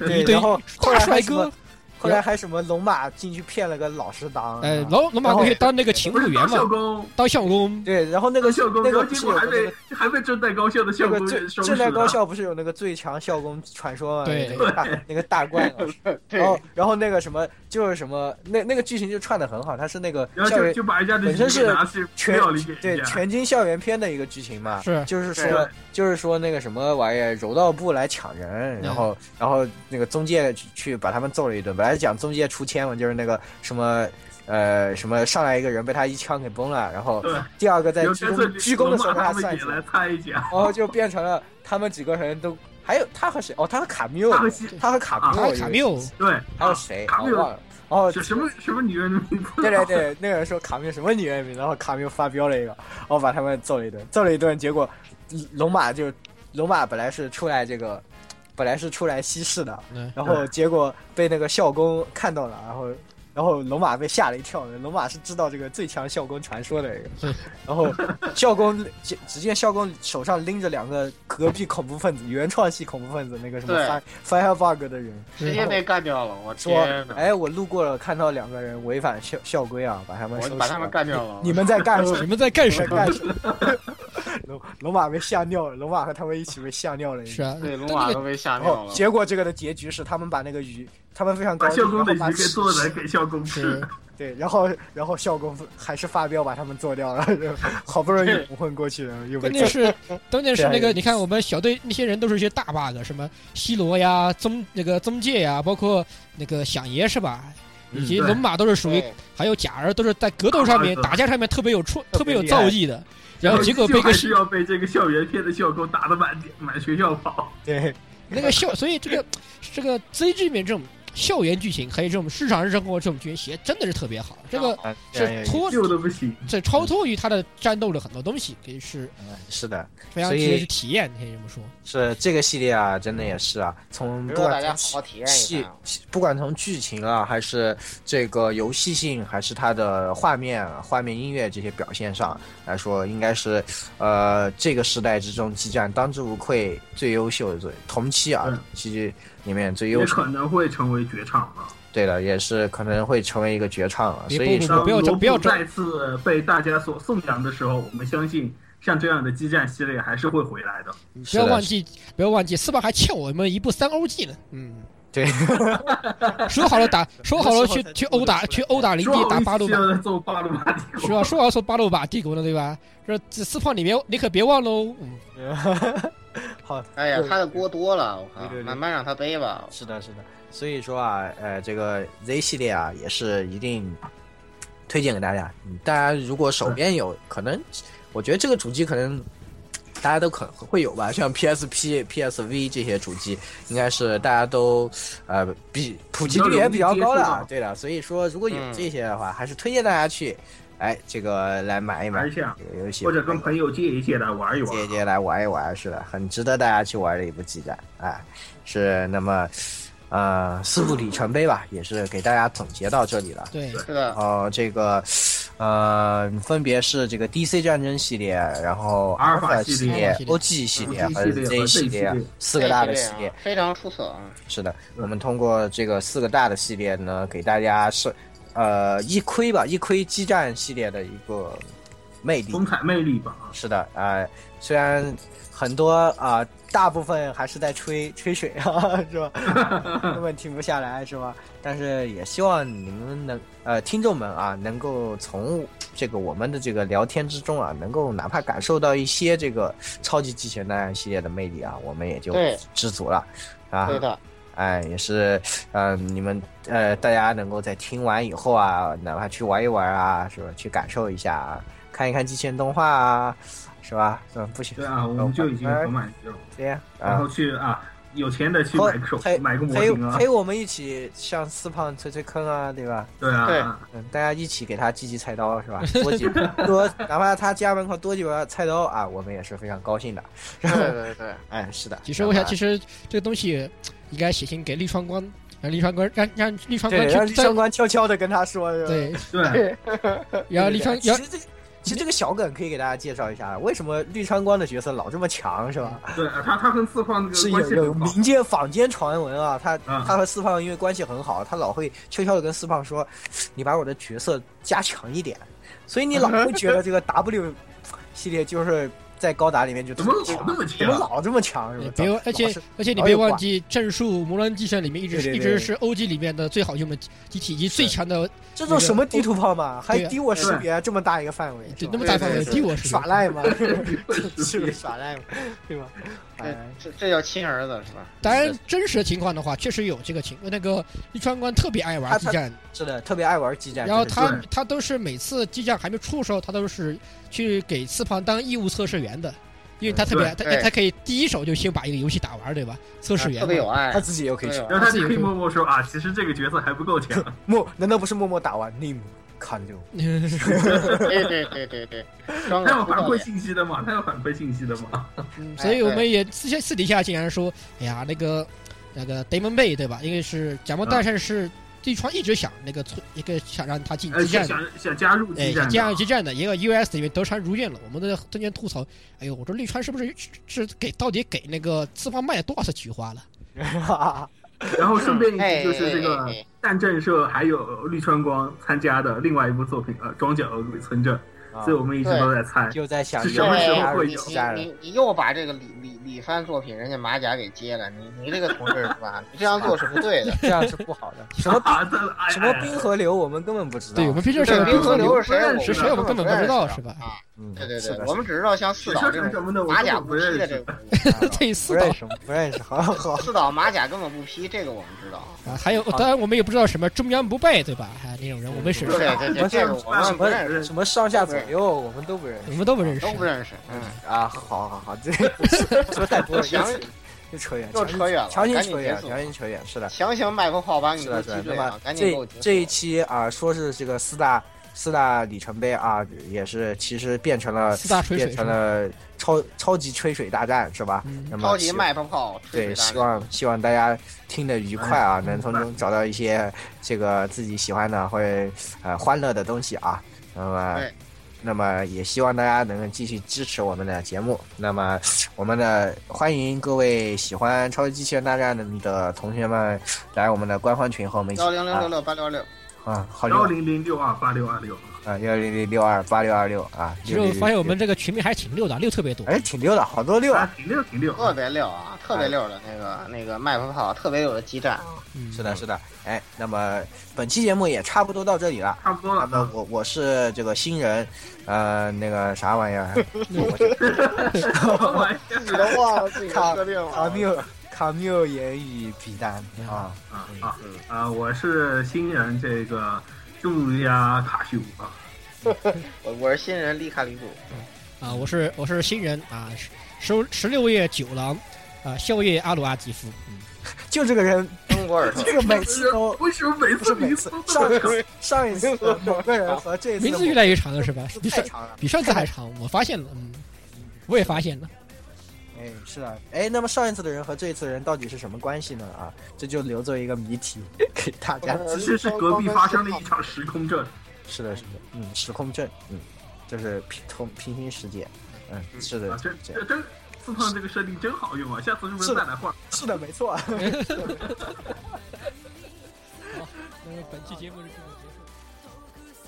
[SPEAKER 3] 对，
[SPEAKER 2] 一堆
[SPEAKER 3] 然后后
[SPEAKER 2] 大
[SPEAKER 3] 来还
[SPEAKER 2] 帅
[SPEAKER 3] 什么
[SPEAKER 2] 哥，，
[SPEAKER 3] 后来还什么龙马进去骗了个老师当，
[SPEAKER 2] 呃，
[SPEAKER 3] 啊
[SPEAKER 2] 龙龙马过去当那个勤
[SPEAKER 4] 不
[SPEAKER 2] 务
[SPEAKER 4] 是
[SPEAKER 2] 员
[SPEAKER 4] 校
[SPEAKER 2] 嘛，
[SPEAKER 4] 工，
[SPEAKER 2] 当校工，
[SPEAKER 3] 对，然后那
[SPEAKER 4] 那
[SPEAKER 3] 个
[SPEAKER 4] 校工，
[SPEAKER 3] 那
[SPEAKER 4] 然
[SPEAKER 3] 个
[SPEAKER 4] 后
[SPEAKER 3] 不
[SPEAKER 4] 结
[SPEAKER 3] 是
[SPEAKER 4] 果
[SPEAKER 3] 有
[SPEAKER 4] 还
[SPEAKER 3] 那
[SPEAKER 4] 被
[SPEAKER 3] 个
[SPEAKER 4] 还被正代高校的校
[SPEAKER 3] 那个
[SPEAKER 4] 工
[SPEAKER 3] 最
[SPEAKER 4] 收拾
[SPEAKER 3] 正代高
[SPEAKER 4] 了
[SPEAKER 3] 校不是有那个最强校工传说吗？
[SPEAKER 2] 对
[SPEAKER 3] 那个大那个大怪老师，然后哦然后那个什么就是什么那那个剧情就串的很好，它是那个
[SPEAKER 4] 然后
[SPEAKER 3] 校
[SPEAKER 4] 就
[SPEAKER 3] 园
[SPEAKER 4] 就把人家的
[SPEAKER 3] 本身
[SPEAKER 4] 礼物
[SPEAKER 3] 是
[SPEAKER 4] 拿去
[SPEAKER 3] 全
[SPEAKER 4] 庙里给
[SPEAKER 3] 对
[SPEAKER 4] 人家
[SPEAKER 3] 全军校园片的一个剧情嘛，
[SPEAKER 2] 是
[SPEAKER 3] 就是说
[SPEAKER 1] 对
[SPEAKER 3] 就是说那个什么玩意儿柔道部来抢
[SPEAKER 2] 嗯
[SPEAKER 3] 人，然后然后那个中介去去把他们揍了一顿，本来讲中介出千嘛，就是那个什么。呃，什么上来一个人被他一枪给崩了，然后
[SPEAKER 4] 对
[SPEAKER 3] 第二个在
[SPEAKER 4] 有
[SPEAKER 3] 鞠
[SPEAKER 4] 这
[SPEAKER 3] 躬鞠躬的时候
[SPEAKER 4] 他
[SPEAKER 3] 他
[SPEAKER 4] 们
[SPEAKER 3] 算
[SPEAKER 4] 也
[SPEAKER 3] 计，
[SPEAKER 4] 来猜一下，
[SPEAKER 3] 然后就变成了他们几个人都，还有他和谁？哦，他和卡缪，
[SPEAKER 4] 他和西
[SPEAKER 3] 他和卡缪，
[SPEAKER 2] 他卡缪，
[SPEAKER 4] 对，
[SPEAKER 3] 还有谁？
[SPEAKER 4] 卡缪
[SPEAKER 3] 我忘了。哦，
[SPEAKER 4] 是什么什么女人的名字？
[SPEAKER 3] 对对对，那个人说卡缪什么女人名，然后卡缪发飙了一个，然后把他们揍了一顿，揍了一顿，结果嗯龙马就龙马本来是出来这个，本来是出来西市的
[SPEAKER 2] 嗯，
[SPEAKER 3] 然后结果被那个校工看到了，然后。然后龙马被吓了一跳，龙马是知道这个最强校工传说的一个
[SPEAKER 2] 嗯，
[SPEAKER 3] 然后校工只只见校工手上拎着两个隔壁恐怖分子，原创系恐怖分子那个什么
[SPEAKER 1] 对
[SPEAKER 3] fire firebug 的人，
[SPEAKER 1] 直接被干掉了。我
[SPEAKER 3] 说
[SPEAKER 1] 天：“哪！
[SPEAKER 3] 哎，我路过了，看到两个人违反校校规啊，把他们
[SPEAKER 1] 我
[SPEAKER 3] 收拾
[SPEAKER 1] 就
[SPEAKER 3] 了。
[SPEAKER 1] 把他们干掉了。
[SPEAKER 3] 你们在干什
[SPEAKER 2] 你
[SPEAKER 3] 么？
[SPEAKER 2] 们在干什
[SPEAKER 3] 在
[SPEAKER 2] 么
[SPEAKER 3] 干？什么？龙龙马被吓尿了，龙马和他们一起被吓尿了。
[SPEAKER 2] 是啊，
[SPEAKER 1] 对龙
[SPEAKER 2] 但
[SPEAKER 1] 马
[SPEAKER 2] 那
[SPEAKER 1] 都哦
[SPEAKER 2] 个
[SPEAKER 1] 被吓
[SPEAKER 3] 然
[SPEAKER 1] 尿
[SPEAKER 3] 后
[SPEAKER 1] 了。
[SPEAKER 3] 结果这个的结局是他们把那个鱼，他们非常 高
[SPEAKER 4] 把
[SPEAKER 3] 兴，
[SPEAKER 4] 校工
[SPEAKER 3] 然
[SPEAKER 4] 的
[SPEAKER 3] 后
[SPEAKER 4] 鱼
[SPEAKER 3] 把
[SPEAKER 4] 给做了给校工吃
[SPEAKER 2] 是，
[SPEAKER 3] 对，然后然后校工还是发飙把他们做掉了，好不容易蒙混过去了，又被
[SPEAKER 2] 关键 是，关键是那
[SPEAKER 3] 对啊
[SPEAKER 2] 个，你看我们小队那些人都是一些大 bug，什么西罗呀、宗那个宗介呀，包括那个响爷是吧？
[SPEAKER 3] 嗯
[SPEAKER 2] 以及
[SPEAKER 4] 对
[SPEAKER 2] 龙马都是属于，
[SPEAKER 1] 对
[SPEAKER 2] 还有假儿都是在格斗上面、
[SPEAKER 4] 大 bug
[SPEAKER 2] 打架上面特别有创、
[SPEAKER 3] 特
[SPEAKER 2] 特
[SPEAKER 3] 别
[SPEAKER 2] 别
[SPEAKER 3] 厉
[SPEAKER 2] 有
[SPEAKER 3] 害
[SPEAKER 2] 造诣的，然后结果被一
[SPEAKER 4] 就还
[SPEAKER 2] 个
[SPEAKER 4] 是要被这个校园片的校工打得满地满学校跑，
[SPEAKER 3] 对
[SPEAKER 2] 那个校，所以这个这个 ZG 里面这种校园剧情，还有这种日常生活这种剧情写得真的是特别好，这个
[SPEAKER 3] 啊，
[SPEAKER 2] 是脱
[SPEAKER 4] 旧的不行。
[SPEAKER 2] 这超脱于它的战斗的很多东西，可以是
[SPEAKER 3] 哎是的，
[SPEAKER 2] 非常
[SPEAKER 3] 所以
[SPEAKER 2] 值得去体验，可以这么说。
[SPEAKER 3] 是这个系列啊，真的也是啊，从
[SPEAKER 1] 如
[SPEAKER 3] 不
[SPEAKER 1] 果
[SPEAKER 3] 管
[SPEAKER 1] 大家
[SPEAKER 3] 从
[SPEAKER 1] 好好体验一
[SPEAKER 3] 戏
[SPEAKER 1] 下，
[SPEAKER 3] 不管从剧情啊，还是这个游戏性，还是它的呃画面、啊画面、音乐这些表现上来说，应该是呃这个时代之中激战当之无愧最优秀的作品。同期啊
[SPEAKER 4] 嗯，
[SPEAKER 3] 其实里面最优
[SPEAKER 4] 也
[SPEAKER 3] 秀。
[SPEAKER 4] 可能会成为绝唱啊了。
[SPEAKER 3] 对了，也是可能会成为一个绝唱了。
[SPEAKER 2] 别
[SPEAKER 3] 所以
[SPEAKER 2] 不
[SPEAKER 3] 说，
[SPEAKER 4] 当
[SPEAKER 2] 不要
[SPEAKER 4] 罗
[SPEAKER 2] 这
[SPEAKER 4] 布
[SPEAKER 2] 不要这
[SPEAKER 4] 再次被大家所颂扬的时候，我们相信像这样的激战系列还是会回来的。
[SPEAKER 2] 不要
[SPEAKER 3] 是的
[SPEAKER 2] 忘记，不要忘记，四爸还欠我们一部三欧技呢。嗯，
[SPEAKER 3] 对，
[SPEAKER 2] 说好了打，说好了去
[SPEAKER 3] 说好了
[SPEAKER 2] 去殴打，去殴打林
[SPEAKER 4] 说
[SPEAKER 2] 地，打
[SPEAKER 4] 好
[SPEAKER 2] 八
[SPEAKER 4] 一
[SPEAKER 2] 路
[SPEAKER 4] 起
[SPEAKER 2] 吧，
[SPEAKER 4] 要揍巴鲁马帝国
[SPEAKER 2] 是啊吧？说好说八路吧帝国呢，对吧？这这四胖你别你可别忘喽。嗯，
[SPEAKER 3] 好，
[SPEAKER 1] 哎呀，
[SPEAKER 3] 对
[SPEAKER 1] 他的锅多了，我靠
[SPEAKER 3] 对对，对
[SPEAKER 1] 慢慢让他背吧。
[SPEAKER 3] 是的，是的。所以说啊，呃，这个 Z 系列啊，也是一定推荐给大家。嗯大家如果手边
[SPEAKER 4] 嗯
[SPEAKER 3] 有，可能我觉得这个主机可能大家都可会有吧，像 PSP、PSV 这些主机，应该是大家都呃比普及率也比较高
[SPEAKER 4] 比较容易接触嗯到
[SPEAKER 3] 的。对了，所以说如果有这些的话，还是推荐大家去，哎，这个来买一买
[SPEAKER 4] 玩一下
[SPEAKER 3] 这个游戏，
[SPEAKER 4] 或者跟朋友借一借来玩一玩。
[SPEAKER 3] 姐姐来玩一玩，是的，很值得大家去玩的一部激战啊，是那么，呃，四部里程碑吧，也是给大家总结到这里了。
[SPEAKER 2] 对，
[SPEAKER 1] 是的，
[SPEAKER 3] 哦、这个，呃，分别是这个 DC 战争系列，然后阿尔法系列、OG 系列和 Z 系列四个大的系列
[SPEAKER 1] 啊。非常出色啊！
[SPEAKER 3] 是的，我们通过这个四个大的系列呢，给大家是，呃，一窥吧，一窥激战系列的一个魅力。
[SPEAKER 4] 风采魅力吧，啊
[SPEAKER 3] 是的，呃，虽然很多啊、呃大部分还是在吹 吹水啊， 是吧？根本停不下来，是吧？但是也希望你们能呃，听众们啊，能够从这个我们的这个聊天之中啊，能够哪怕感受到一些这个超级机器人那样系列的魅力啊，我们也就
[SPEAKER 1] 对
[SPEAKER 3] 知足了啊。
[SPEAKER 1] 对的，
[SPEAKER 3] 哎，也是，呃，你们呃，大家能够在听完以后啊，哪怕去玩一玩啊，是吧？去感受一下啊，看一看机器人动画啊，是吧？嗯，不行，
[SPEAKER 4] 对啊，我们就已经很满意了。
[SPEAKER 3] 这样
[SPEAKER 4] 然
[SPEAKER 3] 啊
[SPEAKER 4] 后，去啊，有钱的去买个手
[SPEAKER 3] 陪，
[SPEAKER 4] 买个模
[SPEAKER 3] 陪
[SPEAKER 4] 型啊，
[SPEAKER 3] 陪我们一起向四胖推推坑啊，对吧？
[SPEAKER 4] 对啊，
[SPEAKER 3] 嗯，大家一起给他击击菜刀，是 吧？多几多，哪怕他家门口多几把菜刀啊，我们也是非常高兴的。
[SPEAKER 1] 对对对，
[SPEAKER 3] 哎，是的。
[SPEAKER 2] 其实我想，
[SPEAKER 3] 哪怕
[SPEAKER 2] 其实这个东西应该写信给利川光，让利川光让让利川
[SPEAKER 3] 对，让
[SPEAKER 2] 光去
[SPEAKER 3] 上官悄悄的跟他说，是吧？
[SPEAKER 2] 对，
[SPEAKER 4] 对，啊
[SPEAKER 2] 然后利川
[SPEAKER 3] 其
[SPEAKER 2] 然后
[SPEAKER 3] 实这个其实这个小梗可以给大家介绍一下，为什么绿川光的角色老这么强，是吧？
[SPEAKER 4] 对，啊他他跟四方这
[SPEAKER 3] 是
[SPEAKER 4] 个
[SPEAKER 3] 有
[SPEAKER 4] 嗯关系
[SPEAKER 3] 有
[SPEAKER 4] 很好，
[SPEAKER 3] 民间坊间传闻啊，他
[SPEAKER 4] 嗯
[SPEAKER 3] 他和四胖因为关系很好，他老会悄悄的跟四胖说，你把我的角色加强一点，所以你老会觉得这个 W 系列就是在高达里面就
[SPEAKER 4] 怎
[SPEAKER 3] 特
[SPEAKER 4] 么
[SPEAKER 3] 别
[SPEAKER 4] 老
[SPEAKER 3] 强
[SPEAKER 4] 那。么
[SPEAKER 3] 怎
[SPEAKER 4] 强
[SPEAKER 3] 么？老这么强是
[SPEAKER 2] 也
[SPEAKER 3] 吧？
[SPEAKER 2] 别忘，而
[SPEAKER 3] 老
[SPEAKER 2] 且
[SPEAKER 3] 是
[SPEAKER 2] 而且你
[SPEAKER 3] 老
[SPEAKER 2] 别
[SPEAKER 3] 有
[SPEAKER 2] 忘
[SPEAKER 3] 挂
[SPEAKER 2] 记，战术《魔乱计算》里面一直
[SPEAKER 3] 对对
[SPEAKER 2] 是一
[SPEAKER 3] 对
[SPEAKER 2] 直是 OG 里面的最好用的机体以及最强的，
[SPEAKER 3] 这种什么地图炮嘛，还
[SPEAKER 2] 对啊
[SPEAKER 3] 敌我识别这么大一个范围，
[SPEAKER 2] 对
[SPEAKER 3] 是吧
[SPEAKER 2] 那么大范围
[SPEAKER 1] 对对
[SPEAKER 2] 敌我是
[SPEAKER 3] 耍赖嘛，是不是耍赖嘛，对吧？
[SPEAKER 1] 这
[SPEAKER 3] 哎，
[SPEAKER 1] 这这叫亲儿子是吧？啊
[SPEAKER 2] 当然，真实的情况的话，确实有这个情。那个利川光特别爱玩
[SPEAKER 3] 他
[SPEAKER 2] 激战，
[SPEAKER 3] 是的，特别爱玩激战。
[SPEAKER 2] 然后
[SPEAKER 3] 这是
[SPEAKER 2] 他
[SPEAKER 4] 对
[SPEAKER 2] 他都是每次激战还没出的时候，他都是去给次旁当义务测试员的，因为他特别他
[SPEAKER 1] 对
[SPEAKER 2] 他可以第一手就先把一个游戏打完，对吧？测试员
[SPEAKER 1] 特别有
[SPEAKER 2] 嘛
[SPEAKER 1] 爱
[SPEAKER 3] 他，自己又可以去
[SPEAKER 1] 对
[SPEAKER 4] 然后他就可以默默说啊，其实这个角色还不够强，
[SPEAKER 3] 默，难道不是默默打完 name 看六？
[SPEAKER 1] 对对对对对，双个
[SPEAKER 4] 他要
[SPEAKER 1] 辅
[SPEAKER 4] 反
[SPEAKER 1] 导
[SPEAKER 4] 馈
[SPEAKER 1] 员
[SPEAKER 4] 信息的嘛，他要反馈信息的嘛。
[SPEAKER 2] 嗯，所以
[SPEAKER 1] 哎
[SPEAKER 2] 我们也私下私底下竟然说，哎呀，那个那个 Demon Bay 对吧？因为是假冒大战是地川一直想那个一个想让他进
[SPEAKER 4] 呃，
[SPEAKER 2] 激
[SPEAKER 4] 想
[SPEAKER 2] 战的，
[SPEAKER 4] 想想加入
[SPEAKER 2] 哎，想
[SPEAKER 4] 激战
[SPEAKER 2] 进
[SPEAKER 4] 的
[SPEAKER 2] 上
[SPEAKER 4] 啊，
[SPEAKER 2] 激战的，也有 US 里面德川如愿了。我们都在中间吐槽，哎呦，我说绿川是不是是是给到底给那个次方卖了多少次菊花了？
[SPEAKER 4] 然后顺便一
[SPEAKER 1] 哎，
[SPEAKER 4] 提就是这个
[SPEAKER 1] 哎哎哎
[SPEAKER 4] 战阵社还有绿川光参加的另外一部作品呃《装甲恶鬼村镇》，所以我们一直都在猜。
[SPEAKER 3] 啊就在想
[SPEAKER 4] 是什么时候会
[SPEAKER 1] 哎你
[SPEAKER 4] 有
[SPEAKER 1] 你你你又把这个李李李帆作品人家马甲给接了，你你这个同志是吧？你这样做是不对的。
[SPEAKER 3] 这样是不好 的。什么
[SPEAKER 4] 啊，这哎
[SPEAKER 3] 什么
[SPEAKER 4] 哎
[SPEAKER 3] 冰河流，我们根本不知道。啊
[SPEAKER 2] 对我们平时
[SPEAKER 1] 这
[SPEAKER 2] 是
[SPEAKER 1] 个冰河流是谁？
[SPEAKER 4] 不
[SPEAKER 2] 是
[SPEAKER 4] 认识
[SPEAKER 2] 谁我们根本不知道是吧？
[SPEAKER 1] 啊，
[SPEAKER 3] 嗯，
[SPEAKER 1] 对对
[SPEAKER 3] 是
[SPEAKER 1] 对，
[SPEAKER 3] 的
[SPEAKER 1] 我们只知道像四
[SPEAKER 4] 水
[SPEAKER 1] 岛
[SPEAKER 4] 车
[SPEAKER 1] 这
[SPEAKER 4] 船什
[SPEAKER 1] 种
[SPEAKER 4] 么的，我
[SPEAKER 1] 马
[SPEAKER 4] 根
[SPEAKER 1] 甲
[SPEAKER 4] 本不
[SPEAKER 1] 不披
[SPEAKER 4] 认
[SPEAKER 1] 的这
[SPEAKER 4] 识。
[SPEAKER 1] 个，
[SPEAKER 2] 这
[SPEAKER 3] 不
[SPEAKER 2] 四啊岛
[SPEAKER 3] 认识，不认识，好好好。
[SPEAKER 1] 四岛马甲根本不披，这个我们知道。
[SPEAKER 2] 啊，还有当然我们也不知道什么中央不败对吧？还有那种人，我们是
[SPEAKER 1] 对对对，这个我们
[SPEAKER 3] 什
[SPEAKER 1] 不认识，
[SPEAKER 3] 么什么上下左右，我们都不认
[SPEAKER 2] 我
[SPEAKER 3] 识
[SPEAKER 2] 们都不认识
[SPEAKER 1] 都。不认识。嗯，
[SPEAKER 3] 啊！好好好，这说太 多了，
[SPEAKER 1] 强
[SPEAKER 3] 又扯远，
[SPEAKER 1] 又扯远了
[SPEAKER 3] 强行
[SPEAKER 1] 赶紧
[SPEAKER 3] 扯远，
[SPEAKER 1] 结束
[SPEAKER 3] 强行扯远，是的。
[SPEAKER 1] 强行麦克炮把你
[SPEAKER 3] 是
[SPEAKER 1] 给
[SPEAKER 3] 的，
[SPEAKER 1] 我击退了
[SPEAKER 3] 是的。那么，
[SPEAKER 1] 啊赶紧给我
[SPEAKER 3] 这
[SPEAKER 1] 结束
[SPEAKER 3] 这一期啊，说是这个四大四大里程碑啊，也是其实变成了
[SPEAKER 2] 四大吹水
[SPEAKER 3] 变成了超超级吹水大战是吧？
[SPEAKER 2] 嗯
[SPEAKER 3] 那么
[SPEAKER 1] 超级
[SPEAKER 3] 希
[SPEAKER 1] 麦克炮，
[SPEAKER 3] 对，
[SPEAKER 1] 吹
[SPEAKER 3] 希
[SPEAKER 1] 水大
[SPEAKER 3] 望希望大家听得愉快啊，能从中找到一些这个自己喜欢的或者呃欢乐的东西啊。那么
[SPEAKER 1] 对
[SPEAKER 3] 那么也希望大家能继续支持我们的节目。那么我们的欢迎各位喜欢《超级机器人大战》的同学们来我们的官方群和我们一起
[SPEAKER 1] 幺零零
[SPEAKER 3] 啊
[SPEAKER 1] 六六八六二六，
[SPEAKER 3] 啊，好
[SPEAKER 4] 幺
[SPEAKER 3] 六
[SPEAKER 4] 零零六二八六二六。
[SPEAKER 3] 啊幺零零六二八六二六啊，
[SPEAKER 2] 其实我发现我们这个群名还挺溜的，六特别多。
[SPEAKER 3] 哎挺溜的，好多六
[SPEAKER 4] 啊
[SPEAKER 3] 啊，，
[SPEAKER 4] 挺溜挺溜，
[SPEAKER 1] 特别溜啊，特别溜的那个那个麦克炮，特别有的激 战。
[SPEAKER 2] 嗯
[SPEAKER 3] 是的，是的，哎，那么本期节目也差不多到这里了。
[SPEAKER 4] 差不多
[SPEAKER 3] 啊那
[SPEAKER 4] 了。
[SPEAKER 3] 么我我是这个新人，呃，那个啥玩意 儿，我是
[SPEAKER 4] 拜拜
[SPEAKER 1] 自己都忘了自己
[SPEAKER 3] 的
[SPEAKER 1] 设定
[SPEAKER 3] 卡缪卡缪言语比单啊，
[SPEAKER 4] 啊啊啊！我是新人，这个杜亚卡修啊，
[SPEAKER 1] 我我是新人利卡里古，
[SPEAKER 2] 啊，我是我是新人啊，十十十六夜九郎，啊，宵夜阿鲁阿吉夫。嗯
[SPEAKER 3] 就这个 人，
[SPEAKER 1] 中国耳朵。
[SPEAKER 3] 这个每次 都
[SPEAKER 4] 为什么每
[SPEAKER 3] 不是
[SPEAKER 4] 次
[SPEAKER 3] 每
[SPEAKER 4] 名字
[SPEAKER 3] 次
[SPEAKER 4] 都
[SPEAKER 3] 上
[SPEAKER 4] 这
[SPEAKER 3] 一
[SPEAKER 4] 么
[SPEAKER 3] 次上一次的某个人和这一次
[SPEAKER 2] 名字越
[SPEAKER 3] 来
[SPEAKER 2] 来越长了是吧？ 比
[SPEAKER 3] 太
[SPEAKER 2] 上
[SPEAKER 3] 长了，
[SPEAKER 2] 比上次还长，我发现了，嗯，我也发现了。
[SPEAKER 3] 哎，是的，哎，那么上一次的人和这一次的人到底是什么关系呢？啊，这就留作一个谜题给大家。
[SPEAKER 4] 这呃是隔壁发生了一场时空战，
[SPEAKER 3] 是的，是的，嗯，时空阵，嗯，就是平同平行世界，嗯，是的
[SPEAKER 4] 啊，，这
[SPEAKER 3] 这
[SPEAKER 4] 这真四胖这个设定真好用啊！下次是不是再来换？
[SPEAKER 3] 是的，没错。
[SPEAKER 2] 那么本期节目就这么结束。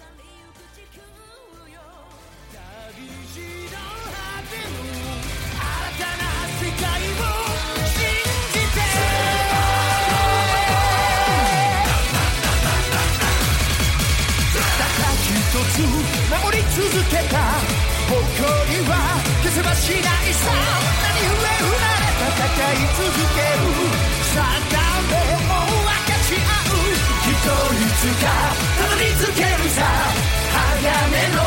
[SPEAKER 6] 守り続けた誇りは消せばしないさ何故生まれ戦い続ける定めを分かち合う一人つかたどり着けるさ鋼の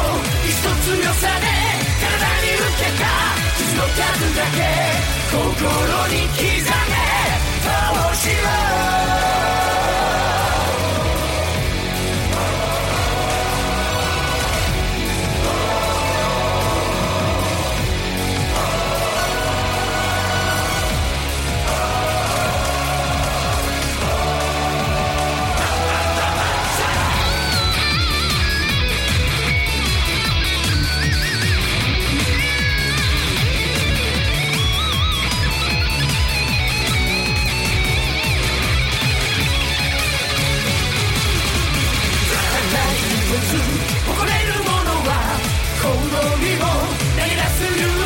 [SPEAKER 6] 意志と強さで体に受けた傷の数だけ心に刻め倒しろ誇れるものはこの身を投げ出す勇気吠えるもの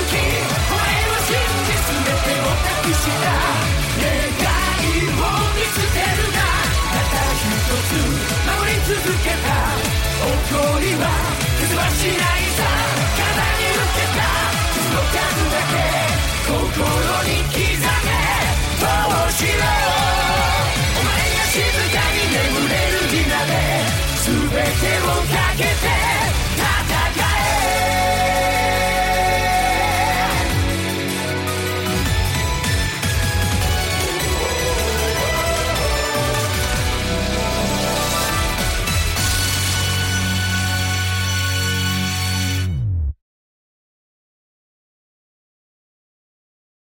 [SPEAKER 6] は真実全てを託した願いを見捨てるなただ一つ守り続けた誇りは崩はしない